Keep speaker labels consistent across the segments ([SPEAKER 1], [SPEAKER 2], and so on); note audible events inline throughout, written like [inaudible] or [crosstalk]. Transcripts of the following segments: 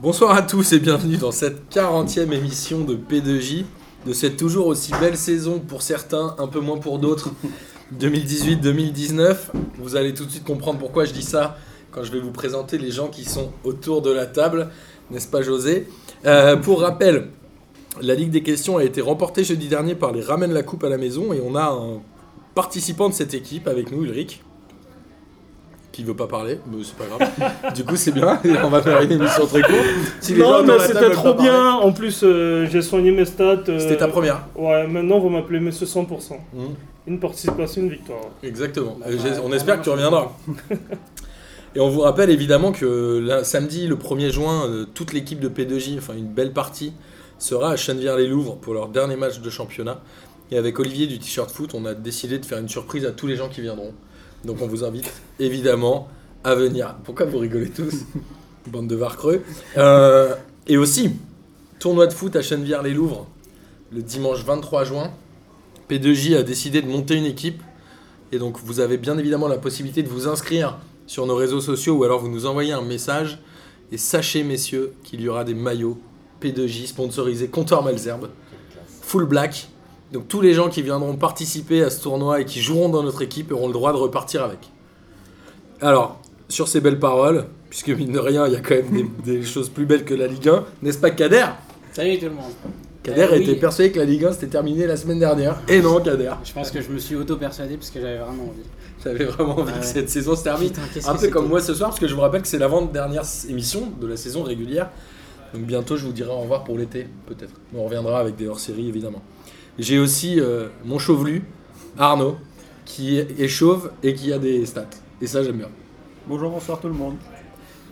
[SPEAKER 1] Bonsoir à tous et bienvenue dans cette 40e émission de P2J, de cette toujours aussi belle saison pour certains, un peu moins pour
[SPEAKER 2] [laughs]
[SPEAKER 1] d'autres, 2018-2019. Vous allez tout de suite comprendre pourquoi je dis ça quand je vais vous présenter les gens qui sont autour de la table, n'est-ce pas José Euh, Pour rappel, la Ligue des questions a été remportée jeudi dernier par les Ramène la Coupe à la maison et on a un participant de cette équipe avec nous, Ulrich. Qui veut pas parler, mais c'est pas
[SPEAKER 2] [laughs]
[SPEAKER 1] grave. du coup, c'est bien, on va faire une émission très courte. Si les gens
[SPEAKER 2] non,
[SPEAKER 1] autour de
[SPEAKER 2] mais
[SPEAKER 1] la table
[SPEAKER 2] c'était
[SPEAKER 1] veulent pas
[SPEAKER 2] trop
[SPEAKER 1] parler,
[SPEAKER 2] bien. En plus, euh, j'ai soigné mes stats. euh,
[SPEAKER 1] C'était ta première.
[SPEAKER 2] Ouais, maintenant vous m'appelez Monsieur 100%.
[SPEAKER 1] Mhm.
[SPEAKER 2] Une participation, une victoire.
[SPEAKER 1] Exactement. Euh, j'ai- on espère que tu reviendras. Et on vous rappelle évidemment que là, samedi, le 1er juin, euh, toute l'équipe de P2J, enfin une belle partie, sera à Chennevières-les-Louvres pour leur dernier match de championnat. Et avec Olivier du T-shirt foot, on a décidé de faire une surprise à tous les gens qui viendront. Donc on vous invite évidemment à venir. Pourquoi vous rigolez tous Bande de varcreux. Euh, et aussi, tournoi de foot à Chennevières-les-Louvres le dimanche 23 juin. P2J a décidé de monter une équipe et donc, vous avez bien évidemment la possibilité de vous inscrire sur nos réseaux sociaux ou alors vous nous envoyez un message. Et sachez, messieurs, qu'il y aura des maillots P2J sponsorisés Comptoir Malzerbe, full black. Donc, tous les gens qui viendront participer à ce tournoi et qui joueront dans notre équipe auront le droit de repartir avec. Alors, sur ces belles paroles, puisque mine de rien, il y a quand même des,
[SPEAKER 3] [laughs]
[SPEAKER 1] des choses plus belles que la Ligue 1, n'est-ce pas, Kader
[SPEAKER 3] Salut tout le monde.
[SPEAKER 1] Kader
[SPEAKER 3] Eh oui.
[SPEAKER 1] était persuadé que la Ligue 1 c'était terminé la semaine dernière. Et non, Kader,
[SPEAKER 3] Je pense que je me suis auto-persuadé parce que j'avais vraiment envie.
[SPEAKER 1] j'avais vraiment envie
[SPEAKER 3] Ah Ouais.
[SPEAKER 1] que cette saison se termine.
[SPEAKER 3] Putain, qu'est-ce
[SPEAKER 1] Ah Un
[SPEAKER 3] que
[SPEAKER 1] peu
[SPEAKER 3] c'était
[SPEAKER 1] comme moi ce soir, parce que je vous rappelle que c'est l'avant-dernière s- émission de la saison régulière. Donc bientôt, je vous dirai au revoir pour l'été, peut-être. Mais on reviendra avec des hors-séries, évidemment. J'ai aussi euh, mon chauvelu, Arnaud, qui est est chauve et qui a des stats. Et ça, j'aime bien.
[SPEAKER 4] Bonjour, bonsoir tout le monde.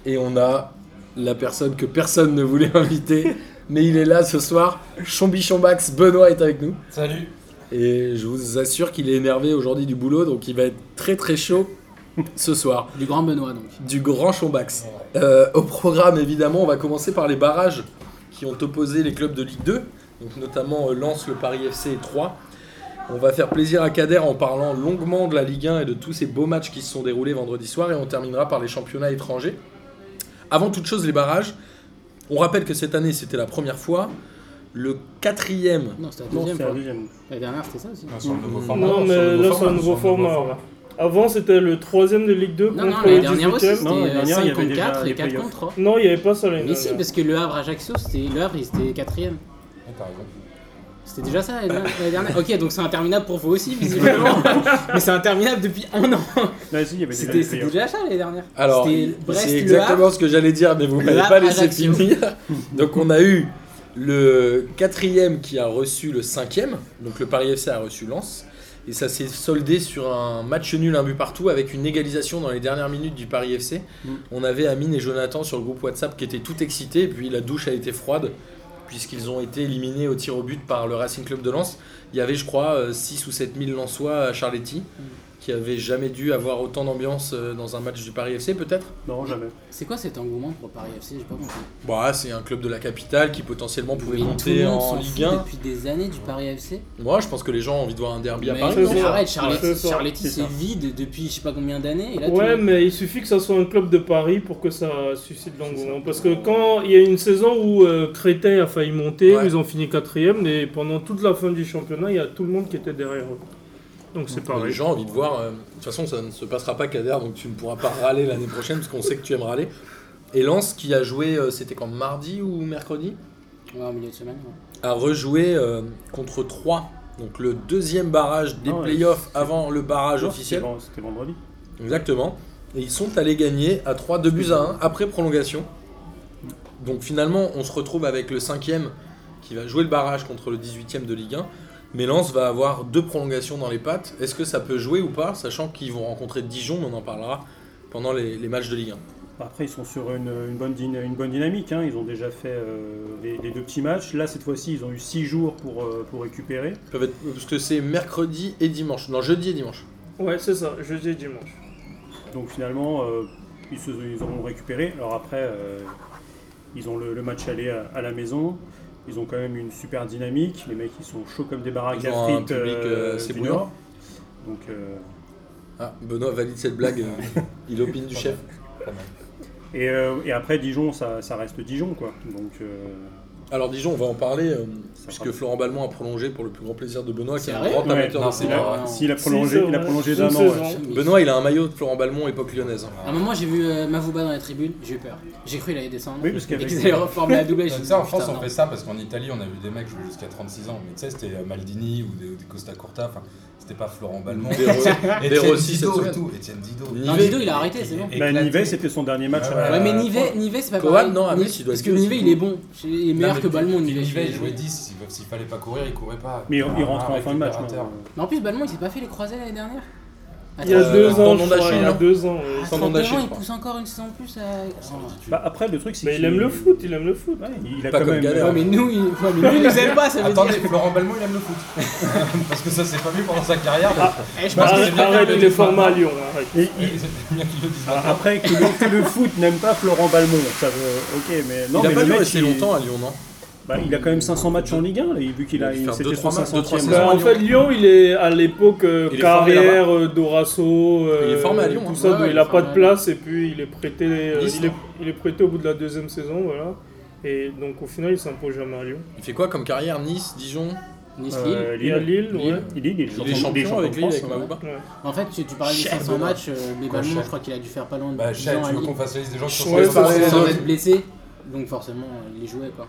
[SPEAKER 1] Et on a la personne que personne ne voulait [laughs] inviter, mais il est là ce soir. Chombi Chombax, Benoît est avec nous.
[SPEAKER 5] Salut.
[SPEAKER 1] Et je vous assure qu'il est énervé aujourd'hui du boulot, donc il va être très très chaud ce soir.
[SPEAKER 3] Du grand Benoît donc.
[SPEAKER 1] du grand Chombax. Euh, au programme, évidemment, on va commencer par les barrages qui ont opposé les clubs de Ligue 2, donc notamment euh, Lens, le Paris FC et 3. On va faire plaisir à Kader en parlant longuement de la Ligue 1 et de tous ces beaux matchs qui se sont déroulés vendredi soir et on terminera par les championnats étrangers. Avant toute chose, les barrages. On rappelle que cette année, c'était la première fois. Le quatrième,
[SPEAKER 3] Non, c'était la
[SPEAKER 4] Non,
[SPEAKER 3] deuxième
[SPEAKER 4] c'est la
[SPEAKER 3] fois.
[SPEAKER 4] deuxième.
[SPEAKER 3] La dernière c'était ça aussi.
[SPEAKER 5] sur le nouveau format.
[SPEAKER 2] non,
[SPEAKER 5] sur le
[SPEAKER 2] mais
[SPEAKER 5] nouveau
[SPEAKER 2] là c'est un nouveau
[SPEAKER 5] sur le
[SPEAKER 2] format. ouais. Avant c'était le troisième de Ligue 2
[SPEAKER 3] Non, non,
[SPEAKER 2] contre
[SPEAKER 3] la
[SPEAKER 2] le
[SPEAKER 3] dernière aussi
[SPEAKER 2] 18
[SPEAKER 3] c'était
[SPEAKER 2] e
[SPEAKER 4] Non, la
[SPEAKER 3] euh,
[SPEAKER 4] dernière, il y
[SPEAKER 3] 5
[SPEAKER 4] avait
[SPEAKER 3] contre
[SPEAKER 4] déjà
[SPEAKER 3] 4
[SPEAKER 4] les
[SPEAKER 3] et 4
[SPEAKER 4] playoffs.
[SPEAKER 3] contre 3.
[SPEAKER 2] Non, il n'y avait pas ça l'année
[SPEAKER 3] Mais si,
[SPEAKER 2] dernière.
[SPEAKER 3] parce que le Havre Ajaccio, c'était le Havre, il était quatrième.
[SPEAKER 5] Ah, t'as raison.
[SPEAKER 3] C'était déjà ça l'année dernière- l'année dernière. Ok, donc c'est interminable pour vous aussi
[SPEAKER 4] [laughs]
[SPEAKER 3] visiblement. Mais c'est interminable depuis un an.
[SPEAKER 4] Là, si, il y avait déjà
[SPEAKER 3] C'était
[SPEAKER 4] les
[SPEAKER 3] c'était
[SPEAKER 4] playoffs.
[SPEAKER 3] déjà ça l'année dernière.
[SPEAKER 1] Alors,
[SPEAKER 3] C'était Brest,
[SPEAKER 1] c'est
[SPEAKER 3] le Havre.
[SPEAKER 1] exactement ce que j'allais dire, mais vous ne m'avez
[SPEAKER 3] Havre,
[SPEAKER 1] pas laissé
[SPEAKER 3] Ajaccio.
[SPEAKER 1] finir. Donc, on a eu le quatrième qui a reçu le cinquième. Donc, le Paris FC a reçu Lens. Et ça s'est soldé sur un match nul, un but partout, avec une égalisation dans les dernières minutes du Paris FC.
[SPEAKER 4] Mm.
[SPEAKER 1] On avait Amine et Jonathan sur le groupe WhatsApp qui étaient tout excités. Et puis, la douche a été froide, puisqu'ils ont été éliminés au tir au but par le Racing Club de Lens. Il y avait, je crois, euh, 6 ou 7 000 Lensois à Charletti, qui avaient jamais dû avoir autant d'ambiance euh, dans un match du Paris FC, peut-être
[SPEAKER 4] Non, jamais.
[SPEAKER 3] C'est quoi cet engouement pour Paris FC J'ai pas compris.
[SPEAKER 1] Bah, c'est un club de la capitale qui potentiellement pouvait
[SPEAKER 3] Mais tout le
[SPEAKER 1] monter
[SPEAKER 3] monde
[SPEAKER 1] en
[SPEAKER 3] s'en
[SPEAKER 1] Ligue
[SPEAKER 3] fout
[SPEAKER 1] 1.
[SPEAKER 3] depuis des années du Paris FC.
[SPEAKER 1] Moi, je pense que les gens ont envie de voir un derby à
[SPEAKER 3] Mais
[SPEAKER 1] Paris.
[SPEAKER 2] c'est
[SPEAKER 1] non
[SPEAKER 2] ça.
[SPEAKER 3] arrête,
[SPEAKER 2] Ouais,
[SPEAKER 3] Charletti,
[SPEAKER 2] c'est ça.
[SPEAKER 3] Charletti,
[SPEAKER 4] C'est
[SPEAKER 3] c'est
[SPEAKER 4] ça.
[SPEAKER 3] vide depuis je sais pas combien d'années. et là, tout le
[SPEAKER 2] Ouais,
[SPEAKER 3] monde-
[SPEAKER 2] mais il suffit que ça soit un club de Paris pour que ça suscite l'engouement. Parce que quand il y a une saison où euh, Créteil a failli monter,
[SPEAKER 1] Ouais.
[SPEAKER 2] ils ont fini quatrième, et pendant toute la fin du championnat, il y a tout le monde qui était derrière eux. Donc c'est
[SPEAKER 1] Mais
[SPEAKER 2] pareil.
[SPEAKER 1] Les gens ont envie de voir. euh, De toute façon, ça ne se passera pas Kader, donc tu ne pourras pas râler l'année prochaine parce qu'on sait que tu aimes râler. Et Lens, qui a joué, euh, c'était quand mardi ou mercredi,
[SPEAKER 3] Ouais, Ah, au milieu de semaine. ouais.
[SPEAKER 1] a rejoué euh, contre 3. Donc le deuxième barrage des
[SPEAKER 4] Ah ouais,
[SPEAKER 1] playoffs avant le barrage
[SPEAKER 4] Non,
[SPEAKER 1] officiel.
[SPEAKER 4] c'était vend- C'était vendredi.
[SPEAKER 1] Exactement. Et ils sont allés gagner à 3 2 buts à 1 après prolongation. Donc finalement, on se retrouve avec le 5e qui va jouer le barrage contre le 18e de Ligue 1. Mais Lens va avoir deux prolongations dans les pattes. Est-ce que ça peut jouer ou pas Sachant qu'ils vont rencontrer Dijon, mais on en parlera pendant les, les matchs de Ligue 1.
[SPEAKER 4] Après, ils sont sur une, une bonne, dyna- une bonne dynamique. hein. Ils ont déjà fait euh, les, les deux petits matchs. Là, cette fois-ci, ils ont eu six jours pour, euh, pour récupérer.
[SPEAKER 1] Ils peuvent être- parce que c'est mercredi et dimanche. Non, jeudi et dimanche.
[SPEAKER 2] Ouais, c'est ça, jeudi et dimanche.
[SPEAKER 4] Donc finalement, euh, ils, se, ils auront récupéré. Alors après, euh, ils ont le, le match aller à, à la maison. Ils ont quand même une super dynamique. Les mecs, ils sont chauds comme des baraques
[SPEAKER 1] Ils
[SPEAKER 4] à
[SPEAKER 1] ont un
[SPEAKER 4] frites,
[SPEAKER 1] public, euh,
[SPEAKER 4] euh,
[SPEAKER 1] c'est
[SPEAKER 4] du
[SPEAKER 1] bouillant.
[SPEAKER 4] Nord. Donc euh,
[SPEAKER 1] Ah, Benoît valide cette blague. euh, Il opine du chef.
[SPEAKER 4] Et, euh, et après, Dijon, ça, ça reste Dijon, quoi. Donc, euh,
[SPEAKER 1] Alors Dijon, on va en parler, euh,
[SPEAKER 4] Ça
[SPEAKER 1] puisque
[SPEAKER 4] parle.
[SPEAKER 1] Florent Balmont a prolongé pour le plus grand plaisir de Benoît, qui
[SPEAKER 3] C'est
[SPEAKER 1] est un
[SPEAKER 3] vrai
[SPEAKER 1] grand
[SPEAKER 4] Ouais,
[SPEAKER 1] amateur
[SPEAKER 3] non,
[SPEAKER 1] de
[SPEAKER 3] c'est
[SPEAKER 1] cinéma.
[SPEAKER 3] vrai.
[SPEAKER 1] ouais.
[SPEAKER 4] s'il a
[SPEAKER 2] Six
[SPEAKER 4] prolongé, il a
[SPEAKER 2] ans,
[SPEAKER 4] prolongé
[SPEAKER 2] six
[SPEAKER 4] d'un an.
[SPEAKER 2] saisons.
[SPEAKER 4] ouais.
[SPEAKER 1] Benoît, il a un maillot de Florent Balmont, époque lyonnaise. hein.
[SPEAKER 3] À un moment, j'ai vu euh, Mavuba dans la tribune, j'ai eu peur. J'ai cru qu'il allait descendre.
[SPEAKER 4] Oui, parce
[SPEAKER 3] et
[SPEAKER 4] qu'avec-
[SPEAKER 3] qu'ils allaient reformer la doublée.
[SPEAKER 5] [laughs] Tu sais, en France, on fait ça parce qu'en Italie, on a vu des mecs jouer jusqu'à 36 ans. Mais tu sais, c'était euh, Maldini ou des, ou des Costa Curta. Enfin, c'était pas Florent Balmont.
[SPEAKER 1] Des Rossi-
[SPEAKER 5] Etienne
[SPEAKER 1] des Rossi
[SPEAKER 5] Didot
[SPEAKER 1] cette
[SPEAKER 5] et
[SPEAKER 1] semaine.
[SPEAKER 5] tout. Etienne Didot.
[SPEAKER 1] Nivet.
[SPEAKER 3] Non, Dido, il a arrêté, c'est bon.
[SPEAKER 5] Et-
[SPEAKER 4] Bah,
[SPEAKER 5] éclaté.
[SPEAKER 4] Nivet, c'était son dernier match.
[SPEAKER 5] Ouais,
[SPEAKER 4] à-
[SPEAKER 3] Ouais, mais
[SPEAKER 4] à-
[SPEAKER 3] Nivet, Nivet c'est pas
[SPEAKER 1] Cohen,
[SPEAKER 3] pareil.
[SPEAKER 1] non, à
[SPEAKER 3] Nivet-
[SPEAKER 1] Metz, il doit
[SPEAKER 3] Parce
[SPEAKER 1] être
[SPEAKER 3] que
[SPEAKER 1] plus.
[SPEAKER 3] Nivet, il est bon. Il est
[SPEAKER 5] Non,
[SPEAKER 3] meilleur
[SPEAKER 5] mais
[SPEAKER 3] que Balmont,
[SPEAKER 5] puis
[SPEAKER 3] Nivet. je
[SPEAKER 5] Nivet,
[SPEAKER 3] suis
[SPEAKER 5] il jouait
[SPEAKER 3] désolé.
[SPEAKER 5] 10. il- S'il fallait pas courir, il courait pas.
[SPEAKER 4] Mais il
[SPEAKER 5] Ah,
[SPEAKER 4] il rentre en fin de match.
[SPEAKER 5] récupérateur.
[SPEAKER 4] hein.
[SPEAKER 3] Mais en plus, Balmont, il s'est pas fait les croiser l'année dernière.
[SPEAKER 2] Il y a
[SPEAKER 1] Euh,
[SPEAKER 2] deux ans,
[SPEAKER 1] tendon
[SPEAKER 2] je crois,
[SPEAKER 1] d'Achille,
[SPEAKER 2] il y a
[SPEAKER 1] non
[SPEAKER 2] deux ans. euh,
[SPEAKER 3] À
[SPEAKER 1] Sans nom
[SPEAKER 3] 32
[SPEAKER 1] d'Achille,
[SPEAKER 3] ans,
[SPEAKER 1] je
[SPEAKER 3] il
[SPEAKER 1] crois.
[SPEAKER 3] pousse encore une saison en plus. à-
[SPEAKER 5] Oh,
[SPEAKER 4] Bah, après, le truc, c'est
[SPEAKER 2] Mais il aime le foot, il aime le foot. Bah,
[SPEAKER 4] Ouais, il a
[SPEAKER 1] Pas
[SPEAKER 4] quand
[SPEAKER 1] comme
[SPEAKER 4] même.
[SPEAKER 1] Galère.
[SPEAKER 3] Ouais, mais nous, il... ouais, mais nous, il nous aime pas, ça veut
[SPEAKER 5] Attendez,
[SPEAKER 3] dire.
[SPEAKER 5] Florent Balmont, il aime le foot. [laughs] parce que ça, c'est pas vu pendant sa carrière. donc-
[SPEAKER 4] Ah.
[SPEAKER 3] Eh, je pense que
[SPEAKER 5] Bah,
[SPEAKER 3] c'est
[SPEAKER 2] Arrête,
[SPEAKER 5] bien
[SPEAKER 2] arrête,
[SPEAKER 5] de
[SPEAKER 2] il
[SPEAKER 5] le
[SPEAKER 2] est format à
[SPEAKER 5] dire.
[SPEAKER 2] Lyon. arrête.
[SPEAKER 4] Et-
[SPEAKER 5] Et
[SPEAKER 4] il-
[SPEAKER 5] c'est bien qu'ils le disent
[SPEAKER 4] Ah,
[SPEAKER 5] maintenant.
[SPEAKER 4] Après, que le, que le foot n'aime pas Florent Balmont, ça veut. Ok, mais non,
[SPEAKER 1] il
[SPEAKER 4] mais
[SPEAKER 1] a pas
[SPEAKER 4] le
[SPEAKER 1] dû
[SPEAKER 4] mec,
[SPEAKER 1] rester
[SPEAKER 4] il-
[SPEAKER 1] longtemps à Lyon, non
[SPEAKER 4] bah, il a quand même 500 matchs en Ligue 1, là, vu qu'il a.
[SPEAKER 1] Il a dû faire
[SPEAKER 4] C'était
[SPEAKER 1] deux,
[SPEAKER 4] son
[SPEAKER 1] trois matchs, deux, trois
[SPEAKER 4] 500e.
[SPEAKER 1] saisons.
[SPEAKER 2] Bah,
[SPEAKER 1] à
[SPEAKER 2] en
[SPEAKER 1] Lyon.
[SPEAKER 2] fait, Lyon, il est à l'époque euh,
[SPEAKER 1] Il est formé
[SPEAKER 2] carrière, euh, Dorasso, euh,
[SPEAKER 1] Il est formé à Lyon, hein.
[SPEAKER 2] tout ça,
[SPEAKER 3] Ouais,
[SPEAKER 2] donc
[SPEAKER 3] ouais,
[SPEAKER 2] il
[SPEAKER 3] il
[SPEAKER 2] n'a
[SPEAKER 3] est
[SPEAKER 2] pas
[SPEAKER 3] formé
[SPEAKER 2] de
[SPEAKER 3] à
[SPEAKER 2] place et puis il est prêté, euh,
[SPEAKER 1] Nice,
[SPEAKER 2] il, est,
[SPEAKER 1] non
[SPEAKER 2] il est prêté au bout de la deuxième saison, voilà. Et donc au final, il s'impose jamais à Lyon.
[SPEAKER 1] Il fait quoi comme carrière Nice, Dijon
[SPEAKER 3] Nice Lille.
[SPEAKER 4] Euh,
[SPEAKER 2] Il y a
[SPEAKER 4] Lille.
[SPEAKER 2] Lille, ouais.
[SPEAKER 1] Lille.
[SPEAKER 4] Il est- il
[SPEAKER 1] Il
[SPEAKER 4] est
[SPEAKER 1] est
[SPEAKER 4] champion- il est
[SPEAKER 1] champion avec lui,
[SPEAKER 4] champion de
[SPEAKER 1] avec
[SPEAKER 4] France, hein.
[SPEAKER 1] Maouba.
[SPEAKER 2] ouais.
[SPEAKER 3] En fait, tu, tu parlais des
[SPEAKER 1] Chef
[SPEAKER 3] 500
[SPEAKER 1] Benoît.
[SPEAKER 3] matchs, euh, mais
[SPEAKER 5] Quoi,
[SPEAKER 3] Balmont,
[SPEAKER 5] chef
[SPEAKER 3] je crois qu'il a dû faire pas loin de
[SPEAKER 5] Bah,
[SPEAKER 3] 10
[SPEAKER 5] chat,
[SPEAKER 3] ans à
[SPEAKER 5] tu veux
[SPEAKER 3] Lille,
[SPEAKER 5] qu'on fasse la liste des gens qui sont
[SPEAKER 2] Ouais,
[SPEAKER 5] sur
[SPEAKER 1] ça,
[SPEAKER 5] les
[SPEAKER 1] c'est-
[SPEAKER 5] autres
[SPEAKER 3] sans
[SPEAKER 1] Ouais.
[SPEAKER 3] être blessé. Donc forcément, euh, il les jouait, quoi.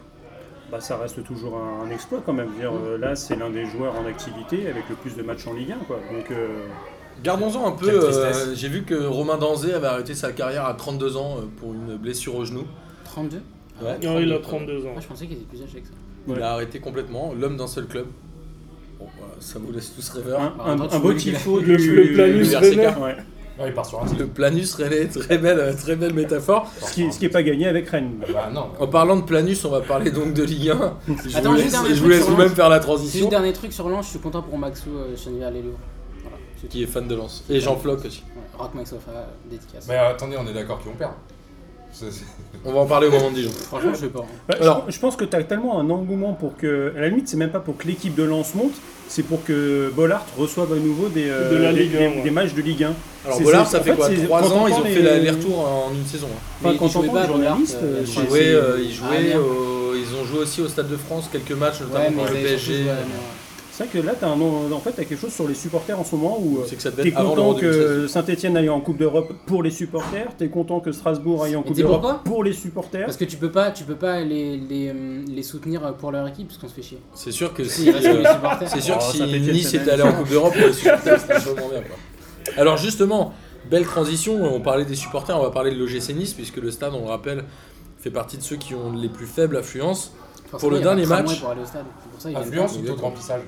[SPEAKER 4] Bah, ça reste toujours un, un exploit quand même. Je veux dire, euh, là, c'est l'un des joueurs en activité avec le plus de matchs en Ligue 1. Quoi. Donc, euh,
[SPEAKER 1] Gardons-en un peu.
[SPEAKER 5] Quelle
[SPEAKER 1] euh,
[SPEAKER 5] tristesse.
[SPEAKER 1] J'ai vu que Romain Danzé avait arrêté sa carrière à 32 ans euh, pour une blessure au genou.
[SPEAKER 3] 32
[SPEAKER 1] Ouais.
[SPEAKER 2] Non, il a 32 ans.
[SPEAKER 3] Moi, je pensais qu'il était plus âgé que ça.
[SPEAKER 1] Il
[SPEAKER 4] Ouais.
[SPEAKER 1] a arrêté complètement, l'homme d'un seul club. Bon, voilà, ça vous laisse tous rêveurs.
[SPEAKER 4] un,
[SPEAKER 3] Bah,
[SPEAKER 4] un-
[SPEAKER 3] attends,
[SPEAKER 4] un
[SPEAKER 3] tu
[SPEAKER 4] beau
[SPEAKER 3] voulais qu'il
[SPEAKER 4] tifo
[SPEAKER 2] a-
[SPEAKER 4] du,
[SPEAKER 2] le- le planus
[SPEAKER 4] du-
[SPEAKER 1] RCK.
[SPEAKER 2] Rennes.
[SPEAKER 4] Ouais.
[SPEAKER 5] Ouais, il part sur un titre.
[SPEAKER 1] Le planus rennais, très belle, euh, très belle métaphore.
[SPEAKER 4] Ce qui n'est pas gagné avec Rennes.
[SPEAKER 5] Bah, non.
[SPEAKER 1] En parlant de planus, on va parler donc de Ligue 1. Je
[SPEAKER 3] Attends,
[SPEAKER 1] vous
[SPEAKER 3] juste
[SPEAKER 1] laisse,
[SPEAKER 3] un
[SPEAKER 1] je vous
[SPEAKER 3] truc
[SPEAKER 1] laisse
[SPEAKER 3] sur
[SPEAKER 1] vous-même
[SPEAKER 3] Lens.
[SPEAKER 1] faire la
[SPEAKER 3] Juste
[SPEAKER 1] transition.
[SPEAKER 3] dernier truc sur Lens, je suis content pour Maxou, euh, Chenvier, les Louvres. Voilà, c'est tout.
[SPEAKER 1] Qui est fan de Lens. Et Jean Floc aussi.
[SPEAKER 3] Ouais, Rock Maxofa, euh, dédicace.
[SPEAKER 5] Mais
[SPEAKER 1] Bah,
[SPEAKER 5] euh, attendez, on est d'accord qu'on perd. Ça, c'est-
[SPEAKER 1] On va en parler au moment de Dijon.
[SPEAKER 3] Franchement, je sais pas. hein.
[SPEAKER 4] Bah, je-
[SPEAKER 1] Alors-
[SPEAKER 4] je, pense que tu as tellement un engouement pour que. À la limite, c'est même pas pour que l'équipe de Lance monte, c'est pour que Bollard reçoive à nouveau des, euh,
[SPEAKER 2] De la
[SPEAKER 4] des-
[SPEAKER 2] Ligue un,
[SPEAKER 4] des-
[SPEAKER 2] ouais.
[SPEAKER 4] des matchs de Ligue 1.
[SPEAKER 1] Alors
[SPEAKER 4] C'est-
[SPEAKER 1] Bollard,
[SPEAKER 4] c'est-
[SPEAKER 1] ça
[SPEAKER 4] en
[SPEAKER 1] fait
[SPEAKER 4] fait,
[SPEAKER 1] quoi
[SPEAKER 4] c'est-
[SPEAKER 1] 3
[SPEAKER 4] quand
[SPEAKER 1] ans, ils ont
[SPEAKER 4] t'entends
[SPEAKER 1] fait
[SPEAKER 4] les-
[SPEAKER 1] les retours en une saison. hein.
[SPEAKER 4] Enfin,
[SPEAKER 3] Mais
[SPEAKER 4] quand
[SPEAKER 3] il jouait
[SPEAKER 4] t'entends
[SPEAKER 3] pas
[SPEAKER 4] les
[SPEAKER 3] à Bollard,
[SPEAKER 4] journalistes,
[SPEAKER 3] euh,
[SPEAKER 4] euh,
[SPEAKER 1] Ils
[SPEAKER 4] chez-
[SPEAKER 3] Ouais,
[SPEAKER 1] jouaient,
[SPEAKER 3] c'est-
[SPEAKER 1] euh, ils, jouaient
[SPEAKER 3] Ah, merde.
[SPEAKER 1] au- ils ont joué aussi au Stade de France quelques matchs,
[SPEAKER 3] Ouais,
[SPEAKER 1] notamment
[SPEAKER 3] mais
[SPEAKER 1] contre le
[SPEAKER 3] ils avaient surtout
[SPEAKER 1] PSG.
[SPEAKER 3] joué à Amiens.
[SPEAKER 4] C'est vrai que là, t'as un, en fait, t'as quelque chose sur les supporters en ce moment où. euh,
[SPEAKER 1] C'est que ça devait
[SPEAKER 4] T'es
[SPEAKER 1] être avant l'Euro
[SPEAKER 4] content
[SPEAKER 1] 2016.
[SPEAKER 4] que Saint-Etienne aille en Coupe d'Europe pour les supporters, t'es content que Strasbourg aille en Coupe
[SPEAKER 3] tu sais
[SPEAKER 4] d'Europe
[SPEAKER 3] pourquoi
[SPEAKER 4] pour les supporters.
[SPEAKER 3] Parce que tu peux pas, tu peux pas les, les, euh, les soutenir pour leur équipe parce qu'on se fait chier.
[SPEAKER 1] [laughs] C'est sûr que
[SPEAKER 3] Si,
[SPEAKER 1] si,
[SPEAKER 3] il reste
[SPEAKER 1] euh,
[SPEAKER 3] les supporters.
[SPEAKER 1] c'est sûr que
[SPEAKER 4] Oh,
[SPEAKER 1] si
[SPEAKER 4] Saint-Étienne,
[SPEAKER 1] Nice
[SPEAKER 4] c'est
[SPEAKER 1] était allé en Coupe d'Europe, les supporters seraient sûrement bien. quoi. Alors justement, belle transition. On parlait des supporters, on va parler de l'OGC Nice puisque le stade, on le rappelle, fait partie de ceux qui ont les plus faibles affluences.
[SPEAKER 3] Forcément,
[SPEAKER 1] le
[SPEAKER 3] il y a pas de
[SPEAKER 1] dernier
[SPEAKER 3] tramway
[SPEAKER 1] match- Ah,
[SPEAKER 3] pour aller au stade. C'est pour ça, ils viennent
[SPEAKER 5] Influence
[SPEAKER 1] pas, mais
[SPEAKER 5] ou taux de
[SPEAKER 1] d'accord.
[SPEAKER 5] remplissage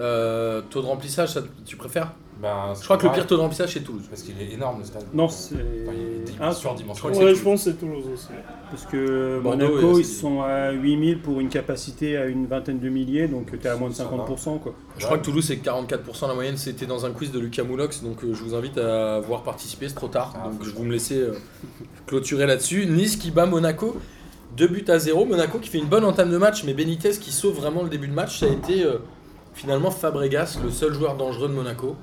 [SPEAKER 1] Euh, taux de remplissage, ça, tu préfères
[SPEAKER 5] Ben,
[SPEAKER 1] Je crois que le pire taux de remplissage c'est Toulouse.
[SPEAKER 5] Parce qu'il est énorme le stade.
[SPEAKER 4] Non, c'est
[SPEAKER 5] Enfin, il est
[SPEAKER 4] Ah,
[SPEAKER 5] dim- surdimensionné.
[SPEAKER 2] Ouais, je pense que c'est Toulouse aussi.
[SPEAKER 4] parce que
[SPEAKER 1] Bordeaux,
[SPEAKER 4] Monaco,
[SPEAKER 1] ouais,
[SPEAKER 4] ils
[SPEAKER 1] c'est-
[SPEAKER 4] sont à 8000 pour une capacité à une vingtaine de milliers, donc t'es à moins de 50%. Quoi.
[SPEAKER 1] Je crois que Toulouse c'est 44% la moyenne, c'était dans un quiz de Lucas Moulox, donc euh, je vous invite à voir participer, c'est trop tard,
[SPEAKER 5] Ah,
[SPEAKER 1] donc
[SPEAKER 5] faut
[SPEAKER 1] je vous me laissez euh, clôturer là-dessus. Nice qui bat Monaco, 2 buts à 0, Monaco qui fait une bonne entame de match, mais Benitez qui sauve vraiment le début de match, ça a été euh, finalement Fabregas, le seul joueur dangereux de Monaco.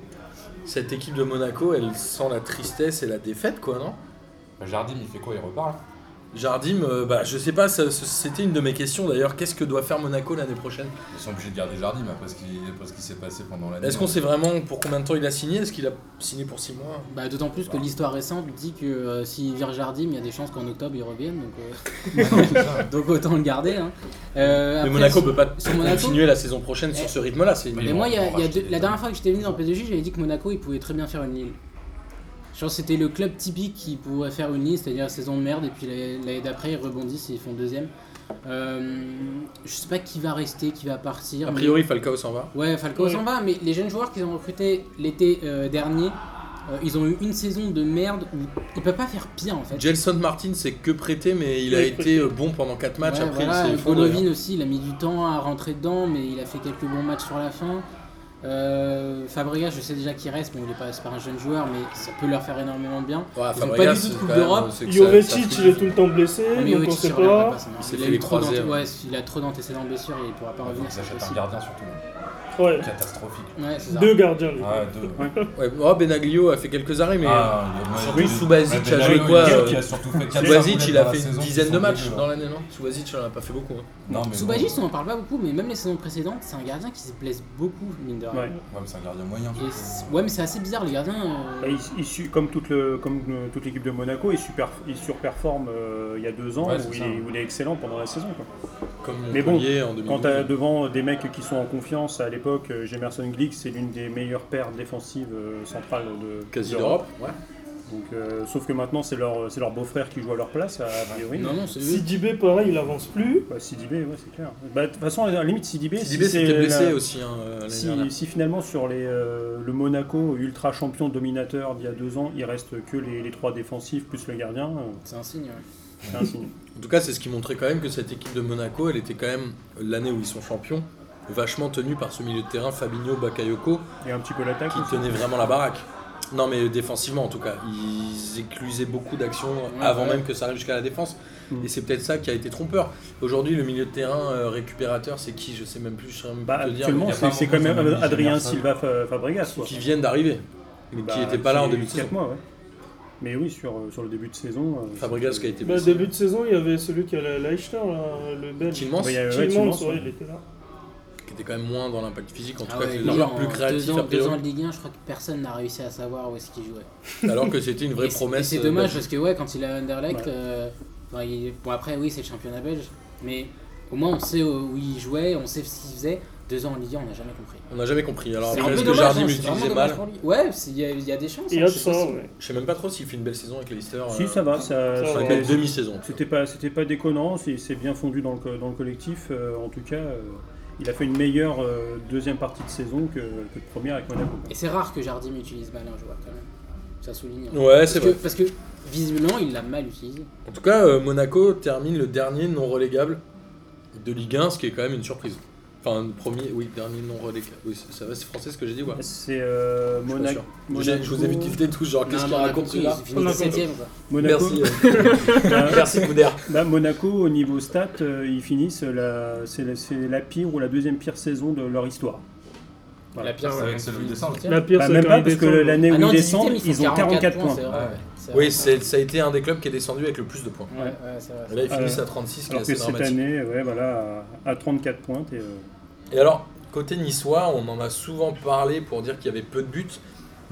[SPEAKER 1] Cette équipe de Monaco, elle sent la tristesse et la défaite, quoi, non
[SPEAKER 5] Bah, Jardim, il fait quoi Il repart là
[SPEAKER 1] Jardim, euh, bah, je sais pas, ça- c'était une de mes questions d'ailleurs, qu'est-ce que doit faire Monaco l'année prochaine
[SPEAKER 5] Ils sont obligés de garder Jardim après ce qui, après ce qui s'est passé pendant l'année.
[SPEAKER 1] Est-ce qu'on sait vraiment pour combien de temps il a signé Est-ce qu'il a signé pour 6 mois
[SPEAKER 3] Bah, D'autant plus que l'histoire récente dit que euh, s'il vire Jardim, il y a des chances qu'en octobre il revienne, donc, euh,
[SPEAKER 5] Ouais, non, c'est ça.
[SPEAKER 3] [laughs] donc autant le garder. hein. Euh,
[SPEAKER 1] Mais
[SPEAKER 3] après,
[SPEAKER 1] Monaco
[SPEAKER 3] sur-
[SPEAKER 1] peut pas
[SPEAKER 3] sur Monaco-
[SPEAKER 1] continuer la saison prochaine sur
[SPEAKER 3] Eh.
[SPEAKER 1] ce rythme-là. C'est une-
[SPEAKER 5] Mais
[SPEAKER 3] Mais moi,
[SPEAKER 5] on
[SPEAKER 3] il y a-
[SPEAKER 5] va
[SPEAKER 3] il y a
[SPEAKER 5] racheter
[SPEAKER 3] deux-
[SPEAKER 5] des
[SPEAKER 3] la dernière fois que j'étais venu dans PSG, j'avais dit que Monaco, il pouvait très bien faire une Lille. Je pense que c'était le club typique qui pourrait faire une Lille, c'est-à-dire saison de merde, et puis l'année l'année d'après, ils rebondissent et ils font deuxième. Euh, je sais pas qui va rester, qui va partir.
[SPEAKER 1] A
[SPEAKER 3] mais-
[SPEAKER 1] priori, Falcao s'en va.
[SPEAKER 3] Ouais, Falcao
[SPEAKER 2] Ouais.
[SPEAKER 3] s'en va, mais les jeunes joueurs qu'ils ont recrutés l'été euh, dernier, euh, ils ont eu une saison de merde où ils peuvent pas faire pire en fait.
[SPEAKER 1] Gelson Martin, c'est que prêté, mais il a
[SPEAKER 2] Ouais,
[SPEAKER 1] été euh, bon pendant 4 matchs.
[SPEAKER 3] Ouais,
[SPEAKER 1] Après,
[SPEAKER 3] voilà,
[SPEAKER 1] il s'est effondré.
[SPEAKER 3] Golovin aussi, il a mis du temps à rentrer dedans, mais il a fait quelques bons matchs sur la fin. Euh, Fabregas, je sais déjà qu'il reste, bon, il est pas, c'est pas un jeune joueur, mais ça peut leur faire énormément de bien.
[SPEAKER 1] hein. Ouais,
[SPEAKER 3] Ils ont
[SPEAKER 1] Fabregas,
[SPEAKER 3] pas du tout de
[SPEAKER 1] c'est
[SPEAKER 3] Coupe
[SPEAKER 1] quand même,
[SPEAKER 3] d'Europe.
[SPEAKER 1] euh, c'est que ça-
[SPEAKER 2] Jovetic,
[SPEAKER 1] ça-
[SPEAKER 2] il est tout le temps blessé,
[SPEAKER 3] Mais
[SPEAKER 2] donc on
[SPEAKER 3] Jovetic,
[SPEAKER 2] sait
[SPEAKER 3] il reviendra
[SPEAKER 2] pas.
[SPEAKER 3] ça
[SPEAKER 1] Il
[SPEAKER 3] marche.
[SPEAKER 1] s'est
[SPEAKER 3] Il a
[SPEAKER 1] fait
[SPEAKER 3] eu
[SPEAKER 1] les
[SPEAKER 3] trop
[SPEAKER 1] croisés,
[SPEAKER 3] d'anté-
[SPEAKER 1] hein.
[SPEAKER 3] ouais, il a trop d'antécédents de blessures, il pourra pas
[SPEAKER 5] Il faut
[SPEAKER 3] revenir.
[SPEAKER 5] qu'ils
[SPEAKER 3] c'est
[SPEAKER 5] achètent un
[SPEAKER 3] possible.
[SPEAKER 5] gardien surtout.
[SPEAKER 2] Ouais.
[SPEAKER 5] catastrophique.
[SPEAKER 3] Ouais, c'est ça.
[SPEAKER 2] Deux gardiens, du coup.
[SPEAKER 5] Ah, deux.
[SPEAKER 1] Ouais, oh, Benaglio a fait quelques arrêts, mais euh,
[SPEAKER 5] Ah, il y a-
[SPEAKER 1] surtout
[SPEAKER 5] ouais,
[SPEAKER 1] Subasic
[SPEAKER 5] Benaglio,
[SPEAKER 1] a joué quoi,
[SPEAKER 5] il-
[SPEAKER 1] euh,
[SPEAKER 5] qui a surtout fait quatre
[SPEAKER 1] Subasic,
[SPEAKER 5] cinq
[SPEAKER 1] il a
[SPEAKER 5] dans la
[SPEAKER 1] fait une
[SPEAKER 5] saison,
[SPEAKER 1] dizaine
[SPEAKER 5] qui
[SPEAKER 1] de
[SPEAKER 5] sont
[SPEAKER 1] matchs
[SPEAKER 5] dégueux,
[SPEAKER 1] dans
[SPEAKER 5] hein.
[SPEAKER 1] l'année, non Subasic, on en a pas fait beaucoup. hein.
[SPEAKER 5] Non, mais
[SPEAKER 3] Subagis,
[SPEAKER 5] bon,
[SPEAKER 3] on en parle pas beaucoup, mais même les saisons précédentes, c'est un gardien qui se blesse beaucoup, mine de rien.
[SPEAKER 4] Ouais.
[SPEAKER 5] ouais, mais c'est un gardien moyen.
[SPEAKER 3] Et c'est- ouais, mais c'est assez bizarre, les gardiens. euh,
[SPEAKER 4] Bah, il, il su- comme toute le- comme, euh, toute l'équipe de Monaco, il, super, il surperforme euh, il y a deux ans
[SPEAKER 5] Ouais, c'est
[SPEAKER 4] où, il
[SPEAKER 5] ça.
[SPEAKER 4] est, où il est excellent pendant la saison. quoi.
[SPEAKER 1] Comme
[SPEAKER 4] Mais bon,
[SPEAKER 1] Montpellier en
[SPEAKER 4] Quand tu as
[SPEAKER 1] 2012.
[SPEAKER 4] devant des mecs qui sont en confiance, à l'époque, euh, Jemerson Glick, c'est l'une des meilleures paires défensives euh, centrales de
[SPEAKER 1] Quasi
[SPEAKER 4] d'Europe.
[SPEAKER 1] d'Europe, ouais.
[SPEAKER 4] Donc, euh, sauf que maintenant, c'est leur, c'est leur beau-frère qui joue à leur place, à a priori.
[SPEAKER 3] Non, non, c'est
[SPEAKER 2] Si Dibé, pareil, il avance plus.
[SPEAKER 4] Bah, Sidibé, ouais, c'est clair. Bah, De toute façon, à la limite, Sidibé,
[SPEAKER 1] Sidibé
[SPEAKER 4] si c'est
[SPEAKER 1] s'était blessé
[SPEAKER 4] la-
[SPEAKER 1] aussi hein, euh, l'année dernière.
[SPEAKER 4] Si, si finalement sur les, euh, le Monaco ultra champion dominateur d'il y a deux ans, il reste que les, les trois défensifs plus le gardien, euh,
[SPEAKER 3] c'est un signe. ouais.
[SPEAKER 4] c'est un signe.
[SPEAKER 1] En tout cas, c'est ce qui montrait quand même que cette équipe de Monaco, elle était quand même, l'année où ils sont champions, vachement tenue par ce milieu de terrain Fabinho Bakayoko,
[SPEAKER 4] Et un petit peu l'attaque.
[SPEAKER 1] qui
[SPEAKER 4] aussi.
[SPEAKER 1] tenait vraiment la baraque. Non, mais euh, défensivement en tout cas, ils éclusaient beaucoup d'actions avant
[SPEAKER 3] ouais.
[SPEAKER 1] même que ça arrive jusqu'à la défense.
[SPEAKER 4] Mm.
[SPEAKER 1] Et c'est peut-être ça qui a été trompeur. Aujourd'hui, le milieu de terrain euh, récupérateur, c'est qui Je sais même plus, je saurais même
[SPEAKER 4] Bah,
[SPEAKER 1] plus te dire.
[SPEAKER 4] actuellement,
[SPEAKER 5] mais il y a
[SPEAKER 4] c'est
[SPEAKER 5] pas
[SPEAKER 4] c'est
[SPEAKER 5] beaucoup
[SPEAKER 4] quand même
[SPEAKER 5] de Dominique
[SPEAKER 4] Adrien
[SPEAKER 5] Emerson.
[SPEAKER 4] Silva Fa- Fabregas.
[SPEAKER 1] mais
[SPEAKER 4] quoi.
[SPEAKER 1] Qui viennent d'arriver, mais qui
[SPEAKER 4] Bah,
[SPEAKER 1] n'étaient pas là en
[SPEAKER 4] qui-
[SPEAKER 1] début de
[SPEAKER 4] quatre
[SPEAKER 1] saison.
[SPEAKER 4] mois, ouais. Mais oui, sur, euh, sur le début de saison. euh,
[SPEAKER 1] Fabregas qui a
[SPEAKER 4] c'était-
[SPEAKER 1] été
[SPEAKER 2] Bah,
[SPEAKER 1] blessé. hein.
[SPEAKER 2] début de saison, il y avait celui qui allait à Leicester, là, le Belge.
[SPEAKER 1] Tielemans,
[SPEAKER 4] Bah, il y a- ouais,
[SPEAKER 2] Tielemans,
[SPEAKER 4] Tielemans,
[SPEAKER 2] ouais,
[SPEAKER 4] ouais.
[SPEAKER 2] il était là.
[SPEAKER 1] qui était quand même moins dans l'impact physique, en tout
[SPEAKER 3] Ah
[SPEAKER 1] cas,
[SPEAKER 3] ouais,
[SPEAKER 1] qui
[SPEAKER 3] lui,
[SPEAKER 1] était leur
[SPEAKER 3] en
[SPEAKER 1] plus créatif
[SPEAKER 3] deux
[SPEAKER 1] a
[SPEAKER 3] ans, deux
[SPEAKER 1] priori,
[SPEAKER 3] ans de Ligue 1, je crois que personne n'a réussi à savoir où est-ce qu'il jouait.
[SPEAKER 1] alors que c'était une vraie
[SPEAKER 3] Et c'est-
[SPEAKER 1] promesse.
[SPEAKER 3] et C'est
[SPEAKER 1] euh,
[SPEAKER 3] dommage
[SPEAKER 1] bah,
[SPEAKER 3] parce que ouais, quand il est à Anderlecht,
[SPEAKER 4] Ouais.
[SPEAKER 3] euh, enfin, il- bon après oui c'est le championnat belge, mais au moins on sait où où il jouait, on sait ce qu'il faisait. Deux ans en Ligue 1, on n'a jamais compris.
[SPEAKER 1] On n'a jamais compris. Alors
[SPEAKER 3] C'est
[SPEAKER 1] après,
[SPEAKER 3] un
[SPEAKER 1] est-ce
[SPEAKER 3] peu
[SPEAKER 1] que
[SPEAKER 3] dommage,
[SPEAKER 1] Jardim
[SPEAKER 3] hein, c'est vraiment
[SPEAKER 1] utilisait
[SPEAKER 3] dommage
[SPEAKER 1] mal
[SPEAKER 3] pour lui. Ouais, c'est- il y, a- il y a des chances.
[SPEAKER 2] Et
[SPEAKER 3] hein, je sais pas
[SPEAKER 2] absent,
[SPEAKER 3] si-
[SPEAKER 2] ouais.
[SPEAKER 1] Je sais même pas trop s'il fait une belle saison avec Leicester. euh,
[SPEAKER 4] Si, ça va. Ça,
[SPEAKER 2] Ça
[SPEAKER 4] ça-
[SPEAKER 1] Enfin,
[SPEAKER 2] va.
[SPEAKER 1] une demi-saison.
[SPEAKER 4] C'était pas, c'était pas déconnant, c'est- il s'est bien fondu dans le, co- dans le collectif. euh, en tout cas, euh, il a fait une meilleure euh, deuxième partie de saison que, que de première avec Monaco.
[SPEAKER 3] Et c'est rare que Jardim utilise mal un joueur quand même. Ça souligne. hein.
[SPEAKER 1] Ouais,
[SPEAKER 3] Parce
[SPEAKER 1] c'est
[SPEAKER 3] que,
[SPEAKER 1] vrai.
[SPEAKER 3] parce que visiblement il l'a mal utilisé.
[SPEAKER 1] En tout cas, euh, Monaco termine le dernier non relégable de Ligue 1, ce qui est quand même une surprise. Enfin, le premier, oui, dernier non relégable. Oui, ça- ça va, c'est français ce que j'ai dit, ouais.
[SPEAKER 4] C'est euh,
[SPEAKER 1] Je suis pas
[SPEAKER 4] Monac-
[SPEAKER 1] sûr.
[SPEAKER 4] Monaco.
[SPEAKER 1] J'ai- Je vous ai vu tilter tous, genre, Oh, qu'est-ce
[SPEAKER 3] Non,
[SPEAKER 1] qu'il
[SPEAKER 3] mais on a
[SPEAKER 1] raconte
[SPEAKER 3] compris,
[SPEAKER 1] là
[SPEAKER 3] Il
[SPEAKER 2] On a
[SPEAKER 3] finit
[SPEAKER 2] compris.
[SPEAKER 3] 7ème quoi.
[SPEAKER 4] Monaco,
[SPEAKER 1] Merci, euh,
[SPEAKER 4] bah,
[SPEAKER 1] merci
[SPEAKER 3] [laughs]
[SPEAKER 1] Couder.
[SPEAKER 4] [laughs] bah, Monaco, au niveau stats, euh, ils finissent la, c'est, la, c'est la pire ou la deuxième pire saison de leur histoire.
[SPEAKER 3] La pire
[SPEAKER 2] Ah
[SPEAKER 3] c'est
[SPEAKER 5] ouais, avec
[SPEAKER 3] quand
[SPEAKER 5] celui
[SPEAKER 3] même
[SPEAKER 5] de Sens.
[SPEAKER 3] huitième.
[SPEAKER 2] La pire,
[SPEAKER 4] Bah,
[SPEAKER 2] c'est
[SPEAKER 4] même
[SPEAKER 2] quand
[SPEAKER 4] pas
[SPEAKER 2] il
[SPEAKER 4] parce que
[SPEAKER 2] descend, ouais.
[SPEAKER 4] l'année où
[SPEAKER 3] Ah non,
[SPEAKER 4] ils descendent,
[SPEAKER 3] 18e, font
[SPEAKER 4] ils ont 44 points.
[SPEAKER 3] c'est
[SPEAKER 5] Ouais,
[SPEAKER 3] vrai.
[SPEAKER 5] ouais.
[SPEAKER 3] C'est vrai.
[SPEAKER 1] Oui, c'est- ça a été un des clubs qui est descendu avec le plus de points.
[SPEAKER 3] Ouais, ouais, c'est vrai.
[SPEAKER 1] Et là, ils
[SPEAKER 4] Ah,
[SPEAKER 1] finissent
[SPEAKER 4] ouais.
[SPEAKER 1] à 36, ce qui est
[SPEAKER 4] Alors que
[SPEAKER 1] assez
[SPEAKER 4] cette
[SPEAKER 1] dramatique.
[SPEAKER 4] année, ouais, voilà, à à 34 points, t'es, euh,
[SPEAKER 1] Et alors, côté niçois, on en a souvent parlé pour dire qu'il y avait peu de buts.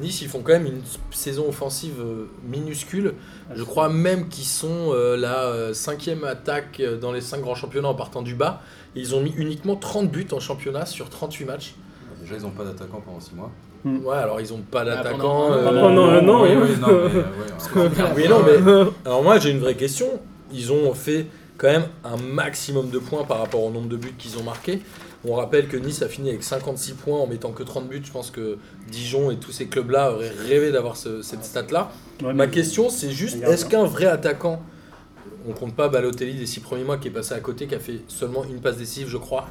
[SPEAKER 1] Nice, ils font quand même une s- saison offensive euh, minuscule. Ah, Je crois même qu'ils sont euh, la euh, cinquième attaque euh, dans les cinq grands championnats en partant du bas. Ils ont mis uniquement 30 buts en championnat sur 38 matchs.
[SPEAKER 5] Bah, Déjà, ils n'ont pas d'attaquant pendant 6 mois.
[SPEAKER 1] Ouais, alors ils n'ont pas d'attaquant.
[SPEAKER 3] pendant-
[SPEAKER 1] euh,
[SPEAKER 2] Pendant Ah, un an,
[SPEAKER 5] Oui,
[SPEAKER 2] hein.
[SPEAKER 5] oui,
[SPEAKER 2] [laughs]
[SPEAKER 5] non, mais, euh, ouais, [laughs] ouais.
[SPEAKER 1] Oui, non, mais alors moi j'ai une vraie question. Ils ont fait quand même un maximum de points par rapport au nombre de buts qu'ils ont marqués. On rappelle que Nice a fini avec 56 points en mettant que 30 buts. Je pense que Dijon et tous ces clubs-là auraient rêvé d'avoir ce- cette stat-là.
[SPEAKER 4] ouais,
[SPEAKER 1] Ma
[SPEAKER 4] mais-
[SPEAKER 1] question, c'est juste
[SPEAKER 4] Regarde,
[SPEAKER 1] est-ce qu'un vrai attaquant, on compte pas Balotelli des 6 premiers mois qui est passé à côté, qui a fait seulement une passe décisive, je crois.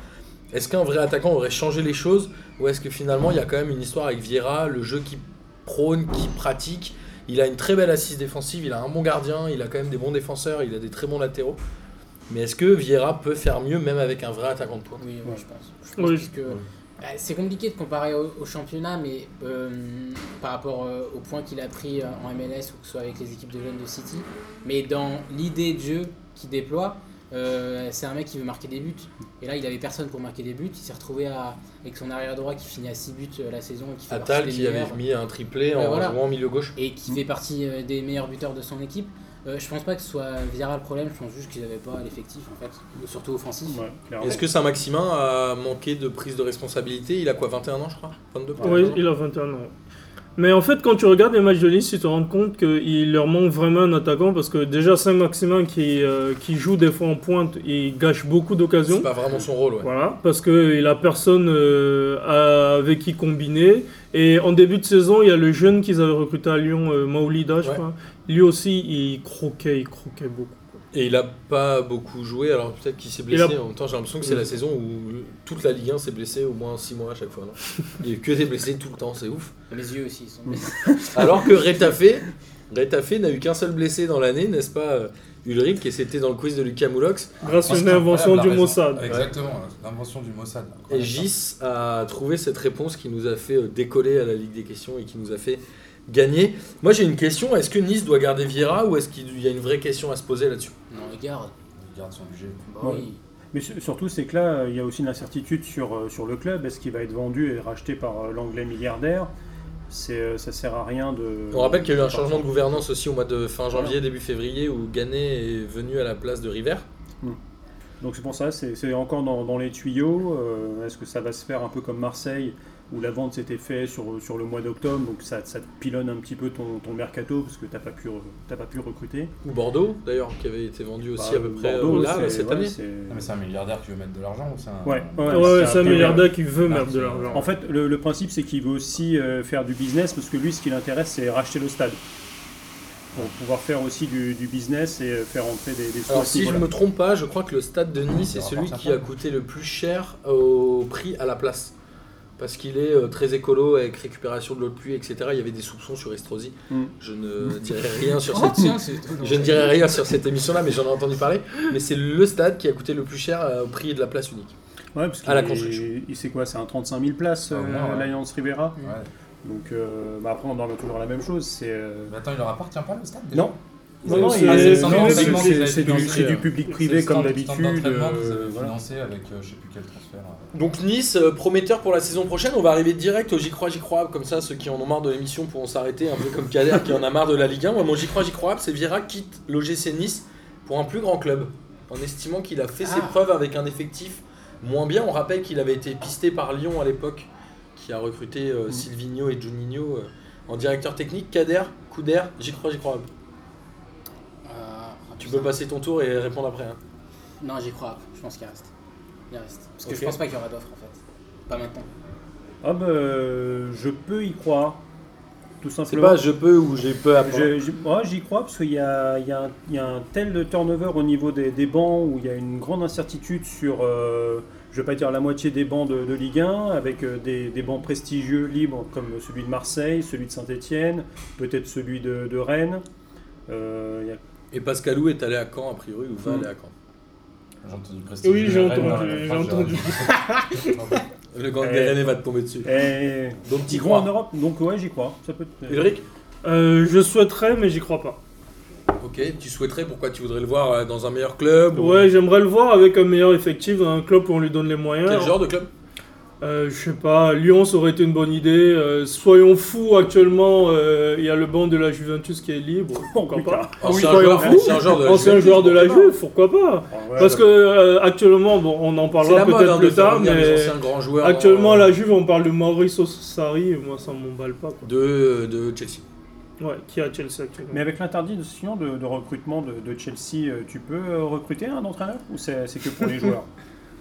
[SPEAKER 1] Est-ce qu'un vrai attaquant aurait changé les choses ou est-ce que finalement il y a quand même une histoire avec Vieira, le jeu qui prône, qui pratique Il a une très belle assise défensive, il a un bon gardien, il a quand même des bons défenseurs, il a des très bons latéraux. Mais est-ce que Vieira peut faire mieux même avec un vrai attaquant de pointe
[SPEAKER 3] Oui, oui, je pense. Je pense
[SPEAKER 2] Oui.
[SPEAKER 3] parce que, bah, c'est compliqué de comparer au, au championnat, mais euh, par rapport euh, aux points qu'il a pris euh, en MLS ou que ce soit avec les équipes de jeunes de City, mais dans l'idée de jeu qu'il déploie, euh, c'est un mec qui veut marquer des buts. Et là, il avait personne pour marquer des buts. Il s'est retrouvé à- avec son arrière droit qui finit à 6 buts euh, la saison et qui fait partie
[SPEAKER 1] Atal
[SPEAKER 3] des
[SPEAKER 1] qui avait
[SPEAKER 3] meilleurs.
[SPEAKER 1] mis un triplé
[SPEAKER 3] Ouais,
[SPEAKER 1] en
[SPEAKER 3] voilà.
[SPEAKER 1] jouant milieu gauche.
[SPEAKER 3] et qui fait partie euh, des meilleurs buteurs de son équipe. Euh, je pense pas que ce soit Vieira le problème, je pense juste qu'ils n'avaient pas l'effectif en fait, surtout offensif.
[SPEAKER 4] Ouais, clairement.
[SPEAKER 1] Est-ce que Saint-Maximin a manqué de prise de responsabilité Il a quoi, 21 ans, je crois 22 peut-être
[SPEAKER 2] [laughs] Oui, il a 21 ans. Mais en fait, quand tu regardes les matchs de Nice, tu te rends compte qu'il leur manque vraiment un attaquant parce que déjà Saint-Maximin qui, euh, qui joue des fois en pointe, il gâche beaucoup d'occasions.
[SPEAKER 1] C'est pas vraiment son rôle, ouais.
[SPEAKER 2] Voilà, parce qu'il a personne euh, à- avec qui combiner. Et en début de saison, il y a le jeune qu'ils avaient recruté à Lyon, euh, Maoulida, je
[SPEAKER 1] Ouais.
[SPEAKER 2] crois. Lui aussi, il croquait, il croquait beaucoup.
[SPEAKER 1] Et il a pas beaucoup joué, alors peut-être qu'il s'est
[SPEAKER 2] Il a- Mm.
[SPEAKER 1] blessé. En même temps, j'ai l'impression que c'est la saison où toute la Ligue 1 s'est blessée au moins 6 mois à chaque fois. non il y a eu que des blessés tout le temps, c'est ouf.
[SPEAKER 3] Mes yeux aussi,
[SPEAKER 1] Mm.
[SPEAKER 3] ils sont
[SPEAKER 1] Alors que Retafe, Retafe n'a eu qu'un seul blessé dans l'année, n'est-ce pas euh, Ulrich et c'était dans le quiz de Lucas Moulox.
[SPEAKER 2] grâce à
[SPEAKER 5] Parce
[SPEAKER 2] une
[SPEAKER 5] que-
[SPEAKER 2] invention
[SPEAKER 5] Ah, incroyable,
[SPEAKER 2] du
[SPEAKER 5] la raison.
[SPEAKER 2] Mossad.
[SPEAKER 5] Exactement, l'invention du Mossad.
[SPEAKER 1] Et
[SPEAKER 5] incroyable.
[SPEAKER 1] Gis a trouvé cette réponse qui nous a fait euh, décoller à la Ligue des questions et qui nous a fait gagner. Moi j'ai une question, est-ce que Nice doit garder Vieira ou est-ce qu'il y a une vraie question à se poser là-dessus
[SPEAKER 3] [laughs] Non, regarde.
[SPEAKER 5] Il garde son budget.
[SPEAKER 3] Bah
[SPEAKER 4] Ouais.
[SPEAKER 3] oui.
[SPEAKER 4] Mais su- surtout, c'est que là, euh, il y a aussi une incertitude sur, euh, sur le club. Est-ce qu'il va être vendu et racheté par euh, l'anglais milliardaire C'est, euh, Ça sert à rien de.
[SPEAKER 1] On rappelle qu'il y a eu un changement de gouvernance aussi au mois de fin janvier, début février où Gannet est venu à la place de River.
[SPEAKER 4] Donc c'est pour ça, c'est c'est encore dans, dans les tuyaux. Euh, Est-ce que ça va se faire un peu comme Marseille, où la vente s'était faite sur, sur le mois d'octobre, donc ça, ça te pilonne un petit peu ton, ton mercato, parce que tu n'as pas, pu re- t'as pas pu recruter.
[SPEAKER 1] Ou Bordeaux d'ailleurs qui avait été vendu aussi
[SPEAKER 4] Bah,
[SPEAKER 1] à peu près euh,
[SPEAKER 4] Bordeaux,
[SPEAKER 1] là,
[SPEAKER 4] c'est-
[SPEAKER 1] là, cette
[SPEAKER 4] ouais,
[SPEAKER 1] année.
[SPEAKER 4] c'est-
[SPEAKER 5] Non, Ah, mais c'est un milliardaire qui veut mettre de l'argent ou c'est un.
[SPEAKER 4] Ouais, ouais,
[SPEAKER 2] Ouais, ouais, c'est un
[SPEAKER 4] peu-
[SPEAKER 2] milliardaire qui veut mettre de
[SPEAKER 5] c'est-
[SPEAKER 2] l'argent.
[SPEAKER 4] En fait, le, le principe, c'est qu'il veut aussi euh, faire du business, parce que lui, ce qui l'intéresse, c'est racheter le stade. Pour pouvoir faire aussi du, du business et euh, faire entrer des, des sous à
[SPEAKER 1] Alors
[SPEAKER 4] ce
[SPEAKER 1] si je
[SPEAKER 4] niveau-là.
[SPEAKER 1] me trompe pas, je crois que le stade de Nice
[SPEAKER 5] Ça
[SPEAKER 1] est
[SPEAKER 5] va
[SPEAKER 1] celui
[SPEAKER 5] partir
[SPEAKER 1] qui a
[SPEAKER 5] pas.
[SPEAKER 1] coûté le plus cher au prix à la place. Parce qu'il est euh, très écolo avec récupération de l'eau de pluie, etc. Il y avait des soupçons sur Estrosi.
[SPEAKER 4] Mm.
[SPEAKER 1] Je ne dirai rien sur
[SPEAKER 3] Oh,
[SPEAKER 1] cette
[SPEAKER 3] tiens, c'est étonnant.
[SPEAKER 1] [laughs] je ne dirai rien sur cette émission-là, mais j'en ai entendu parler. Mais c'est le stade qui a coûté le plus cher euh, au prix de la place unique.
[SPEAKER 4] Ouais, parce
[SPEAKER 1] à la
[SPEAKER 4] qu'il-
[SPEAKER 1] construction.
[SPEAKER 4] Il c'est quoi C'est un 35 000 places,
[SPEAKER 5] Ah, au moins,
[SPEAKER 4] euh,
[SPEAKER 5] ouais.
[SPEAKER 4] l'Alliance Rivera.
[SPEAKER 5] Ouais.
[SPEAKER 4] Donc euh, bah, après, on en a toujours la même chose. C'est euh,
[SPEAKER 5] Mais attends, il leur appartient pas le stade déjà
[SPEAKER 4] non,
[SPEAKER 5] Ils
[SPEAKER 4] non,
[SPEAKER 5] avaient-
[SPEAKER 4] non,
[SPEAKER 2] c'est-
[SPEAKER 4] il-
[SPEAKER 5] Ah,
[SPEAKER 4] non,
[SPEAKER 5] c'est
[SPEAKER 2] c'est-
[SPEAKER 5] le centre
[SPEAKER 4] non, c'est
[SPEAKER 5] d'entraînement qu'ils
[SPEAKER 4] c'est-
[SPEAKER 5] avaient
[SPEAKER 4] c'est du, c'est
[SPEAKER 5] financé,
[SPEAKER 4] du
[SPEAKER 5] euh,
[SPEAKER 4] public
[SPEAKER 5] c'est
[SPEAKER 4] privé
[SPEAKER 5] le
[SPEAKER 4] comme
[SPEAKER 5] centre- le centre
[SPEAKER 4] d'habitude.
[SPEAKER 5] d'entraînement qu'ils
[SPEAKER 4] euh,
[SPEAKER 5] avaient
[SPEAKER 4] voilà.
[SPEAKER 5] financé avec euh, je sais plus quel transfert. euh.
[SPEAKER 1] Donc Nice, euh, prometteur pour la saison prochaine, on va arriver direct au J'y crois, J'y crois, comme ça ceux qui en ont marre de l'émission pourront s'arrêter, un peu comme Kader qui en a marre de la Ligue 1. Moi, mon J'y crois, J'y crois, c'est Vira quitte l'OGC Nice pour un plus grand club, en estimant qu'il a fait ses
[SPEAKER 3] Ah.
[SPEAKER 1] preuves avec un effectif moins bien. On rappelle qu'il avait été pisté par Lyon à l'époque, qui a recruté
[SPEAKER 3] Mm.
[SPEAKER 1] euh, Silvino et Juninho euh, en directeur technique. Kader, coup d'air, J'y crois, J'y crois.
[SPEAKER 3] Euh, ah,
[SPEAKER 1] Tu
[SPEAKER 3] putain.
[SPEAKER 1] peux passer ton tour et répondre après. hein.
[SPEAKER 3] Non, j'y crois. Je pense qu'il reste. Il reste. Parce que
[SPEAKER 1] Ok.
[SPEAKER 3] je pense pas qu'il y aura d'offres en fait. Pas maintenant.
[SPEAKER 4] Ah bah, euh, je peux y croire, tout
[SPEAKER 1] C'est
[SPEAKER 4] simplement.
[SPEAKER 1] pas je peux ou j'ai peu à prendre.
[SPEAKER 4] Je- j'y- ouais, j'y crois parce qu'il y a, il y a un- il y a un tel turnover au niveau des, des bancs où il y a une grande incertitude sur, euh, je ne vais pas dire la moitié des bancs de, de Ligue 1, avec euh, des, des bancs prestigieux libres comme celui de Marseille, celui de Saint-Etienne, peut-être celui de, de Rennes. Euh, il y a-
[SPEAKER 1] Et Pascalou est allé à Caen, a priori, ou va
[SPEAKER 4] Mm.
[SPEAKER 1] aller à Caen.
[SPEAKER 5] J'ai entendu prestige.
[SPEAKER 2] Oui, j'ai
[SPEAKER 5] de la
[SPEAKER 2] entendu.
[SPEAKER 5] Reine, euh,
[SPEAKER 2] J'ai
[SPEAKER 5] enfin,
[SPEAKER 2] entendu.
[SPEAKER 1] Le gang des
[SPEAKER 4] Eh.
[SPEAKER 1] Rennais va te tomber dessus.
[SPEAKER 4] Et,
[SPEAKER 1] Donc
[SPEAKER 4] ils
[SPEAKER 1] t'y
[SPEAKER 4] vont en
[SPEAKER 1] crois.
[SPEAKER 4] Europe, donc ouais, j'y crois. Ça peut être-
[SPEAKER 1] Ulrich
[SPEAKER 2] Euh, je souhaiterais, mais j'y crois pas.
[SPEAKER 1] Ok, tu souhaiterais, pourquoi tu voudrais le voir euh, dans un meilleur club ou-
[SPEAKER 2] Ouais, j'aimerais le voir avec un meilleur effectif dans un club où on lui donne les moyens.
[SPEAKER 1] Quel genre de club
[SPEAKER 2] Euh, je sais pas, Lyon ça aurait été une bonne idée. Euh, soyons fous, actuellement, euh, il y a le banc de la Juventus qui est libre. Pourquoi pas
[SPEAKER 1] Alors,
[SPEAKER 2] Ah oui,
[SPEAKER 1] c'est un
[SPEAKER 2] soyons
[SPEAKER 1] joueur-
[SPEAKER 2] fous.
[SPEAKER 1] c'est un joueur de la
[SPEAKER 2] Ancien
[SPEAKER 1] Juventus,
[SPEAKER 2] joueur de la
[SPEAKER 1] pourquoi pas
[SPEAKER 2] Juve, pourquoi pas
[SPEAKER 4] Ah, ouais,
[SPEAKER 2] Parce que euh, actuellement, bon, on en
[SPEAKER 1] C'est la
[SPEAKER 2] parlera
[SPEAKER 1] mode hein,
[SPEAKER 2] peut-être
[SPEAKER 1] de
[SPEAKER 2] plus
[SPEAKER 1] faire
[SPEAKER 2] tard,
[SPEAKER 1] venir
[SPEAKER 2] mais
[SPEAKER 1] des anciens grands joueurs. euh,
[SPEAKER 2] actuellement,
[SPEAKER 1] en-
[SPEAKER 2] la Juve, on parle de Mauricio Sarri, et moi ça m'emballe pas. Quoi.
[SPEAKER 1] De, de Chelsea.
[SPEAKER 2] Ouais, qui est à Chelsea actuellement
[SPEAKER 4] Mais avec l'interdiction de, de recrutement de, de Chelsea, euh, tu peux euh, recruter un entraîneur ou c'est c'est que
[SPEAKER 2] [laughs]
[SPEAKER 4] pour les joueurs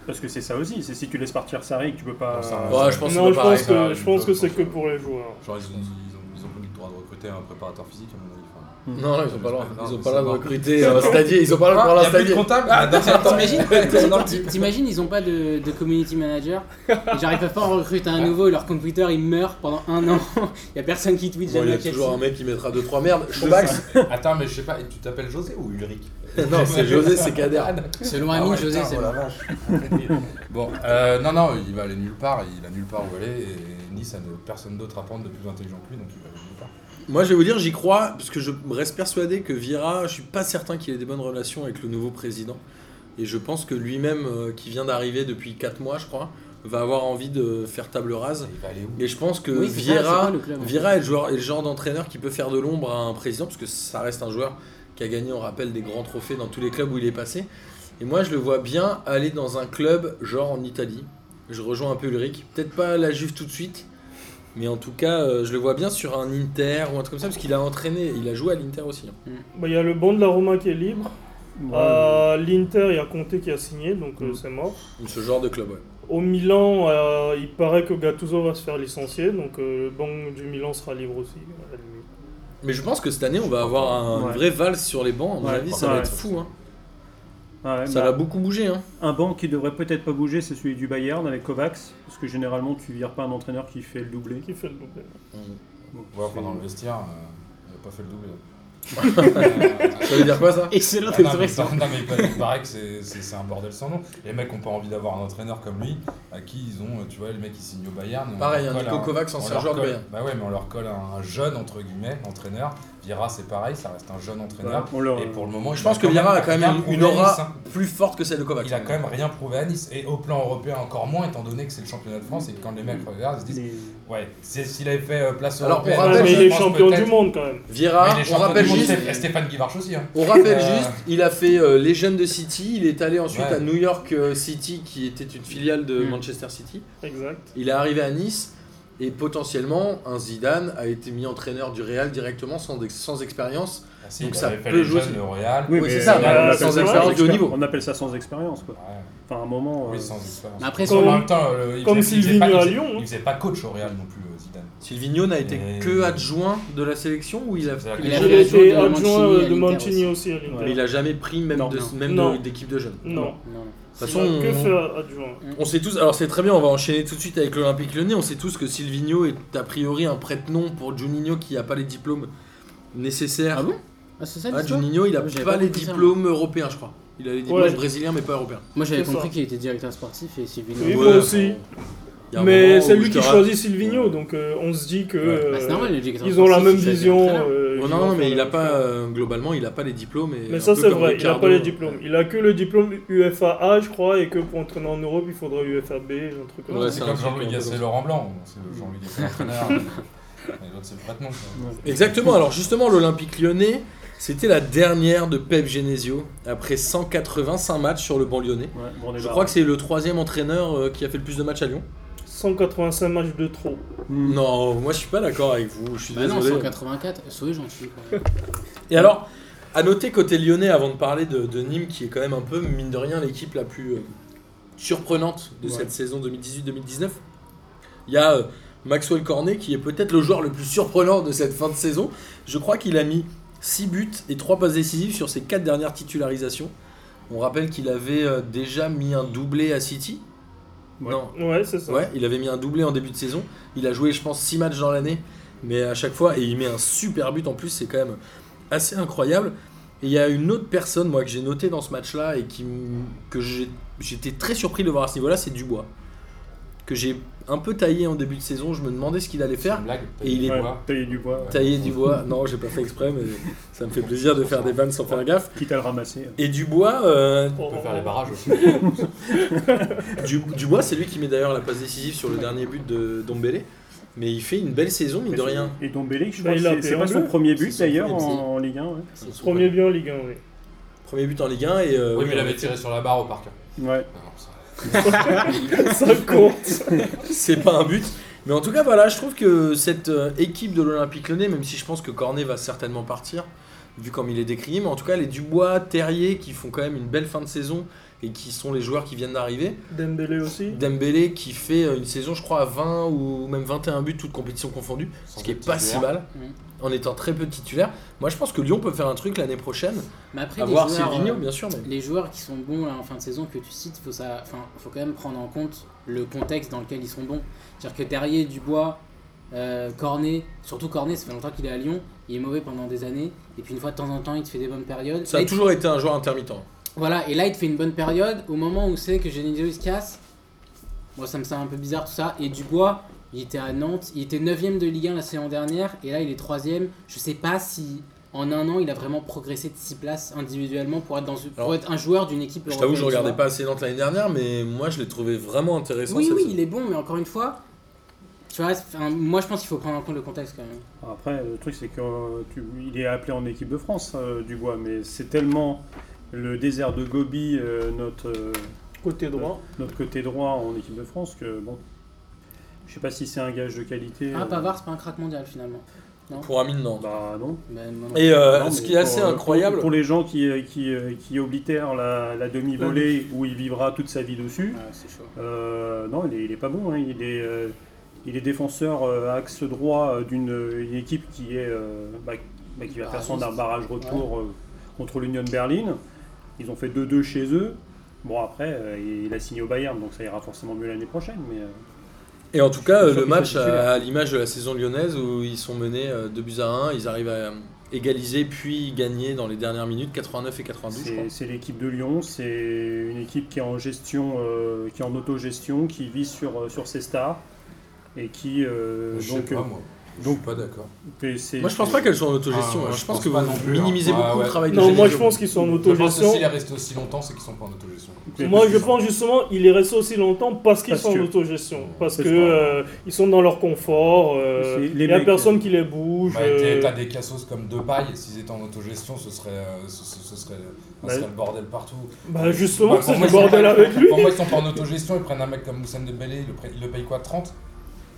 [SPEAKER 4] Parce que c'est ça aussi, c'est si tu laisses partir Sarri que tu peux pas.
[SPEAKER 5] Non, ça
[SPEAKER 4] euh,
[SPEAKER 5] reste-
[SPEAKER 1] Ouais, je pense
[SPEAKER 2] Non,
[SPEAKER 1] que c'est pareil.
[SPEAKER 2] je pense
[SPEAKER 5] pareil,
[SPEAKER 2] que,
[SPEAKER 5] ça,
[SPEAKER 2] je pense que
[SPEAKER 5] je
[SPEAKER 2] c'est
[SPEAKER 5] pense
[SPEAKER 2] que
[SPEAKER 5] que-
[SPEAKER 2] pour les joueurs.
[SPEAKER 5] Genre, ils ont, ils, ont, ils ont pas le droit de recruter un préparateur physique, à mon avis. enfin.
[SPEAKER 1] Non, non, ils ont pas le droit. Ils ont
[SPEAKER 5] Non, mais
[SPEAKER 1] pas
[SPEAKER 5] Ah, c'est
[SPEAKER 1] le droit
[SPEAKER 5] mort.
[SPEAKER 1] de recruter un stadier. Ils ont pas le droit de
[SPEAKER 5] Ah, y a
[SPEAKER 1] prendre un
[SPEAKER 5] plus de
[SPEAKER 1] stadier. [laughs]
[SPEAKER 5] comptable Ah, non, attends,
[SPEAKER 3] T'imagines
[SPEAKER 5] c'est dans le
[SPEAKER 3] T'im-
[SPEAKER 5] titre.
[SPEAKER 3] T'imagines, ils ont pas de, de community manager. Ils arrivent pas à en recruter
[SPEAKER 1] Ah.
[SPEAKER 3] un nouveau. Leur computer il meurt pendant un an. [laughs] Il y a personne qui tweet
[SPEAKER 1] Bon, il y
[SPEAKER 3] jamais
[SPEAKER 1] a
[SPEAKER 3] à Chelsea.
[SPEAKER 1] toujours un mec qui mettra 2-3 merdes. Schombax
[SPEAKER 5] Attends, mais je sais pas, tu t'appelles José ou Ulrich
[SPEAKER 1] [laughs] Non, c'est
[SPEAKER 5] [laughs]
[SPEAKER 1] José, c'est Kader.
[SPEAKER 3] Selon
[SPEAKER 5] Ah
[SPEAKER 3] Amine,
[SPEAKER 5] ouais,
[SPEAKER 3] José,
[SPEAKER 5] putain,
[SPEAKER 3] c'est
[SPEAKER 5] oh la
[SPEAKER 3] bon.
[SPEAKER 5] vache. Bon, euh, non, non, il va aller nulle part, il a nulle part où aller, et Nice a de- personne d'autre à prendre de plus intelligent que lui, donc il va aller nulle part.
[SPEAKER 1] Moi, je vais vous dire, j'y crois, parce que je reste persuadé que Vira, je suis pas certain qu'il ait des bonnes relations avec le nouveau président. Et je pense que lui-même, euh, qui vient d'arriver depuis 4 mois, je crois, va avoir envie de faire table rase.
[SPEAKER 5] Il va aller où
[SPEAKER 1] Et je pense que
[SPEAKER 3] Oui, c'est ça, c'est
[SPEAKER 1] Vieira,
[SPEAKER 3] quoi le club, en fait
[SPEAKER 1] Vieira est, le joueur- est le genre d'entraîneur qui peut faire de l'ombre à un président, parce que ça reste un joueur qui a gagné, on rappelle, des grands trophées dans tous les clubs où il est passé. Et moi, je le vois bien aller dans un club, genre en Italie. Je rejoins un peu Ulrich. Peut-être pas la Juve tout de suite, mais en tout cas, euh, je le vois bien sur un Inter ou un truc comme ça, parce qu'il a entraîné, il a joué à l'Inter aussi. hein.
[SPEAKER 2] Bah, il y a le banc de la Roma qui est libre.
[SPEAKER 4] ouais,
[SPEAKER 2] À L'Inter, il y a Conte qui a signé, donc euh,
[SPEAKER 4] Mm.
[SPEAKER 2] c'est mort.
[SPEAKER 1] Donc, Ce genre de club, ouais.
[SPEAKER 2] Au Milan, euh, il paraît que Gattuso va se faire licencier, donc euh, le banc du Milan sera libre aussi. à la limite.
[SPEAKER 1] Mais je pense que cette année, on va avoir un
[SPEAKER 4] Ouais.
[SPEAKER 1] vrai valse sur les bancs. À mon
[SPEAKER 4] Ouais,
[SPEAKER 1] avis, ça
[SPEAKER 4] ouais.
[SPEAKER 1] va être fou. hein.
[SPEAKER 4] ouais,
[SPEAKER 1] Ça
[SPEAKER 4] bah,
[SPEAKER 1] va beaucoup bouger. hein.
[SPEAKER 4] Un banc qui devrait peut-être pas bouger, c'est celui du Bayern avec Kovacs, parce que généralement tu vires pas un entraîneur qui fait le doublé.
[SPEAKER 2] Qui fait le doublé
[SPEAKER 1] [laughs]
[SPEAKER 5] Ouais, enfin, dans le vestiaire, euh, il a pas fait le double.
[SPEAKER 1] Ça veut dire quoi ça
[SPEAKER 3] Excellent
[SPEAKER 5] Ah non, mais,
[SPEAKER 3] expression.
[SPEAKER 5] par- non, mais il paraît que c'est- c'est c'est un bordel sans nom. Les mecs ont pas envie d'avoir un entraîneur comme lui, à qui ils ont, euh, tu vois, les mecs qui signent au Bayern. on
[SPEAKER 1] Pareil,
[SPEAKER 5] leur
[SPEAKER 1] un
[SPEAKER 5] colle
[SPEAKER 1] Nico Kovacs,
[SPEAKER 5] on
[SPEAKER 1] ancien
[SPEAKER 5] leur
[SPEAKER 1] joueur de
[SPEAKER 5] colle-
[SPEAKER 1] Bayern.
[SPEAKER 5] Bah ouais, mais on leur colle un, un jeune, entre guillemets, entraîneur. Vira, c'est pareil, ça reste un jeune entraîneur.
[SPEAKER 4] on leur-
[SPEAKER 5] Et pour le moment,
[SPEAKER 1] Je
[SPEAKER 5] il
[SPEAKER 1] pense que Vieira a quand
[SPEAKER 5] rien
[SPEAKER 1] même une-
[SPEAKER 5] prouvé
[SPEAKER 1] une
[SPEAKER 5] à Nice,
[SPEAKER 1] aura
[SPEAKER 5] hein.
[SPEAKER 1] plus forte que celle de Kovacs.
[SPEAKER 5] Il a quand même rien prouvé à Nice. Et au plan européen, encore moins, étant donné que c'est le championnat de France et que quand les mecs regardent, ils se disent
[SPEAKER 4] les-
[SPEAKER 5] Ouais, c'est- s'il avait fait euh, place
[SPEAKER 1] Alors, on
[SPEAKER 5] européenne,
[SPEAKER 1] rappelle-
[SPEAKER 2] Ouais, mais
[SPEAKER 5] je
[SPEAKER 2] il est
[SPEAKER 5] pense
[SPEAKER 2] champion
[SPEAKER 5] peut-être-
[SPEAKER 2] du monde quand même.
[SPEAKER 5] Mais
[SPEAKER 1] Vieira,
[SPEAKER 5] il est
[SPEAKER 1] on
[SPEAKER 5] champion
[SPEAKER 1] rappelle
[SPEAKER 5] du monde,
[SPEAKER 1] juste,
[SPEAKER 5] c'est Stéphane Guivarch aussi. hein.
[SPEAKER 1] on rappelle
[SPEAKER 5] Euh,
[SPEAKER 1] juste, il a fait euh, les jeunes de City, il est allé ensuite
[SPEAKER 5] Ouais.
[SPEAKER 1] à New York euh, City qui était une filiale de
[SPEAKER 3] Mm.
[SPEAKER 1] Manchester City.
[SPEAKER 2] Exact.
[SPEAKER 1] Il est arrivé à Nice et potentiellement un Zidane a été mis entraîneur du Real directement sans, ex- sans expérience.
[SPEAKER 5] Ah si,
[SPEAKER 1] Donc
[SPEAKER 5] il
[SPEAKER 1] ça
[SPEAKER 5] avait fait
[SPEAKER 1] peut
[SPEAKER 5] les
[SPEAKER 1] jouer
[SPEAKER 5] jeunes,
[SPEAKER 1] aussi.
[SPEAKER 5] le Real.
[SPEAKER 1] Oui,
[SPEAKER 4] mais
[SPEAKER 1] c'est ça,
[SPEAKER 4] on
[SPEAKER 2] mais
[SPEAKER 4] appelle
[SPEAKER 2] sans
[SPEAKER 4] ça
[SPEAKER 2] expérience
[SPEAKER 4] sans
[SPEAKER 1] de haut
[SPEAKER 4] expé-
[SPEAKER 1] niveau.
[SPEAKER 4] On appelle ça sans expérience, quoi.
[SPEAKER 5] Ouais.
[SPEAKER 4] Enfin, à un moment.
[SPEAKER 5] Oui,
[SPEAKER 4] euh,
[SPEAKER 5] sans expérience.
[SPEAKER 3] Mais après,
[SPEAKER 5] Parce qu'en
[SPEAKER 2] comme-
[SPEAKER 5] même temps, le- il
[SPEAKER 2] comme
[SPEAKER 5] faisait- il faisait
[SPEAKER 2] Sylvinho
[SPEAKER 5] pas- il
[SPEAKER 2] à
[SPEAKER 5] faisait-
[SPEAKER 2] Lyon, hein.
[SPEAKER 5] Il faisait pas coach au Real non plus, euh, Zidane.
[SPEAKER 1] Silvino n'a été
[SPEAKER 5] Et-
[SPEAKER 1] que adjoint de la sélection ou il a,
[SPEAKER 5] Il a
[SPEAKER 1] pris
[SPEAKER 3] Il a
[SPEAKER 1] les
[SPEAKER 2] Il
[SPEAKER 3] fait
[SPEAKER 1] jeunes
[SPEAKER 3] adjoint
[SPEAKER 2] était
[SPEAKER 3] de Mancini à
[SPEAKER 2] adjoint euh, de
[SPEAKER 3] l'Inter
[SPEAKER 2] Mancini
[SPEAKER 3] aussi.
[SPEAKER 2] aussi à l'Inter.
[SPEAKER 1] mais il a jamais pris même
[SPEAKER 4] Non,
[SPEAKER 1] de-
[SPEAKER 4] non.
[SPEAKER 1] même
[SPEAKER 2] Non.
[SPEAKER 1] de- d'équipe de jeunes.
[SPEAKER 2] Non.
[SPEAKER 3] Non, non.
[SPEAKER 1] De toute
[SPEAKER 2] Il
[SPEAKER 1] façon,
[SPEAKER 2] n'a que
[SPEAKER 1] on-
[SPEAKER 2] faire adjoint.
[SPEAKER 1] On sait tous, alors c'est très bien, on va enchaîner tout de suite avec l'Olympique Lyonnais. On sait tous que Silvino est a priori un prête-nom pour Juninho qui n'a pas les diplômes nécessaires.
[SPEAKER 3] Ah bon Ah, c'est ça
[SPEAKER 1] Ah,
[SPEAKER 3] l'histoire
[SPEAKER 1] Juninho, il n'a
[SPEAKER 3] Ah, j'avais
[SPEAKER 1] pas,
[SPEAKER 3] pas
[SPEAKER 1] les
[SPEAKER 3] compris ça,
[SPEAKER 1] diplômes européens, je crois. Il a les diplômes
[SPEAKER 2] Ouais.
[SPEAKER 1] brésiliens, mais pas européens.
[SPEAKER 3] Moi j'avais
[SPEAKER 2] C'est
[SPEAKER 3] compris
[SPEAKER 2] ça.
[SPEAKER 3] qu'il était directeur sportif et Sylvie
[SPEAKER 2] Oui,
[SPEAKER 1] Ouais,
[SPEAKER 2] moi
[SPEAKER 1] bon,
[SPEAKER 2] aussi.
[SPEAKER 1] Il y a un moment
[SPEAKER 2] Mais
[SPEAKER 1] où
[SPEAKER 2] c'est
[SPEAKER 1] je
[SPEAKER 2] lui
[SPEAKER 1] te
[SPEAKER 2] qui
[SPEAKER 1] rapp-
[SPEAKER 2] choisit Silvino, donc euh, on se dit que
[SPEAKER 5] Ouais.
[SPEAKER 3] Bah, c'est
[SPEAKER 2] euh,
[SPEAKER 3] normal, les directeurs
[SPEAKER 2] ils ont la
[SPEAKER 3] sportifs,
[SPEAKER 2] même
[SPEAKER 3] c'est
[SPEAKER 2] vision.
[SPEAKER 3] entraîneur.
[SPEAKER 2] euh,
[SPEAKER 1] Oh
[SPEAKER 2] ils
[SPEAKER 1] non,
[SPEAKER 2] vont
[SPEAKER 1] non, mais
[SPEAKER 2] faire
[SPEAKER 1] il a
[SPEAKER 2] la-
[SPEAKER 1] pas, euh, globalement, il n'a pas les diplômes. Et
[SPEAKER 2] Mais
[SPEAKER 1] un
[SPEAKER 2] ça
[SPEAKER 1] peu
[SPEAKER 2] c'est
[SPEAKER 1] comme
[SPEAKER 2] vrai, il a
[SPEAKER 1] Ricardo,
[SPEAKER 2] pas les
[SPEAKER 1] euh,
[SPEAKER 2] diplômes. Il a que le diplôme UFAA, je crois, et que pour entraîner en Europe, il faudrait UFAB, un truc comme
[SPEAKER 1] Ouais,
[SPEAKER 2] ça.
[SPEAKER 5] C'est
[SPEAKER 1] c'est un
[SPEAKER 5] comme
[SPEAKER 1] truc
[SPEAKER 5] Jean-Louis
[SPEAKER 1] un peu
[SPEAKER 5] Gasset
[SPEAKER 1] comme ça.
[SPEAKER 5] Laurent Blanc. hein, C'est le Jean-Louis
[SPEAKER 1] [laughs]
[SPEAKER 5] Gasset l'entraîneur. Et l'autre, c'est le prête-nom. quoi.
[SPEAKER 1] Exactement, alors justement, l'Olympique lyonnais, c'était la dernière de Pep Genesio, après 185 matchs sur le banc lyonnais.
[SPEAKER 4] ouais, bon, on est
[SPEAKER 1] Je
[SPEAKER 4] barré.
[SPEAKER 1] crois que c'est le troisième entraîneur euh, qui a fait le plus de matchs à Lyon.
[SPEAKER 2] 185 matchs de trop.
[SPEAKER 4] Hmm.
[SPEAKER 1] Non, moi je suis pas d'accord avec vous, je suis
[SPEAKER 3] Bah non,
[SPEAKER 1] désolé.
[SPEAKER 3] 184, soyez gentil. quoi.
[SPEAKER 1] Et alors, à noter côté lyonnais, avant de parler de, de Nîmes, qui est quand même un peu, mine de rien, l'équipe la plus euh, surprenante de
[SPEAKER 4] Ouais.
[SPEAKER 1] cette saison 2018-2019, il y a euh, Maxwell Cornet, qui est peut-être le joueur le plus surprenant de cette fin de saison. Je crois qu'il a mis 6 buts et 3 passes décisives sur ses 4 dernières titularisations. On rappelle qu'il avait euh, déjà mis un doublé à City.
[SPEAKER 4] Ouais.
[SPEAKER 1] Non,
[SPEAKER 2] Ouais, c'est ça.
[SPEAKER 1] Ouais, il avait mis un doublé en début de saison. Il a joué, je pense, 6 matchs dans l'année, mais à chaque fois, et il met un super but en plus, c'est quand même assez incroyable. Et il y a une autre personne, moi, que j'ai noté dans ce match-là et qui, m- que j'ai- j'étais très surpris de voir à ce niveau-là, c'est Dubois. Que j'ai un peu taillé en début de saison, je me demandais ce qu'il allait
[SPEAKER 5] C'est une
[SPEAKER 1] faire.
[SPEAKER 5] blague.
[SPEAKER 1] Et il est-
[SPEAKER 4] Ouais,
[SPEAKER 5] Quoi
[SPEAKER 4] tailler du bois, ouais.
[SPEAKER 1] Taillé Dubois, non, j'ai pas fait exprès, mais ça me fait plaisir de faire des vannes sans faire gaffe.
[SPEAKER 4] quitte à le ramasser. hein.
[SPEAKER 1] Et Dubois, euh,
[SPEAKER 5] On peut faire les barrages
[SPEAKER 1] [laughs]
[SPEAKER 5] aussi.
[SPEAKER 1] Du- Dubois, c'est lui qui met d'ailleurs la passe décisive sur le dernier but de Dombele. Mais il fait une belle saison, mine de rien.
[SPEAKER 4] Et Dombele, je
[SPEAKER 2] Bah,
[SPEAKER 4] crois que
[SPEAKER 2] il a
[SPEAKER 4] c'est- c'est
[SPEAKER 2] payé
[SPEAKER 4] pas
[SPEAKER 2] un
[SPEAKER 4] son
[SPEAKER 2] bleu.
[SPEAKER 4] premier but
[SPEAKER 1] C'est son
[SPEAKER 4] d'ailleurs
[SPEAKER 1] premier
[SPEAKER 3] but.
[SPEAKER 4] en, en Ligue 1. ouais.
[SPEAKER 2] Premier bien en Ligue 1, oui. [laughs]
[SPEAKER 1] Premier but en Ligue 1 et euh,
[SPEAKER 5] Oui, mais il avait tiré sur la barre au parc.
[SPEAKER 4] Ouais.
[SPEAKER 5] Non, ça-
[SPEAKER 2] ça compte.
[SPEAKER 1] [laughs] c'est pas un but. Mais en tout cas, voilà, je trouve que cette euh, équipe de l'Olympique Lyonnais, même si je pense que Cornet va certainement partir, vu comme il est décrié, mais en tout cas, les Dubois, Terrier, qui font quand même une belle fin de saison et qui sont les joueurs qui viennent d'arriver.
[SPEAKER 2] Dembélé aussi.
[SPEAKER 1] Dembélé qui fait euh, une saison, je crois, à 20 ou même 21 buts, toutes compétitions confondues,
[SPEAKER 5] sans
[SPEAKER 1] ce qui est
[SPEAKER 5] le
[SPEAKER 1] pas
[SPEAKER 5] titulaire.
[SPEAKER 1] si mal,
[SPEAKER 3] Mhm.
[SPEAKER 1] en étant très peu titulaire. Moi, je pense que Lyon peut faire un truc l'année prochaine,
[SPEAKER 3] Mais après,
[SPEAKER 1] à
[SPEAKER 3] les
[SPEAKER 1] voir
[SPEAKER 3] joueurs,
[SPEAKER 1] Silvino,
[SPEAKER 3] euh,
[SPEAKER 1] bien sûr. mais-
[SPEAKER 3] Les joueurs qui sont bons là, en fin de saison que tu cites, faut ça, enfin, faut quand même prendre en compte le contexte dans lequel ils sont bons. C'est-à-dire que Terrier, Dubois, euh, Cornet, surtout Cornet, ça fait longtemps qu'il est à Lyon, il est mauvais pendant des années, et puis une fois de temps en temps, il te fait des bonnes périodes.
[SPEAKER 1] Ça a
[SPEAKER 3] Et-
[SPEAKER 1] toujours été un joueur intermittent.
[SPEAKER 3] Voilà, et là, il te fait une bonne période. Au moment où c'est que Genesio il se casse, moi, ça me semble un peu bizarre tout ça. Et Dubois, il était à Nantes, il était 9ème de Ligue 1 la saison dernière, et là, il est 3ème. Je sais pas si. En un an, il a vraiment progressé de 6 places individuellement pour être, dans, une- pour
[SPEAKER 1] Alors,
[SPEAKER 3] être un joueur d'une équipe
[SPEAKER 1] Je
[SPEAKER 3] européenne.
[SPEAKER 1] t'avoue, je
[SPEAKER 3] tu
[SPEAKER 1] regardais
[SPEAKER 3] vois.
[SPEAKER 1] pas assez Nantes l'année dernière, mais moi, je l'ai trouvé vraiment intéressant.
[SPEAKER 3] Oui,
[SPEAKER 1] cette
[SPEAKER 3] oui,
[SPEAKER 1] saison.
[SPEAKER 3] il est bon, mais encore une fois, tu vois, c'est- enfin, moi je pense qu'il faut prendre en compte le contexte quand même.
[SPEAKER 4] Après, le truc, c'est qu'il est appelé en équipe de France, euh, Dubois, mais c'est tellement le désert de Gobi, euh, notre, euh,
[SPEAKER 2] Côté droit.
[SPEAKER 4] notre côté droit en équipe de France, que bon, je sais pas si c'est un gage de qualité.
[SPEAKER 3] Ah,
[SPEAKER 4] euh,
[SPEAKER 3] Pavard, c'est pas un crack mondial finalement.
[SPEAKER 1] Pour Amine, non.
[SPEAKER 4] Bah non.
[SPEAKER 3] Ben, moi, non.
[SPEAKER 1] Et euh,
[SPEAKER 4] Non,
[SPEAKER 1] ce
[SPEAKER 4] mais
[SPEAKER 1] qui est assez
[SPEAKER 4] pour-
[SPEAKER 1] incroyable,
[SPEAKER 4] Pour, pour les gens qui, euh, qui, euh, qui oblitèrent la, la demi-volée où il vivra toute sa vie dessus,
[SPEAKER 3] Ouais, c'est chaud.
[SPEAKER 4] Euh, non, il est, il est pas bon. hein. Il, est, euh, il est défenseur euh, axe droit euh, d'une euh, une équipe qui, est, euh, bah, bah, qui va faire son
[SPEAKER 3] Barragiste.
[SPEAKER 4] barrage retour euh, contre l'Union Berlin. Ils ont fait 2-2 chez eux. Bon, après, euh, il a signé au Bayern, donc ça ira forcément mieux l'année prochaine. Mais, euh,
[SPEAKER 1] et en tout cas, euh, le
[SPEAKER 4] Je suis sûr qu'il soit
[SPEAKER 1] match
[SPEAKER 4] titulaire.
[SPEAKER 1] euh, à à l'image de la saison lyonnaise où ils sont menés 2 buts à 1, ils arrivent à, égalisé puis gagné dans les dernières minutes, 89 et 92, je crois.
[SPEAKER 4] C'est- C'est l'équipe de Lyon, c'est une équipe qui est en gestion, euh, qui est en autogestion, qui vit sur, euh, sur ses stars et qui euh,
[SPEAKER 5] Je
[SPEAKER 4] donc
[SPEAKER 5] sais pas,
[SPEAKER 4] euh,
[SPEAKER 5] moi. Je suis
[SPEAKER 4] donc
[SPEAKER 5] pas d'accord.
[SPEAKER 4] et c'est-
[SPEAKER 1] Moi, je pense pas qu'elles soit en autogestion.
[SPEAKER 5] Ah, ouais,
[SPEAKER 1] hein. je,
[SPEAKER 5] je
[SPEAKER 1] pense
[SPEAKER 5] pense
[SPEAKER 1] que
[SPEAKER 5] pas
[SPEAKER 1] vous
[SPEAKER 5] non plus, hein.
[SPEAKER 1] minimisez
[SPEAKER 5] Ouais,
[SPEAKER 1] beaucoup le
[SPEAKER 5] ouais.
[SPEAKER 1] travail de
[SPEAKER 2] Non, moi
[SPEAKER 1] Gégé.
[SPEAKER 2] je pense qu'ils sont en
[SPEAKER 5] Je pense que
[SPEAKER 2] autogestion.
[SPEAKER 5] s'il est resté aussi longtemps, c'est qu'ils sont pas en autogestion.
[SPEAKER 4] c'est-
[SPEAKER 2] Moi, je pense justement, il est resté aussi longtemps parce qu'ils
[SPEAKER 4] Parce
[SPEAKER 2] sont
[SPEAKER 4] que-
[SPEAKER 2] en autogestion, parce
[SPEAKER 4] C'est
[SPEAKER 2] que
[SPEAKER 4] ça.
[SPEAKER 2] euh, ils sont dans leur confort. euh,
[SPEAKER 4] C'est les
[SPEAKER 2] Il n'y a
[SPEAKER 4] mecs,
[SPEAKER 2] personne qui les bouge.
[SPEAKER 5] Bah,
[SPEAKER 2] euh,
[SPEAKER 5] t'es- T'as des cassos comme Depay, s'ils étaient en autogestion, ce serait, euh, ce, ce- ce serait, ce
[SPEAKER 4] Bah,
[SPEAKER 5] serait le bordel partout.
[SPEAKER 2] bah, justement,
[SPEAKER 5] Bah,
[SPEAKER 2] c'est
[SPEAKER 5] pour
[SPEAKER 2] le
[SPEAKER 5] moi, ils sont
[SPEAKER 2] bordel
[SPEAKER 5] pas-
[SPEAKER 2] avec lui.
[SPEAKER 5] Pour moi, ils sont pas en autogestion, ils prennent un mec comme Moussane Dembélé, ils le, pre- ils le payent quoi 30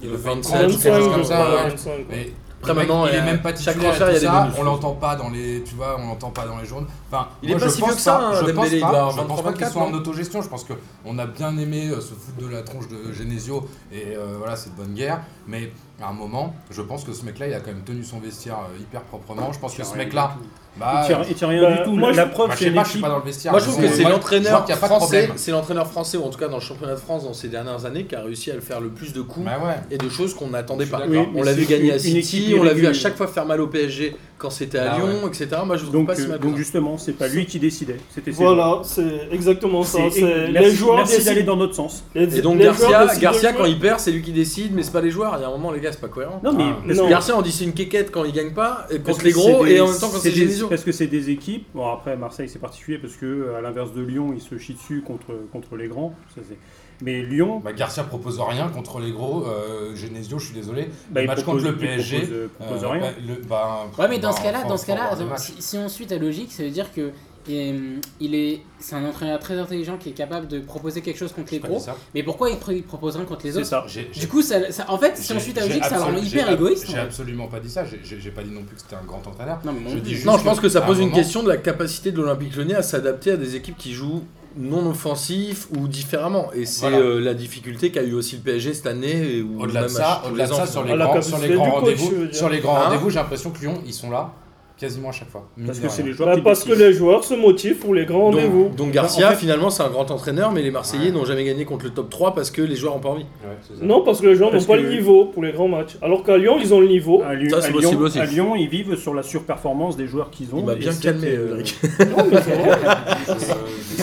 [SPEAKER 1] Il
[SPEAKER 5] Ils
[SPEAKER 1] le
[SPEAKER 5] le payent
[SPEAKER 1] 25,
[SPEAKER 5] 30 ou quelque chose comme
[SPEAKER 2] je crois,
[SPEAKER 5] ça. ouais.
[SPEAKER 2] 25, quoi.
[SPEAKER 5] Mais
[SPEAKER 1] Après,
[SPEAKER 5] le mec,
[SPEAKER 1] maintenant,
[SPEAKER 5] il
[SPEAKER 1] euh,
[SPEAKER 5] est même pas
[SPEAKER 1] chaque
[SPEAKER 5] titulaire
[SPEAKER 1] transfert,
[SPEAKER 5] et
[SPEAKER 1] il y a
[SPEAKER 5] tout
[SPEAKER 1] des
[SPEAKER 5] ça,
[SPEAKER 1] bonus.
[SPEAKER 5] on l'entend pas dans les, tu vois, on l'entend pas dans les journaux. Enfin,
[SPEAKER 1] Il
[SPEAKER 5] moi,
[SPEAKER 1] est pas
[SPEAKER 5] je
[SPEAKER 1] si
[SPEAKER 5] pense
[SPEAKER 1] vieux que ça,
[SPEAKER 5] pas,
[SPEAKER 1] hein,
[SPEAKER 5] je pense
[SPEAKER 1] Dembélé, il doit
[SPEAKER 5] pas, je
[SPEAKER 1] avoir
[SPEAKER 5] pense pas qu'ils
[SPEAKER 1] 24,
[SPEAKER 5] soient en
[SPEAKER 1] non
[SPEAKER 5] autogestion. Je pense que on a bien aimé euh, se foutre de la tronche de Genesio et euh, voilà, c'est de bonne guerre. Mais à un moment, je pense que ce mec-là, il a quand même tenu son vestiaire euh, hyper proprement. Je pense que ce mec-là, bah,
[SPEAKER 4] Il tient, il tient rien
[SPEAKER 2] Bah,
[SPEAKER 4] du tout.
[SPEAKER 2] moi,
[SPEAKER 4] la
[SPEAKER 2] je-
[SPEAKER 4] preuve,
[SPEAKER 5] bah, je
[SPEAKER 4] c'est
[SPEAKER 5] sais
[SPEAKER 4] une
[SPEAKER 5] pas, je suis
[SPEAKER 4] équipe.
[SPEAKER 5] pas dans le vestiaire.
[SPEAKER 1] Moi, je trouve
[SPEAKER 5] mais
[SPEAKER 1] que c'est
[SPEAKER 5] moi, je
[SPEAKER 1] l'entraîneur
[SPEAKER 5] vois qu'il y a pas de
[SPEAKER 1] français,
[SPEAKER 5] problème.
[SPEAKER 1] c'est l'entraîneur français, ou en tout cas dans le championnat de France dans ces dernières années, qui a réussi à le faire le plus de coups
[SPEAKER 5] Bah ouais.
[SPEAKER 1] et de choses qu'on n'attendait
[SPEAKER 5] Je suis
[SPEAKER 1] pas.
[SPEAKER 5] d'accord.
[SPEAKER 4] Oui,
[SPEAKER 1] On
[SPEAKER 4] mais
[SPEAKER 1] l'a vu
[SPEAKER 4] c'est
[SPEAKER 1] gagner à
[SPEAKER 4] une
[SPEAKER 1] City,
[SPEAKER 4] équipe
[SPEAKER 1] on l'a vu à
[SPEAKER 4] irrégulière.
[SPEAKER 1] chaque fois faire mal au PSG quand c'était à
[SPEAKER 5] Ah
[SPEAKER 1] Lyon, etc. Moi, je trouve
[SPEAKER 4] Donc,
[SPEAKER 1] pas si
[SPEAKER 4] euh,
[SPEAKER 1] mal.
[SPEAKER 4] donc justement, c'est pas lui qui décidait. C'était ses joueurs.
[SPEAKER 2] Voilà, c'est exactement ça. c'est-
[SPEAKER 4] C'est- et-
[SPEAKER 2] Les
[SPEAKER 4] merci-
[SPEAKER 2] joueurs
[SPEAKER 4] merci d'aller
[SPEAKER 2] décident.
[SPEAKER 4] dans notre sens.
[SPEAKER 2] les-
[SPEAKER 1] Et donc
[SPEAKER 2] les joueurs
[SPEAKER 1] Garcia,
[SPEAKER 2] décident de
[SPEAKER 1] Garcia quand
[SPEAKER 2] jouer.
[SPEAKER 1] il perd, c'est lui qui décide, mais c'est pas les joueurs. Il y a un moment, les gars, c'est pas cohérent.
[SPEAKER 4] Non, mais
[SPEAKER 5] Ah.
[SPEAKER 4] parce
[SPEAKER 2] Non.
[SPEAKER 4] que-
[SPEAKER 1] Garcia, on dit c'est une quéquette quand il gagne pas, et
[SPEAKER 4] parce
[SPEAKER 1] contre
[SPEAKER 4] que
[SPEAKER 1] les gros,
[SPEAKER 4] c'est des-
[SPEAKER 1] et en même temps quand c'est
[SPEAKER 4] des-
[SPEAKER 1] Genesio.
[SPEAKER 4] Parce que c'est des équipes. Bon, après, Marseille, c'est particulier parce que, à l'inverse de Lyon, ils se chient dessus contre, contre les grands. Ça, c'est- mais Lyon,
[SPEAKER 5] Bah, Garcia propose rien contre les gros. euh, Genesio, je suis désolé.
[SPEAKER 4] bah,
[SPEAKER 5] le
[SPEAKER 4] il
[SPEAKER 5] match
[SPEAKER 4] propose-
[SPEAKER 5] contre le
[SPEAKER 4] il propose-
[SPEAKER 5] PSG.
[SPEAKER 4] euh, propose
[SPEAKER 5] euh,
[SPEAKER 4] rien.
[SPEAKER 5] bah, le- bah,
[SPEAKER 3] Ouais, mais dans
[SPEAKER 5] bah,
[SPEAKER 3] ce cas-là,
[SPEAKER 5] faut-
[SPEAKER 3] dans ce
[SPEAKER 5] faut
[SPEAKER 3] cas-là,
[SPEAKER 5] voir les
[SPEAKER 3] attends,
[SPEAKER 5] matchs.
[SPEAKER 3] si, si on suit ta logique, ça veut dire que euh, il est, c'est un entraîneur très intelligent qui est capable de proposer quelque chose contre les
[SPEAKER 5] J'ai pas dit
[SPEAKER 3] pros.
[SPEAKER 5] ça.
[SPEAKER 3] Mais pourquoi il, pr- il propose rien contre les
[SPEAKER 4] C'est
[SPEAKER 3] autres
[SPEAKER 4] ça.
[SPEAKER 5] J'ai- j'ai-
[SPEAKER 3] Du coup, ça, ça- en fait, si on
[SPEAKER 5] j'ai-
[SPEAKER 3] suit ta
[SPEAKER 5] j'ai
[SPEAKER 3] logique, ça le
[SPEAKER 5] absolu-
[SPEAKER 3] rend
[SPEAKER 5] j'ai
[SPEAKER 3] hyper
[SPEAKER 5] ab-
[SPEAKER 3] égoïste. en
[SPEAKER 5] J'ai
[SPEAKER 3] fait.
[SPEAKER 5] absolument pas dit ça. J'ai- J'ai j'ai pas dit non plus que c'était un grand entraîneur.
[SPEAKER 3] Non, mais moi
[SPEAKER 5] Je
[SPEAKER 3] non
[SPEAKER 5] dis
[SPEAKER 3] plus.
[SPEAKER 5] juste
[SPEAKER 1] Non, je pense que ça
[SPEAKER 5] à un
[SPEAKER 1] pose une
[SPEAKER 5] moment-
[SPEAKER 1] question de la capacité de l'Olympique Lyonnais à s'adapter à des équipes qui jouent non offensif ou différemment. Et c'est
[SPEAKER 5] Voilà.
[SPEAKER 1] euh, la difficulté qu'a eu aussi le PSG cette année. et- Ou
[SPEAKER 5] Au-delà de
[SPEAKER 1] même à
[SPEAKER 5] ça,
[SPEAKER 1] tous
[SPEAKER 5] au-delà de
[SPEAKER 1] les ans,
[SPEAKER 5] ça, sur les
[SPEAKER 2] Ah, la
[SPEAKER 5] grands,
[SPEAKER 2] capacité
[SPEAKER 5] sur les
[SPEAKER 2] du
[SPEAKER 5] grands
[SPEAKER 2] coach, je veux
[SPEAKER 5] rendez-vous,
[SPEAKER 2] dire.
[SPEAKER 5] sur les grands
[SPEAKER 1] Hein
[SPEAKER 5] rendez-vous, j'ai l'impression que Lyon, ils sont là quasiment à chaque fois. mine
[SPEAKER 4] Parce
[SPEAKER 5] de
[SPEAKER 4] que
[SPEAKER 5] rien.
[SPEAKER 4] c'est les
[SPEAKER 2] Bah,
[SPEAKER 4] joueurs qui
[SPEAKER 2] parce que
[SPEAKER 4] décident.
[SPEAKER 2] les joueurs se motivent pour les grands
[SPEAKER 1] Donc-
[SPEAKER 2] rendez-vous.
[SPEAKER 1] Donc, Garcia,
[SPEAKER 4] Bah, en fait-
[SPEAKER 1] finalement, c'est un grand entraîneur, mais les Marseillais
[SPEAKER 5] Ouais.
[SPEAKER 1] n'ont jamais gagné contre le top 3 parce que les joueurs n'ont pas envie.
[SPEAKER 5] Ouais, c'est ça.
[SPEAKER 2] Non, parce que les joueurs n'ont
[SPEAKER 4] Parce
[SPEAKER 2] pas
[SPEAKER 4] que-
[SPEAKER 2] le
[SPEAKER 4] Ah,
[SPEAKER 2] niveau pour les grands matchs. Alors qu'à Lyon, ils ont le niveau.
[SPEAKER 4] À Lyon,
[SPEAKER 1] Ça, c'est
[SPEAKER 4] à
[SPEAKER 1] possible
[SPEAKER 4] Lyon-
[SPEAKER 1] aussi.
[SPEAKER 4] à Lyon, ils vivent sur la surperformance des joueurs qu'ils ont.
[SPEAKER 1] Il m'a
[SPEAKER 4] Et
[SPEAKER 1] bien
[SPEAKER 4] c'est-
[SPEAKER 1] calmé,
[SPEAKER 4] euh,
[SPEAKER 1] [laughs] Eric.
[SPEAKER 2] Non, mais c'est vrai.
[SPEAKER 5] Je-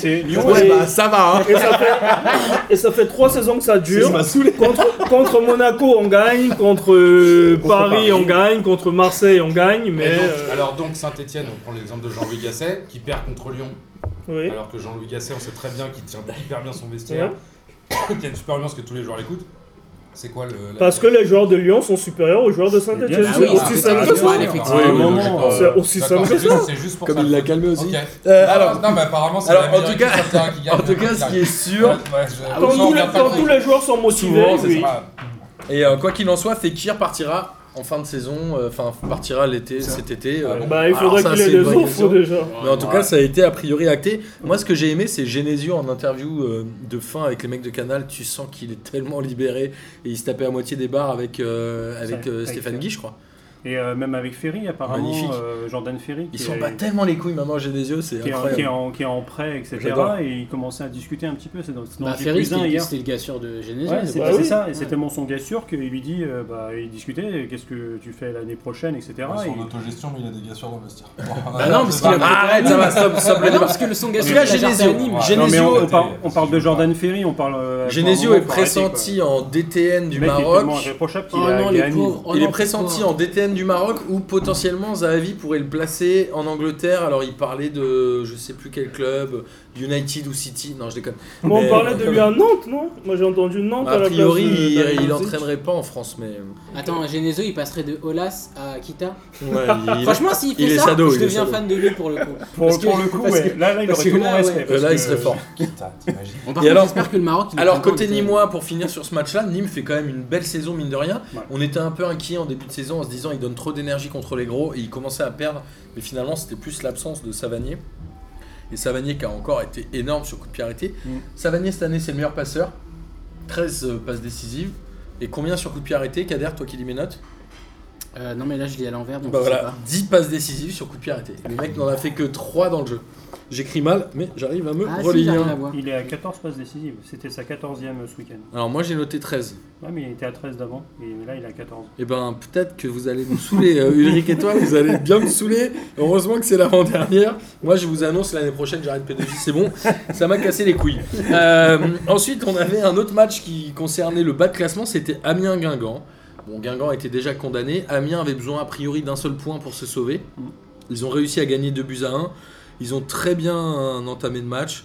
[SPEAKER 4] C'est Lyon.
[SPEAKER 2] Ouais,
[SPEAKER 4] est-
[SPEAKER 2] bah,
[SPEAKER 1] ça va, hein
[SPEAKER 2] Et ça, fait, et ça fait trois saisons que ça dure. Contre, contre Monaco, on gagne. Contre, euh,
[SPEAKER 4] Contre
[SPEAKER 2] Paris,
[SPEAKER 4] Paris.
[SPEAKER 2] on gagne. Contre Marseille, on gagne.
[SPEAKER 5] Et
[SPEAKER 2] Mais.
[SPEAKER 5] donc,
[SPEAKER 2] euh,
[SPEAKER 5] Alors donc Saint-Etienne, on prend l'exemple de Jean-Louis Gasset, qui perd contre Lyon,
[SPEAKER 2] oui.
[SPEAKER 5] alors que Jean-Louis Gasset, on sait très bien qu'il tient hyper bien son vestiaire,
[SPEAKER 2] Ouais.
[SPEAKER 5] [coughs] qu'il y a une super ambiance que tous les joueurs l'écoutent. C'est quoi le... la-
[SPEAKER 2] Parce que les joueurs de Lyon sont supérieurs aux joueurs de
[SPEAKER 4] bien
[SPEAKER 2] Saint-Etienne.
[SPEAKER 4] sûr.
[SPEAKER 3] Ah oui,
[SPEAKER 2] C'est aussi
[SPEAKER 3] c'est
[SPEAKER 2] simple
[SPEAKER 3] ça,
[SPEAKER 2] que
[SPEAKER 3] c'est
[SPEAKER 2] ça.
[SPEAKER 3] vrai, effectivement.
[SPEAKER 4] Ouais,
[SPEAKER 5] oui,
[SPEAKER 4] au
[SPEAKER 5] oui,
[SPEAKER 4] moment,
[SPEAKER 5] d'accord.
[SPEAKER 2] c'est aussi
[SPEAKER 5] D'accord,
[SPEAKER 2] simple que
[SPEAKER 5] c'est
[SPEAKER 2] ça.
[SPEAKER 5] juste- C'est juste pour
[SPEAKER 1] Comme
[SPEAKER 5] ça.
[SPEAKER 1] il l'a calmé aussi.
[SPEAKER 5] Ok.
[SPEAKER 1] Euh,
[SPEAKER 5] Non,
[SPEAKER 1] alors,
[SPEAKER 5] non, mais apparemment, c'est
[SPEAKER 1] alors,
[SPEAKER 5] la
[SPEAKER 1] en
[SPEAKER 5] meilleure
[SPEAKER 1] tout cas-
[SPEAKER 5] équipe terrain qui gagne,
[SPEAKER 1] en tout cas,
[SPEAKER 5] qui
[SPEAKER 1] ce qui
[SPEAKER 5] gagne.
[SPEAKER 1] est sûr, Ah
[SPEAKER 5] Ouais, je-
[SPEAKER 2] Quand,
[SPEAKER 5] on
[SPEAKER 2] tous les,
[SPEAKER 5] regarde
[SPEAKER 2] quand
[SPEAKER 5] Patrick.
[SPEAKER 2] tous les joueurs sont motivés,
[SPEAKER 1] Souvent, c'est
[SPEAKER 2] oui.
[SPEAKER 5] Ah,
[SPEAKER 1] et euh, quoi qu'il en soit, Fekir partira en fin de saison, euh, enfin partira l'été, cet été.
[SPEAKER 4] Ah
[SPEAKER 1] euh,
[SPEAKER 5] Ouais.
[SPEAKER 2] Bah, il
[SPEAKER 1] Alors,
[SPEAKER 2] faudrait
[SPEAKER 1] ça,
[SPEAKER 2] qu'il ait
[SPEAKER 1] c'est une
[SPEAKER 2] des
[SPEAKER 1] bonne
[SPEAKER 2] offres
[SPEAKER 1] question.
[SPEAKER 2] déjà.
[SPEAKER 1] Mais en tout cas, ça a été a priori acté. Moi, ce que j'ai aimé, c'est Genesio en interview euh, de fin avec les mecs de Canal. Tu sens qu'il est tellement libéré et il se tapait à moitié des bars avec, euh, avec
[SPEAKER 4] Ça,
[SPEAKER 1] euh,
[SPEAKER 4] avec
[SPEAKER 1] Stéphane
[SPEAKER 4] Ferry.
[SPEAKER 1] Guy, je crois.
[SPEAKER 4] Et euh, même avec Ferry, apparemment,
[SPEAKER 1] Magnifique.
[SPEAKER 4] euh, Jordan Ferry.
[SPEAKER 1] Ils
[SPEAKER 4] qui
[SPEAKER 1] s'en
[SPEAKER 4] est-
[SPEAKER 1] bat tellement les couilles maintenant, Genesio, c'est
[SPEAKER 4] qui est, en, qui, est
[SPEAKER 1] incroyable.
[SPEAKER 4] en, qui est en prêt, etc.
[SPEAKER 1] J'adore.
[SPEAKER 4] Et il commençait à discuter un petit peu. C'est dans, c'est dans
[SPEAKER 3] Bah,
[SPEAKER 4] J'ai
[SPEAKER 3] Ferry,
[SPEAKER 4] plus un
[SPEAKER 3] c'était
[SPEAKER 4] hier.
[SPEAKER 3] c'était le gars sûr de Genesio.
[SPEAKER 4] Ouais,
[SPEAKER 3] de
[SPEAKER 4] c'est
[SPEAKER 2] bah
[SPEAKER 3] base.
[SPEAKER 4] c'est
[SPEAKER 2] oui.
[SPEAKER 4] ça. Et c'est
[SPEAKER 3] Ouais.
[SPEAKER 4] tellement son gars sûr qu'il lui dit, euh, bah, il discutait, qu'est-ce que tu fais l'année prochaine, etc. Et-
[SPEAKER 5] Ouais, Son autogestion, mais il a des gars sur dans le vestiaire.
[SPEAKER 1] Bah non, parce qu'il a- Ah, arrête, ça va, stop, stop le
[SPEAKER 3] Bah non,
[SPEAKER 1] débat.
[SPEAKER 3] parce que le son
[SPEAKER 1] En
[SPEAKER 3] gars
[SPEAKER 1] tout
[SPEAKER 3] sûr de
[SPEAKER 1] cas,
[SPEAKER 3] la Jardin
[SPEAKER 1] Genesio,
[SPEAKER 3] Nîmes.
[SPEAKER 5] Ouais.
[SPEAKER 4] Non, mais
[SPEAKER 1] Genesio,
[SPEAKER 4] on, on
[SPEAKER 5] arrêtez,
[SPEAKER 4] parle, on parle de
[SPEAKER 5] parce que-
[SPEAKER 4] Jordan Ferry, on parle. euh,
[SPEAKER 1] Genesio
[SPEAKER 4] pour un
[SPEAKER 1] est
[SPEAKER 4] moment, faut arrêter,
[SPEAKER 1] pressenti en DTN
[SPEAKER 4] quoi.
[SPEAKER 1] du
[SPEAKER 4] Le mec est
[SPEAKER 1] Maroc.
[SPEAKER 4] tellement irréprochable qu'il
[SPEAKER 3] Oh
[SPEAKER 4] a-
[SPEAKER 3] non,
[SPEAKER 4] il a
[SPEAKER 3] les
[SPEAKER 4] une-
[SPEAKER 3] pauvres. oh
[SPEAKER 1] il
[SPEAKER 3] non,
[SPEAKER 1] est pressenti
[SPEAKER 3] pauvres.
[SPEAKER 1] en DTN du Maroc ou potentiellement Zahavi pourrait le placer en Angleterre. Alors il parlait de je sais plus quel club, United ou City. Non, je déconne.
[SPEAKER 2] Mais
[SPEAKER 1] Mais- euh,
[SPEAKER 2] on parlait de lui à Nantes, non Moi j'ai entendu Nantes à
[SPEAKER 1] A
[SPEAKER 2] la
[SPEAKER 1] priori,
[SPEAKER 2] place de-
[SPEAKER 1] il, il
[SPEAKER 2] d'Alexis.
[SPEAKER 1] entraînerait pas en France, mais
[SPEAKER 3] Attends, Genesio, il passerait de Olas à Kita.
[SPEAKER 1] [laughs] il-
[SPEAKER 3] Franchement, s'il fait
[SPEAKER 1] il est
[SPEAKER 3] ça,
[SPEAKER 1] sado,
[SPEAKER 3] je
[SPEAKER 1] il est
[SPEAKER 3] deviens
[SPEAKER 1] sado.
[SPEAKER 3] fan de lui pour le coup.
[SPEAKER 4] Pour,
[SPEAKER 3] Parce que-
[SPEAKER 4] pour le coup,
[SPEAKER 3] parce
[SPEAKER 4] ouais,
[SPEAKER 3] que-
[SPEAKER 4] là, là, il
[SPEAKER 3] parce
[SPEAKER 4] aurait
[SPEAKER 3] que
[SPEAKER 4] tout mon
[SPEAKER 3] là,
[SPEAKER 4] respect.
[SPEAKER 3] ouais.
[SPEAKER 4] parce
[SPEAKER 1] euh, là, il
[SPEAKER 4] que-
[SPEAKER 1] serait fort.
[SPEAKER 5] Putain, t'imagines
[SPEAKER 3] Bon,
[SPEAKER 1] Et
[SPEAKER 3] par contre,
[SPEAKER 1] alors-
[SPEAKER 3] j'espère que le Maroc. il
[SPEAKER 1] Alors
[SPEAKER 3] prend pas
[SPEAKER 1] côté
[SPEAKER 3] le thème.
[SPEAKER 1] Nîmois, pour finir sur ce match-là, Nîmes fait quand même une belle saison mine de rien.
[SPEAKER 4] Ouais.
[SPEAKER 1] On était un peu inquiet en début de saison en se disant il donne trop d'énergie contre les gros et il commençait à perdre, mais finalement c'était plus l'absence de Savanier. Et Savanier qui a encore été énorme sur coup de pied arrêté.
[SPEAKER 4] Mm.
[SPEAKER 1] Savanier cette année c'est le meilleur passeur, euh, 13 passes décisives et combien sur coup de pied arrêté Kader, toi qui lis mes notes
[SPEAKER 3] Euh, non, mais là, je lis à l'envers, donc
[SPEAKER 1] Bah
[SPEAKER 3] je sais
[SPEAKER 1] voilà,
[SPEAKER 3] pas.
[SPEAKER 1] 10 passes décisives sur coup de pied arrêté. Le mec n'en a fait que 3 dans le jeu. J'écris mal, mais j'arrive à me
[SPEAKER 3] Ah, si,
[SPEAKER 1] relayer.
[SPEAKER 3] j'arrive à voir.
[SPEAKER 4] Il est à 14 passes décisives. C'était sa 14e ce week-end.
[SPEAKER 1] Alors moi j'ai noté 13.
[SPEAKER 4] Ouais, mais il était à 13 d'avant. Et là, il est à 14.
[SPEAKER 1] Et ben peut-être que vous allez nous saouler, euh, Ulrich et toi, vous allez bien me saouler. Heureusement que c'est l'avant-dernière. Moi je vous annonce l'année prochaine, j'arrête P2J, c'est bon. Ça m'a cassé les couilles. Euh, ensuite on avait un autre match qui concernait le bas de classement, c'était Amiens-Guingamp. Bon, Guingamp était déjà condamné. Amiens avait besoin a priori d'un seul point pour se sauver. Ils ont réussi à gagner 2 buts à 1. Ils ont très bien entamé le match.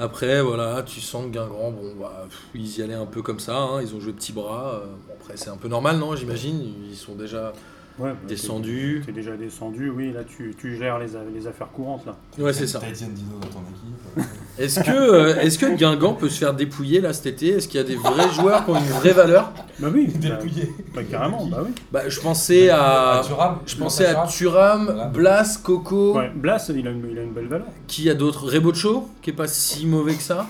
[SPEAKER 1] Après, voilà, tu sens que Guingamp, bon, bah, pff, ils y allaient un peu comme ça. hein. Ils ont joué petit bras. Euh, bon, après, c'est un peu normal, non J'imagine. Ils sont déjà
[SPEAKER 4] Ouais, bah,
[SPEAKER 1] descendus.
[SPEAKER 4] t'es- T'es déjà descendu, oui. Là, tu, tu gères les, a- les affaires courantes. là.
[SPEAKER 1] [laughs] Ouais, c'est ça.
[SPEAKER 5] T'as Étienne Dino dans ton [laughs] équipe.
[SPEAKER 1] Est-ce que, euh, est-ce que Guingamp peut se faire dépouiller là cet été Est-ce qu'il y a des vrais joueurs qui ont une vraie valeur
[SPEAKER 4] Bah oui, bah,
[SPEAKER 5] Dépouillé.
[SPEAKER 4] bah, carrément. Bah oui.
[SPEAKER 1] bah, Je pensais à,
[SPEAKER 5] Durable.
[SPEAKER 1] je pensais à Thuram, Blas, Coco.
[SPEAKER 4] Ouais, Blas, il a, une, il a une belle valeur.
[SPEAKER 1] Qui a d'autres Rebocho, qui est pas si mauvais que [laughs] ça.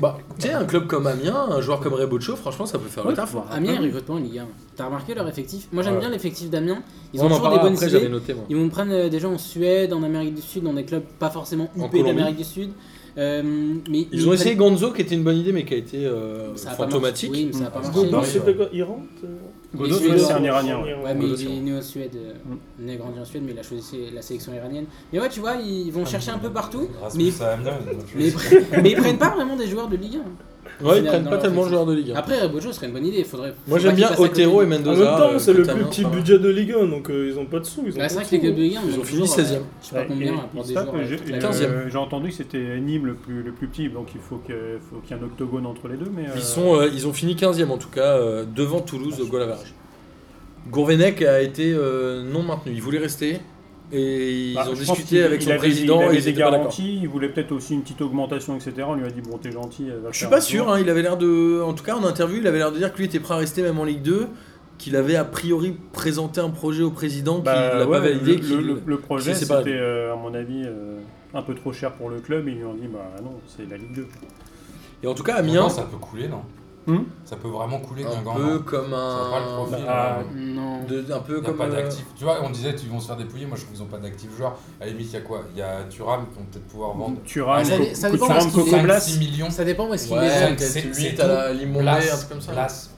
[SPEAKER 1] Bah, tu sais, un club comme Amiens, un joueur comme Rebocho, franchement, ça peut faire le taf. hein.
[SPEAKER 3] Amiens,
[SPEAKER 4] Hein
[SPEAKER 3] ils recrutent pas en Ligue 1. T'as remarqué leur effectif Moi, j'aime
[SPEAKER 1] Ouais.
[SPEAKER 3] bien l'effectif d'Amiens. Ils
[SPEAKER 1] On
[SPEAKER 3] ont
[SPEAKER 1] en
[SPEAKER 3] toujours des
[SPEAKER 1] parlera
[SPEAKER 3] bonnes
[SPEAKER 1] après,
[SPEAKER 3] idées.
[SPEAKER 1] j'avais noté moi.
[SPEAKER 3] Ils vont prendre euh, des gens en Suède, en Amérique du Sud, dans des clubs pas forcément
[SPEAKER 1] En
[SPEAKER 3] huppés
[SPEAKER 1] Colombie.
[SPEAKER 3] d'Amérique du Sud. Euh, mais
[SPEAKER 1] Ils ont
[SPEAKER 3] prennent-
[SPEAKER 1] essayé Gonzo, qui était une bonne idée, mais qui a été euh,
[SPEAKER 3] Ça a pas marché.
[SPEAKER 1] fantomatique.
[SPEAKER 3] Oui, mais ça a pas
[SPEAKER 5] Parce
[SPEAKER 3] marché.
[SPEAKER 5] que dans
[SPEAKER 2] Godot,
[SPEAKER 5] Ouais.
[SPEAKER 2] c'était quoi Iran euh,
[SPEAKER 4] Godot,
[SPEAKER 3] Mais
[SPEAKER 4] c'est
[SPEAKER 3] celui-là-
[SPEAKER 4] un Iranien. ouais.
[SPEAKER 3] Ouais, mais
[SPEAKER 1] Godot,
[SPEAKER 3] il
[SPEAKER 1] c'est
[SPEAKER 3] est né en Suède, euh,
[SPEAKER 4] Mm.
[SPEAKER 3] il est grandi en Suède, mais il a choisi la sélection iranienne. Mais ouais, tu vois, ils vont chercher un peu partout, mais,
[SPEAKER 5] Mais ça aime bien.
[SPEAKER 3] mais, ils pre- mais ils prennent pas vraiment des joueurs de Ligue 1.
[SPEAKER 1] Ouais, ils
[SPEAKER 3] Dans
[SPEAKER 1] prennent pas
[SPEAKER 3] leur
[SPEAKER 1] tellement de
[SPEAKER 3] effectif.
[SPEAKER 1] joueurs de Ligue 1.
[SPEAKER 3] Après, Rebojo serait une bonne idée. Faudrait,
[SPEAKER 1] moi,
[SPEAKER 3] faudrait
[SPEAKER 1] j'aime
[SPEAKER 3] qu'il
[SPEAKER 1] bien
[SPEAKER 3] passe à côté
[SPEAKER 1] Otero et
[SPEAKER 3] de-
[SPEAKER 2] En
[SPEAKER 1] Mendoza.
[SPEAKER 2] même temps, c'est
[SPEAKER 1] euh,
[SPEAKER 2] le
[SPEAKER 1] que t'as
[SPEAKER 2] plus
[SPEAKER 1] bien,
[SPEAKER 2] petit
[SPEAKER 1] ça va.
[SPEAKER 2] budget de Ligue 1, donc euh, ils ont pas de sous. Ils ont
[SPEAKER 3] Ah,
[SPEAKER 2] pas
[SPEAKER 3] c'est vrai
[SPEAKER 2] de
[SPEAKER 3] que les
[SPEAKER 2] sous,
[SPEAKER 3] clubs de
[SPEAKER 2] hein.
[SPEAKER 3] Ligue 1,
[SPEAKER 1] Ils ont fini
[SPEAKER 3] toujours, euh,
[SPEAKER 1] 16e.
[SPEAKER 3] Je sais pas
[SPEAKER 4] Ouais,
[SPEAKER 3] combien
[SPEAKER 4] et-
[SPEAKER 3] hein, pour
[SPEAKER 4] et
[SPEAKER 3] des
[SPEAKER 4] ça,
[SPEAKER 3] joueurs.
[SPEAKER 4] euh,
[SPEAKER 3] euh,
[SPEAKER 4] j'ai-
[SPEAKER 3] toute la-
[SPEAKER 4] euh,
[SPEAKER 1] 15e.
[SPEAKER 4] J'ai entendu que c'était Nîmes le plus, le plus petit, donc il faut que- faut qu'il y ait un octogone entre les deux. Mais, euh,
[SPEAKER 1] Ils, sont, euh, ils ont fini 15e en tout cas, euh, devant Toulouse au goal average. Gourvenec a été euh, non maintenu. Il voulait rester et ils
[SPEAKER 4] bah,
[SPEAKER 1] ont
[SPEAKER 4] je pense
[SPEAKER 1] discuté
[SPEAKER 4] qu'il-
[SPEAKER 1] avec
[SPEAKER 4] il
[SPEAKER 1] son
[SPEAKER 4] avait-
[SPEAKER 1] président
[SPEAKER 4] Il
[SPEAKER 1] et
[SPEAKER 4] avait
[SPEAKER 1] ils
[SPEAKER 4] des
[SPEAKER 1] étaient pas d'accord.
[SPEAKER 4] garanties, il voulait peut-être aussi une petite augmentation, etc. On lui a dit, bon, t'es gentil. euh, va
[SPEAKER 1] Je suis
[SPEAKER 4] faire
[SPEAKER 1] pas
[SPEAKER 4] un
[SPEAKER 1] sûr,
[SPEAKER 4] tour.
[SPEAKER 1] hein, il avait l'air de. En tout cas, en interview, il avait l'air de dire que lui était prêt à rester même en Ligue 2, qu'il avait a priori présenté un projet au président qui
[SPEAKER 4] Bah,
[SPEAKER 1] l'a
[SPEAKER 4] ouais,
[SPEAKER 1] pas validé.
[SPEAKER 4] le,
[SPEAKER 1] qu'il-
[SPEAKER 4] le- le- le projet,
[SPEAKER 1] s'est
[SPEAKER 4] c'était,
[SPEAKER 1] pas-
[SPEAKER 4] euh, à mon avis, euh, un peu trop cher pour le club. Ils lui ont dit, bah non, c'est la Ligue 2.
[SPEAKER 1] Et en tout cas,
[SPEAKER 5] Amiens.
[SPEAKER 1] Amiens,
[SPEAKER 5] Ça peut couler, non
[SPEAKER 4] Hmm
[SPEAKER 5] Ça peut vraiment couler
[SPEAKER 1] un
[SPEAKER 5] Guingamp.
[SPEAKER 1] peu
[SPEAKER 5] non
[SPEAKER 1] comme
[SPEAKER 5] Ça
[SPEAKER 1] un.
[SPEAKER 5] n'a pas le profil.
[SPEAKER 4] Bah,
[SPEAKER 5] euh,
[SPEAKER 3] Non.
[SPEAKER 1] de- un peu
[SPEAKER 5] Il n'y a
[SPEAKER 1] comme
[SPEAKER 5] pas
[SPEAKER 1] euh,
[SPEAKER 5] d'actifs. Tu vois, on disait qu'ils vont se faire dépouiller. Moi, je trouve qu'ils n'ont pas d'actifs joueurs. À la limite, il y a quoi Il y a Thuram qui vont peut-être pouvoir vendre
[SPEAKER 4] Thuram,
[SPEAKER 5] Ah, ça-
[SPEAKER 4] Co-
[SPEAKER 3] ça
[SPEAKER 4] Co-
[SPEAKER 3] dépend
[SPEAKER 4] Thuram,
[SPEAKER 3] parce qu'il
[SPEAKER 4] Coco
[SPEAKER 3] est-
[SPEAKER 4] Blas.
[SPEAKER 5] six millions.
[SPEAKER 3] Ça dépend où est-ce qu'il
[SPEAKER 1] Ouais,
[SPEAKER 3] les aime.
[SPEAKER 5] cinq, sept,
[SPEAKER 1] peut-être
[SPEAKER 5] huit,
[SPEAKER 1] huit à la Limondé, un
[SPEAKER 5] Place,
[SPEAKER 1] truc comme ça.
[SPEAKER 5] place.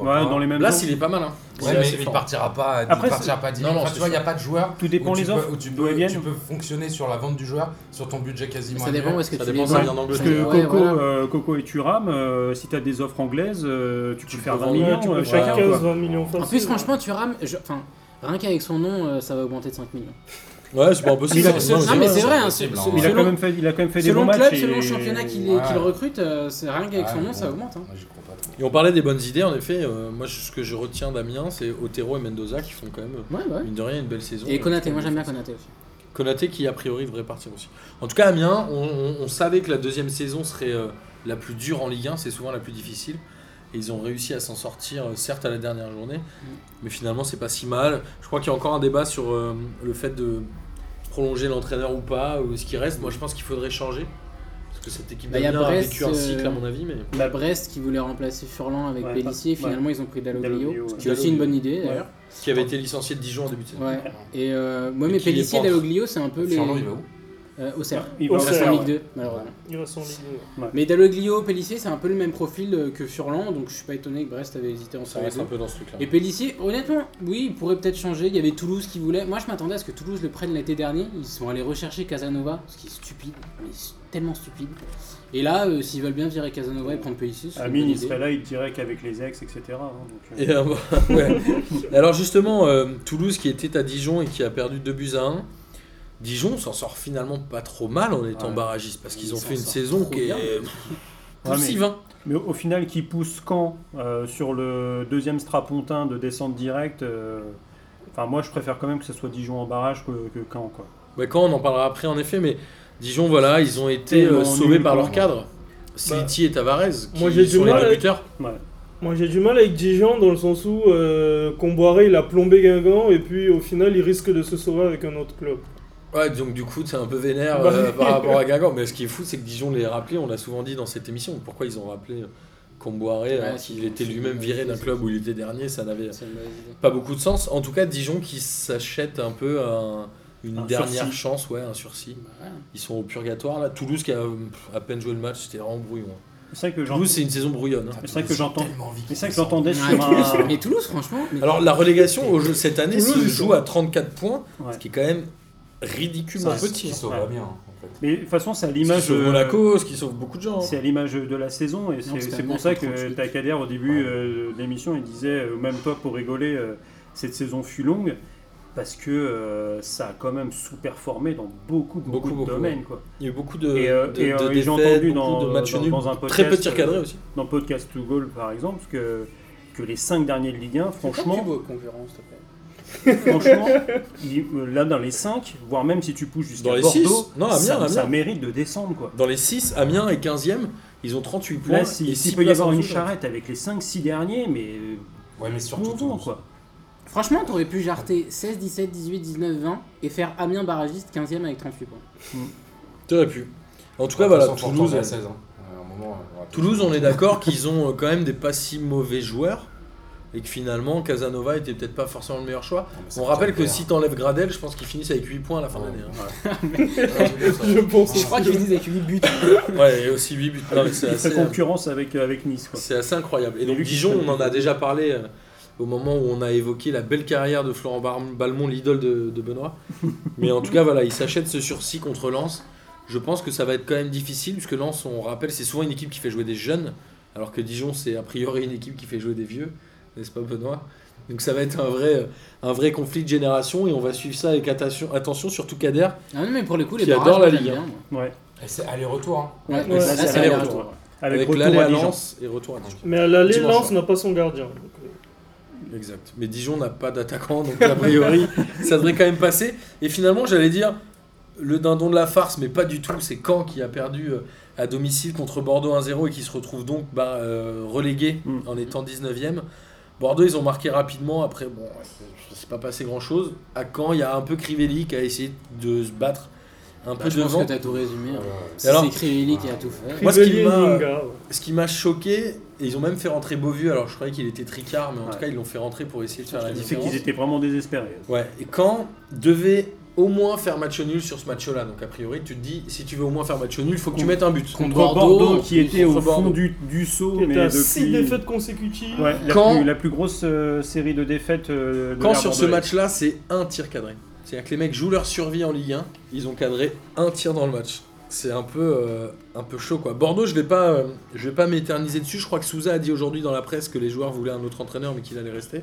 [SPEAKER 4] Ouais, dans les mêmes
[SPEAKER 1] Là,
[SPEAKER 4] zones.
[SPEAKER 1] il est pas mal. Hein.
[SPEAKER 5] Ouais,
[SPEAKER 1] Il est
[SPEAKER 5] mais
[SPEAKER 1] assez
[SPEAKER 5] il
[SPEAKER 1] fort.
[SPEAKER 5] partira pas à 10,
[SPEAKER 4] Après,
[SPEAKER 5] il partira pas à 10
[SPEAKER 1] Non, non,
[SPEAKER 5] Enfin,
[SPEAKER 1] c'est
[SPEAKER 5] tu vois, il n'y a pas de joueur.
[SPEAKER 4] Tout
[SPEAKER 5] où
[SPEAKER 4] dépend
[SPEAKER 5] tu
[SPEAKER 4] les
[SPEAKER 5] peux-
[SPEAKER 4] offres.
[SPEAKER 5] où tu
[SPEAKER 4] d'où elles
[SPEAKER 5] peux,
[SPEAKER 4] viennent.
[SPEAKER 5] tu peux fonctionner sur la vente du joueur, sur ton budget quasiment.
[SPEAKER 3] Ça dépend où
[SPEAKER 5] annuel.
[SPEAKER 3] est-ce que
[SPEAKER 1] Ça
[SPEAKER 3] tu
[SPEAKER 1] dépend
[SPEAKER 3] les
[SPEAKER 1] si ça
[SPEAKER 4] Ouais,
[SPEAKER 3] aimes.
[SPEAKER 1] vient
[SPEAKER 4] Parce
[SPEAKER 1] d'Angleterre.
[SPEAKER 4] que
[SPEAKER 3] Ouais,
[SPEAKER 4] Coco,
[SPEAKER 3] voilà.
[SPEAKER 4] euh, Coco et Thuram, euh, si tu as des offres anglaises, euh, tu peux faire 20
[SPEAKER 1] vendre,
[SPEAKER 4] millions
[SPEAKER 2] Ouais, tu peux
[SPEAKER 4] euh,
[SPEAKER 2] faire
[SPEAKER 4] chacun. quoi.
[SPEAKER 2] 15, 20 millions
[SPEAKER 3] En
[SPEAKER 2] facile,
[SPEAKER 3] plus, franchement, tu rames. je- Enfin, rien qu'avec son nom, euh, ça va augmenter de 5 millions.
[SPEAKER 1] Ouais, c'est pas impossible.
[SPEAKER 4] Il a-
[SPEAKER 1] Non,
[SPEAKER 4] c'est-
[SPEAKER 3] Non,
[SPEAKER 1] c'est
[SPEAKER 3] mais
[SPEAKER 1] vrai.
[SPEAKER 3] c'est vrai, hein,
[SPEAKER 5] possible,
[SPEAKER 3] ce-
[SPEAKER 5] hein.
[SPEAKER 3] ce-
[SPEAKER 4] Il a,
[SPEAKER 3] selon-
[SPEAKER 4] quand même fait, il a quand même fait des
[SPEAKER 3] Selon
[SPEAKER 4] bons
[SPEAKER 3] le
[SPEAKER 4] matchs.
[SPEAKER 3] club,
[SPEAKER 4] et-
[SPEAKER 3] selon le championnat qu'il est-
[SPEAKER 5] Ouais.
[SPEAKER 3] qu'il recrute, euh, c'est rien qu'avec son
[SPEAKER 5] Ouais,
[SPEAKER 3] nom, ça
[SPEAKER 5] bon.
[SPEAKER 3] augmente. hein.
[SPEAKER 5] Moi, j'y crois pas trop.
[SPEAKER 1] Et on parlait des bonnes idées, en effet. euh, moi, je- ce que je retiens d'Amiens, c'est Otero et Mendoza qui font quand même, euh,
[SPEAKER 3] Ouais, bah ouais.
[SPEAKER 1] mine de rien, une belle saison.
[SPEAKER 3] Et Konaté,
[SPEAKER 1] Euh,
[SPEAKER 3] moi j'aime bien Konaté aussi.
[SPEAKER 1] Konaté qui, a priori, devrait partir aussi. En tout cas, Amiens, on, on- on savait que la deuxième saison serait euh, la plus dure en Ligue 1, c'est souvent la plus difficile. Et ils ont réussi à s'en sortir, euh, certes à la dernière journée,
[SPEAKER 3] Mm.
[SPEAKER 1] mais finalement, c'est pas si mal. Je crois qu'il y a encore un débat sur euh, le fait de prolonger l'entraîneur ou pas, ou ce qui reste. Moi, je pense qu'il faudrait changer. Parce que cette équipe
[SPEAKER 3] Bah, il y a
[SPEAKER 1] d'Amiens a
[SPEAKER 3] Brest,
[SPEAKER 1] vécu un cycle, à
[SPEAKER 3] euh,
[SPEAKER 1] mon avis, mais.
[SPEAKER 3] Bah, Brest qui voulait remplacer Furlan avec
[SPEAKER 4] Ouais,
[SPEAKER 3] Pellissier,
[SPEAKER 4] pas- ouais.
[SPEAKER 3] finalement ils ont pris
[SPEAKER 4] Dalloglio,
[SPEAKER 3] Dalloglio, ce qui est
[SPEAKER 1] ouais.
[SPEAKER 3] aussi une bonne idée
[SPEAKER 4] Ouais.
[SPEAKER 3] d'ailleurs.
[SPEAKER 1] qui avait été licencié de Dijon en début de saison.
[SPEAKER 3] Ouais. Et euh, moi,
[SPEAKER 1] Et
[SPEAKER 3] mais
[SPEAKER 1] qui les
[SPEAKER 3] Pellissier et
[SPEAKER 1] porte.
[SPEAKER 3] Dalloglio, c'est un peu les.
[SPEAKER 5] Furlan, il va où
[SPEAKER 3] Euh, Auxerre.
[SPEAKER 4] Il va
[SPEAKER 3] Ils
[SPEAKER 4] au
[SPEAKER 2] Auxerre,
[SPEAKER 3] restent
[SPEAKER 4] Serre,
[SPEAKER 3] en
[SPEAKER 2] ouais.
[SPEAKER 3] Ligue 2, malheureusement.
[SPEAKER 2] Il reste en Ligue 2.
[SPEAKER 3] Mais Dalloglio, Pellissier, c'est un peu le même profil euh, que Furlan, donc je suis pas étonné que Brest avait hésité en
[SPEAKER 1] Ça
[SPEAKER 3] saison.
[SPEAKER 1] reste un peu dans ce truc-là.
[SPEAKER 3] Et Pellissier, honnêtement, oui, il pourrait peut-être changer. Il y avait Toulouse qui voulait. Moi, je m'attendais à ce que Toulouse le prenne l'été dernier. Ils sont allés rechercher Casanova, ce qui est stupide, mais c'est tellement stupide. Et là, euh, s'ils veulent bien virer Casanova et prendre Pellissier, c'est une
[SPEAKER 4] Amine,
[SPEAKER 3] bonne
[SPEAKER 4] il
[SPEAKER 3] idée.
[SPEAKER 4] serait là, il dirait qu'avec les ex, etc. hein, donc, euh,
[SPEAKER 1] Et, euh, [laughs] ouais. Alors justement, euh, Toulouse qui était à Dijon et qui a perdu 2 buts à 1. Dijon s'en sort finalement pas trop mal en étant
[SPEAKER 4] Ouais.
[SPEAKER 1] barragiste parce qu'ils
[SPEAKER 3] Ils
[SPEAKER 1] ont
[SPEAKER 3] s'en
[SPEAKER 1] fait une
[SPEAKER 3] sortent
[SPEAKER 1] saison
[SPEAKER 3] trop
[SPEAKER 1] qui
[SPEAKER 3] bien.
[SPEAKER 1] est
[SPEAKER 4] Ouais, mais-
[SPEAKER 1] poussive. hein.
[SPEAKER 4] Mais au final, qui pousse quand euh, sur le deuxième strapontin de descente directe euh, Enfin, moi, je préfère quand même que ce soit Dijon en barrage que, que Caen, quoi.
[SPEAKER 1] Ouais, quand on en parlera après en effet, mais Dijon voilà, ils ont été euh,
[SPEAKER 4] Tellement
[SPEAKER 1] sauvés
[SPEAKER 4] nul,
[SPEAKER 1] par leur
[SPEAKER 4] quoi.
[SPEAKER 1] cadre.
[SPEAKER 3] Bah,
[SPEAKER 1] Sliti et Tavares qui
[SPEAKER 2] moi, j'ai du
[SPEAKER 1] sont les
[SPEAKER 2] mal
[SPEAKER 1] deux
[SPEAKER 2] avec-
[SPEAKER 1] buteurs.
[SPEAKER 4] Ouais.
[SPEAKER 2] Moi j'ai du mal avec Dijon dans le sens où euh, Comboiré il a plombé Guingamp et puis au final il risque de se sauver avec un autre club.
[SPEAKER 1] Ouais, donc du coup, c'est un peu vénère
[SPEAKER 2] Bah
[SPEAKER 1] euh, par rapport à Guingamp. Mais ce qui est fou, c'est que Dijon les rappelé, on l'a souvent dit dans cette émission. Pourquoi ils ont rappelé Comboiré,
[SPEAKER 3] Ouais,
[SPEAKER 1] alors
[SPEAKER 3] c'est-
[SPEAKER 1] qu'il était
[SPEAKER 3] c'est-
[SPEAKER 1] lui-même
[SPEAKER 3] c'est-
[SPEAKER 1] viré d'un
[SPEAKER 3] c'est-
[SPEAKER 1] club où il était dernier, ça n'avait
[SPEAKER 3] C'est une mauvaise idée.
[SPEAKER 1] pas beaucoup de sens. En tout cas, Dijon qui s'achète un peu un- une
[SPEAKER 4] Un
[SPEAKER 1] dernière
[SPEAKER 4] sursis.
[SPEAKER 1] chance, ouais, un sursis.
[SPEAKER 3] Bah, voilà.
[SPEAKER 1] Ils sont au purgatoire là. Toulouse qui a euh, à peine joué le match, c'était vraiment brouillon. hein.
[SPEAKER 4] C'est vrai que j'en-
[SPEAKER 1] Toulouse, c'est une saison brouillonne. hein.
[SPEAKER 5] Putain,
[SPEAKER 4] c'est vrai que
[SPEAKER 5] Toulouse, j'ai
[SPEAKER 4] j'entends-
[SPEAKER 5] tellement envie
[SPEAKER 4] c'est ça que
[SPEAKER 5] qu'ils
[SPEAKER 4] j'entendais
[SPEAKER 3] Ouais,
[SPEAKER 4] sur
[SPEAKER 3] Toulouse-
[SPEAKER 4] un.
[SPEAKER 3] [laughs] Mais Toulouse, franchement. mais-
[SPEAKER 1] Alors la relégation au jeu, cette année
[SPEAKER 4] Toulouse,
[SPEAKER 1] se
[SPEAKER 4] ils
[SPEAKER 1] joue
[SPEAKER 4] sont-
[SPEAKER 1] à 34 points,
[SPEAKER 4] Ouais.
[SPEAKER 1] ce qui est quand même
[SPEAKER 4] Ça
[SPEAKER 1] ridiculement
[SPEAKER 4] reste-
[SPEAKER 1] petit.
[SPEAKER 5] Qui
[SPEAKER 1] hein.
[SPEAKER 5] sauve
[SPEAKER 4] Ouais.
[SPEAKER 5] bien, en fait.
[SPEAKER 4] Mais de toute façon, c'est à
[SPEAKER 1] Ce qui
[SPEAKER 4] l'image.
[SPEAKER 1] sauve
[SPEAKER 4] euh,
[SPEAKER 1] Monaco, ce qui sauve beaucoup de gens. hein.
[SPEAKER 4] C'est à l'image de la saison et c'est
[SPEAKER 3] c'était
[SPEAKER 4] c'est
[SPEAKER 3] un
[SPEAKER 4] pour
[SPEAKER 3] match
[SPEAKER 4] ça
[SPEAKER 3] contre
[SPEAKER 4] que
[SPEAKER 3] Auschwitz.
[SPEAKER 4] Takader au début euh, de l'émission il disait, euh, même toi pour rigoler, euh, cette saison fut longue parce que euh, ça a quand même sous-performé dans beaucoup, beaucoup,
[SPEAKER 1] Beaucoup,
[SPEAKER 4] de
[SPEAKER 1] beaucoup,
[SPEAKER 4] domaines. Quoi.
[SPEAKER 1] Il y a eu beaucoup de,
[SPEAKER 4] Et, euh,
[SPEAKER 1] de-
[SPEAKER 4] et,
[SPEAKER 1] de
[SPEAKER 4] euh, et j'ai
[SPEAKER 1] défaites,
[SPEAKER 4] entendu
[SPEAKER 1] beaucoup
[SPEAKER 4] dans-
[SPEAKER 1] de matchs
[SPEAKER 4] dans-
[SPEAKER 1] nuls,
[SPEAKER 4] dans un
[SPEAKER 1] très peu de
[SPEAKER 4] podcast,
[SPEAKER 1] tirs cadrés
[SPEAKER 4] euh,
[SPEAKER 1] aussi.
[SPEAKER 4] Dans Podcast to Goal par exemple, parce que, que les cinq derniers de Ligue
[SPEAKER 3] Fais
[SPEAKER 4] 1,
[SPEAKER 3] pas
[SPEAKER 4] franchement,
[SPEAKER 3] plus beau, concurrent, s'il te plaît.
[SPEAKER 4] [laughs] franchement il- euh, là dans les 5, voire même si tu pousses jusqu'à
[SPEAKER 1] Dans les
[SPEAKER 4] Bordeaux,
[SPEAKER 1] six. Non, Amiens,
[SPEAKER 4] ça,
[SPEAKER 1] Amiens.
[SPEAKER 4] ça mérite de descendre. quoi.
[SPEAKER 1] Dans les 6, Amiens est 15e, ils ont 38 points.
[SPEAKER 4] Là,
[SPEAKER 1] et
[SPEAKER 4] s'il
[SPEAKER 1] six
[SPEAKER 4] si peut y
[SPEAKER 1] places
[SPEAKER 4] avoir
[SPEAKER 1] en
[SPEAKER 4] une
[SPEAKER 1] dessous.
[SPEAKER 4] charrette avec les 5-6 derniers, mais euh,
[SPEAKER 5] Ouais, mais surtout
[SPEAKER 4] bon,
[SPEAKER 5] Toulouse.
[SPEAKER 4] quoi.
[SPEAKER 3] Franchement, t'aurais pu jarter 16, 17, 18, 19, 20 et faire Amiens barragiste 15ème avec 38 points.
[SPEAKER 1] T'aurais pu. En tout
[SPEAKER 4] Ah,
[SPEAKER 1] cas,
[SPEAKER 5] De
[SPEAKER 1] voilà,
[SPEAKER 5] toute façon, faut
[SPEAKER 1] Toulouse,
[SPEAKER 5] retourner à 16 hein. À un moment, on va-
[SPEAKER 1] Toulouse, on est d'accord qu'ils ont euh, quand même des pas si mauvais joueurs et que finalement Casanova était peut-être pas forcément le meilleur choix.
[SPEAKER 5] Non, mais ça
[SPEAKER 1] On rappelle
[SPEAKER 5] tient
[SPEAKER 1] que
[SPEAKER 5] bien.
[SPEAKER 1] si t'enlèves Gradel, je pense qu'ils finissent avec 8 points à la fin de
[SPEAKER 5] Ouais.
[SPEAKER 1] l'année. hein.
[SPEAKER 2] Je pense.
[SPEAKER 3] Je crois qu'ils finissent avec 8 buts.
[SPEAKER 1] Ouais, et aussi 8 buts. Ah Non, mais c'est
[SPEAKER 4] Il fait
[SPEAKER 1] assez, euh,
[SPEAKER 4] concurrence avec, euh, avec Nice. Quoi.
[SPEAKER 1] c'est assez incroyable. Et donc
[SPEAKER 4] Lui qui
[SPEAKER 1] Dijon,
[SPEAKER 4] fait-
[SPEAKER 1] on en a déjà parlé euh, au moment où on a évoqué la belle carrière de Florent Bar- Balmont, l'idole de, de
[SPEAKER 4] [laughs]
[SPEAKER 1] Benoît. Mais en tout cas, voilà, il s'achète ce sursis contre Lens. Je pense que ça va être quand même difficile, puisque Lens, on rappelle, c'est souvent une équipe qui fait jouer des jeunes, alors que Dijon, c'est a priori une équipe qui fait jouer des vieux, n'est-ce pas Benoît donc ça va être un vrai, euh, un vrai conflit de génération et on va suivre ça avec attention, attention surtout Kader.
[SPEAKER 3] Ah non, mais pour le coup, les
[SPEAKER 1] Qui adore
[SPEAKER 3] barrages,
[SPEAKER 1] la
[SPEAKER 3] j'aime
[SPEAKER 1] Ligue un.
[SPEAKER 3] bien, moi.
[SPEAKER 4] Ouais.
[SPEAKER 5] Et c'est aller-retour. hein.
[SPEAKER 3] Ouais,
[SPEAKER 2] Ouais,
[SPEAKER 3] ça,
[SPEAKER 2] ça,
[SPEAKER 3] c'est
[SPEAKER 1] c'est
[SPEAKER 3] les
[SPEAKER 1] aller-retour.
[SPEAKER 3] retours.
[SPEAKER 4] Avec,
[SPEAKER 1] Avec,
[SPEAKER 4] retour
[SPEAKER 1] l'aller
[SPEAKER 4] à
[SPEAKER 1] à
[SPEAKER 4] Dijon.
[SPEAKER 1] Lens et retour à Dijon.
[SPEAKER 2] Mais à l'aller,
[SPEAKER 1] Dimanche
[SPEAKER 2] Lens
[SPEAKER 1] soir.
[SPEAKER 2] n'a pas son gardien. donc, euh,
[SPEAKER 1] Exact. Mais Dijon n'a pas d'attaquant, donc a
[SPEAKER 3] [laughs]
[SPEAKER 1] priori, ça devrait quand même passer. Et finalement, j'allais dire le dindon de la farce, mais pas du tout. C'est Caen qui a perdu euh, à domicile contre Bordeaux 1-0 et qui se retrouve donc bah, euh, relégué
[SPEAKER 4] Mm.
[SPEAKER 1] en étant 19e. Bordeaux, ils ont marqué rapidement. Après, bon, c'est- c'est pas passé grand chose. À Caen, il y a un peu Crivelli qui a essayé de se battre un peu
[SPEAKER 3] Bah, Je pense
[SPEAKER 1] devant.
[SPEAKER 3] que t'as tout résumé. hein. Si
[SPEAKER 1] alors-
[SPEAKER 3] C'est Crivelli qui a tout fait.
[SPEAKER 1] Moi, ce qui
[SPEAKER 2] Crivelli et
[SPEAKER 1] m'a-
[SPEAKER 2] Ninga, ouais.
[SPEAKER 1] Ce qui m'a choqué, et ils ont même fait rentrer Beauvieu. Alors, je croyais qu'il était tricard, mais en tout
[SPEAKER 4] Ouais.
[SPEAKER 1] cas, ils l'ont fait rentrer pour essayer de faire la
[SPEAKER 4] C'est
[SPEAKER 1] différence.
[SPEAKER 4] qu'ils étaient vraiment désespérés.
[SPEAKER 1] Ouais, et quand devait au moins faire match nul sur ce match-là, donc a priori tu te dis, si tu veux au moins faire match nul, il faut que tu mettes un but.
[SPEAKER 3] Contre
[SPEAKER 4] Bordeaux,
[SPEAKER 3] Bordeaux,
[SPEAKER 4] qui était
[SPEAKER 1] contre
[SPEAKER 4] au
[SPEAKER 1] Bordeaux.
[SPEAKER 4] fond du, du saut,
[SPEAKER 2] Il
[SPEAKER 4] mais
[SPEAKER 2] était à
[SPEAKER 4] depuis...
[SPEAKER 2] 6 défaites consécutives.
[SPEAKER 4] Ouais, la,
[SPEAKER 1] Quand-
[SPEAKER 4] plus, la plus grosse euh, série de défaites euh, de
[SPEAKER 1] Quand
[SPEAKER 4] l'ère
[SPEAKER 1] sur ce
[SPEAKER 4] bordelaise.
[SPEAKER 1] match-là, c'est un tir cadré. C'est-à-dire que les mecs jouent leur survie en Ligue 1, ils ont cadré un tir dans le match. C'est un peu, euh, un peu chaud quoi. Bordeaux, je vais pas, euh, je vais pas m'éterniser dessus. Je crois que Souza a dit aujourd'hui dans la presse que les joueurs voulaient un autre entraîneur, mais qu'il allait rester.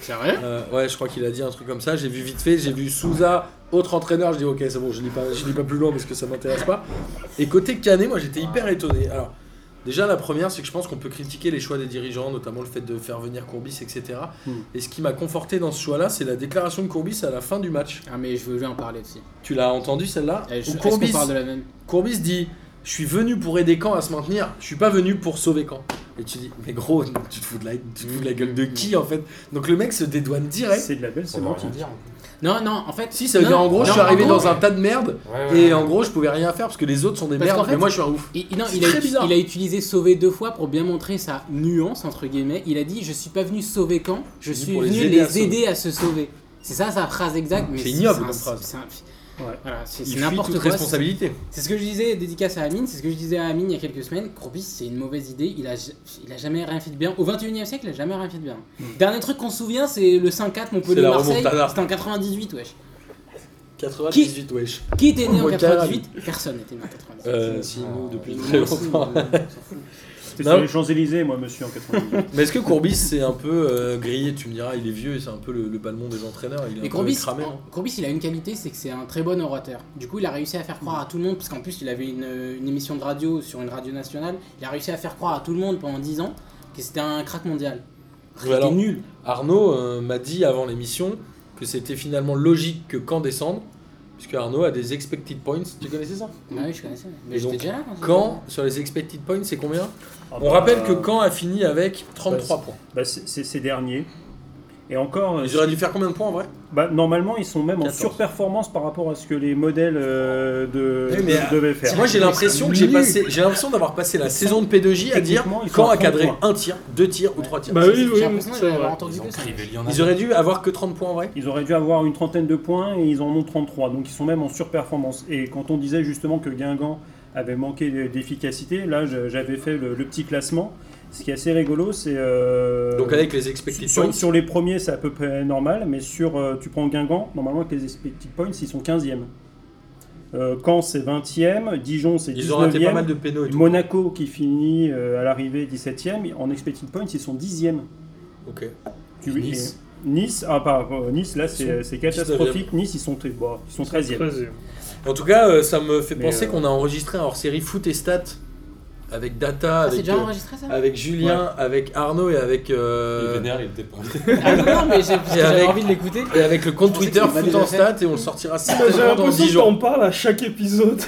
[SPEAKER 3] Sérieux
[SPEAKER 1] Euh, ouais, je crois qu'il a dit un truc comme ça. J'ai vu vite fait, j'ai vu Souza, autre entraîneur. Je dis ok, c'est bon, je lis pas, je lis pas plus loin parce que ça m'intéresse pas. Et côté Canet, moi j'étais hyper étonné. Alors déjà la première, c'est que je pense qu'on peut critiquer les choix des dirigeants, notamment le fait de faire venir Courbis, etc.
[SPEAKER 4] Mm.
[SPEAKER 3] Hmm.
[SPEAKER 1] Et ce qui m'a conforté dans ce choix-là, c'est la déclaration de Courbis à la fin du match.
[SPEAKER 3] Ah, mais je voulais en parler aussi.
[SPEAKER 1] Tu l'as entendu celle-là
[SPEAKER 3] Eh, je-
[SPEAKER 1] Où
[SPEAKER 3] Est-ce qu'on
[SPEAKER 1] Courbis,
[SPEAKER 3] parle de la même
[SPEAKER 1] Courbis dit je suis venu pour aider Caen à se maintenir. Je suis pas venu pour sauver Caen. Et tu dis mais gros, tu te fous de la, tu te fous de la gueule de qui en fait Donc le mec se dédouane direct.
[SPEAKER 4] C'est de la belle
[SPEAKER 5] Ça veut rien
[SPEAKER 4] sémantique.
[SPEAKER 5] dire.
[SPEAKER 3] Non, non, en fait.
[SPEAKER 1] Si, ça veut
[SPEAKER 3] non,
[SPEAKER 1] dire en gros,
[SPEAKER 3] non,
[SPEAKER 1] je suis arrivé
[SPEAKER 3] en
[SPEAKER 1] dans
[SPEAKER 3] gros,
[SPEAKER 1] un tas de merde
[SPEAKER 5] Ouais, ouais,
[SPEAKER 1] et
[SPEAKER 5] ouais.
[SPEAKER 1] en gros, je pouvais rien faire parce que les autres sont des
[SPEAKER 3] Parce
[SPEAKER 1] merdes,
[SPEAKER 3] qu'en fait-
[SPEAKER 1] mais moi je suis un ouf.
[SPEAKER 3] Il, il- non,
[SPEAKER 1] C'est
[SPEAKER 3] il, a,
[SPEAKER 1] très bizarre.
[SPEAKER 3] il a utilisé sauver deux fois pour bien montrer sa nuance entre guillemets. Il a dit je suis pas venu sauver quand, je
[SPEAKER 1] suis
[SPEAKER 3] suis
[SPEAKER 1] pour
[SPEAKER 3] venu
[SPEAKER 1] les
[SPEAKER 3] les,
[SPEAKER 1] aider à sauver.
[SPEAKER 3] aider à se sauver. C'est ça sa phrase exacte. mais
[SPEAKER 1] C'est ignoble
[SPEAKER 3] un-
[SPEAKER 1] comme phrase.
[SPEAKER 3] c'est un-
[SPEAKER 4] Ouais.
[SPEAKER 3] voilà, c'est
[SPEAKER 1] Il
[SPEAKER 3] c'est
[SPEAKER 1] fuit
[SPEAKER 3] n'importe
[SPEAKER 1] toute
[SPEAKER 3] quoi. C'est
[SPEAKER 1] responsabilité.
[SPEAKER 3] c'est ce que je disais, dédicace à Amine, c'est ce que je disais à Amine il y a quelques semaines. Courbis, c'est une mauvaise idée, il a, ja- il a jamais rien fait de bien. Au 21 e siècle, il a jamais rien fait de bien.
[SPEAKER 1] Mm.
[SPEAKER 3] Dernier truc qu'on se souvient, c'est le 5-4
[SPEAKER 1] C'est la
[SPEAKER 3] Montpellier-Marseille,
[SPEAKER 1] remontada.
[SPEAKER 3] c'était en 98, wesh.
[SPEAKER 1] 98, wesh.
[SPEAKER 3] Qui était né en
[SPEAKER 1] Remontada.
[SPEAKER 3] 98 Personne n'était né en 98.
[SPEAKER 1] Euh,
[SPEAKER 5] si, nous,
[SPEAKER 1] depuis
[SPEAKER 5] depuis
[SPEAKER 1] très
[SPEAKER 3] Moi aussi,
[SPEAKER 1] longtemps.
[SPEAKER 3] euh, on s'en fout.
[SPEAKER 4] C'était
[SPEAKER 1] Non.
[SPEAKER 4] sur les Champs-Élysées, moi, monsieur, en 98.
[SPEAKER 1] Mais est-ce que Courbis, c'est un peu euh, grillé Tu me diras, il est vieux et c'est un peu le, le balmond des entraîneurs. Il est
[SPEAKER 3] Mais
[SPEAKER 1] un peu
[SPEAKER 3] Courbis,
[SPEAKER 1] cramé. hein.
[SPEAKER 3] Courbis, il a une qualité, c'est que c'est un très bon orateur. Du coup, il a réussi à faire croire à tout le monde, parce qu'en plus, il avait une, une émission de radio sur une radio nationale. Il a réussi à faire croire à tout le monde pendant 10 ans que c'était un crack mondial.
[SPEAKER 1] Mais alors,
[SPEAKER 3] C'était nul.
[SPEAKER 1] Arnaud euh, m'a dit avant l'émission que c'était finalement logique que Caen descende, puisque Arnaud a des expected points. Tu connaissais ça
[SPEAKER 3] Ah oui, je connaissais. Mais
[SPEAKER 1] Et
[SPEAKER 3] j'étais
[SPEAKER 1] donc,
[SPEAKER 3] déjà là. quand ça.
[SPEAKER 1] Caen, sur les expected points, c'est combien
[SPEAKER 4] Ah
[SPEAKER 1] [laughs] On
[SPEAKER 4] bah,
[SPEAKER 1] rappelle que Caen a fini avec 33 points.
[SPEAKER 4] bah, c'est- C'est c'est dernier. Et encore,
[SPEAKER 1] Ils auraient dû faire combien de points en vrai
[SPEAKER 4] bah, normalement, ils sont même en
[SPEAKER 1] 14.
[SPEAKER 4] surperformance par rapport à ce que les modèles euh, de,
[SPEAKER 1] Oui, mais,
[SPEAKER 4] de- devaient faire.
[SPEAKER 1] Moi j'ai l'impression que j'ai
[SPEAKER 3] nul.
[SPEAKER 1] passé, j'ai l'impression d'avoir passé la saison de P2J à dire
[SPEAKER 4] Techniquement, ils sont
[SPEAKER 1] quand
[SPEAKER 4] à
[SPEAKER 1] à cadrer
[SPEAKER 4] 30
[SPEAKER 1] un tir, deux tirs ou trois tirs.
[SPEAKER 2] Bah
[SPEAKER 3] J'ai-
[SPEAKER 2] oui,
[SPEAKER 3] J'ai
[SPEAKER 2] oui,
[SPEAKER 3] l'impression
[SPEAKER 2] c'est
[SPEAKER 3] d'avoir
[SPEAKER 2] vrai.
[SPEAKER 3] entendu
[SPEAKER 5] Ils ont
[SPEAKER 3] que ça. Ah,
[SPEAKER 5] privé
[SPEAKER 1] Ils auraient dû avoir que 30 points en vrai.
[SPEAKER 4] Ils auraient dû avoir une trentaine de points et ils en ont 33, donc ils sont même en surperformance. Et quand on disait justement que Guingamp avait manqué d'efficacité, là je- j'avais fait le, le petit classement. Ce qui est assez rigolo, c'est. euh,
[SPEAKER 1] Donc avec les
[SPEAKER 4] sur,
[SPEAKER 1] expected
[SPEAKER 4] sur-
[SPEAKER 1] points,
[SPEAKER 4] sur les premiers, c'est à peu près normal, mais sur. euh, tu prends Guingamp, normalement avec les expected points, ils sont 15e. Euh, Caen, c'est 20e. Dijon, c'est 19e.
[SPEAKER 1] ils ont raté pas mal de pénaux et tout.
[SPEAKER 4] Monaco qui finit euh, à l'arrivée 17ème, en expected points ils sont 10ème.
[SPEAKER 1] Ok.
[SPEAKER 4] Tu-
[SPEAKER 5] Et Nice.
[SPEAKER 4] et- Nice, ah, pas, euh, Nice là c'est c'est catastrophique, Nice ils sont, très- bah, ils sont 13e.
[SPEAKER 2] 13e.
[SPEAKER 1] En tout cas, euh, ça me fait
[SPEAKER 4] Mais,
[SPEAKER 1] penser
[SPEAKER 4] euh,
[SPEAKER 1] qu'on a enregistré un hors-série foot et stats avec Data,
[SPEAKER 3] Ah, c'est
[SPEAKER 1] avec,
[SPEAKER 3] déjà
[SPEAKER 1] euh,
[SPEAKER 3] enregistré ça
[SPEAKER 1] avec Julien, avec Arnaud et avec euh,
[SPEAKER 6] vénère, il était premier.
[SPEAKER 3] Ah non, mais j'ai- parce que
[SPEAKER 1] Et
[SPEAKER 3] j'avais
[SPEAKER 1] avec-
[SPEAKER 3] envie de l'écouter.
[SPEAKER 1] et avec le compte
[SPEAKER 3] Je pensais que
[SPEAKER 1] Twitter
[SPEAKER 3] c'était pas
[SPEAKER 1] foot
[SPEAKER 3] déjà
[SPEAKER 1] en
[SPEAKER 3] fait.
[SPEAKER 1] stats et on le sortira
[SPEAKER 2] J'ai
[SPEAKER 1] certainement dans
[SPEAKER 2] l'impression
[SPEAKER 1] 10
[SPEAKER 2] que t'en
[SPEAKER 1] jours.
[SPEAKER 2] parles à chaque épisode.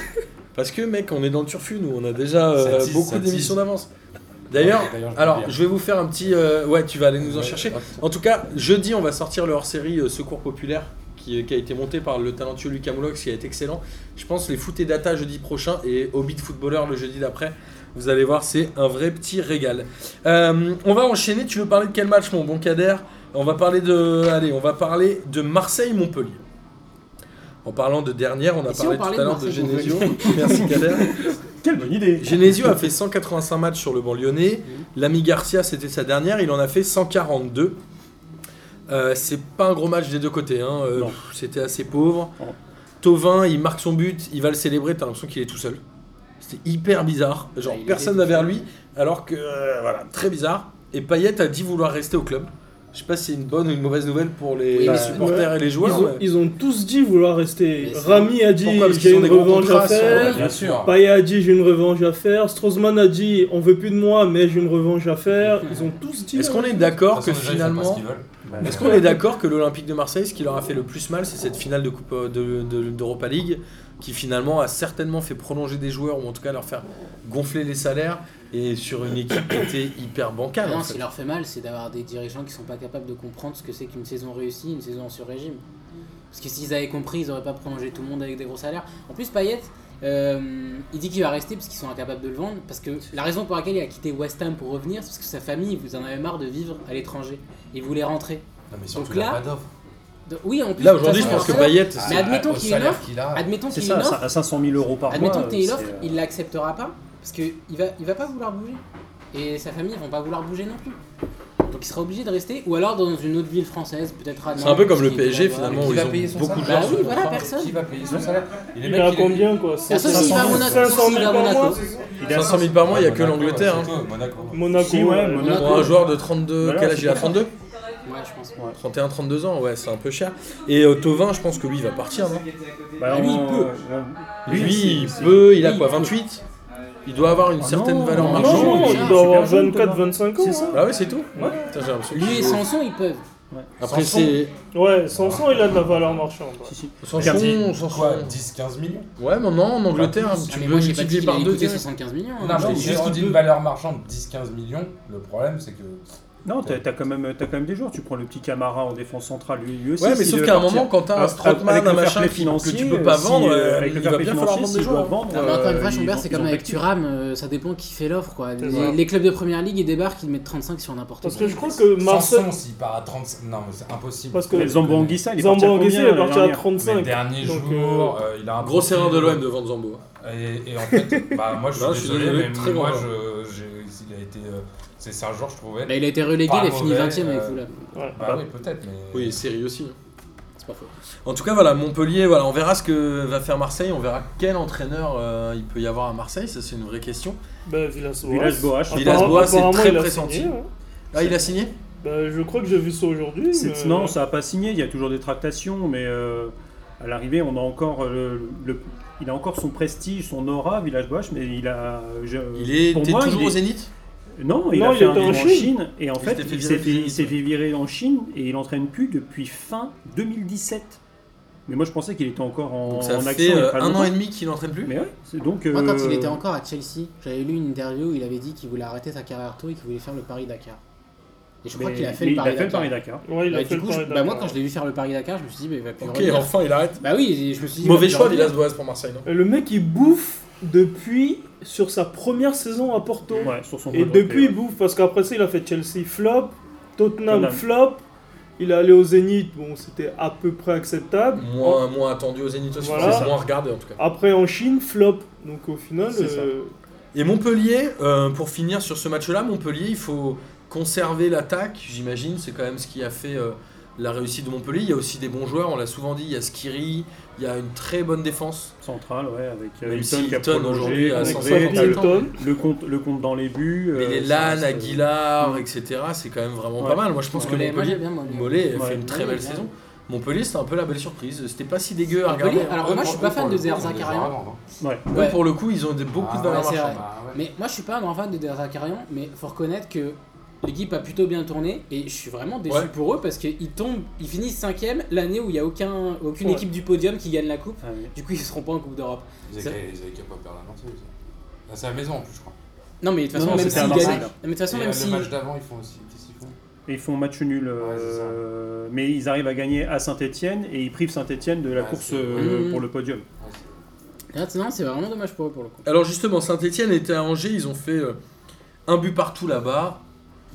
[SPEAKER 1] Parce que mec, on est dans le turfu, nous, on a déjà euh,
[SPEAKER 5] Ça tease,
[SPEAKER 1] beaucoup
[SPEAKER 5] ça tease.
[SPEAKER 1] d'émissions d'avance. D'ailleurs,
[SPEAKER 5] Ouais, d'ailleurs, je peux
[SPEAKER 1] alors
[SPEAKER 5] dire.
[SPEAKER 1] je vais vous faire un petit, euh, ouais, tu vas aller nous en
[SPEAKER 5] Ouais,
[SPEAKER 1] chercher.
[SPEAKER 5] hop.
[SPEAKER 1] En tout cas, jeudi, on va sortir le hors-série euh, Secours populaire qui, qui a été monté par le talentueux Lucas Moulox, qui a été excellent. Je pense les foot et data jeudi prochain et Hobbit footballeur le jeudi d'après. Vous allez voir, c'est un vrai petit régal. Euh, on va enchaîner. Tu veux parler de quel match, mon bon Kader On va parler de, allez, on va parler de Marseille Montpellier. En parlant de dernière, on a
[SPEAKER 3] Et si
[SPEAKER 1] parlé tout
[SPEAKER 3] on
[SPEAKER 1] à
[SPEAKER 3] parlait de
[SPEAKER 1] l'heure de
[SPEAKER 3] Marseille
[SPEAKER 1] Genesio. Merci Kader.
[SPEAKER 4] Quelle bonne idée
[SPEAKER 1] Genesio a fait 185 matchs sur le banc lyonnais. L'ami Garcia, c'était sa dernière. Il en a fait 142. Euh, c'est pas un gros match des deux côtés. hein. Euh,
[SPEAKER 4] Non.
[SPEAKER 1] pff, c'était assez pauvre.
[SPEAKER 4] Non.
[SPEAKER 1] Tovin, il marque son but. Il va le célébrer. T'as l'impression qu'il est tout seul. C'était hyper bizarre. Genre,
[SPEAKER 3] Ah, il
[SPEAKER 1] personne
[SPEAKER 3] était
[SPEAKER 1] n'a
[SPEAKER 3] tout
[SPEAKER 1] vers
[SPEAKER 3] seul.
[SPEAKER 1] lui. Alors que, euh, voilà, très bizarre. Et Payet a dit vouloir rester au club. Je sais pas si c'est une bonne ou une mauvaise nouvelle pour les
[SPEAKER 3] Oui, mais-
[SPEAKER 1] supporters et les
[SPEAKER 2] Ils
[SPEAKER 1] joueurs.
[SPEAKER 2] ont,
[SPEAKER 1] mais-
[SPEAKER 2] ils ont tous dit vouloir rester.
[SPEAKER 3] Mais c'est-
[SPEAKER 2] Rami a dit
[SPEAKER 1] Pourquoi Parce qu'ils
[SPEAKER 2] j'ai
[SPEAKER 1] ont
[SPEAKER 2] une
[SPEAKER 1] des gros
[SPEAKER 2] revanche
[SPEAKER 1] contrats,
[SPEAKER 2] à
[SPEAKER 1] ça,
[SPEAKER 5] Ouais,
[SPEAKER 2] faire.
[SPEAKER 5] Bien sûr.
[SPEAKER 2] Payet a dit j'ai une revanche à faire. Straussman a dit on veut plus de moi mais j'ai une revanche à faire. Ils ont tous dit. hein.
[SPEAKER 1] Est-ce
[SPEAKER 2] la
[SPEAKER 1] qu'on
[SPEAKER 2] même
[SPEAKER 1] est
[SPEAKER 2] chose.
[SPEAKER 1] d'accord
[SPEAKER 5] De
[SPEAKER 1] que
[SPEAKER 5] toute façon, déjà, ils font pas ce
[SPEAKER 1] finalement.
[SPEAKER 5] qu'ils veulent.
[SPEAKER 1] Est-ce qu'on est d'accord que l'Olympique de Marseille, ce qui leur a fait le plus mal, c'est cette finale de Coupe euh, de- de- d'Europa League, qui finalement a certainement fait prolonger des joueurs, ou en tout cas leur faire gonfler les salaires, et sur une équipe qui était hyper bancale.
[SPEAKER 3] non,
[SPEAKER 1] en
[SPEAKER 3] ce
[SPEAKER 1] fait.
[SPEAKER 3] qui leur fait mal, c'est d'avoir des dirigeants qui sont pas capables de comprendre ce que c'est qu'une saison réussie, une saison en sur-régime. Parce que s'ils avaient compris, ils auraient pas prolongé tout le monde avec des gros salaires. En plus, Payet, euh, il dit qu'il va rester parce qu'ils sont incapables de le vendre. Parce que la raison pour laquelle il a quitté West Ham pour revenir, c'est parce que sa famille, vous en avez marre de vivre à l'étranger. Il voulait rentrer.
[SPEAKER 5] Non, mais surtout,
[SPEAKER 3] Donc
[SPEAKER 5] il a
[SPEAKER 3] là,
[SPEAKER 5] pas d'offre.
[SPEAKER 3] Donc, oui, en plus.
[SPEAKER 1] Là
[SPEAKER 3] de toute
[SPEAKER 1] aujourd'hui, je
[SPEAKER 3] façon,
[SPEAKER 1] pense que
[SPEAKER 3] Marcelo-
[SPEAKER 1] Payet,
[SPEAKER 3] Mais admettons
[SPEAKER 5] au
[SPEAKER 3] qu'il y ait une
[SPEAKER 5] salaire
[SPEAKER 3] offre,
[SPEAKER 5] qu'il a.
[SPEAKER 3] Admettons
[SPEAKER 4] C'est
[SPEAKER 3] qu'il y ait
[SPEAKER 4] ça,
[SPEAKER 3] une
[SPEAKER 4] à cin-
[SPEAKER 3] offre.
[SPEAKER 4] à 500 000 euros par
[SPEAKER 3] Admettons
[SPEAKER 4] mois.
[SPEAKER 3] que t'aies une
[SPEAKER 4] euh,
[SPEAKER 3] offre,
[SPEAKER 4] c'est, euh,
[SPEAKER 3] il l'acceptera pas parce que il va, il va pas vouloir bouger et sa famille ils vont pas vouloir bouger non plus. Donc il sera obligé de rester ou alors dans une autre ville française, peut-être à
[SPEAKER 1] C'est
[SPEAKER 3] Nantes,
[SPEAKER 1] un peu comme
[SPEAKER 3] parce
[SPEAKER 1] le
[SPEAKER 3] qu'il
[SPEAKER 1] PSG,
[SPEAKER 3] pourrait
[SPEAKER 1] finalement,
[SPEAKER 5] Mais
[SPEAKER 1] où
[SPEAKER 5] qui
[SPEAKER 1] ils
[SPEAKER 5] va
[SPEAKER 1] ont
[SPEAKER 5] payer son
[SPEAKER 1] beaucoup de gens.
[SPEAKER 5] salaire
[SPEAKER 3] Bah
[SPEAKER 1] sur
[SPEAKER 3] oui,
[SPEAKER 1] le
[SPEAKER 3] voilà,
[SPEAKER 1] contrat.
[SPEAKER 3] personne.
[SPEAKER 5] Qui va payer son salaire Et les
[SPEAKER 2] Il
[SPEAKER 5] mecs,
[SPEAKER 2] est à
[SPEAKER 5] il est-
[SPEAKER 2] combien quoi
[SPEAKER 3] Ah, ça, s'il va à Monaco,
[SPEAKER 2] 500
[SPEAKER 3] s'il
[SPEAKER 2] 000
[SPEAKER 3] va à
[SPEAKER 2] par mois
[SPEAKER 3] Monaco.
[SPEAKER 4] il est à
[SPEAKER 1] 500 000
[SPEAKER 4] 500
[SPEAKER 1] par mois, il n'y a que
[SPEAKER 5] Monaco,
[SPEAKER 1] l'Angleterre. hein.
[SPEAKER 5] surtout, Monaco.
[SPEAKER 2] Monaco.
[SPEAKER 4] Si, ouais,
[SPEAKER 2] ouais.
[SPEAKER 4] Monaco.
[SPEAKER 1] Pour un joueur de 32,
[SPEAKER 4] Voilà,
[SPEAKER 1] quel âge il a
[SPEAKER 4] c'est
[SPEAKER 1] 32
[SPEAKER 3] Ouais, je pense.
[SPEAKER 1] 31-32 ans, ouais, c'est un peu cher. Et euh, Thauvin, je pense que lui, il va partir. non
[SPEAKER 4] bah, euh,
[SPEAKER 3] Lui,
[SPEAKER 4] on-
[SPEAKER 3] il peut.
[SPEAKER 4] on-
[SPEAKER 1] Lui,
[SPEAKER 4] si,
[SPEAKER 1] il
[SPEAKER 4] si.
[SPEAKER 1] peut, il a quoi 28 Il doit avoir une
[SPEAKER 4] Ah
[SPEAKER 1] certaine
[SPEAKER 4] non,
[SPEAKER 1] valeur
[SPEAKER 4] non,
[SPEAKER 2] Non,
[SPEAKER 1] marchande.
[SPEAKER 2] non,
[SPEAKER 4] Super
[SPEAKER 2] il doit avoir
[SPEAKER 4] jeune, Thomas.
[SPEAKER 2] 24-25 ans.
[SPEAKER 4] C'est ça.
[SPEAKER 2] hein.
[SPEAKER 1] Ah ouais, c'est tout
[SPEAKER 4] Ouais.
[SPEAKER 1] Putain, j'ai l'impression
[SPEAKER 3] Lui
[SPEAKER 1] qu'il
[SPEAKER 3] et
[SPEAKER 1] faut-
[SPEAKER 3] Samson ils peuvent.
[SPEAKER 1] Après,
[SPEAKER 5] Samson.
[SPEAKER 1] c'est.
[SPEAKER 2] Ouais, Samson il a de la valeur marchande. ouais.
[SPEAKER 4] Si, si.
[SPEAKER 1] Samson, Samson.
[SPEAKER 5] Quoi 10-15 millions
[SPEAKER 1] Ouais, mais non, en Angleterre,
[SPEAKER 3] Ah,
[SPEAKER 1] tu
[SPEAKER 3] mais
[SPEAKER 1] veux
[SPEAKER 3] moi j'ai pas dit
[SPEAKER 1] multiplier
[SPEAKER 3] qu'il
[SPEAKER 1] par
[SPEAKER 3] allait
[SPEAKER 1] deux.
[SPEAKER 3] coûter
[SPEAKER 1] direct.
[SPEAKER 3] 75 millions. hein.
[SPEAKER 5] Non,
[SPEAKER 4] non,
[SPEAKER 5] mais
[SPEAKER 4] juste
[SPEAKER 5] juste on dit
[SPEAKER 4] deux.
[SPEAKER 5] une valeur marchande 10-15 millions. Le problème, c'est que.
[SPEAKER 4] Non, t'as t'as quand, même- t'as quand même des joueurs. Tu prends le petit Camara en défense centrale, lui, lui aussi.
[SPEAKER 1] Ouais, mais
[SPEAKER 4] s'il
[SPEAKER 1] sauf
[SPEAKER 4] devait
[SPEAKER 1] qu'à un
[SPEAKER 4] partir.
[SPEAKER 1] moment, quand t'as un
[SPEAKER 4] Avec- avec
[SPEAKER 1] Strootman,
[SPEAKER 4] le
[SPEAKER 1] un
[SPEAKER 4] fair
[SPEAKER 1] machin qui-
[SPEAKER 4] play
[SPEAKER 1] que tu
[SPEAKER 4] financier,
[SPEAKER 1] peux pas
[SPEAKER 4] si,
[SPEAKER 1] vendre,
[SPEAKER 4] euh,
[SPEAKER 1] euh,
[SPEAKER 4] avec le
[SPEAKER 1] il
[SPEAKER 4] fair
[SPEAKER 1] va
[SPEAKER 4] play
[SPEAKER 1] bien falloir
[SPEAKER 4] financier,
[SPEAKER 1] vendre des
[SPEAKER 4] s'ils doivent
[SPEAKER 1] joueurs.
[SPEAKER 3] Non,
[SPEAKER 4] vendre,
[SPEAKER 3] mais encore une
[SPEAKER 4] euh,
[SPEAKER 3] fois, Chambert,
[SPEAKER 4] ils
[SPEAKER 3] c'est
[SPEAKER 4] ont-
[SPEAKER 3] comme
[SPEAKER 4] ils ont
[SPEAKER 3] avec
[SPEAKER 4] pris-
[SPEAKER 3] Thuram, euh, ça dépend qui fait l'offre quoi.
[SPEAKER 2] C'est
[SPEAKER 3] Les,
[SPEAKER 2] vrai.
[SPEAKER 3] les clubs de première ligue ils débarquent, ils mettent 35 sur n'importe quoi.
[SPEAKER 2] Parce que je crois que Marseille.
[SPEAKER 5] Samson, s'il part à 30. Non, mais c'est impossible.
[SPEAKER 2] Parce que
[SPEAKER 4] Les Zambo Anguissa, il est parti à
[SPEAKER 2] Zambo
[SPEAKER 4] combien,
[SPEAKER 2] Anguissa il est
[SPEAKER 4] l'année
[SPEAKER 2] parti à
[SPEAKER 4] dernière
[SPEAKER 2] 35.
[SPEAKER 5] Le dernier
[SPEAKER 2] Donc,
[SPEAKER 5] jour, euh, il a un
[SPEAKER 1] Grosse
[SPEAKER 5] profil- euh,
[SPEAKER 1] erreur de l'OM de vendre Zambo.
[SPEAKER 5] Et, et en fait, bah,
[SPEAKER 1] [laughs]
[SPEAKER 5] moi je suis
[SPEAKER 1] Non, je suis
[SPEAKER 5] désolé,
[SPEAKER 1] désolé,
[SPEAKER 5] mais
[SPEAKER 1] très
[SPEAKER 5] moi
[SPEAKER 1] grand
[SPEAKER 5] je, j'ai- il a été. euh, c'est Sergio, je trouvais.
[SPEAKER 3] Bah, il a été relégué,
[SPEAKER 5] Pas
[SPEAKER 3] il a fini
[SPEAKER 5] mauvais,
[SPEAKER 3] 20ème avec
[SPEAKER 5] euh,
[SPEAKER 3] vous là.
[SPEAKER 5] Bah oui, peut-être, mais.
[SPEAKER 1] Ah. Oui, et série aussi. hein.
[SPEAKER 3] C'est pas faux.
[SPEAKER 1] En tout cas, voilà, Montpellier, voilà, on verra ce que va faire Marseille, on verra quel entraîneur euh, il peut y avoir à Marseille, ça c'est une vraie question.
[SPEAKER 2] Bah, Villas-Boas.
[SPEAKER 4] Villas-Boas, je
[SPEAKER 1] Villas-Boas, c'est
[SPEAKER 2] Apparemment,
[SPEAKER 1] très
[SPEAKER 2] il a
[SPEAKER 1] pressenti.
[SPEAKER 2] signé, hein.
[SPEAKER 1] Ah, il a signé
[SPEAKER 2] Bah, je crois que j'ai vu ça aujourd'hui.
[SPEAKER 4] C'est-
[SPEAKER 2] mais-
[SPEAKER 4] Non, ça n'a pas signé, il y a toujours des tractations, mais euh, à l'arrivée, on a encore euh, le, il a encore son prestige, son aura, Village Boas, mais il a. je-
[SPEAKER 1] Il est
[SPEAKER 4] pour
[SPEAKER 1] t'es
[SPEAKER 4] moi,
[SPEAKER 1] toujours
[SPEAKER 4] il
[SPEAKER 1] au
[SPEAKER 4] est-
[SPEAKER 1] Zénith
[SPEAKER 4] Non, il
[SPEAKER 2] Non,
[SPEAKER 4] a
[SPEAKER 2] il
[SPEAKER 4] fait un
[SPEAKER 2] était en
[SPEAKER 4] deal en
[SPEAKER 2] Chine.
[SPEAKER 4] Chine. et en
[SPEAKER 1] Il
[SPEAKER 4] fait,
[SPEAKER 1] s'était fait
[SPEAKER 4] il
[SPEAKER 1] virer
[SPEAKER 4] s'est
[SPEAKER 1] de
[SPEAKER 4] fait,
[SPEAKER 1] Chine,
[SPEAKER 4] il s'est
[SPEAKER 1] ouais.
[SPEAKER 4] fait virer en Chine et il entraîne plus depuis fin 2017. Mais moi, je pensais qu'il était encore en,
[SPEAKER 1] Donc ça
[SPEAKER 4] en action.
[SPEAKER 1] fait
[SPEAKER 4] il y a
[SPEAKER 1] euh,
[SPEAKER 4] pas
[SPEAKER 1] un
[SPEAKER 4] longtemps.
[SPEAKER 1] an et demi qu'il n'entraîne plus.
[SPEAKER 4] Mais ouais, c'est donc.
[SPEAKER 3] Moi, quand il
[SPEAKER 4] euh,
[SPEAKER 3] était encore à Chelsea, j'avais lu une interview où il avait dit qu'il voulait arrêter sa carrière tôt et qu'il voulait faire le Paris-Dakar. Et je
[SPEAKER 4] Mais
[SPEAKER 3] crois qu'il a fait
[SPEAKER 4] mais
[SPEAKER 3] le
[SPEAKER 4] il a fait le
[SPEAKER 3] Paris-Dakar.
[SPEAKER 4] Paris-Dakar.
[SPEAKER 2] Ouais, il a
[SPEAKER 3] Bah,
[SPEAKER 2] fait
[SPEAKER 3] du
[SPEAKER 2] le
[SPEAKER 3] coup, je-
[SPEAKER 2] Paris
[SPEAKER 3] bah,
[SPEAKER 2] Dakar.
[SPEAKER 3] moi, quand je l'ai vu faire le Paris-Dakar, je me suis dit, bah, il va plus
[SPEAKER 1] Ok,
[SPEAKER 3] revenir.
[SPEAKER 1] enfin il arrête.
[SPEAKER 3] Bah oui, je me suis dit.
[SPEAKER 1] Mauvais
[SPEAKER 3] il va
[SPEAKER 1] choix,
[SPEAKER 3] plus revenir.
[SPEAKER 1] Villas-Boas pour Marseille, non
[SPEAKER 2] Euh, Le mec, il bouffe depuis sur sa première saison à Porto.
[SPEAKER 4] Ouais, sur son
[SPEAKER 2] Et
[SPEAKER 4] mode de
[SPEAKER 2] depuis, il
[SPEAKER 4] repli, ouais.
[SPEAKER 2] bouffe parce qu'après ça, il a fait Chelsea flop, Tottenham
[SPEAKER 4] Tottenham.
[SPEAKER 2] flop. Il est allé au Zénith, bon, c'était à peu près acceptable.
[SPEAKER 3] Oh.
[SPEAKER 1] moins, moins attendu aux Zénith aussi,
[SPEAKER 2] Voilà.
[SPEAKER 1] c'est moins regardé en tout cas.
[SPEAKER 2] Après en Chine, flop. Donc au final,
[SPEAKER 4] C'est ça.
[SPEAKER 2] euh,
[SPEAKER 1] Et Montpellier, euh, pour finir sur ce match-là, Montpellier, il faut conserver l'attaque, j'imagine, c'est quand même ce qui a fait euh, la réussite de Montpellier. Il y a aussi des bons joueurs, on l'a souvent dit, il y a Skiri, il y a une très bonne défense.
[SPEAKER 4] Central, ouais, avec euh,
[SPEAKER 1] Même
[SPEAKER 4] Hilton
[SPEAKER 1] si
[SPEAKER 4] qui a
[SPEAKER 1] Hilton,
[SPEAKER 4] prolongé,
[SPEAKER 1] aujourd'hui, à
[SPEAKER 2] avec
[SPEAKER 1] cent
[SPEAKER 4] André,
[SPEAKER 1] cinquante
[SPEAKER 4] t'as le-
[SPEAKER 1] ans.
[SPEAKER 2] Hilton.
[SPEAKER 4] le compte, le compte dans les buts.
[SPEAKER 1] Mais
[SPEAKER 4] euh,
[SPEAKER 1] les
[SPEAKER 4] ça
[SPEAKER 1] Lannes,
[SPEAKER 4] reste, euh,
[SPEAKER 1] Aguilar,
[SPEAKER 4] Mm.
[SPEAKER 1] etc., c'est quand même vraiment
[SPEAKER 4] Ouais.
[SPEAKER 1] pas mal. Moi, je pense que
[SPEAKER 3] Mollet, moi,
[SPEAKER 1] Montpellier,
[SPEAKER 3] j'aime bien, moi, Mollet.
[SPEAKER 1] Mollet
[SPEAKER 4] Ouais.
[SPEAKER 1] fait une très
[SPEAKER 3] Mollet,
[SPEAKER 1] belle
[SPEAKER 3] bien.
[SPEAKER 1] saison. Montpellier, c'était un peu la belle surprise. C'était pas si dégueu à
[SPEAKER 3] Montpellier,
[SPEAKER 1] regarder.
[SPEAKER 3] alors, moi, je suis pas fan de Zerza carrément.
[SPEAKER 5] hein.
[SPEAKER 4] Ouais.
[SPEAKER 1] Eux,
[SPEAKER 3] Ouais. Ah,
[SPEAKER 1] pour le coup, ils ont des-
[SPEAKER 5] Ah
[SPEAKER 1] beaucoup de valeur
[SPEAKER 3] ouais, c'est
[SPEAKER 1] marchande.
[SPEAKER 3] vrai. Mais moi, je suis pas un grand fan de Derza Carillon, mais faut reconnaître que l'équipe a plutôt bien tourné et je suis vraiment déçu
[SPEAKER 1] Ouais.
[SPEAKER 3] pour eux parce qu'ils tombent, ils finissent cinquième l'année où il n'y a aucun, aucune
[SPEAKER 2] Ouais.
[SPEAKER 3] équipe du podium qui gagne la coupe.
[SPEAKER 4] Ah oui.
[SPEAKER 3] Du coup, ils seront pas en Coupe d'Europe.
[SPEAKER 5] Ils
[SPEAKER 3] C'est-
[SPEAKER 5] avaient ils avaient qu'à pas perdre à Marseille. ça. Là, C'est à la maison en plus, je crois.
[SPEAKER 3] Non, mais de toute
[SPEAKER 4] Non,
[SPEAKER 3] façon,
[SPEAKER 4] non,
[SPEAKER 3] même
[SPEAKER 4] c'était à
[SPEAKER 3] s'ils
[SPEAKER 4] Marseille,
[SPEAKER 3] gagnent.
[SPEAKER 4] là.
[SPEAKER 3] Non, mais de toute façon,
[SPEAKER 5] Et,
[SPEAKER 3] même
[SPEAKER 5] euh,
[SPEAKER 3] si.
[SPEAKER 5] le match d'avant, ils font aussi. Qu'est-ce qu'ils font
[SPEAKER 4] Et ils font match nul, euh, mais ils arrivent à gagner à Saint-Etienne et ils privent Saint-Etienne de la
[SPEAKER 5] Ouais,
[SPEAKER 4] course
[SPEAKER 5] c'est-
[SPEAKER 4] euh,
[SPEAKER 3] Mmh.
[SPEAKER 4] pour le podium.
[SPEAKER 5] Ouais, c'est-
[SPEAKER 3] Ah, Non, c'est vraiment dommage pour eux pour le coup.
[SPEAKER 1] Alors justement, Saint-Etienne était à Angers, ils ont fait euh, un but partout là-bas.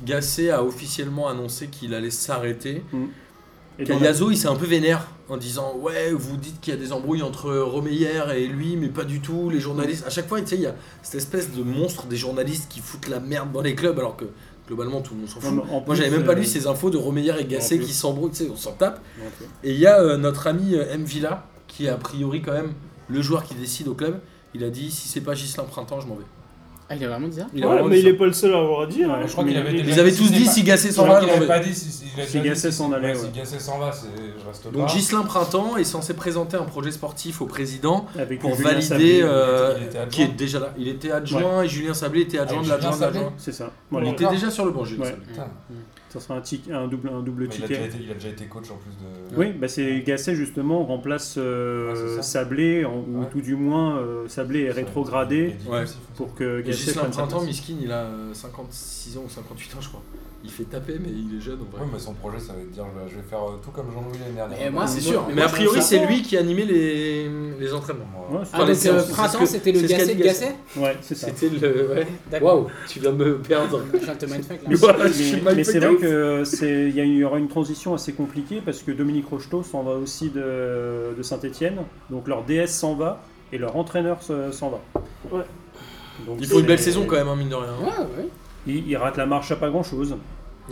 [SPEAKER 1] Gasset a officiellement annoncé qu'il allait s'arrêter.
[SPEAKER 4] Et dans la-
[SPEAKER 1] Cagliazzo, il s'est un peu vénère en disant Ouais, vous dites qu'il y a des embrouilles entre Romeyer et lui, mais pas du tout. Les journalistes, à chaque fois, tu sais, il y a cette espèce de monstre des journalistes qui foutent la merde dans les clubs alors que globalement tout le monde s'en fout.
[SPEAKER 4] Non, mais en
[SPEAKER 1] Moi,
[SPEAKER 4] plus,
[SPEAKER 1] j'avais même pas
[SPEAKER 4] euh,
[SPEAKER 1] lu ces infos de Romeyer et Gasset
[SPEAKER 4] en plus.
[SPEAKER 1] qui s'embrouillent, tu sais, on s'en tape.
[SPEAKER 4] non plus.
[SPEAKER 1] Et il y a euh, notre ami euh, M. Villa, qui est a priori quand même le joueur qui décide au club. Il a dit Si c'est pas Gislain Printemps, je m'en vais.
[SPEAKER 3] Ah, il a vraiment dit ça
[SPEAKER 1] Il a
[SPEAKER 2] Ouais,
[SPEAKER 1] vraiment
[SPEAKER 2] mais
[SPEAKER 1] dit
[SPEAKER 2] il
[SPEAKER 1] ça.
[SPEAKER 2] est pas le seul à avoir à dire.
[SPEAKER 4] Ouais,
[SPEAKER 2] hein.
[SPEAKER 5] je crois qu'il avait
[SPEAKER 2] Mais-
[SPEAKER 5] déjà-
[SPEAKER 1] Ils avaient tous
[SPEAKER 5] Si
[SPEAKER 1] dit
[SPEAKER 5] c'est
[SPEAKER 1] si Gasset s'en
[SPEAKER 5] Je
[SPEAKER 1] va,
[SPEAKER 5] crois qu'il
[SPEAKER 1] j'en
[SPEAKER 5] avait
[SPEAKER 1] vais.
[SPEAKER 5] pas dit si- si il a
[SPEAKER 4] Si
[SPEAKER 5] déjà dit
[SPEAKER 4] Gasset
[SPEAKER 5] si-
[SPEAKER 4] s'en allait,
[SPEAKER 5] Si
[SPEAKER 4] ouais.
[SPEAKER 5] Gasset s'en va, c'est- je reste
[SPEAKER 1] Donc
[SPEAKER 5] pas.
[SPEAKER 1] Ghislain Printemps est censé présenter un projet sportif au président
[SPEAKER 4] Avec
[SPEAKER 1] pour
[SPEAKER 4] Julien
[SPEAKER 1] valider,
[SPEAKER 4] Sablé,
[SPEAKER 1] euh,
[SPEAKER 5] il était adjoint.
[SPEAKER 1] qui est déjà là. Il était adjoint et Julien Sablé était adjoint
[SPEAKER 5] Ah,
[SPEAKER 1] de
[SPEAKER 5] Julien
[SPEAKER 1] l'adjoint de
[SPEAKER 5] Sablé.
[SPEAKER 1] l'adjoint.
[SPEAKER 4] C'est ça.
[SPEAKER 1] Il
[SPEAKER 4] Voilà.
[SPEAKER 1] était déjà sur le banc, Julien
[SPEAKER 4] Ouais.
[SPEAKER 1] Sablé.
[SPEAKER 5] Putain.
[SPEAKER 4] Ça sera un, tic- un double, un double
[SPEAKER 5] Mais il,
[SPEAKER 4] ticket.
[SPEAKER 5] a déjà été, il a déjà été coach en plus de.
[SPEAKER 4] Oui, bah c'est Gasset justement remplace euh,
[SPEAKER 5] Ouais, Ah, c'est ça.
[SPEAKER 4] Sablé, en- ou
[SPEAKER 5] Ouais.
[SPEAKER 4] tout du moins euh, Sablé est rétrogradé
[SPEAKER 5] Il a dit
[SPEAKER 1] Ouais.
[SPEAKER 5] aussi, faut-
[SPEAKER 4] pour que
[SPEAKER 1] Et
[SPEAKER 4] Gasset
[SPEAKER 1] Ghislain
[SPEAKER 4] prenne sa
[SPEAKER 1] Printemps,
[SPEAKER 4] place.
[SPEAKER 1] Miskin, il a euh, 56 ans ou 58 ans, je crois. Il fait taper, mais il est jeune en vrai.
[SPEAKER 5] Oui, mais son projet, ça veut dire je vais faire euh, tout comme Jean-Louis l'année dernière.
[SPEAKER 3] Mais
[SPEAKER 1] Ah,
[SPEAKER 3] moi,
[SPEAKER 1] c'est
[SPEAKER 3] Mais
[SPEAKER 1] sûr.
[SPEAKER 3] moi,
[SPEAKER 1] Mais
[SPEAKER 3] moi,
[SPEAKER 1] a
[SPEAKER 3] je
[SPEAKER 1] priori,
[SPEAKER 3] trouve ça
[SPEAKER 1] c'est
[SPEAKER 3] fort.
[SPEAKER 1] lui qui animait les, les entraînements.
[SPEAKER 5] Moi,
[SPEAKER 4] Ouais,
[SPEAKER 3] Ah,
[SPEAKER 1] les
[SPEAKER 3] donc euh,
[SPEAKER 1] séances, c'est ce que-
[SPEAKER 3] printemps, c'était le
[SPEAKER 1] c'est ce qu'a
[SPEAKER 3] Gasset
[SPEAKER 1] dit
[SPEAKER 3] de
[SPEAKER 1] Gasset.
[SPEAKER 3] Gasset
[SPEAKER 4] c'est- ouais, c'est ça.
[SPEAKER 1] C'était le. Ouais.
[SPEAKER 3] D'accord.
[SPEAKER 1] Waouh, tu viens de me perdre.
[SPEAKER 3] Je viens de te mindfuck, là.
[SPEAKER 1] Mais voilà, je suis
[SPEAKER 4] Mais,
[SPEAKER 1] mal
[SPEAKER 4] mais c'est
[SPEAKER 1] pété
[SPEAKER 4] vrai
[SPEAKER 1] ouf.
[SPEAKER 4] qu'il y, a- il y aura une transition assez compliquée parce que Dominique Rocheteau s'en va aussi de, Saint-Etienne. Donc leur DS s'en va et leur entraîneur se- s'en va.
[SPEAKER 2] Ouais.
[SPEAKER 4] Donc
[SPEAKER 1] Ils font une belle
[SPEAKER 4] c'est-
[SPEAKER 1] saison quand même, hein, mine de rien.
[SPEAKER 3] Ouais, ouais.
[SPEAKER 4] Ils, ils ratent la marche à pas grand-chose.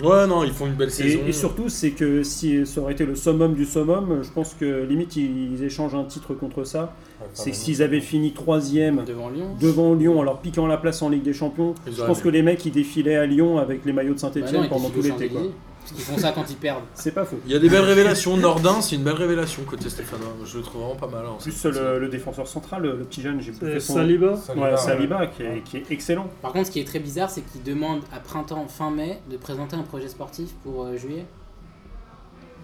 [SPEAKER 1] Ouais, non, ils font une belle
[SPEAKER 4] Et,
[SPEAKER 1] saison.
[SPEAKER 4] et surtout, c'est que si ça aurait été le summum du summum, je pense que limite ils, ils échangent un titre contre ça.
[SPEAKER 1] Ah bah
[SPEAKER 4] C'est que s'ils avaient fini troisième
[SPEAKER 3] Bah, Devant Lyon.
[SPEAKER 4] devant Lyon en leur piquant la place en Ligue des Champions,
[SPEAKER 1] Ils
[SPEAKER 4] je
[SPEAKER 1] auraient
[SPEAKER 4] pense
[SPEAKER 1] mis.
[SPEAKER 4] que les mecs ils défilaient à Lyon avec les maillots de
[SPEAKER 3] Bah
[SPEAKER 4] Saint-Etienne
[SPEAKER 3] non, ils
[SPEAKER 4] pendant
[SPEAKER 3] étaient
[SPEAKER 4] tout
[SPEAKER 3] sous
[SPEAKER 4] l'été. quoi.
[SPEAKER 3] Champs-Élysées, Parce qu'ils font ça quand ils perdent.
[SPEAKER 4] C'est pas faux.
[SPEAKER 1] Il y a des belles révélations. Nordin, c'est une belle révélation côté Stéphanois. Je le trouve vraiment pas mal. hein.
[SPEAKER 4] Plus euh, le, le défenseur central, le, le petit jeune, j'ai plus
[SPEAKER 2] C'est
[SPEAKER 4] fait son
[SPEAKER 2] Saliba.
[SPEAKER 4] Ouais, Saliba, qui est, qui est excellent.
[SPEAKER 3] Par contre, ce qui est très bizarre, c'est qu'ils demandent à printemps, fin mai, de présenter un projet sportif pour euh, juillet.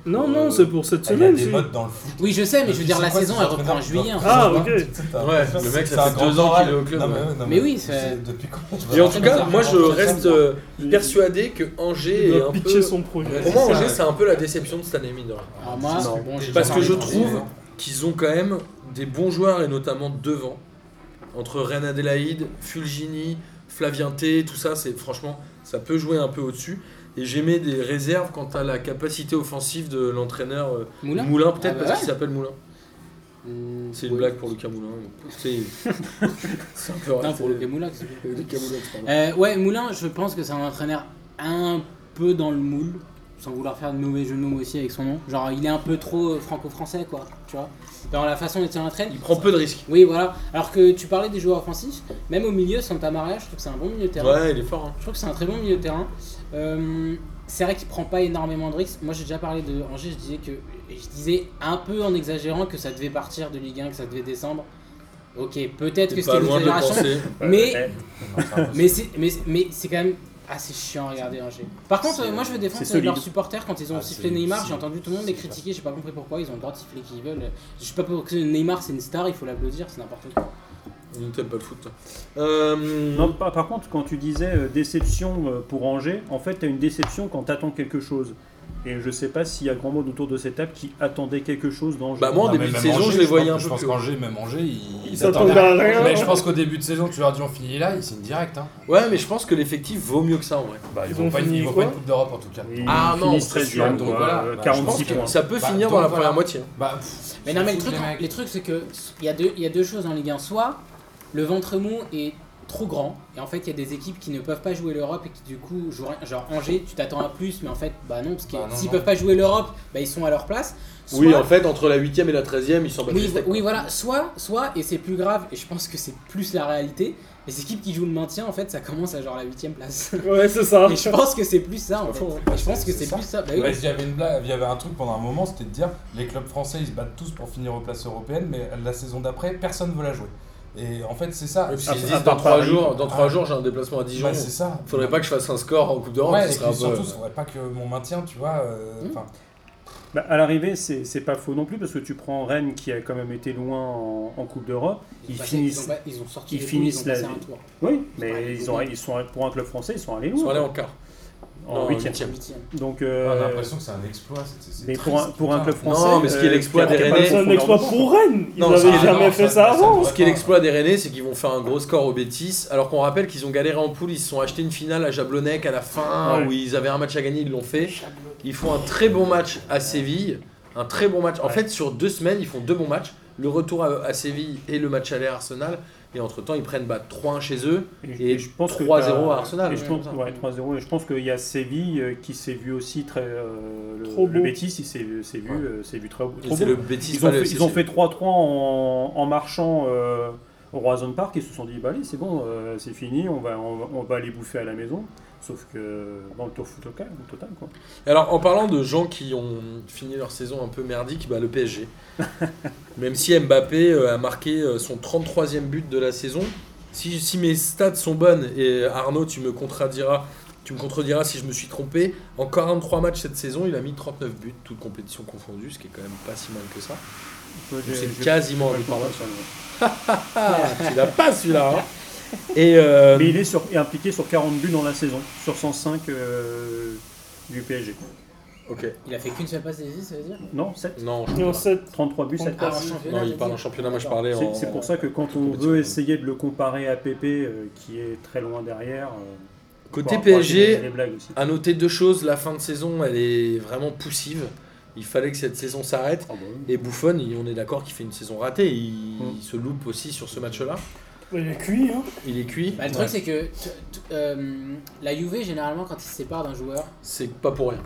[SPEAKER 2] Non,
[SPEAKER 5] Euh,
[SPEAKER 2] non, c'est pour cette
[SPEAKER 5] Il y a
[SPEAKER 2] semaine.
[SPEAKER 5] des
[SPEAKER 2] si.
[SPEAKER 5] modes dans le foot.
[SPEAKER 3] Oui, je sais, mais
[SPEAKER 5] Depuis
[SPEAKER 3] je veux dire, la
[SPEAKER 5] cinq ans,
[SPEAKER 3] saison,
[SPEAKER 5] ces
[SPEAKER 3] elle reprend en
[SPEAKER 5] entraîneurs
[SPEAKER 3] juillet. hein.
[SPEAKER 5] doivent-
[SPEAKER 3] en
[SPEAKER 2] Ah,
[SPEAKER 3] fait.
[SPEAKER 2] ok.
[SPEAKER 1] Ouais, le mec, ça fait deux ans qu'il est au club,
[SPEAKER 5] Non, mais,
[SPEAKER 1] ouais.
[SPEAKER 5] non,
[SPEAKER 3] Mais oui,
[SPEAKER 5] c'est-
[SPEAKER 3] c'est-
[SPEAKER 5] Depuis quand
[SPEAKER 1] Et en tout cas, moi je
[SPEAKER 5] Entraîneur,
[SPEAKER 1] reste
[SPEAKER 5] entraîneur.
[SPEAKER 1] euh, persuadé que Angers
[SPEAKER 2] Il
[SPEAKER 1] est
[SPEAKER 2] doit
[SPEAKER 1] un
[SPEAKER 2] pitcher
[SPEAKER 1] peu.
[SPEAKER 2] son projet.
[SPEAKER 1] Pour moi,
[SPEAKER 5] C'est ça,
[SPEAKER 1] Angers,
[SPEAKER 5] ouais.
[SPEAKER 1] c'est un peu la déception de cette année, mine de rien.
[SPEAKER 3] Alors moi,
[SPEAKER 4] Non.
[SPEAKER 3] bon, j'ai
[SPEAKER 1] Parce
[SPEAKER 3] pas
[SPEAKER 1] que
[SPEAKER 3] envie
[SPEAKER 1] je
[SPEAKER 3] de penser,
[SPEAKER 1] trouve
[SPEAKER 3] mais-
[SPEAKER 1] qu'ils ont quand même des bons joueurs et notamment devant. Entre Reine Adélaïde, Fulgini, Flavien T, tout ça, c'est franchement, ça peut jouer un peu au-dessus. Et j'aimais des réserves quant à la capacité offensive de l'entraîneur euh,
[SPEAKER 3] Moulin
[SPEAKER 1] Moulin, peut-être
[SPEAKER 3] Ah bah
[SPEAKER 1] parce
[SPEAKER 3] ouais.
[SPEAKER 1] qu'il s'appelle Moulin.
[SPEAKER 3] Mmh,
[SPEAKER 1] C'est une
[SPEAKER 3] ouais.
[SPEAKER 1] blague pour Lucas Moulin. C'est
[SPEAKER 3] [laughs]
[SPEAKER 1] c'est un peu
[SPEAKER 3] Non,
[SPEAKER 1] rare,
[SPEAKER 3] pour
[SPEAKER 1] c'est-
[SPEAKER 3] Lucas Moulin. c'est-
[SPEAKER 1] euh, Lucas Moulin, pardon.
[SPEAKER 3] Euh, ouais, Moulin, je pense que c'est un entraîneur un peu dans le moule, sans vouloir faire de mauvais jeux de mots aussi avec son nom. Genre, il est un peu trop euh, franco-français, quoi, tu vois. Dans la façon dont il entraîne.
[SPEAKER 1] Il prend peu de risques.
[SPEAKER 3] Oui, voilà. Alors que tu parlais des joueurs offensifs, même au milieu, Santa Maria, je trouve que c'est un bon milieu de terrain.
[SPEAKER 1] Ouais, il est fort. hein.
[SPEAKER 3] Je trouve que c'est un très bon milieu de terrain. Euh, c'est vrai qu'il prend pas énormément de risques. Moi, j'ai déjà parlé de Angers. Je disais que et je disais un peu en exagérant que ça devait partir de Ligue 1, que ça devait descendre. Ok, peut-être que
[SPEAKER 1] T'es
[SPEAKER 3] c'était
[SPEAKER 1] pas
[SPEAKER 3] une
[SPEAKER 1] loin de le
[SPEAKER 3] exagération,
[SPEAKER 1] penser.
[SPEAKER 3] mais
[SPEAKER 4] Ouais,
[SPEAKER 5] Non, c'est impossible.
[SPEAKER 3] mais c'est mais, mais c'est quand même assez chiant à regarder Angers. Par contre,
[SPEAKER 4] C'est-
[SPEAKER 3] euh, moi je veux défendre
[SPEAKER 4] c'est solide.
[SPEAKER 3] leurs supporters quand ils ont
[SPEAKER 5] Ah,
[SPEAKER 3] sifflé
[SPEAKER 5] c'est-
[SPEAKER 3] Neymar.
[SPEAKER 5] c'est-
[SPEAKER 3] J'ai entendu tout le monde
[SPEAKER 5] c'est
[SPEAKER 3] les critiquer, j'ai pas compris pourquoi. Ils ont le droit de siffler qui veulent. Je suis pas pour que Neymar c'est une star, il faut l'applaudir, c'est n'importe quoi.
[SPEAKER 1] On ne t'aime pas le foot. Euh,
[SPEAKER 4] Non, par par contre, quand tu disais euh, déception euh, pour Angers, en fait, tu as une déception quand tu attends quelque chose. Et je sais pas s'il y a grand monde autour de cette table qui attendait quelque chose d'Angers.
[SPEAKER 1] Bah, moi, en
[SPEAKER 5] Non, mais
[SPEAKER 1] début de
[SPEAKER 5] même
[SPEAKER 1] saison,
[SPEAKER 5] Angers,
[SPEAKER 1] je les voyais
[SPEAKER 5] pense-
[SPEAKER 1] un peu
[SPEAKER 5] Je pense
[SPEAKER 1] plus
[SPEAKER 5] qu'Angers, même Angers, ils
[SPEAKER 2] Ils
[SPEAKER 5] s'attendaient
[SPEAKER 2] s'attendent à rien.
[SPEAKER 5] Mais je pense qu'au début de saison, tu leur dis on finit là, ils signent direct. Hein.
[SPEAKER 1] Ouais, mais je pense que l'effectif vaut mieux que ça en vrai.
[SPEAKER 5] Bah, ils
[SPEAKER 2] Ils
[SPEAKER 5] vont
[SPEAKER 2] ont
[SPEAKER 5] pas,
[SPEAKER 2] fini
[SPEAKER 5] ils vont pas
[SPEAKER 2] quoi
[SPEAKER 5] une Coupe d'Europe en tout cas.
[SPEAKER 4] Ils
[SPEAKER 1] Ah, non,
[SPEAKER 4] finissent
[SPEAKER 1] c'est
[SPEAKER 4] 13
[SPEAKER 5] sûr,
[SPEAKER 4] e
[SPEAKER 5] donc
[SPEAKER 4] quoi,
[SPEAKER 5] voilà.
[SPEAKER 4] euh,
[SPEAKER 5] Bah, je pense
[SPEAKER 4] 46
[SPEAKER 5] que
[SPEAKER 4] points.
[SPEAKER 1] Ça peut
[SPEAKER 5] Bah,
[SPEAKER 1] finir
[SPEAKER 5] donc,
[SPEAKER 1] dans la
[SPEAKER 5] voilà.
[SPEAKER 1] première moitié. hein.
[SPEAKER 5] Bah,
[SPEAKER 4] Ah
[SPEAKER 5] pff,
[SPEAKER 3] Mais
[SPEAKER 5] je
[SPEAKER 3] non,
[SPEAKER 5] m'en
[SPEAKER 3] mais le
[SPEAKER 5] fous
[SPEAKER 3] truc,
[SPEAKER 5] des mecs.
[SPEAKER 3] les trucs, c'est que il y, a deux- il y a deux choses en Ligue 1. Soit le ventre mou est trop grand, et en fait, il y a des équipes qui ne peuvent pas jouer l'Europe et qui, du coup, jouent rien. Genre Angers, tu t'attends à plus, mais en fait, bah non, parce que
[SPEAKER 5] Bah non,
[SPEAKER 3] s'ils
[SPEAKER 5] non.
[SPEAKER 3] peuvent pas jouer l'Europe, bah ils sont à leur place. Soit-
[SPEAKER 1] Oui, en fait, entre la 8 et la 13 e ils s'en battent
[SPEAKER 3] Oui,
[SPEAKER 1] les steaks,
[SPEAKER 3] vo- oui, voilà, soit, soit, et c'est plus grave, et je pense que c'est plus la réalité, les équipes qui jouent le maintien, en fait, ça commence à genre la 8 place.
[SPEAKER 2] Ouais, c'est ça.
[SPEAKER 3] Et je pense que c'est plus ça, en
[SPEAKER 5] pas
[SPEAKER 3] fait.
[SPEAKER 5] faux,
[SPEAKER 3] Et Je pense que
[SPEAKER 5] C'est
[SPEAKER 3] c'est
[SPEAKER 5] ça.
[SPEAKER 3] plus ça. Bah oui.
[SPEAKER 5] Ouais, Il y avait une blague, il y avait un truc pendant un moment, c'était de dire les clubs français ils se battent tous pour finir aux places européennes, mais la saison d'après personne veut la jouer. Et en fait c'est ça.
[SPEAKER 1] quoi. Puis
[SPEAKER 5] C'est-
[SPEAKER 4] Ah,
[SPEAKER 1] ils se
[SPEAKER 4] à
[SPEAKER 1] disent
[SPEAKER 4] part
[SPEAKER 1] dans 3
[SPEAKER 4] Paris.
[SPEAKER 1] jours, dans trois
[SPEAKER 5] Ah.
[SPEAKER 1] jours j'ai un déplacement à Dijon.
[SPEAKER 3] Bah,
[SPEAKER 5] ouais, c'est ça.
[SPEAKER 1] Faudrait pas que je fasse un score en Coupe d'Europe,
[SPEAKER 5] Ouais,
[SPEAKER 1] ce
[SPEAKER 5] et
[SPEAKER 1] serait un
[SPEAKER 5] puis surtout,
[SPEAKER 1] peu. euh,
[SPEAKER 5] faudrait pas que mon maintien, tu vois.
[SPEAKER 4] Hmm.
[SPEAKER 5] euh,
[SPEAKER 3] Mm.
[SPEAKER 5] enfin,
[SPEAKER 4] Bah, à l'arrivée, c'est c'est pas faux non plus, parce que tu prends Rennes qui a quand même été loin en, en Coupe d'Europe.
[SPEAKER 3] Ils
[SPEAKER 4] Ils,
[SPEAKER 3] ont passé-
[SPEAKER 4] finissent.
[SPEAKER 3] ils ont pas- Ils ont sorti.
[SPEAKER 4] ils
[SPEAKER 3] les poules,
[SPEAKER 4] finissent
[SPEAKER 3] ils ont
[SPEAKER 4] la-
[SPEAKER 3] passé un tour.
[SPEAKER 4] Oui, mais
[SPEAKER 3] Ils
[SPEAKER 4] ils,
[SPEAKER 3] sont
[SPEAKER 4] ont,
[SPEAKER 3] allés-
[SPEAKER 4] ils sont pour un club français, ils sont allés
[SPEAKER 1] Ils sont
[SPEAKER 4] loin.
[SPEAKER 1] allés en quart. non,
[SPEAKER 4] en huitième.
[SPEAKER 1] huitième.
[SPEAKER 3] Huitième.
[SPEAKER 4] Donc,
[SPEAKER 5] on
[SPEAKER 4] euh,
[SPEAKER 5] a l'impression que c'est un exploit. c'est- c'est- c'est
[SPEAKER 4] mais
[SPEAKER 5] triste,
[SPEAKER 4] pour un, pour un
[SPEAKER 5] putain.
[SPEAKER 4] club français.
[SPEAKER 1] Non, mais ce qui est
[SPEAKER 4] euh,
[SPEAKER 1] l'exploit
[SPEAKER 4] qui a-
[SPEAKER 1] des
[SPEAKER 4] qui a
[SPEAKER 1] Rennais-
[SPEAKER 2] C'est
[SPEAKER 4] pas le
[SPEAKER 2] un
[SPEAKER 4] fond
[SPEAKER 2] exploit
[SPEAKER 4] dans le
[SPEAKER 2] pour Rennes. Ils
[SPEAKER 1] Non, ça,
[SPEAKER 2] n'avaient
[SPEAKER 1] ah,
[SPEAKER 2] jamais
[SPEAKER 5] non,
[SPEAKER 2] fait
[SPEAKER 5] ça,
[SPEAKER 2] ça,
[SPEAKER 5] ça
[SPEAKER 2] avant.
[SPEAKER 5] doit-
[SPEAKER 1] Ce qui est l'exploit des Rennais, c'est qu'ils vont faire un gros score au Bétis, alors qu'en rappelle qu'ils ont galéré en poule, ils se sont achetés une finale à Jablonec à la fin,
[SPEAKER 4] Ouais.
[SPEAKER 1] où ils avaient un match à gagner, ils l'ont fait. Ils font un très bon match à Séville, un très bon match. En
[SPEAKER 4] Ouais.
[SPEAKER 1] fait, sur deux semaines, ils font deux bons matchs, le retour à, à Séville et le match aller à Arsenal, et entre-temps, ils prennent bah, 3-1 chez eux.
[SPEAKER 4] Et,
[SPEAKER 1] Et
[SPEAKER 4] je pense que
[SPEAKER 1] 3-0
[SPEAKER 4] t'as-
[SPEAKER 1] à Arsenal,
[SPEAKER 4] Et je
[SPEAKER 1] ouais,
[SPEAKER 4] pense,
[SPEAKER 1] comme ça.
[SPEAKER 4] ouais, 3-0. Et je pense qu'il y a Séville euh, qui s'est vu aussi très. euh, le,
[SPEAKER 2] Trop
[SPEAKER 4] le
[SPEAKER 2] beau.
[SPEAKER 4] Betis, il s'est s'est vu,
[SPEAKER 5] Ouais.
[SPEAKER 4] euh, s'est vu très, trop
[SPEAKER 1] Et c'est
[SPEAKER 4] beau.
[SPEAKER 1] le Bétis,
[SPEAKER 4] Ils
[SPEAKER 1] pas
[SPEAKER 4] ont,
[SPEAKER 1] le
[SPEAKER 4] fait, ils ont
[SPEAKER 1] FC.
[SPEAKER 4] fait 3-3 en, en marchant euh, au Roison Park. Ils se sont dit, bah allez, c'est bon, euh, c'est fini, on va, on, va- on va aller bouffer à la maison. Sauf que euh, dans le tour foot local, au total, quoi.
[SPEAKER 1] Alors, en parlant de gens qui ont fini leur saison un peu merdique, bah, le
[SPEAKER 4] [laughs]
[SPEAKER 1] PSG. Même si Mbappé euh, a marqué euh, son 33e but de la saison, si, si mes stats sont bonnes, et Arnaud, tu me contrediras, tu me contrediras si je me suis trompé, en 43 matchs cette saison, il a mis 39 buts, toutes compétitions confondues, ce qui est quand même pas si mal que ça.
[SPEAKER 4] Moi,
[SPEAKER 1] Donc,
[SPEAKER 4] j'ai-
[SPEAKER 1] C'est
[SPEAKER 4] j'ai-
[SPEAKER 1] quasiment un
[SPEAKER 4] j'ai
[SPEAKER 1] but
[SPEAKER 4] pas
[SPEAKER 1] par match.
[SPEAKER 4] ça, mais-
[SPEAKER 1] Ah, tu l'as pas celui-là hein.
[SPEAKER 4] [laughs]
[SPEAKER 1] Et euh,
[SPEAKER 4] Mais il est, sur- est impliqué sur 40 buts dans la saison, sur 105 euh, du PSG.
[SPEAKER 1] Ok,
[SPEAKER 3] Il a fait qu'une seule passe décisive, ça veut dire
[SPEAKER 4] Non, 7.
[SPEAKER 1] non, je-
[SPEAKER 2] Et en sept-
[SPEAKER 4] 33 buts, 7
[SPEAKER 3] Ah, en
[SPEAKER 4] passes.
[SPEAKER 3] championnat,
[SPEAKER 1] non,
[SPEAKER 3] t'as
[SPEAKER 1] il parle
[SPEAKER 3] dit
[SPEAKER 1] en championnat, moi je parlais en.
[SPEAKER 4] C'est- C'est pour ça que quand on
[SPEAKER 1] compétition.
[SPEAKER 4] veut essayer de le comparer à Pépé, euh, qui est très loin derrière. euh,
[SPEAKER 1] Côté
[SPEAKER 4] pour- pour
[SPEAKER 1] PSG,
[SPEAKER 4] attirer les blagues aussi.
[SPEAKER 3] ah,
[SPEAKER 1] À noter deux choses, la fin de saison, elle est vraiment poussive. Il fallait que cette saison s'arrête.
[SPEAKER 4] Ah bon.
[SPEAKER 1] Et Buffon, il- on est d'accord qu'il fait une saison ratée. Il,
[SPEAKER 4] Mm.
[SPEAKER 1] il se loupe aussi sur ce match-là.
[SPEAKER 2] Il est cuit, hein.
[SPEAKER 1] Il est cuit.
[SPEAKER 3] Bah, le
[SPEAKER 1] Ouais.
[SPEAKER 3] truc, c'est que t- t- euh, la Juve, généralement, quand ils se séparent d'un joueur,
[SPEAKER 1] C'est pas pour rien.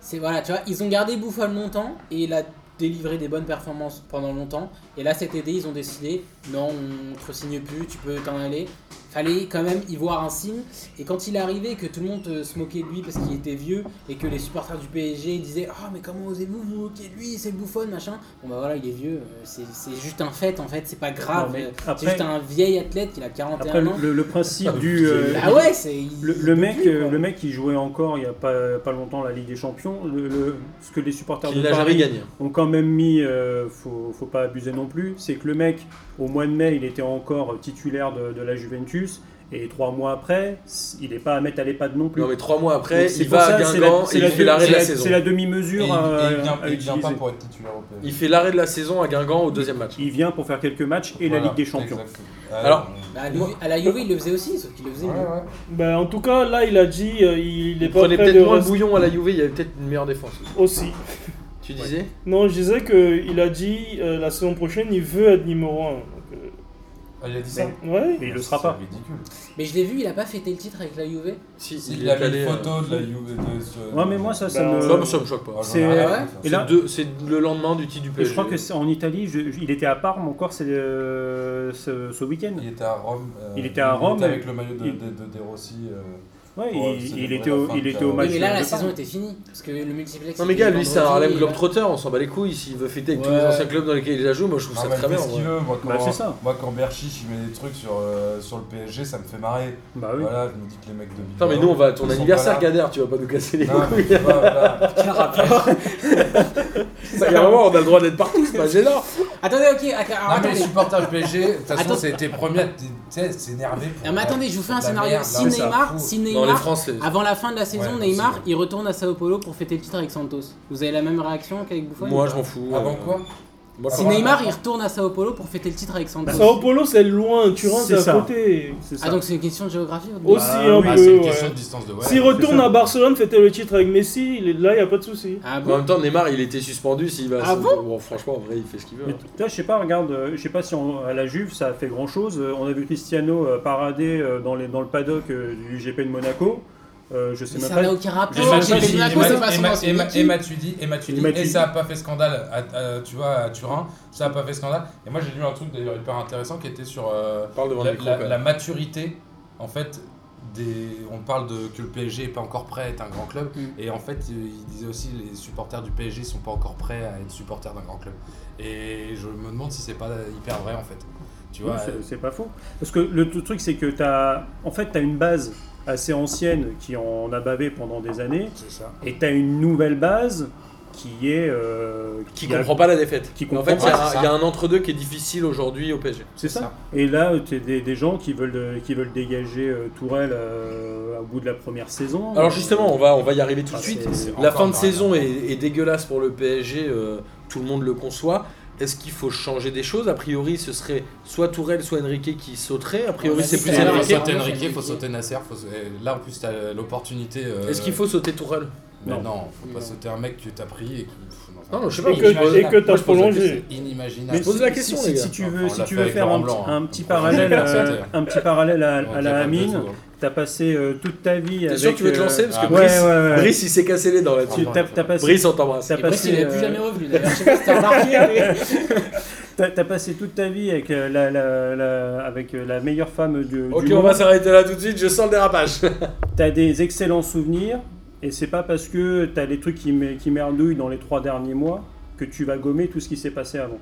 [SPEAKER 3] c'est voilà, tu vois, ils ont gardé Buffon longtemps et il a délivré des bonnes performances pendant longtemps. Et là, cet été, ils ont décidé non, on te signe plus, tu peux t'en aller. Fallait quand même y voir un signe. Et quand il est arrivé que tout le monde euh, se moquait de lui parce qu'il était vieux et que les supporters du PSG disaient Ah, mais comment osez-vous vous moquer de lui C'est Buffon, machin. Bon, bah voilà, il est vieux. euh, C'est c'est juste un fait en fait, c'est pas grave.
[SPEAKER 4] Non, mais
[SPEAKER 3] euh,
[SPEAKER 4] après-
[SPEAKER 3] C'est juste un vieil athlète qui a 41
[SPEAKER 4] Après,
[SPEAKER 3] ans.
[SPEAKER 4] le, le- le principe du. euh,
[SPEAKER 3] Ah ouais, c'est. il-
[SPEAKER 4] Le,
[SPEAKER 3] il
[SPEAKER 4] le
[SPEAKER 3] peut
[SPEAKER 4] mec,
[SPEAKER 3] plus,
[SPEAKER 4] euh,
[SPEAKER 3] quoi.
[SPEAKER 4] le mec, il jouait encore il n'y a pas, pas longtemps la Ligue des Champions. Le, le- ce que les supporters
[SPEAKER 1] Il
[SPEAKER 4] de
[SPEAKER 1] n'a jamais
[SPEAKER 4] Paris
[SPEAKER 1] gagné.
[SPEAKER 4] ont quand même mis, euh, faut, faut pas abuser non plus, c'est que le mec, au mois de mai, il était encore titulaire de, de la Juventus, et trois mois après, c- il n'est pas à mettre à l'EHPAD non plus.
[SPEAKER 1] Non, mais trois mois après,
[SPEAKER 4] Donc, c'est
[SPEAKER 1] il
[SPEAKER 4] pour
[SPEAKER 1] va
[SPEAKER 4] ça,
[SPEAKER 1] à
[SPEAKER 4] c'est
[SPEAKER 1] Guingamp
[SPEAKER 4] c'est
[SPEAKER 1] et il fait
[SPEAKER 4] deux-
[SPEAKER 1] l'arrêt de
[SPEAKER 4] c'est
[SPEAKER 1] la saison.
[SPEAKER 4] C'est la
[SPEAKER 5] Et il,
[SPEAKER 4] demi-mesure à,
[SPEAKER 5] et il vient,
[SPEAKER 4] euh, à
[SPEAKER 5] et il vient
[SPEAKER 4] utiliser.
[SPEAKER 5] pas pour être titulaire au PSG.
[SPEAKER 1] Il fait l'arrêt de la saison à Guingamp au deuxième match.
[SPEAKER 4] Il vient pour faire quelques matchs et
[SPEAKER 5] Voilà,
[SPEAKER 4] la Ligue des Champions.
[SPEAKER 5] exactement. Euh,
[SPEAKER 1] Alors-
[SPEAKER 3] Bah, à la Juve- à la Juve, il le faisait aussi, sauf qu'il le faisait
[SPEAKER 5] Ouais,
[SPEAKER 3] mieux.
[SPEAKER 5] ouais.
[SPEAKER 2] Ben, en tout cas, là, il a dit euh, il est
[SPEAKER 1] Il
[SPEAKER 2] pas
[SPEAKER 1] prenait
[SPEAKER 2] prêt de
[SPEAKER 1] peut-être moins le
[SPEAKER 2] rester
[SPEAKER 1] bouillon à la Juve, il y avait peut-être une meilleure défense.
[SPEAKER 2] aussi.
[SPEAKER 1] Tu disais
[SPEAKER 2] Non, je disais qu'il a dit euh, la saison prochaine, il veut être numéro 1.
[SPEAKER 5] Ah, il a dit ça.
[SPEAKER 2] Ouais.
[SPEAKER 4] Mais il le sera pas.
[SPEAKER 5] C'est ridicule.
[SPEAKER 3] Mais je l'ai vu, il a pas fêté le titre avec la Juve.
[SPEAKER 1] Si,
[SPEAKER 5] Il,
[SPEAKER 1] est
[SPEAKER 5] a mis
[SPEAKER 1] allé,
[SPEAKER 5] une
[SPEAKER 1] euh,
[SPEAKER 5] photo de la Juve. de ce-
[SPEAKER 4] Ouais, mais moi, ça, ça
[SPEAKER 2] Bah,
[SPEAKER 4] me.
[SPEAKER 1] Ça, moi, ça me choque pas.
[SPEAKER 5] Ah, j'en ai
[SPEAKER 4] c'est-
[SPEAKER 5] rien à
[SPEAKER 3] Ah ouais
[SPEAKER 5] faire.
[SPEAKER 4] Et là-
[SPEAKER 1] C'est deux- C'est le lendemain du titre du
[SPEAKER 4] Et
[SPEAKER 1] PSG.
[SPEAKER 4] je crois que c'est en Italie, je- je- il était à Parme encore c'est, euh, ce, ce week-end.
[SPEAKER 5] Il était à Rome. euh,
[SPEAKER 4] Il était à Rome,
[SPEAKER 5] avec le maillot de,
[SPEAKER 4] il-
[SPEAKER 5] de- de- De Rossi. euh,
[SPEAKER 4] Ouais,
[SPEAKER 5] Ouais,
[SPEAKER 4] il,
[SPEAKER 5] c'est
[SPEAKER 4] il
[SPEAKER 5] la
[SPEAKER 4] était au,
[SPEAKER 5] fin
[SPEAKER 4] il
[SPEAKER 5] de
[SPEAKER 4] était
[SPEAKER 5] la-
[SPEAKER 4] au
[SPEAKER 5] Oui,
[SPEAKER 4] match.
[SPEAKER 3] oui, mais là,
[SPEAKER 4] de
[SPEAKER 3] la
[SPEAKER 4] Parme.
[SPEAKER 3] saison était finie. Parce que le euh. multiplex.
[SPEAKER 1] Non mais gars, lui c'est un Harlem
[SPEAKER 3] problème
[SPEAKER 1] Globetrotter, on s'en bat les couilles, s'il veut fêter avec tous les
[SPEAKER 3] Ouais.
[SPEAKER 1] anciens clubs dans lesquels il a joué, moi je trouve
[SPEAKER 5] Non,
[SPEAKER 1] ça
[SPEAKER 5] mais
[SPEAKER 1] très bien.
[SPEAKER 5] Ah, qu'est-ce bah, qu'il
[SPEAKER 1] ouais.
[SPEAKER 5] veut, moi, quand,
[SPEAKER 4] Bah, c'est ça.
[SPEAKER 5] moi, quand Berchiche il met des trucs sur, euh, sur le PSG, ça me fait marrer.
[SPEAKER 4] Bah oui.
[SPEAKER 5] Voilà, je me dis que les mecs de
[SPEAKER 1] Putain mais nous on va à ton anniversaire Ah, Kader, tu vas pas nous casser les
[SPEAKER 5] Non, mais
[SPEAKER 1] couilles.
[SPEAKER 5] tu vois, voilà.
[SPEAKER 1] Il y a un moment on a le droit d'être partout, c'est pas gênant.
[SPEAKER 3] Attendez, ok, ok, alors,
[SPEAKER 5] Non, mais les
[SPEAKER 3] attendez.
[SPEAKER 5] supporters PSG, de toute façon,
[SPEAKER 3] Attends.
[SPEAKER 5] c'était premier à t- tu sais, s'énerver. pour-
[SPEAKER 3] Non, mais attendez, je vous fais
[SPEAKER 5] pour
[SPEAKER 3] un
[SPEAKER 5] de la
[SPEAKER 3] scénario.
[SPEAKER 5] merde,
[SPEAKER 3] Si
[SPEAKER 5] Bah, là, ça
[SPEAKER 3] Neymar,
[SPEAKER 5] fout.
[SPEAKER 3] si
[SPEAKER 1] Non, les
[SPEAKER 3] Neymar, Ah,
[SPEAKER 1] Français.
[SPEAKER 3] avant la fin de la saison,
[SPEAKER 5] Ouais,
[SPEAKER 3] Neymar,
[SPEAKER 5] possible.
[SPEAKER 3] il retourne à Sao Paulo pour fêter le titre avec Santos. Vous avez la même réaction qu'avec Buffon
[SPEAKER 1] Moi, je m'en fous.
[SPEAKER 5] Avant
[SPEAKER 1] euh,
[SPEAKER 5] quoi
[SPEAKER 1] moi, je
[SPEAKER 3] Si
[SPEAKER 1] m'en fous.
[SPEAKER 3] Neymar, il retourne à Sao Paulo pour fêter le titre avec
[SPEAKER 1] Bah,
[SPEAKER 3] Santos.
[SPEAKER 2] Sao Paulo, c'est loin, Turin,
[SPEAKER 4] C'est
[SPEAKER 2] c'est
[SPEAKER 4] ça.
[SPEAKER 2] à côté.
[SPEAKER 4] C'est ça.
[SPEAKER 3] Ah, donc c'est une question de géographie
[SPEAKER 1] Oh,
[SPEAKER 3] au
[SPEAKER 2] Aussi
[SPEAKER 4] Ah,
[SPEAKER 2] un
[SPEAKER 4] oui.
[SPEAKER 5] Ah,
[SPEAKER 2] peu.
[SPEAKER 5] c'est une
[SPEAKER 2] ouais.
[SPEAKER 5] question de distance de ouais.
[SPEAKER 2] S'il retourne à Barcelone, fêter le titre avec Messi, il est- là, il n'y a pas de souci.
[SPEAKER 3] Ah
[SPEAKER 1] En
[SPEAKER 3] bon
[SPEAKER 1] même temps, Neymar, il était suspendu s'il va. à
[SPEAKER 3] Ah
[SPEAKER 1] Sao Paulo. Bon, franchement, en vrai, il fait ce qu'il veut.
[SPEAKER 4] Mais
[SPEAKER 1] hein.
[SPEAKER 4] putain, je sais pas, regarde, euh, je sais pas si on- à la Juve ça a fait grand chose. On a vu Cristiano euh, parader euh, dans, les, dans le paddock euh, du GP de Monaco. Euh, je sais
[SPEAKER 3] Mais
[SPEAKER 4] même
[SPEAKER 3] ça
[SPEAKER 4] pas.
[SPEAKER 3] n'a aucun rapport.
[SPEAKER 5] J'ai
[SPEAKER 4] Emma-
[SPEAKER 3] J'ai fait
[SPEAKER 4] Emma-
[SPEAKER 3] Monaco, c'est pas son
[SPEAKER 5] Emma-
[SPEAKER 3] ancienne
[SPEAKER 5] Emma-
[SPEAKER 3] équipe.
[SPEAKER 5] Emma Tudy, Emma Tudy,
[SPEAKER 4] Emma
[SPEAKER 5] et
[SPEAKER 4] Tudy.
[SPEAKER 5] ça a pas fait scandale, à- à- tu vois, à Turin, ça a pas fait scandale. Et moi j'ai lu un truc d'ailleurs hyper intéressant qui était sur euh,
[SPEAKER 1] Parle devant
[SPEAKER 5] la,
[SPEAKER 1] le micro.
[SPEAKER 5] la-
[SPEAKER 1] quand même.
[SPEAKER 5] la maturité, en fait, des, on parle de que le PSG est pas encore prêt à être un grand club,
[SPEAKER 3] Mm.
[SPEAKER 5] et en fait, euh, il disait aussi les supporters du PSG sont pas encore prêts à être supporters d'un grand club. Et je me demande si c'est pas hyper vrai en fait. Tu
[SPEAKER 4] Oui,
[SPEAKER 5] vois, euh,
[SPEAKER 4] c'est- c'est pas faux. Parce que le t- truc, c'est que tu as, en fait, as une base assez ancienne qui en a bavé pendant des années,
[SPEAKER 5] c'est ça.
[SPEAKER 4] et tu as une nouvelle base qui est. euh,
[SPEAKER 1] Qui
[SPEAKER 4] a-
[SPEAKER 1] comprend pas la défaite.
[SPEAKER 4] Qui
[SPEAKER 1] en
[SPEAKER 4] comprend
[SPEAKER 1] fait, il y,
[SPEAKER 5] pas,
[SPEAKER 1] a-
[SPEAKER 5] c'est ça.
[SPEAKER 1] il y a un entre-deux qui est difficile aujourd'hui au PSG.
[SPEAKER 3] Oh.
[SPEAKER 4] C'est ça.
[SPEAKER 5] ça.
[SPEAKER 4] Et là, tu as des, des gens qui veulent, euh, qui veulent dégager euh, Tourelle euh, au bout de la première saison.
[SPEAKER 1] Alors justement, on va, on va y arriver tout
[SPEAKER 4] Ah,
[SPEAKER 1] de suite.
[SPEAKER 4] c'est-
[SPEAKER 5] c'est
[SPEAKER 1] La
[SPEAKER 5] encore
[SPEAKER 1] fin de
[SPEAKER 5] dans
[SPEAKER 1] saison
[SPEAKER 5] la-
[SPEAKER 1] est, est dégueulasse pour le PSG, euh, tout le monde le conçoit. Est-ce qu'il faut changer des choses A priori, ce serait soit Tourelle, soit Enrique qui sauterait. A priori,
[SPEAKER 3] Ouais,
[SPEAKER 1] c'est
[SPEAKER 3] c'est
[SPEAKER 1] plus
[SPEAKER 3] ça,
[SPEAKER 5] faut
[SPEAKER 1] Enrique.
[SPEAKER 5] sauter Enrique, faut sauter Nasser. Faut... sa- et Là en plus t'as l'opportunité. euh,
[SPEAKER 1] Est-ce qu'il faut sauter Tourelle
[SPEAKER 5] Mais non,
[SPEAKER 4] Non.
[SPEAKER 5] faut
[SPEAKER 3] Non.
[SPEAKER 5] pas sauter un mec que t'as pris et qui. pff,
[SPEAKER 1] Non, non, je sais pas.
[SPEAKER 2] Et
[SPEAKER 1] moi,
[SPEAKER 2] que,
[SPEAKER 1] je pose-
[SPEAKER 2] et que
[SPEAKER 1] moi,
[SPEAKER 2] t'as
[SPEAKER 1] je pose la
[SPEAKER 2] prolongé.
[SPEAKER 1] question.
[SPEAKER 5] Inimaginable.
[SPEAKER 1] Je Bah, pose la
[SPEAKER 4] si-
[SPEAKER 1] question,
[SPEAKER 4] si,
[SPEAKER 1] les
[SPEAKER 4] si
[SPEAKER 1] gars.
[SPEAKER 4] tu
[SPEAKER 5] Enfin,
[SPEAKER 4] veux,
[SPEAKER 5] on
[SPEAKER 4] si
[SPEAKER 5] l'a
[SPEAKER 4] tu
[SPEAKER 5] fait
[SPEAKER 4] veux
[SPEAKER 5] avec
[SPEAKER 4] faire un,
[SPEAKER 5] Laurent Blanc,
[SPEAKER 4] petit-
[SPEAKER 5] hein.
[SPEAKER 4] un petit
[SPEAKER 5] [laughs]
[SPEAKER 4] parallèle,
[SPEAKER 5] Ouais, c'est
[SPEAKER 4] euh,
[SPEAKER 5] vrai.
[SPEAKER 4] un petit parallèle à,
[SPEAKER 5] On
[SPEAKER 4] à
[SPEAKER 5] va
[SPEAKER 4] la
[SPEAKER 5] faire deux
[SPEAKER 4] Amine,
[SPEAKER 5] secondes.
[SPEAKER 4] t'as passé euh, toute ta vie avec.
[SPEAKER 1] T'es sûr que tu veux te
[SPEAKER 4] euh,
[SPEAKER 1] lancer Parce que
[SPEAKER 5] ah,
[SPEAKER 1] Brice,
[SPEAKER 4] ouais, ouais, ouais.
[SPEAKER 1] Brice, il s'est cassé les dents
[SPEAKER 4] Tu-
[SPEAKER 1] là-dessus.
[SPEAKER 4] t'as- t'as passé-
[SPEAKER 1] Brice, on t'embrasse.
[SPEAKER 4] t'as
[SPEAKER 3] Et Brice, il
[SPEAKER 4] passé,
[SPEAKER 3] n'est plus
[SPEAKER 4] euh,
[SPEAKER 3] jamais revenu d'ailleurs. Je sais pas si t'as remarqué, mais.
[SPEAKER 4] T'as t'as passé toute ta vie avec euh, la, la- la- avec euh, la meilleure femme du, du
[SPEAKER 1] Ok, on
[SPEAKER 4] monde.
[SPEAKER 1] va s'arrêter là tout de suite. Je sens le dérapage.
[SPEAKER 4] T'as des excellents souvenirs, et c'est pas parce que t'as des trucs qui, me- qui merdouillent dans les trois derniers mois que tu vas gommer tout ce qui s'est passé avant.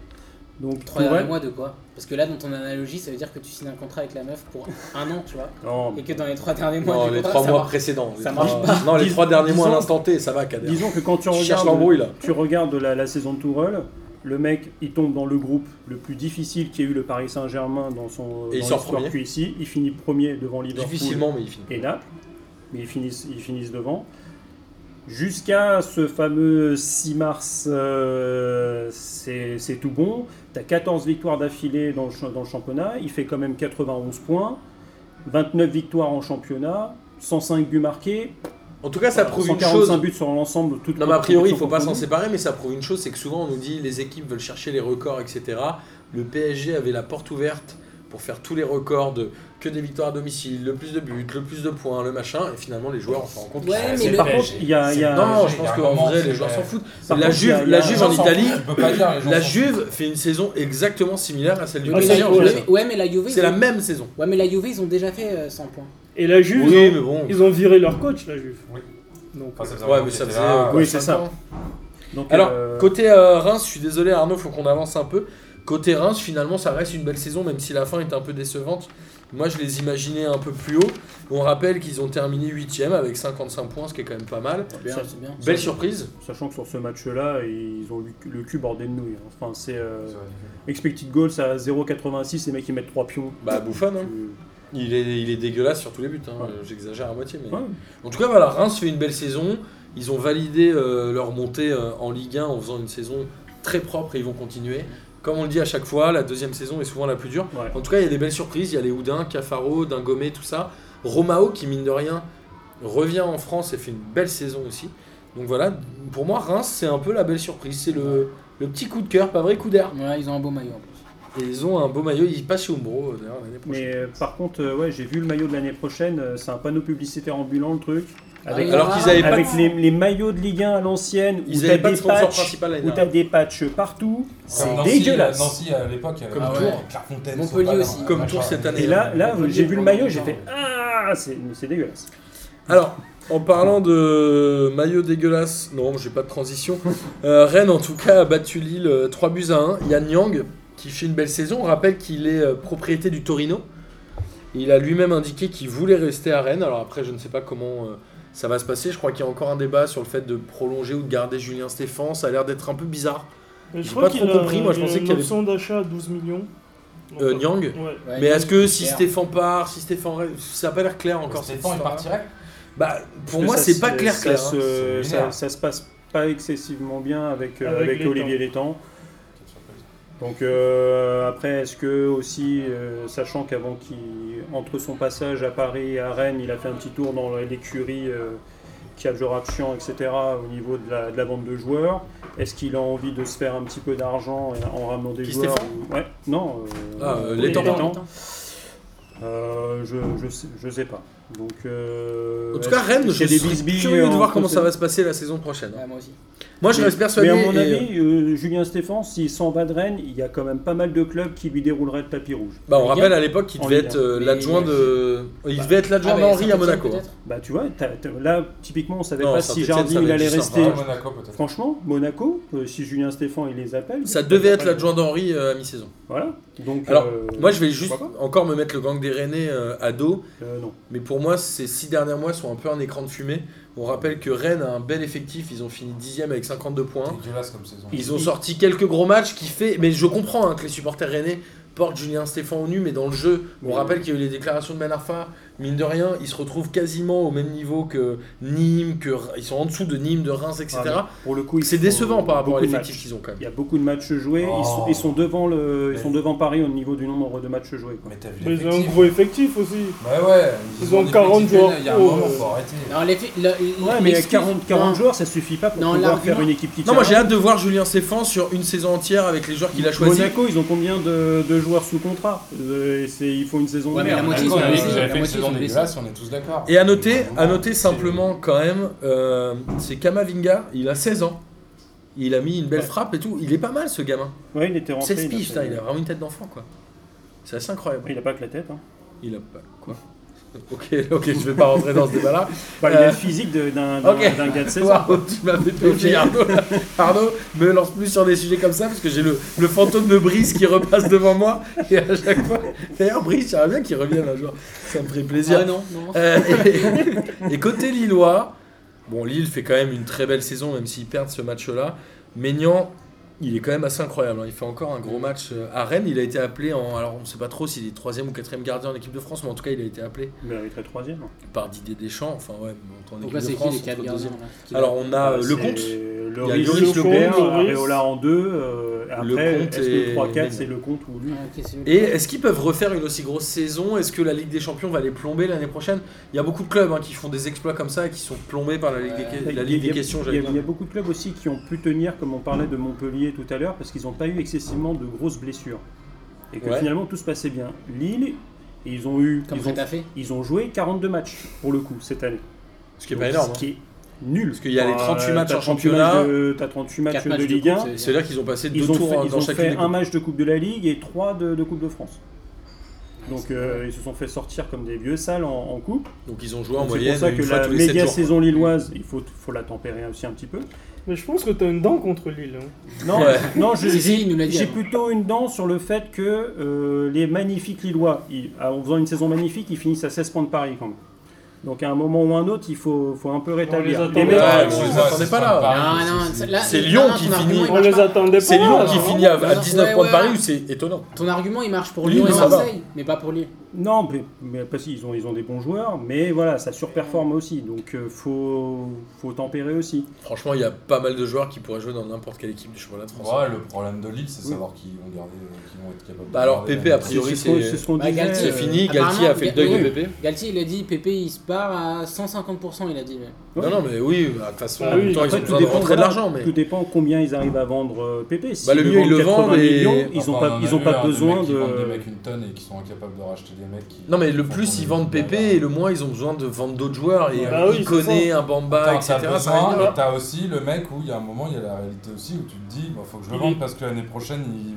[SPEAKER 4] Donc,
[SPEAKER 3] Trois
[SPEAKER 4] pour
[SPEAKER 3] derniers
[SPEAKER 4] elle-
[SPEAKER 3] mois de quoi Parce que là, dans ton analogie, ça veut dire que tu signes un contrat avec la meuf pour un an, tu vois.
[SPEAKER 4] Non,
[SPEAKER 3] Et que dans les trois derniers mois,
[SPEAKER 1] Non,
[SPEAKER 3] du
[SPEAKER 1] les
[SPEAKER 3] contrat,
[SPEAKER 1] trois
[SPEAKER 3] ça
[SPEAKER 1] mois
[SPEAKER 3] marche.
[SPEAKER 1] précédents. les
[SPEAKER 3] ça
[SPEAKER 1] trois-
[SPEAKER 3] marche
[SPEAKER 1] Non, les
[SPEAKER 4] Dis-
[SPEAKER 1] trois derniers mois à
[SPEAKER 4] disons-
[SPEAKER 1] l'instant T, ça va, Kader.
[SPEAKER 4] disons que quand tu
[SPEAKER 1] Tu cherches
[SPEAKER 4] regardes
[SPEAKER 1] l'embrouille là.
[SPEAKER 4] tu regardes la, la saison de Tourelle, le mec, il tombe dans le groupe le plus difficile qui ait eu le Paris Saint-Germain dans son
[SPEAKER 1] Et il
[SPEAKER 4] dans
[SPEAKER 1] sort
[SPEAKER 4] l'histoire
[SPEAKER 1] premier.
[SPEAKER 4] QSI. Il finit premier devant Liverpool
[SPEAKER 1] Difficilement, mais il finit.
[SPEAKER 4] et Naples, mais ils finissent, ils finissent devant. Jusqu'à ce fameux 6 mars, euh, c'est c'est tout bon. Tu as 14 victoires d'affilée dans, le cha- dans le championnat. Il fait quand même 91 points, 29 victoires en championnat, 105 buts marqués,
[SPEAKER 1] En tout cas, ça prouve une
[SPEAKER 4] 145
[SPEAKER 1] chose.
[SPEAKER 4] buts sur l'ensemble. toute
[SPEAKER 1] Non, mais a priori, il faut pas s'en
[SPEAKER 4] compétition
[SPEAKER 1] séparer, mais ça prouve une chose c'est que souvent on nous dit les équipes veulent chercher les records, etc. Le PSG avait la porte ouverte pour faire tous les records de que des victoires à domicile, le plus de buts, le plus de points, le machin, et finalement les joueurs on s'en rend compte.
[SPEAKER 3] Ouais, mais
[SPEAKER 5] c'est
[SPEAKER 3] le-
[SPEAKER 4] Par
[SPEAKER 5] PSG.
[SPEAKER 4] contre, il y a- il y a-
[SPEAKER 5] C'est
[SPEAKER 1] Non,
[SPEAKER 5] PSG,
[SPEAKER 1] je
[SPEAKER 5] il y
[SPEAKER 1] pense
[SPEAKER 5] a un
[SPEAKER 1] qu'en
[SPEAKER 5] moment,
[SPEAKER 1] vrai,
[SPEAKER 5] c'est-
[SPEAKER 1] les joueurs s'en foutent.
[SPEAKER 4] Par
[SPEAKER 1] la
[SPEAKER 4] contre, il y a-
[SPEAKER 1] Juve,
[SPEAKER 4] il y
[SPEAKER 1] la
[SPEAKER 4] a-
[SPEAKER 1] Juve
[SPEAKER 5] on
[SPEAKER 1] en
[SPEAKER 5] s'en
[SPEAKER 1] Italie,
[SPEAKER 5] fout, tu peux pas dire, les gens
[SPEAKER 1] la
[SPEAKER 5] s'en
[SPEAKER 1] Juve fait une saison exactement similaire à celle du
[SPEAKER 2] Ah,
[SPEAKER 3] Mais
[SPEAKER 2] c'est
[SPEAKER 3] la
[SPEAKER 1] PSG.
[SPEAKER 2] cool,
[SPEAKER 1] en
[SPEAKER 2] ça.
[SPEAKER 1] fait.
[SPEAKER 3] Juve- Ouais, mais la Juve.
[SPEAKER 1] C'est
[SPEAKER 3] ils
[SPEAKER 1] la
[SPEAKER 3] ont-
[SPEAKER 1] même saison.
[SPEAKER 3] Ouais, mais la Juve, ils ont déjà fait euh, 100 points.
[SPEAKER 2] Et la Juve,
[SPEAKER 1] Oui,
[SPEAKER 2] ils,
[SPEAKER 1] mais
[SPEAKER 2] ont,
[SPEAKER 1] bon.
[SPEAKER 2] ils ont viré leur coach, la Juve.
[SPEAKER 5] Oui.
[SPEAKER 2] Donc,
[SPEAKER 5] Enfin, ça faisait
[SPEAKER 1] Ouais,
[SPEAKER 5] longtemps
[SPEAKER 1] mais ça
[SPEAKER 5] qu'il
[SPEAKER 1] faisait,
[SPEAKER 5] était là,
[SPEAKER 1] euh,
[SPEAKER 5] quoi.
[SPEAKER 4] Oui, c'est ça. Donc,
[SPEAKER 1] Alors,
[SPEAKER 4] euh,
[SPEAKER 1] côté euh, Reims, je suis désolé Arnaud, faut qu'on avance un peu. Côté Reims, finalement, ça reste une belle saison, même si la fin est un peu décevante. Moi, je les imaginais un peu plus haut. On rappelle qu'ils ont terminé 8 avec 55 points, ce qui est quand même pas mal.
[SPEAKER 4] bien.
[SPEAKER 3] C'est bien.
[SPEAKER 1] Belle surprise.
[SPEAKER 4] sachant que sur ce match-là, ils ont le- le cul bordé de nouilles. hein. Enfin, c'est euh,
[SPEAKER 5] C'est vrai.
[SPEAKER 4] expected goals à 0,86, les mecs ils mettent 3 pions.
[SPEAKER 1] Bah, Bouffon, hein.
[SPEAKER 4] Tu-
[SPEAKER 1] il, est, il est dégueulasse sur tous les buts. hein.
[SPEAKER 4] Ouais.
[SPEAKER 1] Euh, J'exagère à moitié. Mais...
[SPEAKER 4] Ouais.
[SPEAKER 1] En tout cas, voilà, Reims fait une belle saison. Ils ont validé euh, leur montée euh, en Ligue 1 en faisant une saison très propre et ils vont continuer. Comme on le dit à chaque fois, la deuxième saison est souvent la plus dure.
[SPEAKER 4] Ouais.
[SPEAKER 1] En tout cas, il y a des belles surprises. Il y a les Houdin, Cafaro, Dingomé, tout ça. Romao, qui mine de rien, revient en France et fait une belle saison aussi. Donc voilà, pour moi, Reims, c'est un peu la belle surprise. C'est le, le petit coup de cœur, pas vrai coup d'air.
[SPEAKER 3] Ouais, ils ont un beau maillot en plus.
[SPEAKER 1] Et ils ont un beau maillot. Ils passent chez Umbro, euh, d'ailleurs, l'année prochaine.
[SPEAKER 4] Mais euh, par contre, euh, ouais, j'ai vu le maillot de l'année prochaine, euh, c'est un panneau publicitaire ambulant le truc. Avec,
[SPEAKER 3] Ah,
[SPEAKER 1] Alors qu'ils avaient pas
[SPEAKER 4] avec
[SPEAKER 1] de-
[SPEAKER 4] les, les maillots de Ligue 1 à l'ancienne, où
[SPEAKER 1] Ils
[SPEAKER 4] t'as
[SPEAKER 1] n'avaient pas de
[SPEAKER 4] des,
[SPEAKER 1] sponsor
[SPEAKER 4] patchs-
[SPEAKER 1] principal l'année
[SPEAKER 4] où t'as
[SPEAKER 1] dernière.
[SPEAKER 4] des patchs partout,
[SPEAKER 5] Comme
[SPEAKER 4] c'est
[SPEAKER 5] Nancy,
[SPEAKER 4] dégueulasse.
[SPEAKER 5] Nancy à l'époque, elle avait
[SPEAKER 1] Comme
[SPEAKER 5] un
[SPEAKER 1] Tours.
[SPEAKER 5] tour, Clairefontaine,
[SPEAKER 3] Montpellier
[SPEAKER 5] Sopalin,
[SPEAKER 3] aussi.
[SPEAKER 1] Comme
[SPEAKER 5] machin.
[SPEAKER 1] Tours cette année.
[SPEAKER 4] Et là, là
[SPEAKER 3] Montpellier,
[SPEAKER 4] j'ai vu le maillot, j'ai fait
[SPEAKER 3] Montpellier.
[SPEAKER 4] Ah, c'est c'est dégueulasse.
[SPEAKER 1] Alors, en parlant de maillot dégueulasse, non, j'ai pas de transition. Euh, Rennes, en tout cas, a battu Lille euh, 3 buts à 1. Yann Yang, qui fait une belle saison, on rappelle qu'il est euh, propriété du Torino. Il a lui-même indiqué qu'il voulait rester à Rennes. Alors après, je ne sais pas comment euh, ça
[SPEAKER 4] Ah,
[SPEAKER 1] va se passer. Je crois qu'il y a encore un débat sur le fait de prolonger ou de garder Julien Stéphan. Ça a l'air d'être un peu bizarre.
[SPEAKER 2] Mais
[SPEAKER 1] J'ai
[SPEAKER 2] Je crois
[SPEAKER 1] pas
[SPEAKER 2] qu'il
[SPEAKER 1] trop
[SPEAKER 2] a-
[SPEAKER 1] compris, moi, je
[SPEAKER 2] il a
[SPEAKER 1] pensais
[SPEAKER 2] une
[SPEAKER 1] qu'il y avait-
[SPEAKER 2] option d'achat à 12 millions.
[SPEAKER 1] Euh,
[SPEAKER 2] Enfin,
[SPEAKER 1] Nyang
[SPEAKER 2] Ouais.
[SPEAKER 3] Ouais,
[SPEAKER 1] Mais
[SPEAKER 3] donc,
[SPEAKER 1] est-ce que si
[SPEAKER 3] super.
[SPEAKER 1] Stéphane part, si Stéphane reste- ça a pas l'air clair encore cette
[SPEAKER 5] Stéphane, il
[SPEAKER 1] histoire.
[SPEAKER 5] partirait
[SPEAKER 1] Bah pour
[SPEAKER 4] Parce
[SPEAKER 1] moi
[SPEAKER 4] que ça
[SPEAKER 1] c'est
[SPEAKER 4] se-
[SPEAKER 1] pas clair
[SPEAKER 4] ça
[SPEAKER 1] clair. hein.
[SPEAKER 4] Se,
[SPEAKER 5] C'est
[SPEAKER 4] ça-
[SPEAKER 5] lunaire.
[SPEAKER 4] ça se passe pas excessivement bien avec, euh,
[SPEAKER 2] Avec
[SPEAKER 4] avec
[SPEAKER 2] Létang.
[SPEAKER 4] Olivier Létang. Donc euh, après, est-ce que aussi, euh, sachant qu'avant qu'il, entre son passage à Paris et à Rennes, il a fait un petit tour dans l'écurie euh, qui a Abchian, etc. au niveau de la, de la vente de joueurs, est-ce qu'il a envie de se faire un petit peu d'argent en ramenant des
[SPEAKER 1] Qui,
[SPEAKER 4] joueurs
[SPEAKER 1] Stéphane
[SPEAKER 4] ou- Ouais, non. euh,
[SPEAKER 1] Ah, euh,
[SPEAKER 4] Olivier
[SPEAKER 1] Létang.
[SPEAKER 4] Létang. Euh, je, je, sais, je sais pas. Donc, euh,
[SPEAKER 1] En tout cas
[SPEAKER 4] est-ce-
[SPEAKER 1] Rennes, je
[SPEAKER 4] c'est des
[SPEAKER 1] suis
[SPEAKER 4] bisbilles
[SPEAKER 1] curieux de voir
[SPEAKER 4] entre
[SPEAKER 1] comment
[SPEAKER 4] ces-
[SPEAKER 1] ça va se passer la saison prochaine. hein.
[SPEAKER 3] Ouais, moi aussi.
[SPEAKER 1] Moi je
[SPEAKER 4] mais-
[SPEAKER 1] reste persuadé.
[SPEAKER 4] Mais à mon
[SPEAKER 1] et, euh,
[SPEAKER 4] avis, euh, Julien Stéphane, s'il s'en va de Rennes, il y a quand même pas mal de clubs qui lui dérouleraient le tapis rouge.
[SPEAKER 1] Bah, on
[SPEAKER 3] Ligue un.
[SPEAKER 1] rappelle à l'époque qu'il
[SPEAKER 4] En
[SPEAKER 1] devait
[SPEAKER 4] Ligue
[SPEAKER 1] être euh,
[SPEAKER 3] Mais-
[SPEAKER 1] l'adjoint de. Il devait être l'adjoint
[SPEAKER 3] Ah, bah,
[SPEAKER 1] d'Henri à
[SPEAKER 3] Saint-Étienne,
[SPEAKER 1] Monaco. hein.
[SPEAKER 3] peut-être.
[SPEAKER 4] Bah tu vois, t'as- t'as- là typiquement on savait
[SPEAKER 1] Non,
[SPEAKER 4] pas si
[SPEAKER 1] Saint-Étienne,
[SPEAKER 4] Jardim
[SPEAKER 1] ça
[SPEAKER 4] il
[SPEAKER 1] va
[SPEAKER 4] allait
[SPEAKER 1] être
[SPEAKER 4] rester.
[SPEAKER 1] Saint-Étienne.
[SPEAKER 5] Monaco
[SPEAKER 1] Hein
[SPEAKER 5] peut-être.
[SPEAKER 4] Franchement, Monaco, euh, si Julien Stéphane il les appelle.
[SPEAKER 1] Ça
[SPEAKER 4] ils
[SPEAKER 1] devait
[SPEAKER 4] peuvent
[SPEAKER 1] être
[SPEAKER 4] pas
[SPEAKER 1] l'adjoint d'Henri euh, à mi-saison.
[SPEAKER 4] les- Voilà. Donc
[SPEAKER 1] Alors,
[SPEAKER 4] euh,
[SPEAKER 1] Moi je vais juste
[SPEAKER 4] pourquoi
[SPEAKER 1] encore me mettre le gang des Rennais euh, à dos.
[SPEAKER 4] pas Euh, non.
[SPEAKER 1] Mais pour moi, ces six derniers mois sont un peu un écran de fumée. On rappelle que Rennes a un bel effectif. Ils ont fini dixième avec 52 points.
[SPEAKER 5] C'est dégueulasse comme saison.
[SPEAKER 1] Ils ont sorti quelques gros matchs qui fait. Mais je comprends hein, que les supporters rennais portent Julien Stéphane au nu, mais dans le jeu, on
[SPEAKER 4] Oui.
[SPEAKER 1] rappelle qu'il y a eu les déclarations de Manarfa. Mine de rien, ils se retrouvent quasiment au même niveau que Nîmes, que ils sont en dessous de Nîmes, de Reims, etc.
[SPEAKER 4] Ah, mais Pour le coup, ils
[SPEAKER 1] C'est
[SPEAKER 4] font
[SPEAKER 1] décevant par rapport à
[SPEAKER 4] beaucoup de
[SPEAKER 1] l'effectif
[SPEAKER 4] matchs.
[SPEAKER 1] qu'ils ont quand même.
[SPEAKER 4] Il y a beaucoup de matchs joués.
[SPEAKER 5] Oh.
[SPEAKER 4] Ils, sont, ils sont devant le, ils
[SPEAKER 5] Mais-
[SPEAKER 4] sont
[SPEAKER 1] Oh.
[SPEAKER 4] devant Paris au niveau du nombre de matchs joués. quoi.
[SPEAKER 5] Mais t'as vu
[SPEAKER 2] Mais ils ont un
[SPEAKER 5] l'effectif
[SPEAKER 2] gros effectif aussi.
[SPEAKER 5] Ouais, ouais.
[SPEAKER 2] Ils ont
[SPEAKER 5] des
[SPEAKER 2] 40
[SPEAKER 5] petites
[SPEAKER 2] joueurs
[SPEAKER 5] gênes, Il y a un
[SPEAKER 2] pro,
[SPEAKER 5] moment,
[SPEAKER 2] euh.
[SPEAKER 5] faut arrêter.
[SPEAKER 3] Non, l'effet- le-
[SPEAKER 4] Ouais, mais
[SPEAKER 3] l'excuse-
[SPEAKER 4] 40, 40
[SPEAKER 3] non.
[SPEAKER 4] joueurs, ça suffit pas pour
[SPEAKER 3] Non,
[SPEAKER 4] pouvoir
[SPEAKER 3] l'argument-
[SPEAKER 4] faire une équipe qui tient.
[SPEAKER 1] Non, moi j'ai hâte de voir Julien Stéphane sur une saison entière avec les joueurs qu'il a choisis.
[SPEAKER 4] Monaco, ils ont combien de, de joueurs sous contrat Euh, c'est- Ils font une saison
[SPEAKER 3] Ouais,
[SPEAKER 4] de
[SPEAKER 3] mais la
[SPEAKER 4] merde.
[SPEAKER 3] moitié,
[SPEAKER 5] Monaco,
[SPEAKER 3] ils sont
[SPEAKER 5] ils
[SPEAKER 3] blessés, la moitié, ils
[SPEAKER 5] avaient fait une saison
[SPEAKER 3] sont blessés.
[SPEAKER 5] dégueulasse, on est tous d'accord.
[SPEAKER 1] Et à noter, à noter
[SPEAKER 5] C'est-
[SPEAKER 1] simplement quand même, euh, c'est Kamavinga, il a 16 ans. Il a mis une belle
[SPEAKER 4] Ouais.
[SPEAKER 1] frappe et tout. Il est pas mal ce gamin.
[SPEAKER 4] Ouais, il était rentré.
[SPEAKER 1] 16 piges,
[SPEAKER 4] il, a
[SPEAKER 1] putain,
[SPEAKER 4] fait-
[SPEAKER 1] il a vraiment une tête d'enfant quoi. C'est assez incroyable.
[SPEAKER 4] il a pas que la tête. hein.
[SPEAKER 1] Il a pas. Quoi [laughs] Ok, ok, je vais pas rentrer dans ce débat [laughs] là.
[SPEAKER 4] Bah, Il a
[SPEAKER 1] Euh,
[SPEAKER 4] le physique de- d'un d'un-
[SPEAKER 1] ok.
[SPEAKER 4] d'un gars de 16 ans.
[SPEAKER 1] Waouh, tu m'as [laughs] fait péter Arnaud. Arnaud, me lance plus sur des sujets comme ça parce que j'ai le, le fantôme de Brice qui repasse devant moi et à chaque fois. D'ailleurs, Brice, j'aimerais bien qu'il revienne un jour. Ça me ferait plaisir.
[SPEAKER 3] Ah, non, non.
[SPEAKER 1] Euh, et, [laughs] et côté Lillois, bon, Lille fait quand même une très belle saison, même s'ils perdent ce match-là. Maignan, il est quand même assez incroyable. hein. Il fait encore un
[SPEAKER 4] Mm.
[SPEAKER 1] gros match euh, à Rennes. Il a été appelé en. Alors, on ne sait pas trop s'il est troisième ou quatrième gardien en équipe de France, mais en tout cas, il a été appelé
[SPEAKER 4] Il mériterait troisième.
[SPEAKER 1] par Didier Deschamps. Enfin, ouais, en équipe
[SPEAKER 3] Pourquoi
[SPEAKER 1] de
[SPEAKER 3] c'est qui
[SPEAKER 1] France.
[SPEAKER 3] les quatre
[SPEAKER 1] entre
[SPEAKER 3] gardiens
[SPEAKER 1] deuxième.
[SPEAKER 3] là qui-
[SPEAKER 1] Alors, on a euh,
[SPEAKER 4] C'est
[SPEAKER 1] le compte.
[SPEAKER 4] Loris,
[SPEAKER 1] Lloris,
[SPEAKER 4] Lloris, Aubert,
[SPEAKER 2] Lloris.
[SPEAKER 4] Areola en 2. après,
[SPEAKER 1] Lecomte
[SPEAKER 4] est-ce que
[SPEAKER 1] et-
[SPEAKER 4] le 3-4, c'est le compte ou lui
[SPEAKER 3] Ah, ok, c'est-
[SPEAKER 1] Et est-ce qu'ils peuvent refaire une aussi grosse saison Est-ce que la Ligue des Champions va les plomber l'année prochaine Il y a beaucoup de clubs hein, qui font des exploits comme ça et qui sont plombés par la Ligue des,
[SPEAKER 4] Il y
[SPEAKER 1] la
[SPEAKER 4] a-
[SPEAKER 1] Ligue
[SPEAKER 4] il y
[SPEAKER 1] des
[SPEAKER 4] a-
[SPEAKER 1] questions.
[SPEAKER 4] Il y,
[SPEAKER 1] j'allais
[SPEAKER 4] a-
[SPEAKER 1] dire.
[SPEAKER 4] il y a beaucoup de clubs aussi qui ont pu tenir, comme on parlait de Montpellier tout à l'heure, parce qu'ils n'ont pas eu excessivement de grosses blessures. Et que
[SPEAKER 1] Ouais.
[SPEAKER 4] finalement, tout se passait bien. Lille, ils ont eu.
[SPEAKER 3] Comme
[SPEAKER 4] ils, ont,
[SPEAKER 3] Retafe. fait
[SPEAKER 4] ils ont joué 42 matchs, pour le coup, cette année.
[SPEAKER 1] Ce qui est
[SPEAKER 4] Donc,
[SPEAKER 1] pas énorme.
[SPEAKER 4] Ce
[SPEAKER 1] hein.
[SPEAKER 4] qui est nul.
[SPEAKER 1] Parce qu'il y a les
[SPEAKER 4] Bah,
[SPEAKER 1] 38 matchs
[SPEAKER 4] t'as
[SPEAKER 1] en
[SPEAKER 4] 38
[SPEAKER 1] championnat.
[SPEAKER 4] matchs de- T'as 38 matchs
[SPEAKER 3] Quatre
[SPEAKER 4] de
[SPEAKER 3] matchs de
[SPEAKER 4] Ligue 1.
[SPEAKER 3] coupe,
[SPEAKER 1] C'est-à-dire qu'ils ont passé deux
[SPEAKER 4] Ils ont
[SPEAKER 1] tours
[SPEAKER 4] fait,
[SPEAKER 1] hein,
[SPEAKER 4] ils
[SPEAKER 1] dans
[SPEAKER 4] ont
[SPEAKER 1] chacune
[SPEAKER 4] fait
[SPEAKER 1] des
[SPEAKER 4] un
[SPEAKER 1] coupes.
[SPEAKER 4] match de Coupe de la Ligue et trois de, de Coupe de France. Donc
[SPEAKER 3] c'est
[SPEAKER 4] euh, ils se sont fait sortir comme des vieux sales en, en coupe.
[SPEAKER 1] Donc ils ont joué en
[SPEAKER 4] Donc, C'est
[SPEAKER 1] moyenne
[SPEAKER 4] pour ça
[SPEAKER 1] une
[SPEAKER 4] que
[SPEAKER 1] fois
[SPEAKER 4] la
[SPEAKER 1] tous les 7
[SPEAKER 4] méga
[SPEAKER 1] jours.
[SPEAKER 4] saison lilloise, il faut, faut la tempérer aussi un petit peu.
[SPEAKER 2] Mais je pense que t'as une dent contre Lille. hein.
[SPEAKER 4] Non,
[SPEAKER 1] Ouais.
[SPEAKER 4] non je-
[SPEAKER 3] Si, si, il nous l'a dit hein.
[SPEAKER 4] j'ai
[SPEAKER 3] avant.
[SPEAKER 4] plutôt une dent sur le fait que euh, les magnifiques Lillois, ils- ah, en faisant une saison magnifique, ils finissent à 16 points de Paris quand même. Donc à un moment ou un autre, il faut, faut un peu rétablir.
[SPEAKER 2] attend.
[SPEAKER 4] Les
[SPEAKER 2] Ouais,
[SPEAKER 4] mecs-
[SPEAKER 1] ouais,
[SPEAKER 5] on
[SPEAKER 1] vous
[SPEAKER 5] les a-
[SPEAKER 1] attendez pas là.
[SPEAKER 5] Paris,
[SPEAKER 3] Ah,
[SPEAKER 5] c'est-
[SPEAKER 3] non,
[SPEAKER 5] c'est-
[SPEAKER 3] ça- là,
[SPEAKER 1] c'est
[SPEAKER 3] là,
[SPEAKER 1] Lyon
[SPEAKER 3] non,
[SPEAKER 1] qui
[SPEAKER 3] ton argument,
[SPEAKER 1] finit.
[SPEAKER 3] il
[SPEAKER 2] On
[SPEAKER 3] marche
[SPEAKER 2] les
[SPEAKER 3] pas.
[SPEAKER 2] attendait pas. hein.
[SPEAKER 1] C'est Lyon
[SPEAKER 4] Ah,
[SPEAKER 2] là.
[SPEAKER 1] qui finit à, à
[SPEAKER 3] Ouais,
[SPEAKER 1] 19
[SPEAKER 3] ouais,
[SPEAKER 1] points de Paris,
[SPEAKER 3] ouais.
[SPEAKER 1] où c'est étonnant.
[SPEAKER 3] Ton argument, il marche pour
[SPEAKER 1] Lille,
[SPEAKER 3] Lyon et
[SPEAKER 1] ça va.
[SPEAKER 3] Marseille, mais pas pour Lille.
[SPEAKER 4] Non, mais, mais parce qu'ils ont, ils ont des bons joueurs, mais voilà, ça surperforme aussi, donc euh, faut, faut tempérer aussi.
[SPEAKER 1] Franchement, il y a pas mal de joueurs qui pourraient jouer dans n'importe quelle équipe du championnat de France.
[SPEAKER 5] Ouais, le problème de Lille, c'est
[SPEAKER 4] Oui.
[SPEAKER 5] savoir qui vont garder, euh, qui vont être capables. de
[SPEAKER 1] Bah alors,
[SPEAKER 5] garder
[SPEAKER 1] Pépé,
[SPEAKER 5] la-
[SPEAKER 1] a priori,
[SPEAKER 4] ce qu'on-
[SPEAKER 1] c'est-
[SPEAKER 4] ce qu'on
[SPEAKER 3] Bah,
[SPEAKER 4] disait,
[SPEAKER 3] Galtier,
[SPEAKER 1] C'est
[SPEAKER 4] euh,
[SPEAKER 1] fini, Galtier
[SPEAKER 3] apparemment,
[SPEAKER 1] a fait le deuil
[SPEAKER 3] oui.
[SPEAKER 1] de Pépé.
[SPEAKER 3] Galtier, il a dit, Pépé, il se part à 150%, il a dit.
[SPEAKER 4] Ouais.
[SPEAKER 1] Non, non, mais oui, bah, de toute façon,
[SPEAKER 2] Ah
[SPEAKER 1] en même
[SPEAKER 2] oui,
[SPEAKER 1] temps, ils
[SPEAKER 4] après,
[SPEAKER 1] ont
[SPEAKER 4] tout
[SPEAKER 1] besoin de
[SPEAKER 4] dépend,
[SPEAKER 1] rentrer de
[SPEAKER 4] voilà,
[SPEAKER 1] l'argent. Mais
[SPEAKER 4] Tout dépend combien ils arrivent à vendre euh, Pépé. Si
[SPEAKER 1] Bah, le mieux, ils le vendent, mais-
[SPEAKER 4] millions, ils n'ont
[SPEAKER 5] Enfin,
[SPEAKER 4] pas,
[SPEAKER 5] on a
[SPEAKER 4] ils ont
[SPEAKER 5] vu,
[SPEAKER 4] pas
[SPEAKER 5] hein, des
[SPEAKER 4] besoin
[SPEAKER 5] mecs qui vendent Des
[SPEAKER 4] de.
[SPEAKER 5] mecs une tonne et qui sont incapables de racheter des mecs qui.
[SPEAKER 1] non, mais le
[SPEAKER 5] qui font
[SPEAKER 1] plus
[SPEAKER 5] tourner
[SPEAKER 1] ils vendent
[SPEAKER 5] des
[SPEAKER 1] Pépé,
[SPEAKER 5] milliards.
[SPEAKER 1] et le moins ils ont besoin de vendre d'autres joueurs. Et
[SPEAKER 4] Ah
[SPEAKER 2] Bah oui,
[SPEAKER 1] il
[SPEAKER 2] c'est
[SPEAKER 1] connaît un Bamba,
[SPEAKER 5] T'as
[SPEAKER 1] etc.
[SPEAKER 5] t'as
[SPEAKER 1] ça va
[SPEAKER 5] besoin,
[SPEAKER 1] bien.
[SPEAKER 5] et t'as aussi le mec où il y a un moment, il y a la réalité aussi où tu te dis, bah, faut que je le
[SPEAKER 2] Il est-
[SPEAKER 5] vende parce que l'année prochaine, il.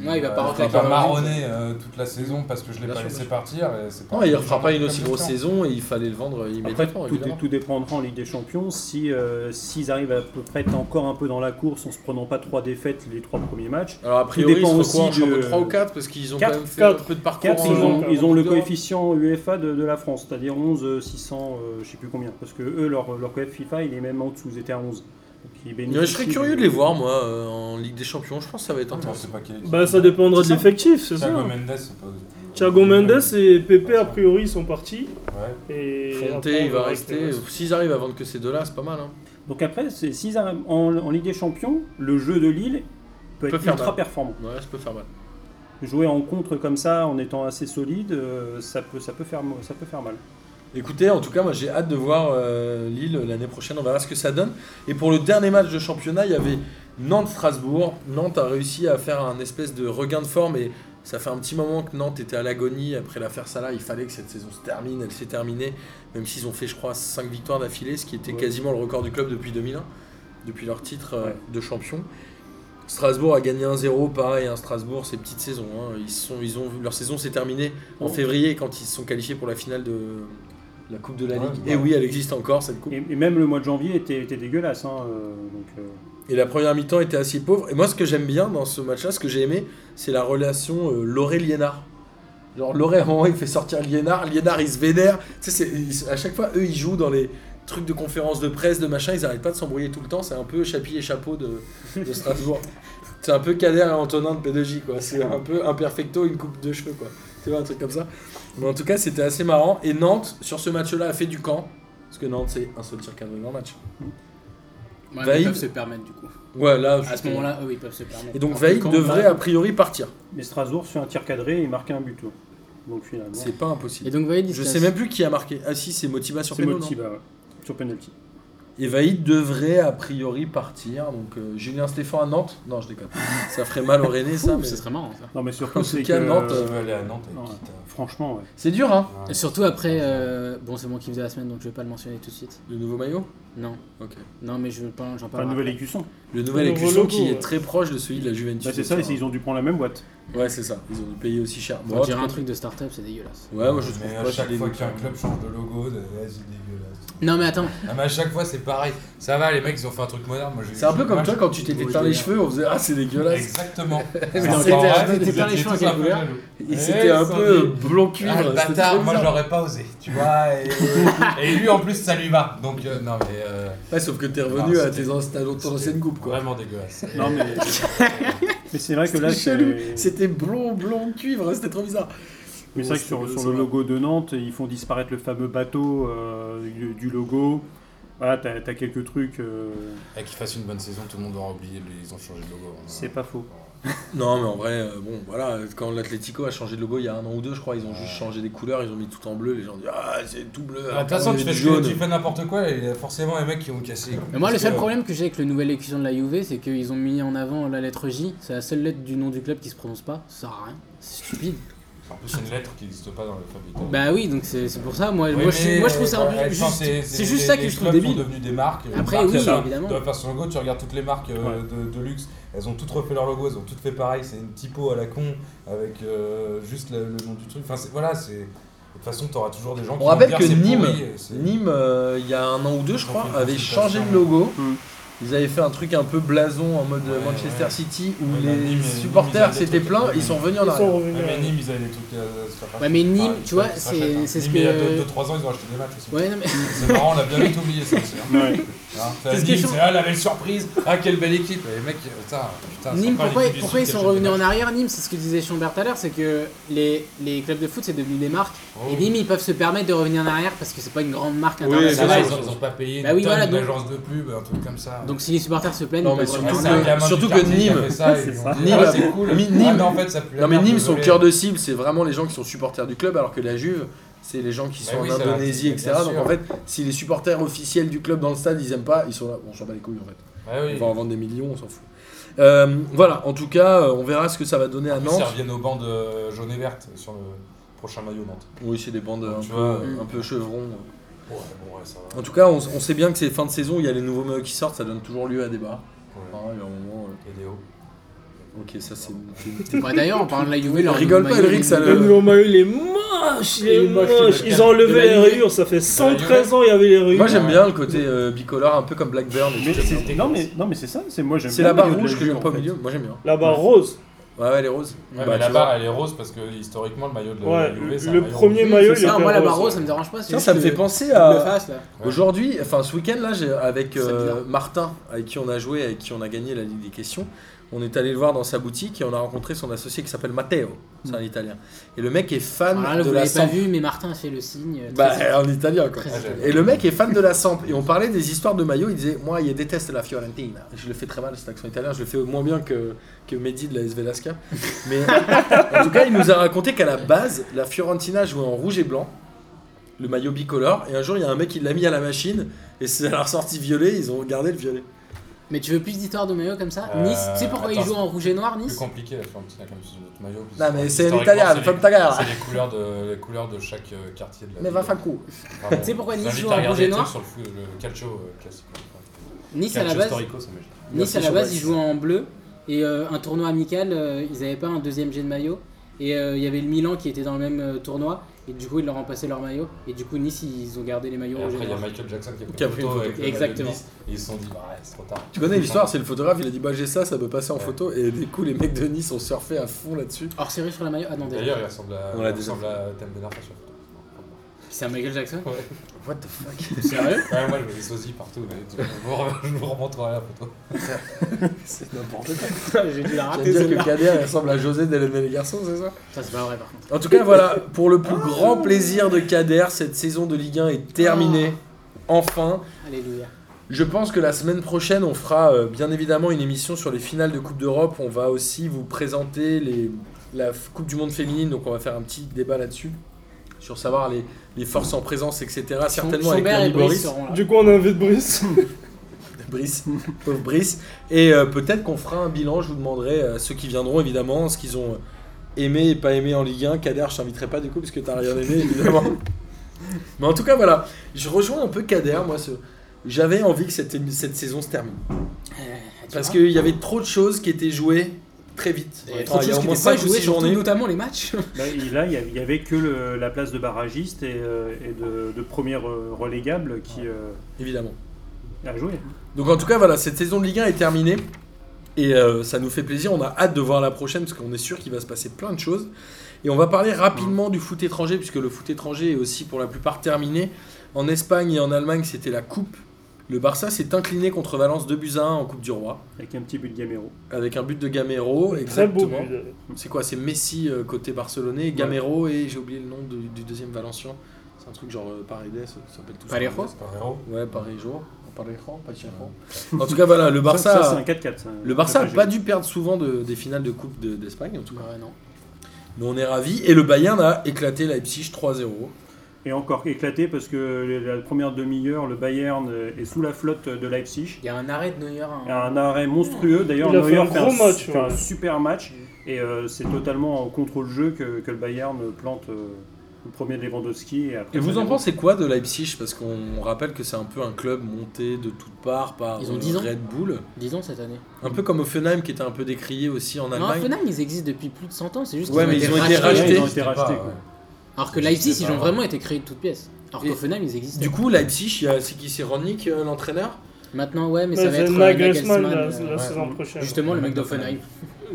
[SPEAKER 3] Non, il va pas
[SPEAKER 5] il
[SPEAKER 3] refaire
[SPEAKER 5] va
[SPEAKER 3] comme
[SPEAKER 5] marronner euh, toute la saison parce que je l'ai
[SPEAKER 1] Bien
[SPEAKER 5] pas
[SPEAKER 1] sûr,
[SPEAKER 5] laissé
[SPEAKER 1] bien
[SPEAKER 5] partir. et c'est
[SPEAKER 1] Non, il ne refera pas une
[SPEAKER 5] comme
[SPEAKER 1] aussi
[SPEAKER 5] ça.
[SPEAKER 1] grosse saison et il fallait le vendre
[SPEAKER 4] Après,
[SPEAKER 1] immédiatement.
[SPEAKER 4] tout,
[SPEAKER 1] évidemment.
[SPEAKER 4] tout dépendra en Ligue des Champions. Si euh, s'ils arrivent à peu près être encore un peu dans la course, en se prenant pas trois défaites les trois premiers matchs.
[SPEAKER 1] Alors, a priori, ils
[SPEAKER 4] dépend
[SPEAKER 1] sont quoi en
[SPEAKER 4] aussi
[SPEAKER 1] champion
[SPEAKER 4] de-
[SPEAKER 1] 3 ou 4 Parce qu'ils ont quand
[SPEAKER 4] Quatre,
[SPEAKER 1] même fait un
[SPEAKER 2] quatre,
[SPEAKER 1] peu de parcours.
[SPEAKER 4] Quatre,
[SPEAKER 1] en-
[SPEAKER 4] ils ont,
[SPEAKER 2] encore,
[SPEAKER 4] ils ont
[SPEAKER 1] en
[SPEAKER 4] le
[SPEAKER 1] Coupe d'Europe.
[SPEAKER 4] coefficient UEFA de, de la France, c'est-à-dire 11, euh, 600, euh, je sais plus combien, parce que eux, leur, leur coef FIFA, il est même en dessous, ils étaient à 11. qui
[SPEAKER 1] Ouais,
[SPEAKER 4] bénéficient
[SPEAKER 1] je serais curieux de les voir, moi, euh, en Ligue des Champions. Je pense que ça va être
[SPEAKER 5] Attends, on
[SPEAKER 1] intéressant.
[SPEAKER 5] sait pas qui est.
[SPEAKER 2] Bah, ça dépendra de
[SPEAKER 4] C'est ça.
[SPEAKER 2] l'effectif, c'est ça.
[SPEAKER 5] Thiago Mendes, c'est pas.
[SPEAKER 2] Thiago Mendes et Pepe, a priori, sont partis.
[SPEAKER 5] Ouais.
[SPEAKER 2] Et
[SPEAKER 1] Fonté,
[SPEAKER 2] après,
[SPEAKER 1] il
[SPEAKER 2] on
[SPEAKER 1] va
[SPEAKER 2] verra
[SPEAKER 1] rester.
[SPEAKER 2] avec le
[SPEAKER 1] S'ils arrivent à vendre que ces deux-là, c'est pas mal. Hein.
[SPEAKER 4] Donc après, c'est- s'ils arrivent en, en Ligue des Champions, le jeu de Lille peut,
[SPEAKER 1] Peut
[SPEAKER 4] être
[SPEAKER 1] faire
[SPEAKER 4] ultra
[SPEAKER 1] mal.
[SPEAKER 4] performant.
[SPEAKER 1] Ouais, ça peut faire mal.
[SPEAKER 4] Jouer en contre comme ça, en étant assez solide, euh, ça, peut, ça, peut faire, mo- ça peut faire mal.
[SPEAKER 1] Écoutez, en tout cas, moi j'ai hâte de voir euh, Lille l'année prochaine. On verra ce que ça donne. Et pour le dernier match de championnat, il y avait Nantes-Strasbourg. Nantes a réussi à faire un espèce de regain de forme. Et ça fait un petit moment que Nantes était à l'agonie après l'affaire Salah. Il fallait que cette saison se termine. Elle s'est terminée. Même s'ils ont fait, je crois, 5 victoires d'affilée, ce qui était
[SPEAKER 4] Ouais.
[SPEAKER 1] quasiment le record du club depuis 2001, depuis leur titre euh,
[SPEAKER 4] Ouais.
[SPEAKER 1] de champion. Strasbourg a gagné 1-0, pareil, hein, Strasbourg, c'est petite saison. hein. Ils sont, ils ont, leur saison s'est terminée en
[SPEAKER 4] Ouais.
[SPEAKER 1] février quand ils se sont qualifiés pour la finale de la Coupe de la
[SPEAKER 5] Ouais,
[SPEAKER 1] Ligue.
[SPEAKER 5] bah.
[SPEAKER 1] Et oui, elle existe encore, cette Coupe.
[SPEAKER 4] Et, et même le mois de janvier était, était dégueulasse. hein, euh, donc, euh,
[SPEAKER 1] Et la première mi-temps était assez pauvre. Et moi, ce que j'aime bien dans ce match-là, ce que j'ai aimé, c'est la relation euh, Loré-Liénard. Genre, Loré, à un moment, il fait sortir Liénard. Liénard, il se vénère. Tu sais, c'est- ils- à chaque fois, eux, ils jouent dans les trucs de conférences de presse, de machin. Ils n'arrêtent pas de s'embrouiller tout le temps. C'est un peu chapille et chapeau de, de [laughs] Strasbourg. c'est un peu Kader et Antonin de P2J, quoi. C'est un peu imperfecto, une coupe de cheveux, quoi. Tu vois, un truc comme ça. Mais en tout cas, c'était assez marrant. Et Nantes, sur ce match-là, a fait du camp. Parce que Nantes, c'est un seul tir cadré dans le match.
[SPEAKER 3] Ouais, mais
[SPEAKER 1] Vaïd.
[SPEAKER 3] ils peuvent se permettre du coup.
[SPEAKER 1] Ouais, là,
[SPEAKER 3] À ce
[SPEAKER 1] justement.
[SPEAKER 3] moment-là, eux, ils peuvent se permettre.
[SPEAKER 1] Et donc
[SPEAKER 3] Alors que
[SPEAKER 1] Veil
[SPEAKER 3] quand
[SPEAKER 1] devrait
[SPEAKER 3] Vaïd-
[SPEAKER 1] a priori partir.
[SPEAKER 4] mais Strasbourg fait un tir cadré et marque un but. ouais. Donc finalement,
[SPEAKER 1] C'est pas
[SPEAKER 3] Et
[SPEAKER 1] impossible.
[SPEAKER 3] donc Vaïd, il
[SPEAKER 1] Je
[SPEAKER 3] se
[SPEAKER 1] sais
[SPEAKER 3] casse.
[SPEAKER 1] même plus qui a marqué. Ah si, c'est Motiba sur
[SPEAKER 4] c'est
[SPEAKER 1] Peno, non
[SPEAKER 4] Motiba ouais, sur penalty.
[SPEAKER 1] Et Vaïd devrait a priori partir. Donc euh, Julien Stéphane à Nantes Non, je déconne. ça ferait mal au René ça.
[SPEAKER 3] Ouh,
[SPEAKER 1] mais-
[SPEAKER 3] ce serait marrant ça.
[SPEAKER 4] Non mais
[SPEAKER 1] En
[SPEAKER 4] surtout
[SPEAKER 1] tout
[SPEAKER 4] c'est
[SPEAKER 1] cas,
[SPEAKER 4] que-
[SPEAKER 1] Nantes, euh,
[SPEAKER 5] Tu veux aller à Nantes
[SPEAKER 4] Non,
[SPEAKER 5] et quitte.
[SPEAKER 4] Franchement, ouais.
[SPEAKER 1] C'est dur, hein
[SPEAKER 5] euh,
[SPEAKER 3] Et surtout après, euh, bon, c'est moi qui faisais la semaine donc je vais pas le mentionner tout de suite.
[SPEAKER 1] Le nouveau maillot
[SPEAKER 3] Non,
[SPEAKER 1] Ok.
[SPEAKER 3] non, mais je veux pas, j'en
[SPEAKER 4] Pas
[SPEAKER 3] parle.
[SPEAKER 4] de nouvelle écusson.
[SPEAKER 1] Le nouvel
[SPEAKER 2] Le nouveau
[SPEAKER 1] écusson
[SPEAKER 2] logo,
[SPEAKER 1] qui est
[SPEAKER 2] ouais.
[SPEAKER 1] très proche de celui de la Juventus.
[SPEAKER 4] Bah, c'est ça,
[SPEAKER 1] ils
[SPEAKER 4] ils ont dû prendre la même boîte.
[SPEAKER 1] Ouais, c'est ça. Ils ont dû payer aussi cher.
[SPEAKER 3] On dirait
[SPEAKER 1] en
[SPEAKER 3] un
[SPEAKER 1] tout
[SPEAKER 3] truc de start-up, c'est dégueulasse.
[SPEAKER 1] cas- Ouais, moi je trouve
[SPEAKER 5] mais
[SPEAKER 1] pas
[SPEAKER 5] à chaque
[SPEAKER 1] qu'il est
[SPEAKER 5] fois
[SPEAKER 1] nul.
[SPEAKER 5] qu'un club change de logo, de... ah, c'est dégueulasse.
[SPEAKER 3] Non, mais attends,
[SPEAKER 5] Ah, mais à chaque fois, c'est pareil. Ça va, les mecs, ils ont fait un truc moderne. Moi, j'ai-
[SPEAKER 1] C'est un peu
[SPEAKER 5] j'ai-
[SPEAKER 1] comme
[SPEAKER 5] moi,
[SPEAKER 1] toi quand tu t'étais teint les cheveux, on faisait Ah, c'est
[SPEAKER 5] je-
[SPEAKER 1] dégueulasse. [laughs]
[SPEAKER 5] Exactement.
[SPEAKER 1] non,
[SPEAKER 5] C'est pas
[SPEAKER 1] t'étais-
[SPEAKER 5] vrai,
[SPEAKER 3] t'étais
[SPEAKER 5] vous
[SPEAKER 3] teint les
[SPEAKER 5] étiez
[SPEAKER 3] cheveux à
[SPEAKER 5] tous
[SPEAKER 3] quelle
[SPEAKER 5] un peu
[SPEAKER 3] couleur
[SPEAKER 5] jaloux.
[SPEAKER 1] Et
[SPEAKER 5] Eh,
[SPEAKER 1] c'était un
[SPEAKER 5] sans
[SPEAKER 1] peu
[SPEAKER 5] dire.
[SPEAKER 1] blond cuivre.
[SPEAKER 5] Ah, le
[SPEAKER 1] c'était
[SPEAKER 5] bâtard,
[SPEAKER 1] très
[SPEAKER 5] moi
[SPEAKER 1] bizarre.
[SPEAKER 5] j'aurais pas osé, tu vois. Et, et lui en plus ça lui va. Donc euh, non mais euh,
[SPEAKER 1] Ouais, sauf que t'es
[SPEAKER 5] Non,
[SPEAKER 1] revenu à
[SPEAKER 5] c'était-
[SPEAKER 1] tes an- à ton ancienne coupe, quoi.
[SPEAKER 5] vraiment dégueulasse.
[SPEAKER 1] [laughs]
[SPEAKER 4] Non mais, mais c'est vrai que là,
[SPEAKER 1] C'était hein. [laughs] chelou.
[SPEAKER 4] c'est-
[SPEAKER 1] C'était blond, blond cuivre, c'était trop bizarre.
[SPEAKER 4] Mais c'est vrai que sur, sur le logo de Nantes, ils font disparaître le fameux bateau euh, du, du logo. Voilà, t'as t'as quelques trucs. euh,
[SPEAKER 5] Et qu'ils fassent une bonne saison, tout le monde aura oublié, ils ont changé de logo. Euh,
[SPEAKER 4] c'est pas faux.
[SPEAKER 1] Non, mais en vrai, euh, bon, voilà, quand l'Atlético a changé de logo il y a un an ou deux, je crois, ils ont juste changé des couleurs, ils ont mis tout en bleu, les gens disent Ah, c'est tout bleu.
[SPEAKER 5] De
[SPEAKER 1] alors
[SPEAKER 5] toute façon,
[SPEAKER 1] qu'on
[SPEAKER 5] tu
[SPEAKER 1] avait
[SPEAKER 5] fais,
[SPEAKER 1] du
[SPEAKER 5] ce que-
[SPEAKER 1] jaune.
[SPEAKER 5] tu fais n'importe quoi et il y a forcément les mecs qui ont cassé.
[SPEAKER 3] Mais moi, le
[SPEAKER 5] Parce
[SPEAKER 3] seul
[SPEAKER 5] que- euh,
[SPEAKER 3] problème que j'ai avec le nouvel écusson de la Juve, c'est qu'ils ont mis en avant la lettre J. C'est la seule lettre du nom du club qui se prononce pas. Ça sert à rien. C'est stupide.
[SPEAKER 5] En plus, c'est une lettre qui n'existe pas dans l'alphabet. italien.
[SPEAKER 3] Bah oui, donc c'est c'est pour ça. Moi,
[SPEAKER 5] Oui,
[SPEAKER 3] moi, je, suis-
[SPEAKER 5] mais,
[SPEAKER 3] moi, je trouve ça un
[SPEAKER 5] euh,
[SPEAKER 3] peu
[SPEAKER 5] enfin,
[SPEAKER 3] juste. C'est
[SPEAKER 5] c'est- c'est-
[SPEAKER 3] juste
[SPEAKER 5] les-
[SPEAKER 3] ça que
[SPEAKER 5] les
[SPEAKER 3] je trouve
[SPEAKER 5] clubs sont
[SPEAKER 3] débile.
[SPEAKER 5] devenus des marques. euh,
[SPEAKER 3] Après,
[SPEAKER 5] marques,
[SPEAKER 3] oui,
[SPEAKER 5] ça,
[SPEAKER 3] évidemment.
[SPEAKER 5] De la façon logo, tu regardes toutes les marques euh, de, de luxe, elles ont toutes refait leur logo, elles ont toutes fait pareil. C'est une typo à la con avec euh, juste le, le nom du truc. Enfin, c'est- voilà, c'est. De toute façon, t'auras toujours des gens qui. vont
[SPEAKER 1] rappelle
[SPEAKER 5] dire,
[SPEAKER 1] que
[SPEAKER 5] c'est
[SPEAKER 1] Nîmes-
[SPEAKER 5] pourri, et c'est-
[SPEAKER 1] Nîmes, euh, il y a un an ou deux, je
[SPEAKER 5] Ils ont
[SPEAKER 1] crois,
[SPEAKER 5] fait une
[SPEAKER 1] avait
[SPEAKER 5] consultation.
[SPEAKER 1] changé de logo.
[SPEAKER 4] Mm.
[SPEAKER 1] Ils avaient fait un truc un peu blason en mode
[SPEAKER 5] Ouais,
[SPEAKER 1] Manchester
[SPEAKER 5] ouais.
[SPEAKER 1] City où
[SPEAKER 5] Ouais, là,
[SPEAKER 1] les
[SPEAKER 5] Nîmes, Nîmes, ils
[SPEAKER 1] supporters
[SPEAKER 5] avaient
[SPEAKER 1] s'étaient
[SPEAKER 5] des trucs.
[SPEAKER 1] plaints, ils sont revenus en
[SPEAKER 2] Ils sont
[SPEAKER 1] arrière.
[SPEAKER 5] Ouais,
[SPEAKER 2] revenus. hein.
[SPEAKER 5] mais
[SPEAKER 2] à-
[SPEAKER 5] Nîmes, ils avaient des trucs euh, à se faire racheter.
[SPEAKER 3] Ouais, mais Nîmes,
[SPEAKER 5] Enfin,
[SPEAKER 3] tu
[SPEAKER 5] ils se
[SPEAKER 3] vois,
[SPEAKER 5] rachètent,
[SPEAKER 3] c'est-
[SPEAKER 5] hein.
[SPEAKER 3] c'est ce
[SPEAKER 5] Nîmes, il y a
[SPEAKER 3] que-
[SPEAKER 5] 2-3 ans, ils ont acheté des matchs aussi.
[SPEAKER 3] Ouais, non, mais.
[SPEAKER 5] C'est marrant, on a bien vite oublié ça aussi. hein.
[SPEAKER 4] Ouais.
[SPEAKER 5] Hein,
[SPEAKER 3] C'est ce qui est
[SPEAKER 5] Nîmes,
[SPEAKER 3] chaud.
[SPEAKER 5] c'est ah, elle avait une surprise. Ah, quelle belle équipe. Et Les mecs, euh, putain, putain,
[SPEAKER 3] Nîmes,
[SPEAKER 5] sympa,
[SPEAKER 3] pourquoi,
[SPEAKER 5] l'équipe du
[SPEAKER 3] pourquoi ils
[SPEAKER 5] Sud,
[SPEAKER 3] sont
[SPEAKER 5] quelle
[SPEAKER 3] revenus en
[SPEAKER 5] génération.
[SPEAKER 3] arrière Nîmes, c'est ce que disait Chambert tout à l'heure, c'est que les, les clubs de foot, c'est devenu des marques.
[SPEAKER 5] Oh,
[SPEAKER 3] Et Nîmes, ils peuvent se permettre de revenir en arrière parce que c'est pas une grande marque
[SPEAKER 1] Oui,
[SPEAKER 5] Ça va,
[SPEAKER 3] internationale.
[SPEAKER 5] ils ont- ils ont pas payé
[SPEAKER 3] Bah oui,
[SPEAKER 5] une tonne
[SPEAKER 3] voilà, donc-
[SPEAKER 5] d'agence de pub, un truc comme ça.
[SPEAKER 3] donc si les supporters se plaignent,
[SPEAKER 1] Non,
[SPEAKER 3] ils
[SPEAKER 1] mais
[SPEAKER 3] peuvent
[SPEAKER 1] surtout
[SPEAKER 5] Ouais,
[SPEAKER 3] revenir en
[SPEAKER 5] c'est un
[SPEAKER 1] que-
[SPEAKER 3] arrière.
[SPEAKER 5] gamin
[SPEAKER 1] surtout
[SPEAKER 5] du quartier
[SPEAKER 1] que
[SPEAKER 5] qui a
[SPEAKER 1] Nîmes-
[SPEAKER 5] fait ça,
[SPEAKER 4] c'est
[SPEAKER 5] ils ont
[SPEAKER 4] ça.
[SPEAKER 5] dit,
[SPEAKER 1] Nîmes-
[SPEAKER 5] ah, c'est cool.
[SPEAKER 1] Mi-
[SPEAKER 5] Ah,
[SPEAKER 1] Nîmes-
[SPEAKER 5] mais en fait, ça pue la
[SPEAKER 1] Non mais
[SPEAKER 5] merde,
[SPEAKER 1] Nîmes, son
[SPEAKER 5] désolé.
[SPEAKER 1] cœur de cible, c'est vraiment les gens qui sont supporters du club, alors que la Juve, c'est les gens qui
[SPEAKER 5] Bah
[SPEAKER 1] sont
[SPEAKER 5] oui,
[SPEAKER 1] en
[SPEAKER 5] ça va,
[SPEAKER 1] Indonésie,
[SPEAKER 5] bien
[SPEAKER 1] etc.
[SPEAKER 5] sûr.
[SPEAKER 1] Donc en fait, si les supporters officiels du club dans le stade, ils aiment pas, ils sont là, bon, on s'en bat les couilles en fait.
[SPEAKER 5] Ouais, Bah oui.
[SPEAKER 1] On va en vendre des millions, on s'en fout. Euh, voilà, en tout cas, euh, on verra ce que ça va donner à
[SPEAKER 5] Ils
[SPEAKER 1] Nantes.
[SPEAKER 5] reviennent aux bandes euh, jaunes et vertes sur le prochain maillot Nantes.
[SPEAKER 1] Oui, c'est des bandes euh, un,
[SPEAKER 5] Tu
[SPEAKER 1] peu,
[SPEAKER 5] vois, Mm.
[SPEAKER 1] un peu chevrons.
[SPEAKER 5] Ouais, bon, ouais, ça va.
[SPEAKER 1] En tout cas, on, on sait bien que c'est fin de saison, il y a les nouveaux mecs qui sortent, ça donne toujours lieu à débat.
[SPEAKER 5] Ouais.
[SPEAKER 1] Hein, il y a un moment,
[SPEAKER 5] Et Léo.
[SPEAKER 1] euh, ok, ça c'est...
[SPEAKER 5] [laughs]
[SPEAKER 3] Bah, D'ailleurs, en parlant de la Juve, leur
[SPEAKER 1] Rigole
[SPEAKER 3] nouveau
[SPEAKER 1] pas,
[SPEAKER 3] maillot,
[SPEAKER 1] Elric, ça
[SPEAKER 3] il-
[SPEAKER 2] Le
[SPEAKER 1] Euh,
[SPEAKER 2] nouveau maillot, il est moche, il
[SPEAKER 1] il
[SPEAKER 2] est
[SPEAKER 1] est moche,
[SPEAKER 2] moche.
[SPEAKER 1] il est
[SPEAKER 2] Ils
[SPEAKER 1] moche.
[SPEAKER 2] ont enlevé
[SPEAKER 1] De la
[SPEAKER 2] les
[SPEAKER 1] Ligue.
[SPEAKER 2] rayures, ça fait 113 ans il y avait les rayures.
[SPEAKER 1] Moi j'aime bien le côté euh, bicolore, un peu comme Blackburn. et
[SPEAKER 4] Mais
[SPEAKER 1] tout.
[SPEAKER 4] c'est- non mais non mais c'est ça, c'est moi j'aime.
[SPEAKER 1] C'est
[SPEAKER 4] bien
[SPEAKER 1] la
[SPEAKER 4] le
[SPEAKER 1] barre
[SPEAKER 4] milieu de
[SPEAKER 1] rouge que
[SPEAKER 4] Juve,
[SPEAKER 1] j'aime pas au
[SPEAKER 4] en fait.
[SPEAKER 1] milieu, moi j'aime bien.
[SPEAKER 2] La barre rose.
[SPEAKER 1] Ouais, ouais, les roses.
[SPEAKER 5] Ouais,
[SPEAKER 1] Bah,
[SPEAKER 5] mais la
[SPEAKER 1] tu vois.
[SPEAKER 5] barre elle est rose parce que historiquement le maillot de la
[SPEAKER 2] Ouais,
[SPEAKER 5] Juve, c'est un
[SPEAKER 2] le
[SPEAKER 5] maillot
[SPEAKER 2] premier
[SPEAKER 5] rouge.
[SPEAKER 2] maillot,
[SPEAKER 3] c'est
[SPEAKER 2] il
[SPEAKER 3] ça,
[SPEAKER 2] était
[SPEAKER 3] moi la barre
[SPEAKER 2] rose.
[SPEAKER 3] rose, ça me dérange pas. c'est
[SPEAKER 1] Tiens,
[SPEAKER 3] juste
[SPEAKER 1] ça me
[SPEAKER 3] que-
[SPEAKER 1] fait penser
[SPEAKER 3] que le
[SPEAKER 1] à.
[SPEAKER 3] fasse, là.
[SPEAKER 1] Aujourd'hui, enfin ce week-end là, j'ai- avec
[SPEAKER 3] C'est
[SPEAKER 1] euh,
[SPEAKER 3] bizarre.
[SPEAKER 1] Martin, avec qui on a joué, avec qui on a gagné la Ligue des questions, on est allé le voir dans sa boutique et on a rencontré son associé qui s'appelle Matteo,
[SPEAKER 3] Hmm.
[SPEAKER 1] c'est un italien. Et le mec est fan
[SPEAKER 3] Alors là,
[SPEAKER 1] de
[SPEAKER 3] vous
[SPEAKER 1] la
[SPEAKER 3] l'avez Ah, pas
[SPEAKER 1] Samp.
[SPEAKER 3] vu, mais Martin a fait le signe. euh,
[SPEAKER 1] Bah,
[SPEAKER 3] très-
[SPEAKER 1] en italien quoi.
[SPEAKER 3] très-
[SPEAKER 5] Ah, j'avais-
[SPEAKER 1] Et le mec est fan de la Samp. Et on parlait des histoires de maillots. Il disait Moi, il déteste la Fiorentina. Je le fais très mal, cet accent italien. Je le fais moins bien que, que Mehdi de la SV Lasca. Mais en tout cas, il nous a raconté qu'à la base, la Fiorentina jouait en rouge et blanc, le maillot bicolore. Et un jour, il y a un mec qui l'a mis à la machine. Et c'est la ressortie violet. Ils ont gardé le violet.
[SPEAKER 3] Mais tu veux plus d'histoire de maillot comme ça
[SPEAKER 5] Euh,
[SPEAKER 3] Nice, tu sais pourquoi ils
[SPEAKER 5] attends,
[SPEAKER 3] jouent en rouge et noir,
[SPEAKER 5] plus
[SPEAKER 3] Nice
[SPEAKER 5] compliqué la Fiorentina comme sur notre maillot.
[SPEAKER 1] Non,
[SPEAKER 5] puisque
[SPEAKER 1] mais c'est
[SPEAKER 5] historiquement,
[SPEAKER 1] l'Italien,
[SPEAKER 5] c'est
[SPEAKER 1] le
[SPEAKER 5] les-
[SPEAKER 1] Fantagara.
[SPEAKER 5] C'est les couleurs de les couleurs de chaque euh, quartier de la.
[SPEAKER 1] Mais
[SPEAKER 5] ville.
[SPEAKER 1] va faire coup.
[SPEAKER 5] Pardon.
[SPEAKER 3] Tu sais pourquoi
[SPEAKER 5] Je
[SPEAKER 3] Nice
[SPEAKER 5] t'invite
[SPEAKER 3] joue
[SPEAKER 5] à
[SPEAKER 3] en
[SPEAKER 5] regarder
[SPEAKER 3] rouge et
[SPEAKER 5] des
[SPEAKER 3] noir
[SPEAKER 5] trucs sur le, foot- le calcio euh, classique.
[SPEAKER 3] Nice à la
[SPEAKER 5] Calcio
[SPEAKER 3] base,
[SPEAKER 5] storico, c'est magique.
[SPEAKER 3] Nice
[SPEAKER 1] Merci,
[SPEAKER 3] à la base,
[SPEAKER 1] Chabas.
[SPEAKER 3] ils jouaient en bleu et euh, un tournoi amical, euh, ils n'avaient pas un deuxième jet de maillot et euh, il y avait le Milan qui était dans le même euh, tournoi et du coup ils leur ont passé leur maillot et du coup Nice ils ont gardé les maillots
[SPEAKER 5] Et
[SPEAKER 3] rouges et
[SPEAKER 5] après il y a
[SPEAKER 3] noirs.
[SPEAKER 5] Michael Jackson qui a pris,
[SPEAKER 1] Qui a pris
[SPEAKER 5] une photo
[SPEAKER 1] une
[SPEAKER 5] avec
[SPEAKER 1] photo.
[SPEAKER 5] le maillot de
[SPEAKER 3] Exactement.
[SPEAKER 5] Nice, et ils se sont dit bah ouais, c'est trop tard.
[SPEAKER 1] Tu connais l'histoire C'est le photographe. Il a dit Bah, j'ai ça, ça peut passer en photo. Et du coup, les mecs de Nice ont surfé à fond là-dessus.
[SPEAKER 3] Hors série sur la maillot Ah non, déjà.
[SPEAKER 5] D'ailleurs il ressemble à
[SPEAKER 1] On l'a
[SPEAKER 5] il
[SPEAKER 1] déjà
[SPEAKER 5] ressemble à Thème de sur la photo.
[SPEAKER 3] C'est un Michael
[SPEAKER 5] [laughs]
[SPEAKER 3] Jackson
[SPEAKER 5] Ouais.
[SPEAKER 1] What the fuck
[SPEAKER 3] Sérieux
[SPEAKER 5] Ouais, moi je me les sosie partout, mais tu- je vous re- [laughs] je vous remonterai la photo.
[SPEAKER 1] [laughs] C'est n'importe quoi.
[SPEAKER 3] [laughs] J'ai dû la
[SPEAKER 1] Tu
[SPEAKER 3] rater
[SPEAKER 1] veux dire
[SPEAKER 3] celle-là.
[SPEAKER 1] que Kader il ressemble à José d'Hélène les garçons, c'est ça
[SPEAKER 3] Ça c'est pas vrai par contre.
[SPEAKER 1] En tout cas, voilà, pour le plus grand plaisir de Kader, cette saison de Ligue 1 est terminée. Enfin,
[SPEAKER 3] Alléluia.
[SPEAKER 1] je pense que la semaine prochaine, on fera euh, bien évidemment une émission sur les finales de Coupe d'Europe. On va aussi vous présenter les, la f- Coupe du Monde féminine, donc on va faire un petit débat là-dessus, sur savoir les, les forces en présence, etc. Certainement avec
[SPEAKER 3] Schombert et
[SPEAKER 1] l'ami
[SPEAKER 3] Brice
[SPEAKER 1] Boris.
[SPEAKER 3] seront là.
[SPEAKER 2] Du coup, on
[SPEAKER 1] [laughs]
[SPEAKER 2] invite Brice.
[SPEAKER 1] Brice, [laughs] pauvre Brice. Et euh, peut-être qu'on fera un bilan, je vous demanderai euh, ceux qui viendront évidemment, ce qu'ils ont euh, aimé et pas aimé en Ligue 1. Kader, je t'inviterai pas du coup parce que t'as rien aimé
[SPEAKER 3] [laughs]
[SPEAKER 1] évidemment. Mais en tout cas voilà, je rejoins un peu Kader, moi ce- J'avais envie que cette, cette saison se termine.
[SPEAKER 3] Euh, tu
[SPEAKER 1] Parce euh,
[SPEAKER 3] vois
[SPEAKER 1] qu'il y avait trop de choses qui étaient jouées très vite.
[SPEAKER 3] Il y a
[SPEAKER 1] Enfin,
[SPEAKER 3] trop de choses qui n'étaient pas
[SPEAKER 1] cinq ou
[SPEAKER 3] jouées,
[SPEAKER 1] six
[SPEAKER 3] surtout notamment les matchs.
[SPEAKER 4] Là, il là, il y avait- il y avait que le- la place de barragiste et, euh, et de, de première euh, relégable qui euh,
[SPEAKER 1] évidemment.
[SPEAKER 4] a joué. hein,
[SPEAKER 1] Donc en tout cas voilà, cette saison de Ligue 1 est terminée. Et euh, ça nous fait plaisir, on a hâte de voir la prochaine parce qu'on est sûr qu'il va se passer plein de choses. Et on va parler rapidement du foot étranger puisque le foot étranger est aussi pour la plupart terminé. En Espagne et en Allemagne c'était la coupe. Le Barça s'est incliné contre Valence 2 buts à 1 en Coupe du Roi
[SPEAKER 4] Avec un petit but de Gamero.
[SPEAKER 1] avec un but de Gamero.
[SPEAKER 2] Très beau.
[SPEAKER 1] Exactement.
[SPEAKER 2] but, d'ailleurs.
[SPEAKER 1] C'est quoi C'est Messi euh, côté barcelonais, Gamero et j'ai oublié le nom du, du deuxième Valencien. C'est un truc genre euh, Paredes, ça s'appelle tout ça.
[SPEAKER 3] Parejo
[SPEAKER 5] C'est pas héros.
[SPEAKER 1] Ouais, Parejo. Parejo, Pacheco. En tout cas voilà, le Barça.
[SPEAKER 4] Ça, ça, c'est un 4-4. ça.
[SPEAKER 1] Le Barça n'a
[SPEAKER 4] Ça,
[SPEAKER 1] pas dû perdre souvent de- des finales de Coupe de- d'Espagne, en tout cas.
[SPEAKER 3] Bah non.
[SPEAKER 1] Mais on est ravis. Et le Bayern a éclaté Leipzig 3-0.
[SPEAKER 4] Et encore éclaté parce que la première demi-heure, le Bayern euh, est sous la flotte de Leipzig.
[SPEAKER 3] Il y a un arrêt de Neuer. hein.
[SPEAKER 1] Ah.
[SPEAKER 4] Il y a Un arrêt monstrueux. D'ailleurs,
[SPEAKER 2] Il a fait
[SPEAKER 4] Neuer
[SPEAKER 2] un gros match,
[SPEAKER 4] fait un
[SPEAKER 2] ouais.
[SPEAKER 4] super match. Et euh, c'est totalement en contre-jeu que, que le Bayern plante euh, le premier Lewandowski. Et, après,
[SPEAKER 1] Et vous
[SPEAKER 4] ça
[SPEAKER 1] en
[SPEAKER 4] déroule.
[SPEAKER 1] pensez quoi de Leipzig Parce qu'on rappelle que c'est un peu un club monté de toutes parts par
[SPEAKER 3] Ils ont
[SPEAKER 1] euh,
[SPEAKER 3] 10 ans.
[SPEAKER 1] Red Bull.
[SPEAKER 3] Disons cette année.
[SPEAKER 1] Un peu comme Offenheim qui était un peu décrié aussi en
[SPEAKER 3] Non,
[SPEAKER 1] Allemagne.
[SPEAKER 3] Hoffenheim, ils existent depuis plus de 100 ans, c'est juste
[SPEAKER 1] Ouais, mais
[SPEAKER 3] qu'ils
[SPEAKER 1] ils ont été
[SPEAKER 4] Ouais,
[SPEAKER 1] rachetés.
[SPEAKER 4] Ils ont
[SPEAKER 5] C'était
[SPEAKER 4] été
[SPEAKER 5] pas,
[SPEAKER 4] rachetés.
[SPEAKER 5] ouais.
[SPEAKER 4] quoi.
[SPEAKER 3] Alors que
[SPEAKER 5] Je
[SPEAKER 3] Leipzig,
[SPEAKER 5] sais
[SPEAKER 3] ils
[SPEAKER 5] pas.
[SPEAKER 3] ont vraiment été créés de toutes pièces. Alors
[SPEAKER 1] Et-
[SPEAKER 3] qu'Offenheim, ils existent.
[SPEAKER 1] Du coup, Leipzig, il y a- c'est qui C'est Ronick, euh, l'entraîneur
[SPEAKER 3] Maintenant, ouais, mais ça
[SPEAKER 2] Mais
[SPEAKER 3] va
[SPEAKER 2] C'est
[SPEAKER 3] être euh,
[SPEAKER 2] Nagelsmann
[SPEAKER 3] Nagelsmann,
[SPEAKER 2] la,
[SPEAKER 3] euh,
[SPEAKER 2] la
[SPEAKER 5] ouais.
[SPEAKER 2] saison prochaine.
[SPEAKER 3] Justement, le
[SPEAKER 5] Le
[SPEAKER 3] mec
[SPEAKER 5] mec
[SPEAKER 3] d'Offenheim.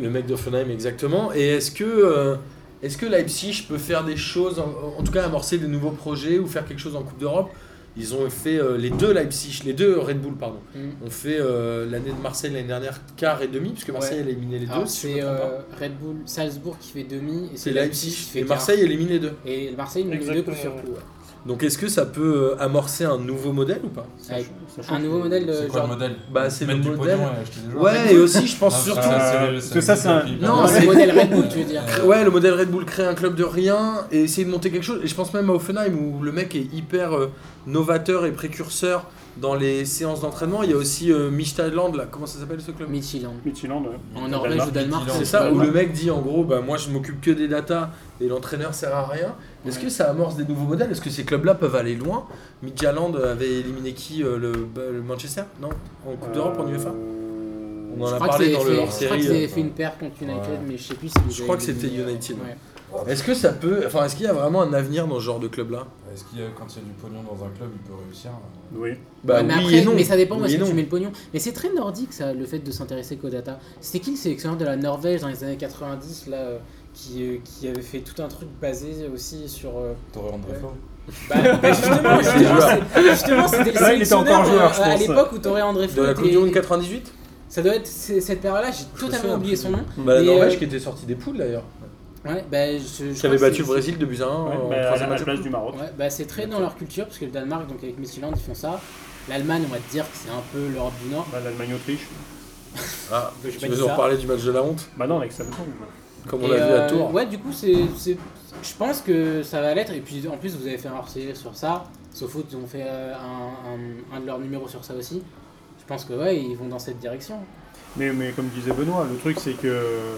[SPEAKER 1] Le mec d'Offenheim, exactement. Et est-ce que, euh, est-ce que Leipzig peut faire des choses, en, en tout cas amorcer des nouveaux projets ou faire quelque chose en Coupe d'Europe Ils ont fait euh, les deux Leipzig, les deux Red Bull, pardon.
[SPEAKER 3] Mm.
[SPEAKER 1] On fait euh, l'année de Marseille l'année dernière quart et demi, puisque Marseille
[SPEAKER 3] Ouais.
[SPEAKER 1] a éliminé les deux.
[SPEAKER 3] Alors,
[SPEAKER 1] si je me
[SPEAKER 3] C'est
[SPEAKER 1] trompe pas.
[SPEAKER 3] euh, Red Bull, Salzbourg qui fait demi et
[SPEAKER 1] C'est
[SPEAKER 3] c'est
[SPEAKER 1] Leipzig,
[SPEAKER 3] Leipzig qui fait
[SPEAKER 1] et
[SPEAKER 3] quart.
[SPEAKER 1] Marseille élimine les deux.
[SPEAKER 3] Et Marseille, nous les deux
[SPEAKER 2] Exactement,
[SPEAKER 3] coups sur
[SPEAKER 2] ouais.
[SPEAKER 3] coup. ouais.
[SPEAKER 1] Donc est-ce que ça peut euh, amorcer un nouveau modèle ou pas
[SPEAKER 4] Ça
[SPEAKER 3] Avec
[SPEAKER 4] change- ça change
[SPEAKER 3] Un nouveau
[SPEAKER 4] les-
[SPEAKER 3] modèle,
[SPEAKER 5] C'est
[SPEAKER 3] euh,
[SPEAKER 5] quoi
[SPEAKER 3] genre.
[SPEAKER 5] le modèle
[SPEAKER 1] Bah, c'est
[SPEAKER 5] Mettre
[SPEAKER 1] le
[SPEAKER 5] du
[SPEAKER 1] modèle.
[SPEAKER 5] pognon et acheter des joueurs.
[SPEAKER 1] Ouais, et aussi je
[SPEAKER 3] Ah,
[SPEAKER 1] pense
[SPEAKER 5] Non,
[SPEAKER 1] surtout.
[SPEAKER 5] ça, c'est
[SPEAKER 4] Euh,
[SPEAKER 5] le-
[SPEAKER 4] parce
[SPEAKER 5] c'est
[SPEAKER 4] que
[SPEAKER 5] le
[SPEAKER 4] ça, c'est un-
[SPEAKER 5] mythe.
[SPEAKER 1] Non,
[SPEAKER 3] Non, c'est
[SPEAKER 1] c'est-
[SPEAKER 3] le
[SPEAKER 1] [laughs]
[SPEAKER 3] modèle Red Bull, tu veux dire.
[SPEAKER 5] Euh,
[SPEAKER 1] Ouais, le modèle Red Bull crée un club de rien et essayer de monter quelque chose. Et je pense même à Offenheim où le mec est hyper euh, novateur et précurseur dans les séances d'entraînement. Il y a aussi euh, Midtjylland, là, comment ça s'appelle ce club
[SPEAKER 3] Midtjylland.
[SPEAKER 4] Midtjylland, ouais.
[SPEAKER 3] En Norvège ou Danemark.
[SPEAKER 1] C'est
[SPEAKER 5] Midtjylland.
[SPEAKER 1] ça, où le mec dit en gros, bah moi je m'occupe que des datas et l'entraîneur sert à rien. Est-ce que ça amorce des nouveaux modèles Est-ce que ces clubs-là peuvent aller loin Midtjylland avait éliminé qui euh, le, bah, le Manchester Non En Coupe d'Europe, en UEFA
[SPEAKER 4] Euh,
[SPEAKER 1] On en
[SPEAKER 3] Je
[SPEAKER 1] a
[SPEAKER 3] crois que
[SPEAKER 1] parlé
[SPEAKER 3] c'est
[SPEAKER 1] dans le
[SPEAKER 3] fait-
[SPEAKER 1] hors
[SPEAKER 3] je crois
[SPEAKER 1] série. euh.
[SPEAKER 3] qu'ils avaient fait une paire contre United,
[SPEAKER 5] Ouais.
[SPEAKER 3] mais je sais plus si vous
[SPEAKER 1] Je
[SPEAKER 3] avez
[SPEAKER 1] crois que
[SPEAKER 3] vu,
[SPEAKER 1] c'était
[SPEAKER 3] euh,
[SPEAKER 1] United,
[SPEAKER 3] ouais.
[SPEAKER 1] ouais. Est-ce que ça peut. Enfin, est-ce qu'il y a vraiment un avenir dans ce genre de club-là
[SPEAKER 5] Est-ce qu'il y a- quand il y a du pognon dans un club, il peut réussir euh,
[SPEAKER 4] Oui.
[SPEAKER 1] Bah
[SPEAKER 3] Ouais, mais,
[SPEAKER 1] oui
[SPEAKER 3] après-
[SPEAKER 1] et non.
[SPEAKER 3] mais ça dépend où
[SPEAKER 1] Oui
[SPEAKER 3] est-ce
[SPEAKER 1] et
[SPEAKER 3] que
[SPEAKER 1] non.
[SPEAKER 3] tu mets le pognon. Mais c'est très nordique ça, le fait de s'intéresser qu'aux data. C'était qui le sélectionneur de la Norvège dans les années 90 là euh, qui, euh, qui avait fait tout un truc basé aussi sur. euh,
[SPEAKER 5] Torre André
[SPEAKER 3] Ouais.
[SPEAKER 5] Flo
[SPEAKER 3] Bah, [laughs] bah, justement, justement, c'est- justement, c'était le
[SPEAKER 4] Là, il était
[SPEAKER 3] sélectionneur
[SPEAKER 4] encore joueur,
[SPEAKER 3] euh,
[SPEAKER 4] je
[SPEAKER 3] à
[SPEAKER 4] pense.
[SPEAKER 3] l'époque où Toré André
[SPEAKER 1] De
[SPEAKER 3] Flo
[SPEAKER 1] la
[SPEAKER 3] était-
[SPEAKER 1] Coupe du Monde 98
[SPEAKER 3] Ça doit être c- cette période-là, j'ai totalement oublié son nom.
[SPEAKER 1] Bah, la
[SPEAKER 3] Mais,
[SPEAKER 1] Norvège
[SPEAKER 3] euh,
[SPEAKER 1] qui était sortie des poules d'ailleurs.
[SPEAKER 3] Ouais, bah, je, je
[SPEAKER 1] Qui avait
[SPEAKER 3] crois que
[SPEAKER 1] battu le
[SPEAKER 3] c'est-
[SPEAKER 1] Brésil euh, de buts à 1
[SPEAKER 4] Ouais,
[SPEAKER 1] en
[SPEAKER 4] bah, à la
[SPEAKER 1] troisième match.
[SPEAKER 4] place du Maroc.
[SPEAKER 3] Ouais, bah, c'est très dans leur culture, parce que le Danemark, donc avec Midtjylland, ils font ça. L'Allemagne, on va te dire que c'est un peu l'Europe du Nord.
[SPEAKER 4] Bah, L'Allemagne-Autriche.
[SPEAKER 1] Ah,
[SPEAKER 3] Je vais
[SPEAKER 1] tu
[SPEAKER 3] pas
[SPEAKER 1] veux
[SPEAKER 3] dire
[SPEAKER 1] nous
[SPEAKER 3] ça.
[SPEAKER 1] reparler du match de la honte
[SPEAKER 4] Bah non, avec Samsung.
[SPEAKER 1] Comme on
[SPEAKER 3] Et,
[SPEAKER 1] l'a vu à
[SPEAKER 3] euh,
[SPEAKER 1] Tours.
[SPEAKER 3] Ouais, du coup, c'est, c'est- je pense que ça va l'être. Et puis, en plus, vous avez fait un hors sur ça. Sauf ils ont fait euh, un, un- un de leurs numéros sur ça aussi. Je pense que, ouais, ils vont dans cette direction.
[SPEAKER 4] Mais, mais comme disait Benoît, le truc c'est que, euh,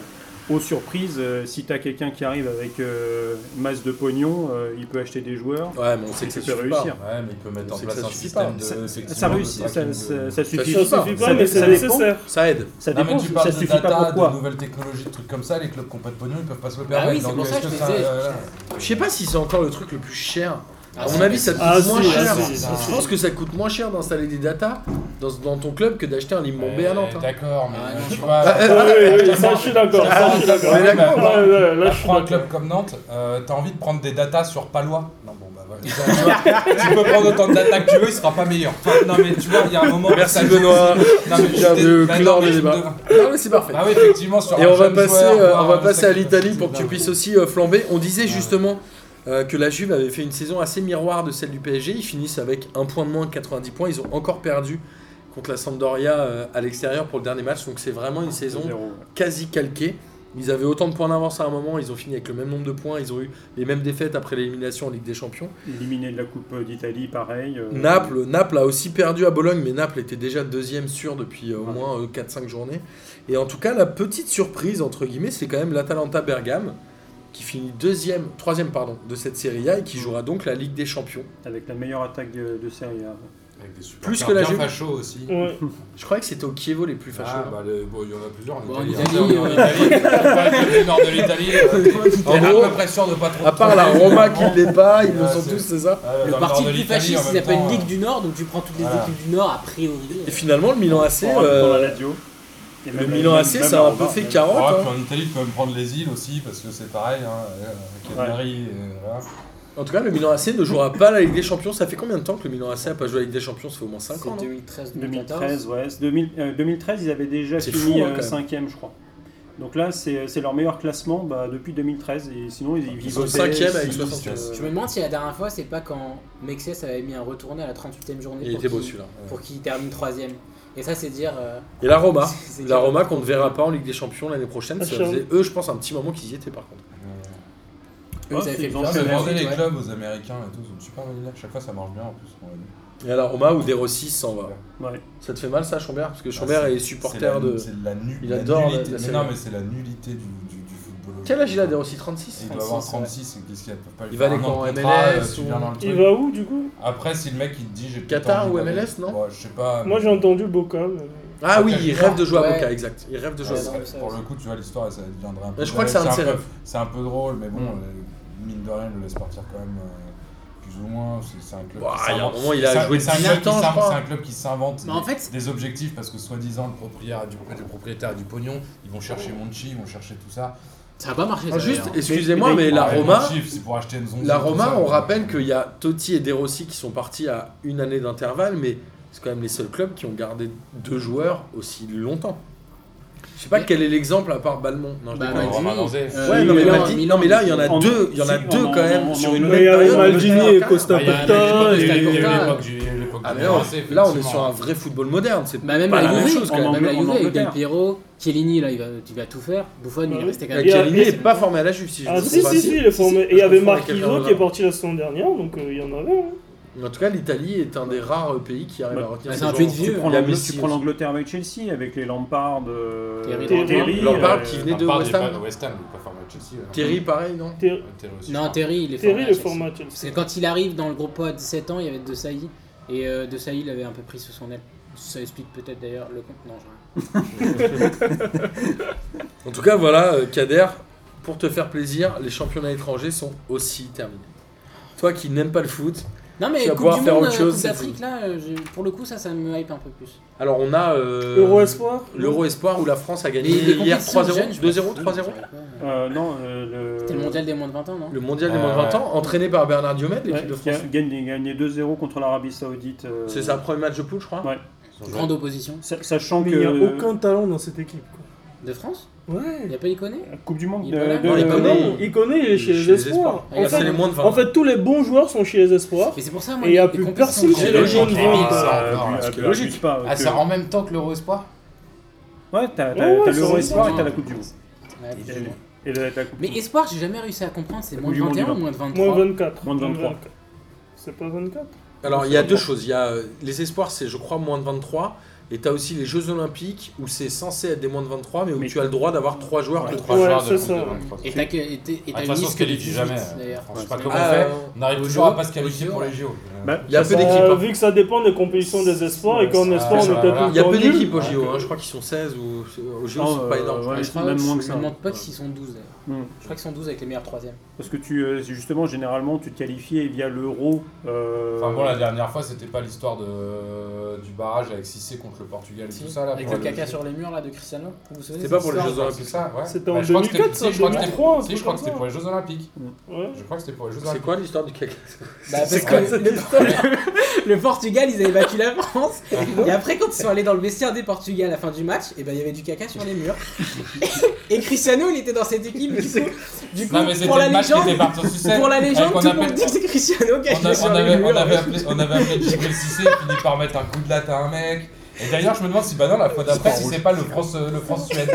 [SPEAKER 4] aux surprises, euh, si t'as quelqu'un qui arrive avec euh, masse de pognon, euh, il peut acheter des joueurs.
[SPEAKER 1] Ouais, mais on sait que
[SPEAKER 4] Tu
[SPEAKER 1] ça
[SPEAKER 4] peux
[SPEAKER 1] suffit pas.
[SPEAKER 4] réussir.
[SPEAKER 5] Ouais, mais il peut mettre en
[SPEAKER 1] C'est que
[SPEAKER 5] place
[SPEAKER 1] ça
[SPEAKER 5] un
[SPEAKER 1] suffit pas.
[SPEAKER 5] système de.
[SPEAKER 1] Ça-
[SPEAKER 5] effectivement,
[SPEAKER 4] Ça
[SPEAKER 5] de
[SPEAKER 4] réussit, ça,
[SPEAKER 5] tracking
[SPEAKER 4] ça,
[SPEAKER 5] de-
[SPEAKER 4] ça suffit.
[SPEAKER 1] suffit pas.
[SPEAKER 2] suffit
[SPEAKER 4] Ça-
[SPEAKER 2] pas, mais c'est
[SPEAKER 4] ça dépend.
[SPEAKER 2] nécessaire.
[SPEAKER 1] Ça aide.
[SPEAKER 4] Ça
[SPEAKER 5] Non, mais
[SPEAKER 4] dépend,
[SPEAKER 5] tu parles
[SPEAKER 4] ça
[SPEAKER 5] de
[SPEAKER 4] suffit
[SPEAKER 5] data,
[SPEAKER 4] pas
[SPEAKER 5] de
[SPEAKER 4] pourquoi.
[SPEAKER 5] nouvelles technologies, de trucs comme ça, les clubs qui n'ont pas de pognon, ils peuvent pas se le
[SPEAKER 3] Bah
[SPEAKER 5] permettre.
[SPEAKER 3] oui, c'est
[SPEAKER 5] Donc,
[SPEAKER 3] pour ça
[SPEAKER 5] est-ce
[SPEAKER 3] que je
[SPEAKER 5] ça,
[SPEAKER 3] disais.
[SPEAKER 5] euh,
[SPEAKER 1] Je sais pas si c'est encore le truc le plus cher.
[SPEAKER 3] Ah,
[SPEAKER 1] à mon
[SPEAKER 3] si,
[SPEAKER 1] avis,
[SPEAKER 3] mais
[SPEAKER 1] ça coûte
[SPEAKER 2] Ah,
[SPEAKER 1] moins
[SPEAKER 2] si,
[SPEAKER 1] cher.
[SPEAKER 2] ah, si, si,
[SPEAKER 1] Je pense que ça coûte moins cher d'installer des datas dans, dans ton club que d'acheter un limbe bombé à
[SPEAKER 5] ouais,
[SPEAKER 1] Nantes. hein.
[SPEAKER 5] D'accord, mais
[SPEAKER 3] Ah, non,
[SPEAKER 5] tu vois.
[SPEAKER 2] Oui, oui, oui, ça, je suis d'accord. ça, je suis d'accord.
[SPEAKER 1] On est d'accord.
[SPEAKER 2] Ouais, ouais, là, ah, je suis
[SPEAKER 5] Prends Ah, un
[SPEAKER 2] d'accord.
[SPEAKER 5] club comme Nantes, euh, t'as envie de prendre des datas sur Palois. Non, bon, bah voilà. Tu vois, tu peux prendre autant de datas que tu veux, il sera pas meilleur. Enfin, non, mais tu vois, il y a un moment. où ça-
[SPEAKER 1] Merci Benoît.
[SPEAKER 5] Non, mais tu
[SPEAKER 1] Bien
[SPEAKER 5] t'es-
[SPEAKER 1] de
[SPEAKER 5] bah,
[SPEAKER 1] clore
[SPEAKER 5] non,
[SPEAKER 1] le
[SPEAKER 5] mais
[SPEAKER 1] débat.
[SPEAKER 5] de-
[SPEAKER 1] Non, mais c'est parfait.
[SPEAKER 5] Bah oui, effectivement, sur
[SPEAKER 1] Et
[SPEAKER 5] un
[SPEAKER 1] on va
[SPEAKER 5] jeune
[SPEAKER 1] passer,
[SPEAKER 5] joueur,
[SPEAKER 1] euh,
[SPEAKER 5] voir
[SPEAKER 1] on va
[SPEAKER 5] un
[SPEAKER 1] passer à
[SPEAKER 5] sacrifice,
[SPEAKER 1] l'Italie
[SPEAKER 5] c'est
[SPEAKER 1] pour que tu
[SPEAKER 5] bien.
[SPEAKER 1] puisses aussi euh, flamber. On disait
[SPEAKER 5] Ouais.
[SPEAKER 1] justement euh, que la Juve avait fait une saison assez miroir de celle du PSG. Ils finissent avec un point de moins, 90 points. Ils ont encore perdu contre la Sampdoria euh, à l'extérieur pour le dernier match. Donc c'est vraiment une saison
[SPEAKER 4] Zéro, ouais.
[SPEAKER 1] quasi calquée. Ils avaient autant de points d'avance à un moment. Ils ont fini avec le même nombre de points. Ils ont eu les mêmes défaites après l'élimination en Ligue des Champions.
[SPEAKER 4] Éliminé de la Coupe d'Italie, pareil. euh,
[SPEAKER 1] Naples, Naples a aussi perdu à Bologne, mais Naples était déjà deuxième sûr depuis euh, au
[SPEAKER 4] Ouais.
[SPEAKER 1] moins euh, 4-5 journées. Et en tout cas, la petite surprise, entre guillemets, c'est quand même l'Atalanta Bergame, qui finit deuxième, troisième pardon, de cette Serie A et qui jouera donc la Ligue des Champions.
[SPEAKER 4] Avec la meilleure attaque de, de Serie A.
[SPEAKER 5] Avec des supporters
[SPEAKER 1] Plus que la
[SPEAKER 5] bien
[SPEAKER 1] Juve.
[SPEAKER 5] fachos aussi.
[SPEAKER 2] Ouais.
[SPEAKER 1] Je croyais que c'était au Kievo les plus fâcheux.
[SPEAKER 5] Ah,
[SPEAKER 1] hein.
[SPEAKER 5] bah, le- bon, il y en a plusieurs en
[SPEAKER 3] Bon, en
[SPEAKER 5] Italie.
[SPEAKER 3] Italie,
[SPEAKER 5] hein, en [laughs] Italie, pas du nord de l'Italie. [laughs] euh,
[SPEAKER 1] En
[SPEAKER 5] T'es à
[SPEAKER 1] gros,
[SPEAKER 5] peu près sûr de pas trop.
[SPEAKER 1] à part la
[SPEAKER 5] trouver,
[SPEAKER 1] Roma qui
[SPEAKER 5] évidemment.
[SPEAKER 1] l'est pas, ils
[SPEAKER 4] Ah,
[SPEAKER 1] le
[SPEAKER 5] Ouais,
[SPEAKER 1] sont
[SPEAKER 5] c'est-
[SPEAKER 1] tous, c'est ça
[SPEAKER 5] Euh, dans
[SPEAKER 3] Le
[SPEAKER 5] nord
[SPEAKER 3] parti
[SPEAKER 5] de
[SPEAKER 3] le plus
[SPEAKER 5] l'Italie, en
[SPEAKER 3] fasciste, il
[SPEAKER 5] même
[SPEAKER 3] s'appelle
[SPEAKER 5] temps, euh,
[SPEAKER 3] Ligue du Nord, donc tu prends toutes les
[SPEAKER 5] Voilà.
[SPEAKER 3] équipes du Nord, a priori. euh,
[SPEAKER 1] Et finalement, le Milan AC,
[SPEAKER 4] On rappelle
[SPEAKER 1] euh,
[SPEAKER 4] la radio. Et
[SPEAKER 1] le
[SPEAKER 4] même-
[SPEAKER 1] Milan
[SPEAKER 4] même-
[SPEAKER 1] AC,
[SPEAKER 4] même
[SPEAKER 1] ça a
[SPEAKER 4] la
[SPEAKER 1] un peu
[SPEAKER 4] Roma,
[SPEAKER 1] fait
[SPEAKER 4] même.
[SPEAKER 5] Ouais,
[SPEAKER 1] carotte.
[SPEAKER 5] Ah, puis
[SPEAKER 1] hein.
[SPEAKER 5] en Italie, tu peux même prendre les îles aussi, parce que c'est pareil, hein, euh, Cagliari, euh, voilà.
[SPEAKER 1] En tout cas, le Milan AC ne jouera pas la Ligue des Champions. Ça fait combien de temps que le Milan AC a pas joué la Ligue des Champions Ça fait au moins 5 ans. non
[SPEAKER 3] hein, 2013-2014.
[SPEAKER 4] 2013, ouais. c'est 2000 euh, 2013, ils avaient déjà
[SPEAKER 1] C'est fou,
[SPEAKER 4] fini
[SPEAKER 1] hein, quand même.
[SPEAKER 4] 5 je crois. Donc là, c'est c'est leur meilleur classement bah, depuis 2013. Et sinon, ils,
[SPEAKER 1] Ils sont
[SPEAKER 4] vivotaient,
[SPEAKER 1] cinquième avec
[SPEAKER 4] six,
[SPEAKER 1] 68.
[SPEAKER 4] euh,
[SPEAKER 3] Je me demande si la dernière fois, c'est pas quand Mexès avait mis un retourné à la 38ème journée
[SPEAKER 1] Il
[SPEAKER 3] pour
[SPEAKER 1] était beau
[SPEAKER 3] qu'il-
[SPEAKER 1] celui-là.
[SPEAKER 3] pour qu'il termine 3ème. Et ça, c'est dire. euh,
[SPEAKER 1] Et la Roma.
[SPEAKER 3] [laughs] c'est- c'est
[SPEAKER 1] La
[SPEAKER 3] dire-
[SPEAKER 1] Roma qu'on ne verra pas en Ligue des Champions l'année prochaine.
[SPEAKER 4] Ah,
[SPEAKER 1] Ça
[SPEAKER 2] Achille.
[SPEAKER 1] faisait, eux, je pense, un petit moment qu'ils y étaient par contre.
[SPEAKER 3] Eux, ils avaient fait
[SPEAKER 4] ils
[SPEAKER 3] le
[SPEAKER 4] ont
[SPEAKER 5] Ah,
[SPEAKER 3] tour
[SPEAKER 5] mais
[SPEAKER 3] de la
[SPEAKER 5] bordel,
[SPEAKER 3] suite,
[SPEAKER 5] les
[SPEAKER 3] ouais.
[SPEAKER 5] clubs aux Américains et tout, ils sont super manières. Chaque fois, ça marche bien en plus. on va dire.
[SPEAKER 1] Et à la Roma où De Rossi s'en va.
[SPEAKER 4] ouais.
[SPEAKER 1] Ça te fait mal ça, Chambert Parce que
[SPEAKER 5] Ah,
[SPEAKER 1] Chambert
[SPEAKER 5] c'est-
[SPEAKER 1] est supporter
[SPEAKER 5] c'est la-
[SPEAKER 1] de.
[SPEAKER 5] C'est la, nu-
[SPEAKER 1] Il
[SPEAKER 5] la
[SPEAKER 1] adore la-
[SPEAKER 5] nullité.
[SPEAKER 1] la
[SPEAKER 5] mais
[SPEAKER 1] série.
[SPEAKER 5] non, mais c'est la nullité du, du, du football.
[SPEAKER 1] Quel âge il a De Rossi 36
[SPEAKER 5] Il doit avoir
[SPEAKER 1] 36,
[SPEAKER 5] 36, et qu'est-ce qu'il y a peuvent pas lui
[SPEAKER 1] Il
[SPEAKER 5] faire
[SPEAKER 1] va
[SPEAKER 5] un
[SPEAKER 1] aller
[SPEAKER 5] an de
[SPEAKER 1] quand
[SPEAKER 5] contrat,
[SPEAKER 1] MLS
[SPEAKER 5] euh, tu
[SPEAKER 1] ou-
[SPEAKER 5] viens dans le
[SPEAKER 2] Il
[SPEAKER 5] truc.
[SPEAKER 2] va où du coup
[SPEAKER 5] Après, si le mec il te dit j'ai peut-être
[SPEAKER 1] Qatar
[SPEAKER 5] envie
[SPEAKER 1] ou
[SPEAKER 5] d'aller-
[SPEAKER 1] MLS, non
[SPEAKER 5] Ouais, Je sais pas.
[SPEAKER 2] Moi
[SPEAKER 5] mais-
[SPEAKER 2] j'ai entendu Boca. mais-
[SPEAKER 1] Ah oui, il
[SPEAKER 5] Ouais.
[SPEAKER 1] rêve de jouer à
[SPEAKER 3] Ouais.
[SPEAKER 1] Boca, exact. Il rêve de jouer à
[SPEAKER 3] Ouais,
[SPEAKER 1] Boca.
[SPEAKER 5] Ouais,
[SPEAKER 3] ça,
[SPEAKER 5] pour
[SPEAKER 3] ça.
[SPEAKER 5] le coup, tu vois, l'histoire, ça deviendrait un peu.
[SPEAKER 1] Mais Ah, je crois que c'est un de ses
[SPEAKER 5] peu-
[SPEAKER 1] rêves.
[SPEAKER 5] C'est un peu drôle, mais bon,
[SPEAKER 2] Hmm.
[SPEAKER 1] Mm.
[SPEAKER 5] euh, mine de rien, il le laisse partir quand même euh, plus ou moins. C'est c'est un club.
[SPEAKER 1] Ouah,
[SPEAKER 5] qui
[SPEAKER 1] il y a un
[SPEAKER 5] s'invente-
[SPEAKER 1] moment, il
[SPEAKER 5] c'est
[SPEAKER 1] a
[SPEAKER 5] un-
[SPEAKER 1] joué
[SPEAKER 5] c'est un
[SPEAKER 1] 10
[SPEAKER 5] club qui
[SPEAKER 1] ans, je
[SPEAKER 5] s'in- C'est
[SPEAKER 1] crois.
[SPEAKER 5] un club qui s'invente
[SPEAKER 3] Mais en
[SPEAKER 5] des,
[SPEAKER 3] fait-
[SPEAKER 5] des objectifs parce que soi-disant, le propriétaire, a du, le propriétaire a du pognon, ils vont chercher Monchi, ils vont chercher tout ça. Ah,
[SPEAKER 3] Ça va pas marcher.
[SPEAKER 1] Ah,
[SPEAKER 3] ça,
[SPEAKER 1] Juste,
[SPEAKER 3] d'ailleurs.
[SPEAKER 1] excusez-moi, mais la
[SPEAKER 5] Ouais,
[SPEAKER 1] Roma.
[SPEAKER 5] Monchi, c'est pour acheter une zone.
[SPEAKER 1] La
[SPEAKER 5] tout
[SPEAKER 1] Roma,
[SPEAKER 5] ça,
[SPEAKER 1] on
[SPEAKER 5] mais-
[SPEAKER 1] rappelle qu'il y a Totti et De Rossi qui sont partis à une année d'intervalle, mais c'est quand même les seuls clubs qui ont gardé deux joueurs aussi longtemps. Je sais pas
[SPEAKER 3] Mais-
[SPEAKER 1] quel est l'exemple à part Balmont. Non, je
[SPEAKER 3] Bah,
[SPEAKER 1] déconne.
[SPEAKER 5] Maldini.
[SPEAKER 3] Maldini.
[SPEAKER 5] Ouais,
[SPEAKER 1] ouais,
[SPEAKER 3] Euh,
[SPEAKER 1] non, mais
[SPEAKER 3] Milan,
[SPEAKER 1] Maldini-
[SPEAKER 3] Milan,
[SPEAKER 1] non, mais là, il y en a
[SPEAKER 4] en-
[SPEAKER 1] deux, il y en a
[SPEAKER 4] si,
[SPEAKER 1] deux
[SPEAKER 4] en-
[SPEAKER 1] quand même
[SPEAKER 4] en-
[SPEAKER 1] sur
[SPEAKER 4] en-
[SPEAKER 1] une
[SPEAKER 4] en-
[SPEAKER 1] longue
[SPEAKER 2] Mais il y avait
[SPEAKER 1] période.
[SPEAKER 2] Maldini et Costa
[SPEAKER 5] Ah, il y a- il y a
[SPEAKER 2] Curta.
[SPEAKER 5] l'époque du- il
[SPEAKER 3] Costa.
[SPEAKER 5] y a l'époque du- l'époque
[SPEAKER 1] Ah,
[SPEAKER 5] du
[SPEAKER 1] mais non,
[SPEAKER 5] RC,
[SPEAKER 1] là, on est sur
[SPEAKER 5] effectivement.
[SPEAKER 1] un vrai football moderne. C'est
[SPEAKER 3] Bah, même
[SPEAKER 1] pas
[SPEAKER 3] la
[SPEAKER 1] la même
[SPEAKER 3] Juve,
[SPEAKER 1] chose quand
[SPEAKER 4] en
[SPEAKER 1] même.
[SPEAKER 3] Même la
[SPEAKER 4] en
[SPEAKER 3] Juve avec Del
[SPEAKER 4] Angleterre.
[SPEAKER 3] Piero, Chiellini, là, il va, il va tout faire. Buffon, il est
[SPEAKER 2] Ouais.
[SPEAKER 3] resté quand
[SPEAKER 1] Et
[SPEAKER 3] même.
[SPEAKER 2] Il y a-
[SPEAKER 1] Chiellini
[SPEAKER 2] il y a-
[SPEAKER 1] n'est pas formé à la Juve, si je ne
[SPEAKER 2] Ah
[SPEAKER 1] me
[SPEAKER 2] si,
[SPEAKER 1] trompe
[SPEAKER 2] si,
[SPEAKER 1] pas.
[SPEAKER 2] si, il est formé. Et il y
[SPEAKER 1] Je
[SPEAKER 2] avait
[SPEAKER 1] confonds avec
[SPEAKER 2] Marquisot
[SPEAKER 1] quelqu'un
[SPEAKER 2] qui est
[SPEAKER 1] d'autre.
[SPEAKER 2] parti la saison dernière, donc euh, il y en avait. hein.
[SPEAKER 1] En tout cas, l'Italie est un des rares pays qui arrive à
[SPEAKER 4] Bah,
[SPEAKER 1] retenir
[SPEAKER 3] c'est
[SPEAKER 1] ces
[SPEAKER 3] un
[SPEAKER 1] joueurs.
[SPEAKER 3] pays de
[SPEAKER 4] Tu
[SPEAKER 3] vieux.
[SPEAKER 4] prends
[SPEAKER 1] Il y a
[SPEAKER 4] l'Angl-
[SPEAKER 1] Messi
[SPEAKER 4] tu prends
[SPEAKER 1] aussi.
[SPEAKER 4] l'Angleterre avec Chelsea, avec les Lampard, euh,
[SPEAKER 3] Terry,
[SPEAKER 4] Terry,
[SPEAKER 1] Lampard
[SPEAKER 4] euh,
[SPEAKER 1] qui venait
[SPEAKER 5] Il
[SPEAKER 1] de West Ham.
[SPEAKER 5] West Ham, il est pas formé à Chelsea. alors.
[SPEAKER 1] Thierry, pareil, non
[SPEAKER 2] Terry
[SPEAKER 5] Terry aussi, je
[SPEAKER 3] Non,
[SPEAKER 5] crois.
[SPEAKER 3] Terry, il est
[SPEAKER 2] Terry,
[SPEAKER 3] formé
[SPEAKER 2] le
[SPEAKER 3] à Chelsea.
[SPEAKER 2] format Chelsea.
[SPEAKER 3] Parce que quand il arrive dans le groupe A à 17 ans, il y avait De Sailly. Et euh, De Sailly, il avait un peu pris sous son aile. Ça explique peut-être d'ailleurs le compte. Non, je-
[SPEAKER 1] En tout cas, voilà, euh, Kader, pour te faire plaisir, les championnats étrangers sont aussi terminés. Toi qui n'aimes pas le foot,
[SPEAKER 3] Non, mais
[SPEAKER 1] Tu vas
[SPEAKER 3] Coupe
[SPEAKER 1] pouvoir
[SPEAKER 3] du
[SPEAKER 1] faire
[SPEAKER 3] Monde,
[SPEAKER 1] autre
[SPEAKER 3] euh,
[SPEAKER 1] chose,
[SPEAKER 3] Coupe
[SPEAKER 1] c'est
[SPEAKER 3] d'Afrique, là, euh, j'ai- pour le coup, ça, ça me hype un peu plus.
[SPEAKER 1] alors on a euh,
[SPEAKER 2] Euro Espoir
[SPEAKER 1] l'Euro Espoir où la France a gagné
[SPEAKER 3] Et les
[SPEAKER 1] hier
[SPEAKER 3] compétitions
[SPEAKER 1] 3-0,
[SPEAKER 3] jeunes, je pense.
[SPEAKER 1] 2-0, 3-0.
[SPEAKER 4] Euh, non, euh, le...
[SPEAKER 3] C'était le mondial des moins de 20 ans, non
[SPEAKER 1] Le mondial des moins de
[SPEAKER 5] Ouais.
[SPEAKER 1] 20 ans, entraîné par Bernard Diomède,
[SPEAKER 4] Ouais,
[SPEAKER 1] l'équipe de
[SPEAKER 4] qui a
[SPEAKER 1] France.
[SPEAKER 4] gagné, gagné 2-0 contre l'Arabie Saoudite. euh,
[SPEAKER 1] C'est sa premier match de poule, je crois.
[SPEAKER 4] Ouais.
[SPEAKER 3] Grande opposition.
[SPEAKER 4] sa- Sachant
[SPEAKER 2] Mais
[SPEAKER 4] que
[SPEAKER 2] il n'y a aucun talent dans cette équipe. quoi.
[SPEAKER 3] De France Il
[SPEAKER 2] Ouais.
[SPEAKER 3] n'y a pas Iconé
[SPEAKER 4] la Coupe du Monde
[SPEAKER 3] Il
[SPEAKER 4] de,
[SPEAKER 3] est pas là.
[SPEAKER 4] de-
[SPEAKER 1] Non, il est pas
[SPEAKER 4] de-
[SPEAKER 1] là.
[SPEAKER 2] non, il connaît, il est chez les Espoirs.
[SPEAKER 1] Et
[SPEAKER 2] En
[SPEAKER 3] Regarde,
[SPEAKER 1] c'est
[SPEAKER 2] fait,
[SPEAKER 1] les moins de 20
[SPEAKER 2] en fait, tous les bons joueurs sont chez les Espoirs.
[SPEAKER 3] Mais c'est pour ça, moi,
[SPEAKER 2] Et y a
[SPEAKER 3] les
[SPEAKER 2] plus
[SPEAKER 3] compétitions
[SPEAKER 2] personne
[SPEAKER 3] de
[SPEAKER 2] chez
[SPEAKER 3] jeunes,
[SPEAKER 2] les
[SPEAKER 3] je
[SPEAKER 2] jeunes
[SPEAKER 3] trouve
[SPEAKER 2] ventes.
[SPEAKER 3] que-
[SPEAKER 5] ça,
[SPEAKER 4] euh,
[SPEAKER 5] encore, là,
[SPEAKER 4] abuse-
[SPEAKER 1] c'est logique.
[SPEAKER 4] abuse pas,
[SPEAKER 5] Ah,
[SPEAKER 4] que-
[SPEAKER 5] ça en même temps que l'Euro Espoir
[SPEAKER 4] Ouais, t'as t'as-
[SPEAKER 2] Ouais, ouais,
[SPEAKER 4] t'as
[SPEAKER 2] c'est
[SPEAKER 4] l'Euro Espoir
[SPEAKER 3] vrai.
[SPEAKER 4] et t'as la Coupe du Monde.
[SPEAKER 3] Ouais, absolument.
[SPEAKER 4] Et la, la Coupe
[SPEAKER 3] Mais
[SPEAKER 4] du Monde.
[SPEAKER 3] espoir, j'ai jamais réussi à comprendre, c'est
[SPEAKER 4] La
[SPEAKER 3] moins
[SPEAKER 4] Coupe
[SPEAKER 3] de
[SPEAKER 4] du Monde
[SPEAKER 3] 21 ou
[SPEAKER 4] du
[SPEAKER 3] moins de 23
[SPEAKER 2] Moins 24.
[SPEAKER 4] Moins de 23.
[SPEAKER 2] C'est pas 24
[SPEAKER 1] Alors il y a deux choses. Il y a euh, les espoirs, c'est je crois moins de 23. Et tu as aussi les Jeux Olympiques où c'est censé être des moins de 23, mais où
[SPEAKER 4] Mais-
[SPEAKER 1] tu as le droit d'avoir trois joueurs de
[SPEAKER 5] Les
[SPEAKER 1] 3.
[SPEAKER 5] trois
[SPEAKER 2] Ouais,
[SPEAKER 5] joueurs de
[SPEAKER 2] c'est
[SPEAKER 5] Coupe
[SPEAKER 2] ça.
[SPEAKER 5] de 23.
[SPEAKER 3] Et t'as que- et t'es- et
[SPEAKER 5] Ah,
[SPEAKER 3] t'as
[SPEAKER 5] De
[SPEAKER 3] une
[SPEAKER 5] toute façon, on
[SPEAKER 3] liste
[SPEAKER 5] se
[SPEAKER 3] que les
[SPEAKER 5] qualifie jamais.
[SPEAKER 3] 18, d'ailleurs.
[SPEAKER 5] Je sais pas
[SPEAKER 3] Ouais.
[SPEAKER 5] comment
[SPEAKER 1] Ah,
[SPEAKER 5] on fait.
[SPEAKER 1] euh,
[SPEAKER 5] On n'arrive
[SPEAKER 1] au
[SPEAKER 5] toujours
[SPEAKER 1] jeu,
[SPEAKER 5] à pas se qualifier
[SPEAKER 1] au jeu,
[SPEAKER 5] pour
[SPEAKER 1] ouais.
[SPEAKER 5] les JO.
[SPEAKER 4] Bah,
[SPEAKER 1] Il y a peu
[SPEAKER 2] Ça,
[SPEAKER 1] d'équipes. hein.
[SPEAKER 2] Vu que ça dépend des compétitions des espoirs et qu'en
[SPEAKER 5] Ouais,
[SPEAKER 2] espoir on
[SPEAKER 5] ça,
[SPEAKER 2] était
[SPEAKER 5] voilà.
[SPEAKER 2] tout
[SPEAKER 1] Il y a peu
[SPEAKER 2] en nul.
[SPEAKER 1] d'équipes au
[SPEAKER 5] donc,
[SPEAKER 1] JO, hein.
[SPEAKER 5] euh,
[SPEAKER 1] je crois qu'ils sont 16 ou au JO,
[SPEAKER 4] Non,
[SPEAKER 1] c'est pas
[SPEAKER 4] euh,
[SPEAKER 1] énorme. je crois.
[SPEAKER 4] ouais.
[SPEAKER 3] Je crois
[SPEAKER 4] Même
[SPEAKER 3] que-
[SPEAKER 4] moins que
[SPEAKER 3] je
[SPEAKER 4] ça. hein. Hmm.
[SPEAKER 3] me demande pas qu'ils sont 12 d'ailleurs. Je crois qu'ils sont 12 avec les meilleurs 3
[SPEAKER 4] Parce que tu, euh, justement, généralement, tu te qualifiais via l'Euro. euh,
[SPEAKER 5] Enfin bon, la dernière fois, c'était pas l'histoire de... du barrage avec 6 contre le Portugal et tout ça. Là,
[SPEAKER 3] Avec
[SPEAKER 5] pour
[SPEAKER 3] le caca sur les murs là de Cristiano, vous vous souvenez
[SPEAKER 1] C'était pas
[SPEAKER 3] de
[SPEAKER 1] pour
[SPEAKER 3] cette
[SPEAKER 1] les
[SPEAKER 5] Je
[SPEAKER 1] Jeux
[SPEAKER 3] histoire
[SPEAKER 5] crois que c'est
[SPEAKER 1] Olympiques.
[SPEAKER 5] ça, ouais. Bah,
[SPEAKER 2] C'était en
[SPEAKER 5] je crois que
[SPEAKER 2] 2004,
[SPEAKER 5] c'était- si, je crois que c'était-
[SPEAKER 2] 2003,
[SPEAKER 5] Si, je crois
[SPEAKER 2] un truc
[SPEAKER 5] que c'était pour les Jeux Olympiques.
[SPEAKER 2] Ouais.
[SPEAKER 5] Je crois que c'était pour les Jeux
[SPEAKER 1] C'est
[SPEAKER 5] Olympiques.
[SPEAKER 1] quoi l'histoire du caca
[SPEAKER 3] Bah, parce
[SPEAKER 5] C'est quoi
[SPEAKER 3] que le, le Portugal, ils avaient battu la France.
[SPEAKER 5] Ah
[SPEAKER 3] Et après, quand ils sont allés dans le vestiaire des Portugais à la fin du match, et ben il y avait du caca sur les murs. Et Cristiano, il était dans cette équipe. Du coup, du coup,
[SPEAKER 5] Non, mais c'était
[SPEAKER 3] pour la
[SPEAKER 5] le match qui était
[SPEAKER 3] légende,
[SPEAKER 5] parti en sucette.
[SPEAKER 3] pour la légende,
[SPEAKER 5] Avec- on
[SPEAKER 3] tout le monde
[SPEAKER 5] appelle-
[SPEAKER 3] dit que c'est Cristiano qui a
[SPEAKER 5] on, a-
[SPEAKER 3] joué sur
[SPEAKER 5] on
[SPEAKER 3] les
[SPEAKER 5] avait,
[SPEAKER 3] murs.
[SPEAKER 5] on avait appelé, on avait appelé Djibril Cissé, fini par mettre un coup de latte à un mec. Et d'ailleurs, je me demande si, bah non, la fois d'après, si c'est pas le France, euh, le France Suède.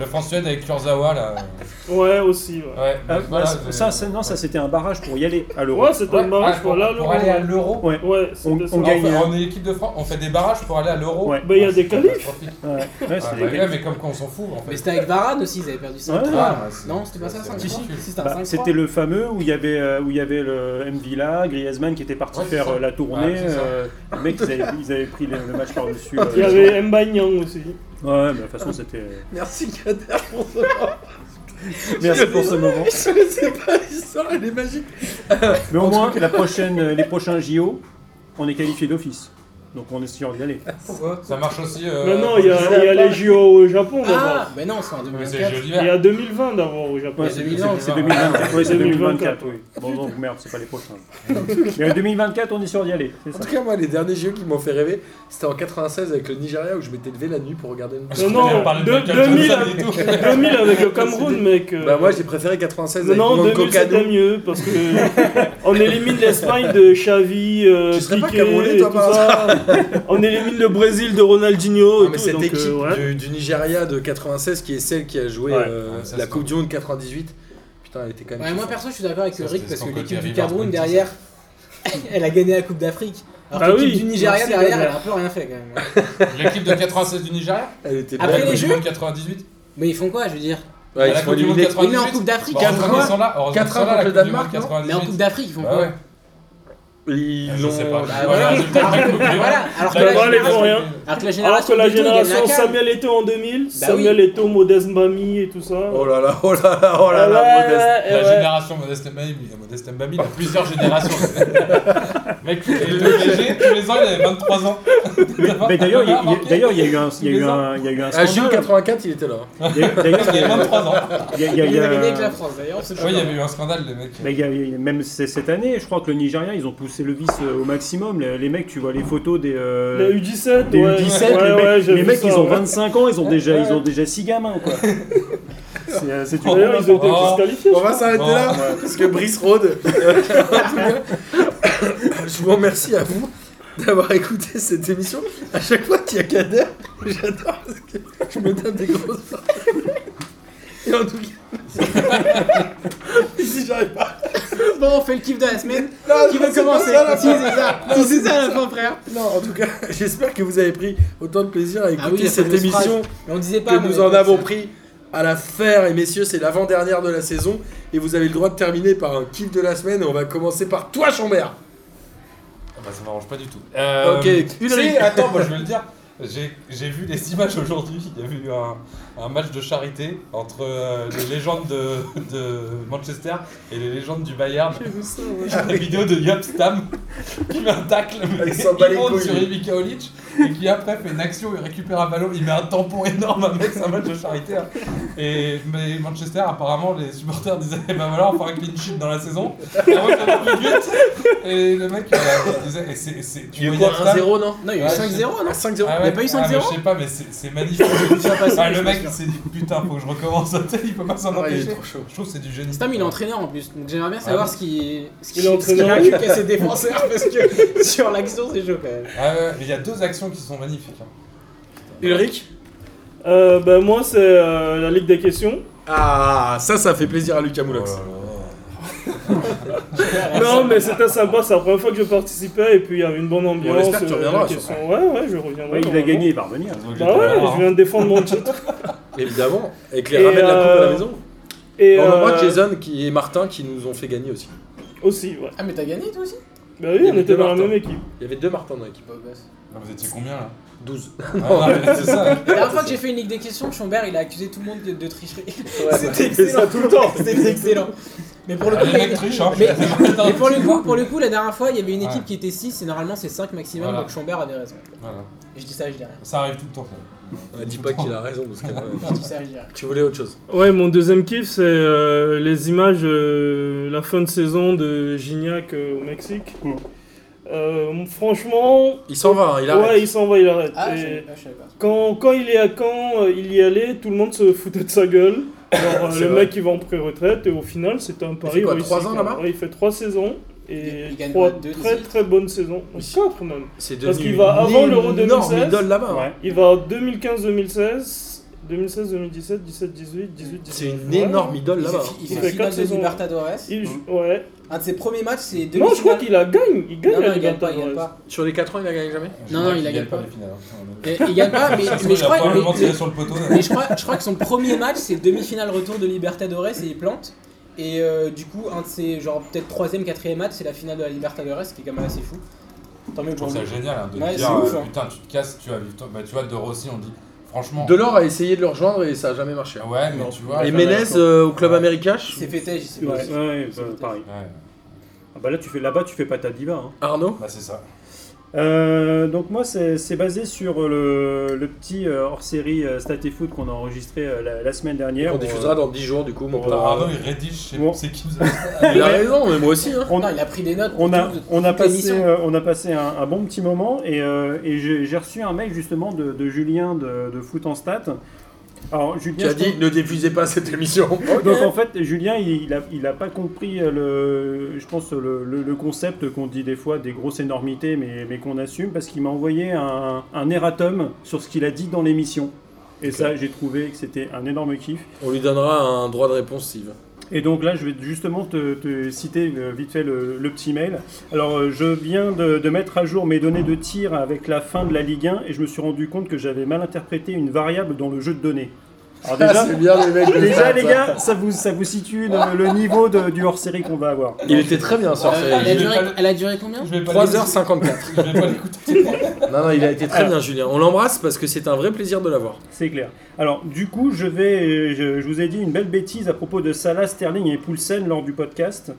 [SPEAKER 5] Le France Suède avec Kurzawa, là.
[SPEAKER 2] Ouais, aussi. Ouais,
[SPEAKER 5] Ouais.
[SPEAKER 4] ah,
[SPEAKER 5] donc voilà,
[SPEAKER 4] ça,
[SPEAKER 5] c'est-
[SPEAKER 4] ça, c'est- non, ça c'était un barrage pour y aller à l'Euro.
[SPEAKER 2] ouais c'était
[SPEAKER 5] Ouais,
[SPEAKER 2] un barrage
[SPEAKER 5] ah,
[SPEAKER 2] pour là,
[SPEAKER 5] pour aller à l'Euro.
[SPEAKER 4] Ouais.
[SPEAKER 2] Ouais, c'était
[SPEAKER 4] On-
[SPEAKER 2] ça.
[SPEAKER 4] on
[SPEAKER 5] Ah, On,
[SPEAKER 4] gagne.
[SPEAKER 5] fait- on est l'équipe de France, on fait des barrages pour aller à l'Euro.
[SPEAKER 4] Ouais.
[SPEAKER 2] Bah, il y a des
[SPEAKER 5] C'est
[SPEAKER 2] qualifs.
[SPEAKER 5] catastrophique.
[SPEAKER 4] Ouais, ouais, c'était
[SPEAKER 5] Ah, bah,
[SPEAKER 4] des-
[SPEAKER 5] ouais, mais comme qu'on s'en fout en
[SPEAKER 3] Mais
[SPEAKER 5] fait.
[SPEAKER 3] c'était avec Varane aussi, ils avaient perdu 5
[SPEAKER 4] Ouais.
[SPEAKER 5] Ah, ouais, c'est-
[SPEAKER 3] Non, c'était pas ça,
[SPEAKER 5] c'est-
[SPEAKER 3] 5
[SPEAKER 5] Si, si.
[SPEAKER 3] C'était
[SPEAKER 4] bah,
[SPEAKER 3] un 5
[SPEAKER 4] c'était le fameux où il y avait euh, où il y avait le M Villa, Griezmann qui était parti
[SPEAKER 5] Ouais, c'est
[SPEAKER 4] faire
[SPEAKER 5] ça.
[SPEAKER 4] euh, la tournée.
[SPEAKER 5] Ouais, c'est ça.
[SPEAKER 4] euh, les mecs ils avaient, ils avaient pris le, le match par
[SPEAKER 5] [laughs]
[SPEAKER 4] dessus.
[SPEAKER 1] Ah,
[SPEAKER 2] Il y avait Mbagnan aussi.
[SPEAKER 4] Ouais, mais de toute façon
[SPEAKER 5] [laughs]
[SPEAKER 4] c'était. euh,
[SPEAKER 1] Merci Kader pour ce moment.
[SPEAKER 4] Merci pour ce moment.
[SPEAKER 1] Je ne sais pas, l'histoire elle est magique.
[SPEAKER 4] Mais au moins la prochaine, euh, les prochains JO, on est qualifié d'office. Donc on est sûr d'y aller.
[SPEAKER 5] Ça marche aussi. euh,
[SPEAKER 2] Maintenant, il y a, il y a les JO au Japon
[SPEAKER 3] Ah,
[SPEAKER 2] d'abord.
[SPEAKER 3] bah non, c'est en
[SPEAKER 5] Mais c'est
[SPEAKER 3] 2004.
[SPEAKER 5] joli
[SPEAKER 2] Il y a 2020 d'abord au Japon.
[SPEAKER 4] Ouais,
[SPEAKER 5] c'est
[SPEAKER 4] c'est
[SPEAKER 5] 2020,
[SPEAKER 4] c'est 2024. Ouais, c'est
[SPEAKER 2] 2024,
[SPEAKER 4] 2024. Oui. Bon donc merde, c'est pas les prochains. [laughs] Mais en 2024, on est sûr d'y aller. C'est
[SPEAKER 1] En
[SPEAKER 4] ça.
[SPEAKER 1] tout cas, moi, les derniers JO qui m'ont fait rêver, c'était en 96 avec le Nigeria où je m'étais levé la nuit pour regarder le match.
[SPEAKER 2] Non,
[SPEAKER 5] On
[SPEAKER 2] non,
[SPEAKER 5] a parlé de
[SPEAKER 2] deux-
[SPEAKER 5] Michael Jackson
[SPEAKER 2] 2000
[SPEAKER 5] et tout.
[SPEAKER 2] 2000 avec le Cameroun, mec. euh,
[SPEAKER 1] Bah, moi, j'ai préféré 96 avec
[SPEAKER 2] Non,
[SPEAKER 1] Manco
[SPEAKER 2] 2000 c'était
[SPEAKER 1] Cano.
[SPEAKER 2] mieux parce que
[SPEAKER 1] [laughs]
[SPEAKER 2] on élimine l'Espagne de Xavi, euh,
[SPEAKER 1] Tu serais pas
[SPEAKER 2] Piqué
[SPEAKER 1] Camerounais,
[SPEAKER 2] et
[SPEAKER 1] toi,
[SPEAKER 2] tout
[SPEAKER 1] par
[SPEAKER 2] ça. on élimine le Brésil de
[SPEAKER 1] Non,
[SPEAKER 2] Ronaldinho. et
[SPEAKER 1] Ah, mais
[SPEAKER 2] tout,
[SPEAKER 1] cette
[SPEAKER 2] donc, euh,
[SPEAKER 1] équipe
[SPEAKER 2] ouais.
[SPEAKER 1] du, du Nigeria de 96 qui est celle qui a joué
[SPEAKER 4] Ouais.
[SPEAKER 1] euh,
[SPEAKER 5] Ouais, ça,
[SPEAKER 1] la
[SPEAKER 5] c'est
[SPEAKER 1] Coupe du Monde 98, putain, elle était quand même.
[SPEAKER 3] Ouais, moi
[SPEAKER 1] kiffante.
[SPEAKER 3] perso, je suis d'accord avec
[SPEAKER 5] Ça,
[SPEAKER 3] Ulrich
[SPEAKER 5] c'était
[SPEAKER 3] parce
[SPEAKER 5] son
[SPEAKER 3] que
[SPEAKER 5] côté
[SPEAKER 3] l'équipe du
[SPEAKER 5] River
[SPEAKER 3] Cameroun
[SPEAKER 5] Plate,
[SPEAKER 3] derrière, [laughs] elle a gagné la Coupe d'Afrique. Alors
[SPEAKER 2] Bah
[SPEAKER 3] que l'équipe
[SPEAKER 2] oui.
[SPEAKER 3] du Nigeria
[SPEAKER 2] Merci,
[SPEAKER 3] derrière,
[SPEAKER 2] Gabriel.
[SPEAKER 3] elle a un peu rien fait quand même.
[SPEAKER 5] L'équipe de 96 du Nigeria
[SPEAKER 1] Elle était
[SPEAKER 5] La
[SPEAKER 3] Après
[SPEAKER 1] belle.
[SPEAKER 5] Coupe
[SPEAKER 3] les
[SPEAKER 5] du
[SPEAKER 3] Jeux
[SPEAKER 5] Monde 98
[SPEAKER 3] Mais ils font quoi, je veux dire
[SPEAKER 1] Ouais,
[SPEAKER 5] à
[SPEAKER 1] ils
[SPEAKER 5] la
[SPEAKER 1] se font
[SPEAKER 5] Coupe du Monde
[SPEAKER 1] éliminer.
[SPEAKER 5] 98.
[SPEAKER 3] Il est en Coupe d'Afrique,
[SPEAKER 5] Bon,
[SPEAKER 1] quatre
[SPEAKER 5] heureusement
[SPEAKER 1] fois-
[SPEAKER 5] qu'ils sont là, heureusement
[SPEAKER 1] quatre
[SPEAKER 5] qu'ils sont
[SPEAKER 1] fois
[SPEAKER 5] là,
[SPEAKER 1] contre
[SPEAKER 5] la Coupe
[SPEAKER 1] le
[SPEAKER 5] du Monde
[SPEAKER 1] Danemark, non
[SPEAKER 5] 98.
[SPEAKER 3] hein. Mais en Coupe d'Afrique, ils font
[SPEAKER 5] Bah
[SPEAKER 3] quoi
[SPEAKER 5] ouais.
[SPEAKER 1] Ils
[SPEAKER 5] Ah, Je
[SPEAKER 1] l'ont- Ah,
[SPEAKER 5] sais
[SPEAKER 3] Bah
[SPEAKER 5] pas. Ouais,
[SPEAKER 3] voilà. [laughs]
[SPEAKER 5] le résultat,
[SPEAKER 3] Alors
[SPEAKER 5] le
[SPEAKER 3] que-
[SPEAKER 5] Coupe du
[SPEAKER 3] voilà, alors hein. que
[SPEAKER 2] Bah
[SPEAKER 3] la
[SPEAKER 2] voilà, les
[SPEAKER 3] génération-
[SPEAKER 2] gens, rien.
[SPEAKER 3] alors que la génération,
[SPEAKER 2] Alors que la
[SPEAKER 3] de Guto, il gagne
[SPEAKER 2] génération
[SPEAKER 3] la CAF.
[SPEAKER 2] Samuel Eto'o en 2000, Samuel
[SPEAKER 3] oui.
[SPEAKER 2] Eto'o, Modeste Mbami et tout ça.
[SPEAKER 1] Oh là là, oh là là, oh là
[SPEAKER 2] Ah
[SPEAKER 1] là,
[SPEAKER 2] ouais,
[SPEAKER 1] modeste.
[SPEAKER 2] ouais,
[SPEAKER 5] La
[SPEAKER 2] ouais.
[SPEAKER 5] génération Modeste Mbami, Modeste Mbami, il a
[SPEAKER 2] [laughs]
[SPEAKER 5] plusieurs générations. Mec, il est le PG, tous les ans, il avait 23 ans.
[SPEAKER 4] Mais d'ailleurs, il y a- il y a-
[SPEAKER 5] Marqué.
[SPEAKER 4] d'ailleurs, il y a eu un, il y a eu
[SPEAKER 5] Tous
[SPEAKER 4] un, il y a eu un
[SPEAKER 1] À Ah, Gilles
[SPEAKER 4] scandale.
[SPEAKER 1] 84, il était là.
[SPEAKER 4] Il y a eu- D'ailleurs, il
[SPEAKER 5] Il
[SPEAKER 4] y
[SPEAKER 5] avait
[SPEAKER 4] a-
[SPEAKER 5] 23 ans.
[SPEAKER 4] il y a- euh, il y a- il
[SPEAKER 3] Il
[SPEAKER 4] y
[SPEAKER 3] a gagné avec
[SPEAKER 4] a-
[SPEAKER 3] la France d'ailleurs, c'est
[SPEAKER 5] Oui, il y avait eu un scandale, les mecs.
[SPEAKER 4] Mais il y a- il y a- même c- cette année, je crois que le Nigeria, ils ont poussé le vice euh, au maximum. Les, les mecs, tu vois les photos des, euh,
[SPEAKER 2] La U17,
[SPEAKER 4] des
[SPEAKER 2] ouais.
[SPEAKER 4] U17,
[SPEAKER 2] ouais,
[SPEAKER 4] les mecs,
[SPEAKER 2] ouais, j'ai
[SPEAKER 4] les
[SPEAKER 2] vu
[SPEAKER 4] mecs,
[SPEAKER 2] ça,
[SPEAKER 4] ils ont
[SPEAKER 2] ouais.
[SPEAKER 4] 25 ans, ils ont déjà,
[SPEAKER 2] Ouais.
[SPEAKER 4] ils ont déjà 6 gamins, quoi. c'est euh, c'est du
[SPEAKER 2] D'ailleurs, ils ont été
[SPEAKER 5] Oh.
[SPEAKER 2] disqualifiés.
[SPEAKER 1] On va s'arrêter
[SPEAKER 5] Bon.
[SPEAKER 1] là, parce que Brice Rode, [laughs] euh, en tout cas, je vous remercie à vous d'avoir écouté cette émission. À chaque fois qu'il y a Kader, j'adore parce que je me tape des grosses phrases. Et en tout cas, [laughs] si j'arrive pas,
[SPEAKER 3] [laughs] Bon, on fait le kiff de la semaine.
[SPEAKER 1] Non,
[SPEAKER 3] Qui
[SPEAKER 1] non,
[SPEAKER 3] veut
[SPEAKER 1] c'est
[SPEAKER 3] commencer
[SPEAKER 1] pas ça,
[SPEAKER 3] Si, c'est ça. Si, c'est ça à la fin, frère.
[SPEAKER 1] non, en tout cas, j'espère que vous avez pris autant de plaisir à écouter
[SPEAKER 3] Ah oui, la
[SPEAKER 1] cette
[SPEAKER 3] fameuse
[SPEAKER 1] émission
[SPEAKER 3] Mais on disait
[SPEAKER 1] que
[SPEAKER 3] pas.
[SPEAKER 1] nous
[SPEAKER 3] mais-
[SPEAKER 1] en avons pris à la faire. Et messieurs, c'est l'avant-dernière de la saison et vous avez le droit de terminer par un kiff de la semaine. Et on va commencer par toi, Chambert.
[SPEAKER 5] Ah Bah, ça m'arrange pas du tout. Euh,
[SPEAKER 1] Ok, une
[SPEAKER 5] si,
[SPEAKER 1] année.
[SPEAKER 5] attends, moi je vais le dire. J'ai j'ai vu les images aujourd'hui. Il y avait eu un, un match de charité entre euh, les légendes de, de Manchester et les légendes du Bayern.
[SPEAKER 2] J'ai vu ça, ouais.
[SPEAKER 5] La vidéo de Yop Stam qui met un tacle
[SPEAKER 6] Il
[SPEAKER 5] mais
[SPEAKER 6] s'en bat les
[SPEAKER 5] immonde
[SPEAKER 6] couilles,
[SPEAKER 5] sur
[SPEAKER 6] lui.
[SPEAKER 5] Ivica Olic et qui après fait une action, il récupère un ballon, il met un tampon énorme à mettre, c'est un match de charité. hein. Et mais Manchester, apparemment, les supporters disaient Eh ben voilà, on fera un clean sheet dans la saison. Et, on va faire du but. et le mec, il, a- il disait Et c'est- c'est-
[SPEAKER 1] Il y a eu
[SPEAKER 5] voyais
[SPEAKER 1] quoi
[SPEAKER 5] Yop Stam
[SPEAKER 1] 1-0, non
[SPEAKER 3] Non, il y a eu
[SPEAKER 5] Ouais,
[SPEAKER 3] 5-0, non
[SPEAKER 1] 5-0
[SPEAKER 5] ah
[SPEAKER 3] Il y a pas eu
[SPEAKER 5] ah,
[SPEAKER 3] 5-0?
[SPEAKER 5] mais Je sais pas, mais c'est
[SPEAKER 3] [laughs]
[SPEAKER 5] c'est magnifique. Ah,
[SPEAKER 3] je
[SPEAKER 5] le
[SPEAKER 3] suis
[SPEAKER 5] mec
[SPEAKER 3] sûr.
[SPEAKER 5] il s'est dit putain, faut que je recommence, [laughs] il peut pas s'en
[SPEAKER 1] Ah, il est
[SPEAKER 5] empêcher.
[SPEAKER 1] trop chaud.
[SPEAKER 5] Je trouve que c'est du génie.
[SPEAKER 3] Stam, il est entraîneur en plus, donc j'aimerais bien
[SPEAKER 5] Ah
[SPEAKER 3] savoir
[SPEAKER 5] bon
[SPEAKER 3] ce qu'il ce
[SPEAKER 2] Il est
[SPEAKER 3] qu'il- ce qu'il
[SPEAKER 2] entraîneur.
[SPEAKER 3] inculque à ses défenseurs parce que [laughs] sur l'action, c'est chaud quand même.
[SPEAKER 5] Ah ouais, mais il y a deux actions qui sont magnifiques. hein.
[SPEAKER 1] Ulrich
[SPEAKER 2] Euh, ben, moi, c'est euh, la Ligue des questions.
[SPEAKER 1] Ah, ça, ça fait plaisir à Lucas
[SPEAKER 5] Oh là
[SPEAKER 1] Moulox.
[SPEAKER 5] là.
[SPEAKER 2] Non, mais c'était sympa, c'est la première fois que je participais et puis il y avait une bonne ambiance.
[SPEAKER 1] espère que tu
[SPEAKER 2] euh,
[SPEAKER 1] reviendras
[SPEAKER 2] la
[SPEAKER 1] sur
[SPEAKER 2] question- Ouais, ouais, je reviendrai.
[SPEAKER 4] Ouais, il a
[SPEAKER 2] normalement.
[SPEAKER 4] gagné, il va revenir.
[SPEAKER 5] Donc,
[SPEAKER 2] Bah
[SPEAKER 5] j'étais
[SPEAKER 2] ouais,
[SPEAKER 5] là,
[SPEAKER 2] je viens de défendre mon titre.
[SPEAKER 1] Évidemment. Et que les
[SPEAKER 2] Et,
[SPEAKER 1] ramène la coupe à la
[SPEAKER 2] euh,
[SPEAKER 1] maison.
[SPEAKER 2] Et
[SPEAKER 1] On
[SPEAKER 2] euh,
[SPEAKER 1] revoit Jason qui et Martin qui nous ont fait gagner aussi.
[SPEAKER 2] Aussi, ouais.
[SPEAKER 3] Ah, mais t'as gagné toi aussi
[SPEAKER 2] Bah oui,
[SPEAKER 1] y
[SPEAKER 2] on
[SPEAKER 1] avait
[SPEAKER 2] était
[SPEAKER 1] deux
[SPEAKER 2] dans la
[SPEAKER 1] Martins.
[SPEAKER 2] même équipe.
[SPEAKER 1] Il y avait deux Martin dans l'équipe.
[SPEAKER 5] Ah, vous étiez
[SPEAKER 3] [laughs]
[SPEAKER 5] combien là
[SPEAKER 1] 12.
[SPEAKER 5] Ah, non, mais c'est ça.
[SPEAKER 3] La dernière fois que j'ai fait une Ligue des questions, Schombert il a accusé tout le monde de, de tricherie. [laughs] C'était
[SPEAKER 2] C'est ça
[SPEAKER 3] excellent.
[SPEAKER 2] tout le temps.
[SPEAKER 3] [laughs] C'était excellent. Mais [laughs] pour le
[SPEAKER 5] Ah,
[SPEAKER 3] coup,
[SPEAKER 5] les
[SPEAKER 3] il y a-
[SPEAKER 5] mecs trichent, hein. [laughs]
[SPEAKER 3] mais, mais pour, le coup, pour le coup, la dernière fois, il y avait une équipe
[SPEAKER 5] Ouais.
[SPEAKER 3] qui était 6 et normalement c'est 5 maximum,
[SPEAKER 5] Voilà.
[SPEAKER 3] donc Schombert avait raison.
[SPEAKER 5] Voilà.
[SPEAKER 3] Et je dis ça, je dis rien.
[SPEAKER 5] Ça arrive tout le temps. ça.
[SPEAKER 1] On dit pas qu'il a raison parce que euh,
[SPEAKER 3] Je dis ça, je dis rien.
[SPEAKER 1] tu voulais autre chose.
[SPEAKER 2] Ouais, mon deuxième kiff, c'est euh, les images, euh, la fin de saison de Gignac euh, au Mexique.
[SPEAKER 4] Mm.
[SPEAKER 2] Euh, franchement,
[SPEAKER 1] Il s'en va, hein, il
[SPEAKER 2] ouais,
[SPEAKER 1] arrête.
[SPEAKER 2] il s'en va, il arrête.
[SPEAKER 3] Ah,
[SPEAKER 2] Et
[SPEAKER 3] je ah, je savais pas.
[SPEAKER 2] quand, quand il est à Caen, euh, il y allait, tout le monde se foutait de sa gueule. Alors,
[SPEAKER 1] [laughs]
[SPEAKER 2] euh,
[SPEAKER 1] C'est
[SPEAKER 2] le
[SPEAKER 1] vrai.
[SPEAKER 2] mec, il va en pré-retraite et au final, c'était un pari.
[SPEAKER 1] quoi,
[SPEAKER 2] réussi,
[SPEAKER 1] trois ans
[SPEAKER 2] quoi.
[SPEAKER 1] là-bas
[SPEAKER 2] Ouais, Il fait 3 saisons
[SPEAKER 3] Il-
[SPEAKER 2] et
[SPEAKER 3] il gagne
[SPEAKER 2] trois
[SPEAKER 3] quoi, deux
[SPEAKER 2] très
[SPEAKER 3] titres
[SPEAKER 2] très bonnes saisons.
[SPEAKER 1] Oui.
[SPEAKER 2] 4 même.
[SPEAKER 1] C'est
[SPEAKER 2] Parce
[SPEAKER 1] devenu
[SPEAKER 2] qu'il va
[SPEAKER 1] une
[SPEAKER 2] avant l'Euro 2016.
[SPEAKER 1] énorme idole là-bas. hein.
[SPEAKER 4] Ouais.
[SPEAKER 2] Il va en 2015-2016, 2016-2017, 17-18, 18-19.
[SPEAKER 1] C'est une
[SPEAKER 2] ouais.
[SPEAKER 1] énorme idole
[SPEAKER 3] Il
[SPEAKER 1] là-bas. hein.
[SPEAKER 3] fait- Il
[SPEAKER 2] Il
[SPEAKER 3] fait
[SPEAKER 2] fait
[SPEAKER 3] finale
[SPEAKER 2] quatre
[SPEAKER 3] de
[SPEAKER 2] saisons.
[SPEAKER 3] Libertadores.
[SPEAKER 2] Il joue- ouais.
[SPEAKER 3] Un de ses premiers matchs, c'est
[SPEAKER 2] Non, je crois
[SPEAKER 3] demi-finale.
[SPEAKER 2] qu'il la gagne. Il gagne
[SPEAKER 3] Non, non,
[SPEAKER 2] la
[SPEAKER 3] il gagne pas, il gagne
[SPEAKER 2] Libertadores.
[SPEAKER 3] pas.
[SPEAKER 1] Sur les 4 ans, il a gagné jamais
[SPEAKER 5] Je
[SPEAKER 3] Non,
[SPEAKER 5] dirais
[SPEAKER 3] non,
[SPEAKER 5] qu'il
[SPEAKER 3] il a gagné pas.
[SPEAKER 5] les finales. hein.
[SPEAKER 3] Et- Il gagne pas, mais,
[SPEAKER 5] [laughs] Ça se trouve,
[SPEAKER 3] mais
[SPEAKER 5] il
[SPEAKER 3] je
[SPEAKER 5] a
[SPEAKER 3] crois,
[SPEAKER 5] probablement
[SPEAKER 3] mais-
[SPEAKER 5] tiré sur le poteau. là.
[SPEAKER 3] mais je crois, je crois que son premier match, c'est demi-finale retour de Libertadores et il plante. Et euh, du coup, un de ses, genre, peut-être troisième, quatrième match, c'est la finale de la Libertadores, ce qui est quand même assez fou. Tant mieux
[SPEAKER 5] Je
[SPEAKER 3] pour
[SPEAKER 5] trouve ça
[SPEAKER 3] lui.
[SPEAKER 5] génial hein, de
[SPEAKER 3] Ouais,
[SPEAKER 5] dire
[SPEAKER 3] c'est ouf,
[SPEAKER 5] euh,
[SPEAKER 3] hein.
[SPEAKER 5] putain, tu te casses, tu vas vivre. toi. Bah, tu vois, De Rossi, on dit franchement. ah
[SPEAKER 1] Delors a essayé de le rejoindre et ça a jamais marché. hein.
[SPEAKER 5] Ouais, mais tu vois.
[SPEAKER 1] Et
[SPEAKER 5] jamais-
[SPEAKER 1] Menez euh, au club américain, je-
[SPEAKER 3] C'est fêté, j'y sais
[SPEAKER 4] Ouais,
[SPEAKER 3] pas.
[SPEAKER 4] ouais, bah, pareil.
[SPEAKER 5] Ouais,
[SPEAKER 4] Ah bah là, tu fais là-bas, tu fais pas ta diva. hein.
[SPEAKER 1] Arnaud
[SPEAKER 5] bah, c'est ça.
[SPEAKER 4] Euh, donc moi, c'est c'est basé sur euh, le, le petit euh, hors-série euh, Stat et Foot qu'on a enregistré euh, la, la semaine dernière.
[SPEAKER 1] On
[SPEAKER 4] Où,
[SPEAKER 1] diffusera
[SPEAKER 4] euh,
[SPEAKER 1] dans 10 jours du coup. Mon
[SPEAKER 4] on
[SPEAKER 5] Putain,
[SPEAKER 1] pote.
[SPEAKER 5] Arnaud, il rédige, je
[SPEAKER 4] bon.
[SPEAKER 5] sais qui nous a
[SPEAKER 1] Il a raison, mais moi aussi. hein.
[SPEAKER 4] on,
[SPEAKER 3] Non, il a pris des notes.
[SPEAKER 4] on a,
[SPEAKER 3] pour toute-
[SPEAKER 4] on a
[SPEAKER 3] toute
[SPEAKER 4] passé,
[SPEAKER 3] l'émission.
[SPEAKER 4] euh, on a passé un, un bon petit moment et, euh, et j'ai j'ai reçu un mail justement de, de Julien de, de Foot en Stat. Alors Julien,
[SPEAKER 1] Qui a
[SPEAKER 4] je
[SPEAKER 1] dit ne diffusez pas cette
[SPEAKER 2] [laughs]
[SPEAKER 1] émission.
[SPEAKER 4] Donc en fait, Julien, il il a, il a pas compris euh, le, je pense le, le- le concept qu'on dit des fois des grosses énormités, mais, mais qu'on assume parce qu'il m'a envoyé un, un erratum sur ce qu'il a dit dans l'émission. Et ça, j'ai trouvé que c'était un énorme kiff.
[SPEAKER 1] On lui donnera un droit de réponse s'il veut.
[SPEAKER 4] Et donc là, je vais justement te, te citer euh, vite fait le, le petit mail. Alors, euh, je viens de, de mettre à jour mes données de tir avec la fin de la Ligue 1 et je me suis rendu compte que j'avais mal interprété une variable dans le jeu de données. Alors déjà,
[SPEAKER 1] C'est bien Ah, les mecs. de
[SPEAKER 4] Déjà
[SPEAKER 1] faire
[SPEAKER 4] les
[SPEAKER 1] ça.
[SPEAKER 4] gars, ça vous, ça vous situe le, le niveau de- du hors-série qu'on va avoir.
[SPEAKER 1] Il était très bien sur
[SPEAKER 3] Euh, elle, a
[SPEAKER 5] je vais
[SPEAKER 3] duré,
[SPEAKER 5] pas le-
[SPEAKER 3] elle a duré combien
[SPEAKER 5] Je vais pas l'écouter.
[SPEAKER 1] 3h54.
[SPEAKER 5] Je vais pas l'écouter.
[SPEAKER 1] [laughs] Non, non, il a été très bien, Julien. On l'embrasse parce que c'est un vrai plaisir de l'avoir.
[SPEAKER 4] C'est clair. Alors du coup, je vais, je, je vous ai dit une belle bêtise à propos de Salah, Sterling et Poulsen lors du podcast.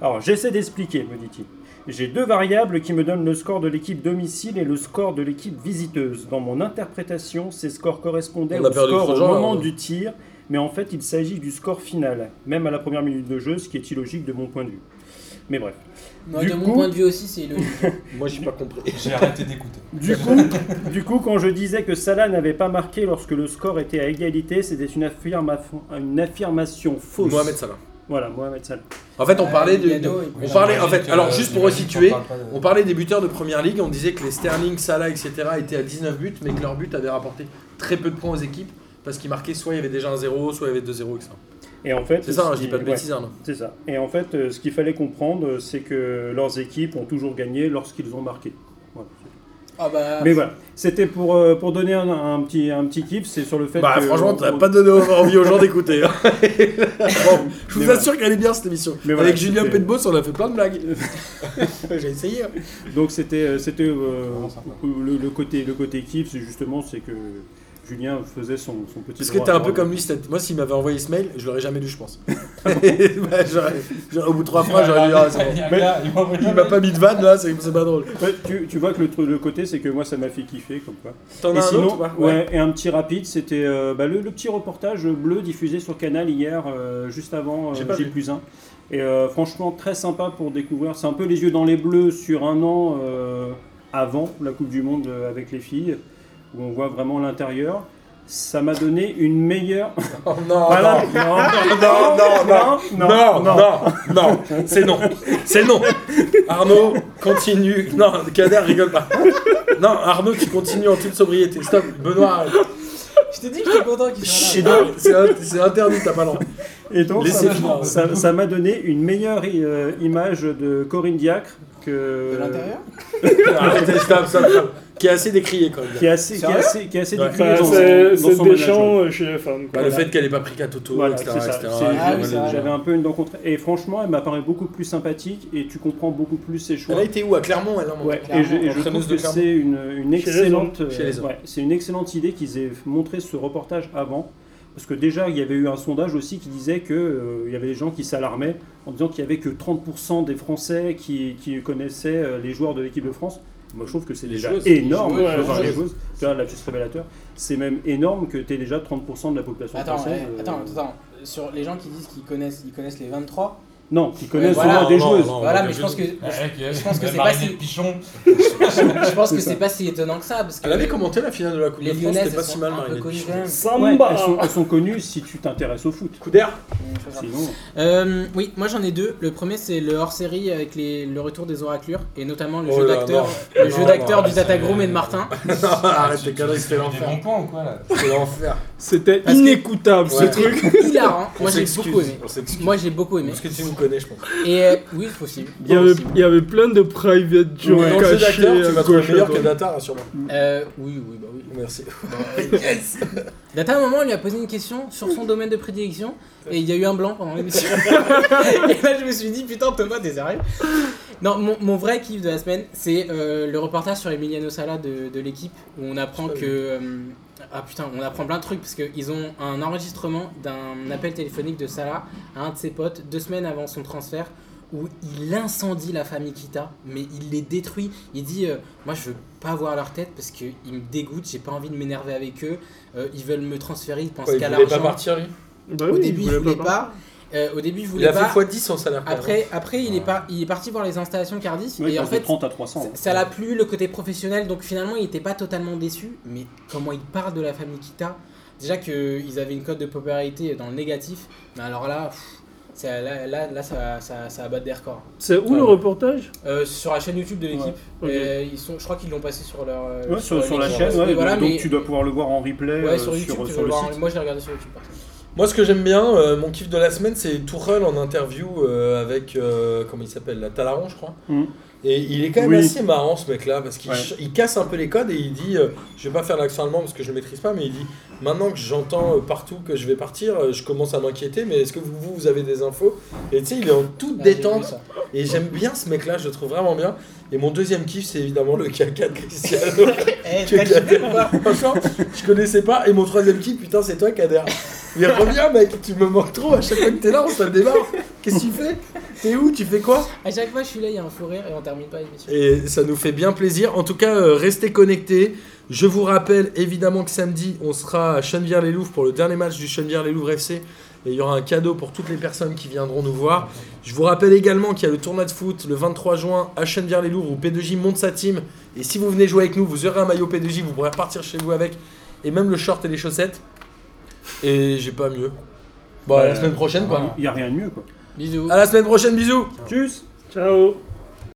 [SPEAKER 4] Alors j'essaie d'expliquer, me dit-il. J'ai deux variables qui me donnent le score de l'équipe domicile et le score de l'équipe visiteuse. Dans mon interprétation, ces scores correspondaient
[SPEAKER 1] On a
[SPEAKER 4] au
[SPEAKER 1] perdu
[SPEAKER 4] score
[SPEAKER 1] trop
[SPEAKER 4] au
[SPEAKER 1] de gens,
[SPEAKER 4] moment
[SPEAKER 1] là, ouais.
[SPEAKER 4] du tir, mais en fait, il s'agit du score final, même à la première minute de jeu, ce qui est illogique de mon point de vue. Mais bref.
[SPEAKER 3] Moi,
[SPEAKER 4] Du
[SPEAKER 3] De
[SPEAKER 4] coup-
[SPEAKER 3] mon point de vue aussi,
[SPEAKER 4] [laughs]
[SPEAKER 3] c'est le.
[SPEAKER 1] Moi, j'ai pas compris.
[SPEAKER 5] J'ai arrêté d'écouter.
[SPEAKER 4] Du coup, du coup, quand je disais que Salah n'avait pas marqué lorsque le score était à égalité, c'était une, affirma- une affirmation fausse.
[SPEAKER 1] Mohamed Salah.
[SPEAKER 4] Voilà, Mohamed Salah.
[SPEAKER 1] En fait, on parlait de.
[SPEAKER 3] Gallo
[SPEAKER 1] de-
[SPEAKER 3] et puis-
[SPEAKER 1] On parlait, en
[SPEAKER 5] J'imagine
[SPEAKER 1] fait,
[SPEAKER 5] que- euh,
[SPEAKER 1] alors juste pour
[SPEAKER 5] j'imagine qu'on
[SPEAKER 1] resituer,
[SPEAKER 5] parle pas de-
[SPEAKER 1] on parlait des buteurs de première ligue. On disait que les Sterling, Salah, etc. étaient à 19 buts, mais que leurs buts avaient rapporté très peu de points aux équipes parce qu'ils marquaient soit il y avait déjà un 0, soit il y avait 2-0, etc.
[SPEAKER 4] Et en fait,
[SPEAKER 1] C'est ça, hein,
[SPEAKER 4] ce
[SPEAKER 1] je
[SPEAKER 4] qui-
[SPEAKER 1] dis pas de
[SPEAKER 4] ouais,
[SPEAKER 1] bêtises, Arnaud.
[SPEAKER 4] c'est ça. Et en fait, euh, ce qu'il fallait comprendre, euh, c'est que leurs équipes ont toujours gagné lorsqu'ils ont marqué. Voilà.
[SPEAKER 3] Ah bah.
[SPEAKER 4] Mais voilà, c'était pour, euh, pour donner un, un petit, un petit kiff, c'est sur le fait
[SPEAKER 1] Bah
[SPEAKER 4] que...
[SPEAKER 1] franchement, t'as
[SPEAKER 4] on-
[SPEAKER 1] pas [laughs] donné envie aux gens d'écouter. hein. [laughs] Bon, je vous
[SPEAKER 4] Mais
[SPEAKER 1] assure qu'elle est bien cette émission.
[SPEAKER 4] Mais voilà,
[SPEAKER 1] Avec Julien
[SPEAKER 4] c'était-
[SPEAKER 1] Petbos, on a fait plein de blagues. [laughs] J'ai essayé. hein.
[SPEAKER 4] Donc c'était euh, c'était euh,
[SPEAKER 5] Vraiment sympa.
[SPEAKER 4] le, le côté le côté kiff, c'est justement c'est que Julien faisait son, son petit.
[SPEAKER 1] Parce que
[SPEAKER 4] droit
[SPEAKER 1] t'es
[SPEAKER 4] à
[SPEAKER 1] un peu
[SPEAKER 4] droit.
[SPEAKER 1] comme lui, c'était- moi s'il m'avait envoyé ce mail, je l'aurais jamais lu, je [laughs] pense. Bah, j'aurais- j'aurais- au bout de trois fois, j'aurais dit, ah, c'est [laughs] bon.
[SPEAKER 5] Il y a un gars, il m'a envoyé
[SPEAKER 1] Il
[SPEAKER 5] un
[SPEAKER 1] m'a
[SPEAKER 5] mail.
[SPEAKER 1] pas mis de vanne là, c'est c'est pas drôle.
[SPEAKER 4] Ouais, tu, tu vois que le, tru- le côté c'est que moi ça m'a fait kiffer comme quoi.
[SPEAKER 1] T'en as
[SPEAKER 4] Et
[SPEAKER 1] un
[SPEAKER 4] sinon
[SPEAKER 1] autre ou pas
[SPEAKER 4] ouais. et un petit rapide c'était euh, bah, le, le petit reportage bleu diffusé sur Canal hier euh, juste avant
[SPEAKER 1] J'ai
[SPEAKER 4] euh,
[SPEAKER 1] pas
[SPEAKER 4] J
[SPEAKER 1] vu.
[SPEAKER 4] plus 1. Et euh, franchement très sympa pour découvrir. C'est un peu les yeux dans les bleus sur un an euh, avant la Coupe du Monde euh, avec les filles où on voit vraiment l'intérieur. Ça m'a donné une meilleure
[SPEAKER 1] Oh, non,
[SPEAKER 4] Voilà.
[SPEAKER 1] [laughs] non, non, non.
[SPEAKER 4] non,
[SPEAKER 1] Non,
[SPEAKER 4] non.
[SPEAKER 1] non, non, c'est non, c'est non. Arnaud, continue. Non, Kader rigole pas. Non, Arnaud, tu continues en toute sobriété. Stop, Benoît, arrête.
[SPEAKER 3] Je t'ai dit que j'étais content qu'il soit
[SPEAKER 1] Et donc, c'est un- c'est interdit, t'as pas le droit.
[SPEAKER 4] Et donc,
[SPEAKER 1] Laissez
[SPEAKER 4] ça-
[SPEAKER 1] faire.
[SPEAKER 4] ça ça m'a donné une meilleure euh, image de Corinne Diacre que
[SPEAKER 3] De l'intérieur
[SPEAKER 1] Arrêtez, stop, stop, stop. Qui est assez décrié quand même.
[SPEAKER 4] qui est assez, qui est
[SPEAKER 3] Sérieux
[SPEAKER 4] assez, qui est assez
[SPEAKER 1] Ouais.
[SPEAKER 4] décriée
[SPEAKER 2] Enfin,
[SPEAKER 4] dans son-
[SPEAKER 2] c'est
[SPEAKER 4] dans son
[SPEAKER 2] c'est
[SPEAKER 4] management.
[SPEAKER 2] déchant chez les femmes.
[SPEAKER 1] Bah,
[SPEAKER 2] quoi.
[SPEAKER 1] le fait qu'elle ait pas pris qu'à Toto,
[SPEAKER 4] Voilà,
[SPEAKER 1] etc.
[SPEAKER 4] c'est ça.
[SPEAKER 1] etc.,
[SPEAKER 4] C'est-
[SPEAKER 1] voilà,
[SPEAKER 3] Ah oui, c'est
[SPEAKER 1] déjà.
[SPEAKER 3] vrai.
[SPEAKER 4] J'avais un peu une dent contre. Et franchement, elle m'apparaît beaucoup plus sympathique et tu comprends beaucoup plus ses
[SPEAKER 1] Elle
[SPEAKER 4] choix.
[SPEAKER 1] a été où À Clermont, elle, en
[SPEAKER 4] Ouais,
[SPEAKER 1] montant.
[SPEAKER 4] et je, et je
[SPEAKER 1] Entraîneuse
[SPEAKER 4] trouve
[SPEAKER 1] de
[SPEAKER 4] que
[SPEAKER 1] Clermont.
[SPEAKER 4] c'est une, une
[SPEAKER 2] Chez les hommes.
[SPEAKER 4] excellente, euh,
[SPEAKER 1] Chez les hommes.
[SPEAKER 4] ouais, c'est une excellente idée qu'ils aient montré ce reportage avant, parce que déjà il y avait eu un sondage aussi qui disait que euh, il y avait des gens qui s'alarmaient en disant qu'il y avait que 30% des Français qui, qui connaissaient euh, les joueurs de l'équipe de France. Moi je trouve que c'est
[SPEAKER 1] Les
[SPEAKER 4] déjà
[SPEAKER 1] joueuses.
[SPEAKER 4] énorme.
[SPEAKER 2] Les joueuses,
[SPEAKER 4] Enfin,
[SPEAKER 2] ouais.
[SPEAKER 4] les joueuses. Tu vois, là, tu révélateur. C'est même énorme que tu aies déjà 30% de la population
[SPEAKER 3] Attends,
[SPEAKER 4] française.
[SPEAKER 3] ouais,
[SPEAKER 4] euh,
[SPEAKER 3] attends, attends. Sur les gens qui disent qu'ils connaissent, ils connaissent les 23.
[SPEAKER 4] Non, qui connaissent
[SPEAKER 3] voilà,
[SPEAKER 4] au moins des
[SPEAKER 1] non,
[SPEAKER 4] joueuses.
[SPEAKER 1] non,
[SPEAKER 3] voilà,
[SPEAKER 1] bah,
[SPEAKER 3] mais je
[SPEAKER 1] je-
[SPEAKER 3] pense que je
[SPEAKER 5] Eh, eh,
[SPEAKER 3] je pense que c'est
[SPEAKER 5] Marinette
[SPEAKER 3] pas si-
[SPEAKER 5] Pichon.
[SPEAKER 3] je pense que
[SPEAKER 4] C'est
[SPEAKER 3] c'est
[SPEAKER 4] ça.
[SPEAKER 3] pas si étonnant que ça parce que
[SPEAKER 1] Elle avait commenté la finale de la Coupe
[SPEAKER 3] les
[SPEAKER 1] de France,
[SPEAKER 3] Lyonnaises
[SPEAKER 1] c'était pas
[SPEAKER 3] elles
[SPEAKER 1] si
[SPEAKER 3] sont
[SPEAKER 1] mal,
[SPEAKER 3] un peu
[SPEAKER 1] Marinette.
[SPEAKER 3] connues
[SPEAKER 1] Pichon.
[SPEAKER 3] quand même.
[SPEAKER 4] Ouais,
[SPEAKER 2] Samba
[SPEAKER 4] elles, sont, elles sont connues si tu t'intéresses au foot.
[SPEAKER 1] Coup d'air
[SPEAKER 3] Hum, je sais pas.
[SPEAKER 4] Sinon,
[SPEAKER 3] Euh, oui, moi j'en ai deux. Le premier c'est le hors-série avec les- le retour des oraclures et notamment le
[SPEAKER 1] Oh
[SPEAKER 3] jeu
[SPEAKER 1] là,
[SPEAKER 3] d'acteur,
[SPEAKER 1] non.
[SPEAKER 3] le
[SPEAKER 1] Non,
[SPEAKER 3] jeu d'acteur
[SPEAKER 1] non,
[SPEAKER 3] du
[SPEAKER 1] c'est-
[SPEAKER 3] Tata Groom et de
[SPEAKER 1] [laughs]
[SPEAKER 3] Martin.
[SPEAKER 1] Arrête,
[SPEAKER 5] Tu-
[SPEAKER 1] tes
[SPEAKER 5] tu-
[SPEAKER 1] conneries,
[SPEAKER 5] tu
[SPEAKER 1] c'était
[SPEAKER 5] fais des
[SPEAKER 1] l'enfer.
[SPEAKER 5] bons points ou quoi là
[SPEAKER 1] C'était l'enfer.
[SPEAKER 2] C'était
[SPEAKER 3] Parce que-
[SPEAKER 2] inécoutable ce
[SPEAKER 1] Ouais.
[SPEAKER 2] truc.
[SPEAKER 3] Hilarant.
[SPEAKER 1] On
[SPEAKER 3] Moi j'ai
[SPEAKER 1] s'excuse,
[SPEAKER 3] beaucoup aimé.
[SPEAKER 1] On s'excuse.
[SPEAKER 3] Moi j'ai beaucoup aimé.
[SPEAKER 1] Parce que tu nous connais, je pense.
[SPEAKER 3] Et euh, oui, c'est possible.
[SPEAKER 2] Il y, avait, il y avait plein de private
[SPEAKER 1] Tu
[SPEAKER 2] jokes
[SPEAKER 1] le jeu
[SPEAKER 2] cachés.
[SPEAKER 1] d'acteur, tu
[SPEAKER 2] à
[SPEAKER 1] vas trouver
[SPEAKER 2] gauche, à
[SPEAKER 1] meilleur que
[SPEAKER 2] droite.
[SPEAKER 1] Data, sûrement.
[SPEAKER 3] Euh, oui, oui, bah oui.
[SPEAKER 1] Merci.
[SPEAKER 3] Data, à un moment, on lui a posé une question sur son domaine de prédilection et il y a eu un blanc pendant l'émission. et là, je me suis dit, putain, Thomas, t'es sérieux Non, mon, mon vrai kiff de la semaine, c'est euh, le reportage sur Emiliano Sala de, de l'équipe où on apprend
[SPEAKER 1] J'ai pas
[SPEAKER 3] que. euh, ah putain, on apprend plein de trucs parce qu'ils ont un enregistrement d'un appel téléphonique de Salah à un de ses potes deux semaines avant son transfert où il incendie la famille Kita, mais il les détruit. Il dit euh, Moi, je veux pas voir leur tête parce qu'ils me dégoûtent, j'ai pas envie de m'énerver avec eux. Euh, ils veulent me transférer, ils pensent
[SPEAKER 1] Ouais,
[SPEAKER 3] qu'à
[SPEAKER 1] il voulait pas
[SPEAKER 3] l'argent.
[SPEAKER 1] partir, lui.
[SPEAKER 2] Bah
[SPEAKER 3] Au
[SPEAKER 2] oui,
[SPEAKER 3] début, il voulait
[SPEAKER 2] pas.
[SPEAKER 3] pas. Euh, Au début, il
[SPEAKER 1] Il
[SPEAKER 3] voulait
[SPEAKER 1] a fait
[SPEAKER 3] pas.
[SPEAKER 1] x10 son salaire. quand même.
[SPEAKER 3] Après, après il, est pas, il est parti voir les installations Cardif
[SPEAKER 4] ouais,
[SPEAKER 3] et en
[SPEAKER 4] passe de
[SPEAKER 3] fait,
[SPEAKER 4] 30 à 300. hein.
[SPEAKER 3] ça l'a plu le côté professionnel, donc finalement il était pas totalement déçu. Mais comment il parle de la famille Kita Déjà qu'ils avaient une cote de popularité dans le négatif, mais alors là, pff, ça, là, là, là, ça, ça, ça va battre des records.
[SPEAKER 2] C'est où le
[SPEAKER 1] Ouais.
[SPEAKER 2] reportage
[SPEAKER 3] Euh, sur la chaîne YouTube de l'équipe,
[SPEAKER 2] Ouais. Ok.
[SPEAKER 3] euh, ils sont, je crois qu'ils l'ont passé sur leur. euh,
[SPEAKER 4] Ouais, sur, sur la
[SPEAKER 3] l'équipe.
[SPEAKER 4] chaîne, ouais,
[SPEAKER 3] Mais voilà,
[SPEAKER 4] donc
[SPEAKER 3] mais-
[SPEAKER 4] tu dois pouvoir le voir en replay
[SPEAKER 3] ouais,
[SPEAKER 4] euh,
[SPEAKER 3] sur
[SPEAKER 4] sur,
[SPEAKER 3] YouTube, tu
[SPEAKER 4] sur
[SPEAKER 3] peux
[SPEAKER 4] le
[SPEAKER 3] voir en-
[SPEAKER 4] site.
[SPEAKER 3] moi je l'ai regardé sur YouTube. par contre.
[SPEAKER 1] Moi, ce que j'aime bien, euh, mon kiff de la semaine, c'est Tourelle en interview euh, avec, euh, comment il s'appelle, la Talaron, je crois.
[SPEAKER 4] Mm.
[SPEAKER 1] Et il est quand même
[SPEAKER 4] Oui.
[SPEAKER 1] assez marrant, ce mec-là, parce qu'il
[SPEAKER 4] Ouais.
[SPEAKER 1] ch- il casse un peu les codes et il dit, euh, je vais pas faire l'accent allemand parce que je le maîtrise pas, mais il dit, maintenant que j'entends euh, partout que je vais partir, euh, je commence à m'inquiéter, mais est-ce que vous, vous, vous avez des infos Et tu sais, il est en toute
[SPEAKER 3] Ah, j'ai vu
[SPEAKER 1] détente.
[SPEAKER 3] ça.
[SPEAKER 1] Et j'aime bien ce mec-là, je le trouve vraiment bien. Et mon deuxième kiff, c'est évidemment le caca
[SPEAKER 3] [laughs]
[SPEAKER 1] de Cristiano.
[SPEAKER 3] Eh,
[SPEAKER 1] Que
[SPEAKER 3] t'as
[SPEAKER 1] Kader,
[SPEAKER 3] kiffé
[SPEAKER 1] franchement, je connaissais pas. Et mon troisième kiff, putain, c'est toi, Kader. Mais reviens, mec, tu me manques trop. À chaque fois que t'es là, on se le démarre. Qu'est-ce que tu fais T'es où Tu fais quoi
[SPEAKER 3] [laughs] À chaque fois, je suis là, il y a un fou rire et on termine pas l'émission.
[SPEAKER 1] Et ça nous fait bien plaisir. En tout cas, euh, restez connectés. Je vous rappelle évidemment que samedi, on sera à Chenevière-les-Louvres pour le dernier match du Chenevière-les-Louvres FC. Et il y aura un cadeau pour toutes les personnes qui viendront nous voir. Je vous rappelle également qu'il y a le tournoi de foot le 23 juin à Chenevière-les-Louvres où P2J monte sa team. Et si vous venez jouer avec nous, vous aurez un maillot P2J, vous pourrez partir chez vous avec. Et même le short et les chaussettes. Et j'ai pas mieux. Bon, à la
[SPEAKER 4] Euh,
[SPEAKER 1] semaine prochaine quoi.
[SPEAKER 4] Il n'y a rien de mieux, quoi.
[SPEAKER 3] Bisous.
[SPEAKER 1] À la semaine prochaine, bisous
[SPEAKER 4] Tchuss
[SPEAKER 2] Ciao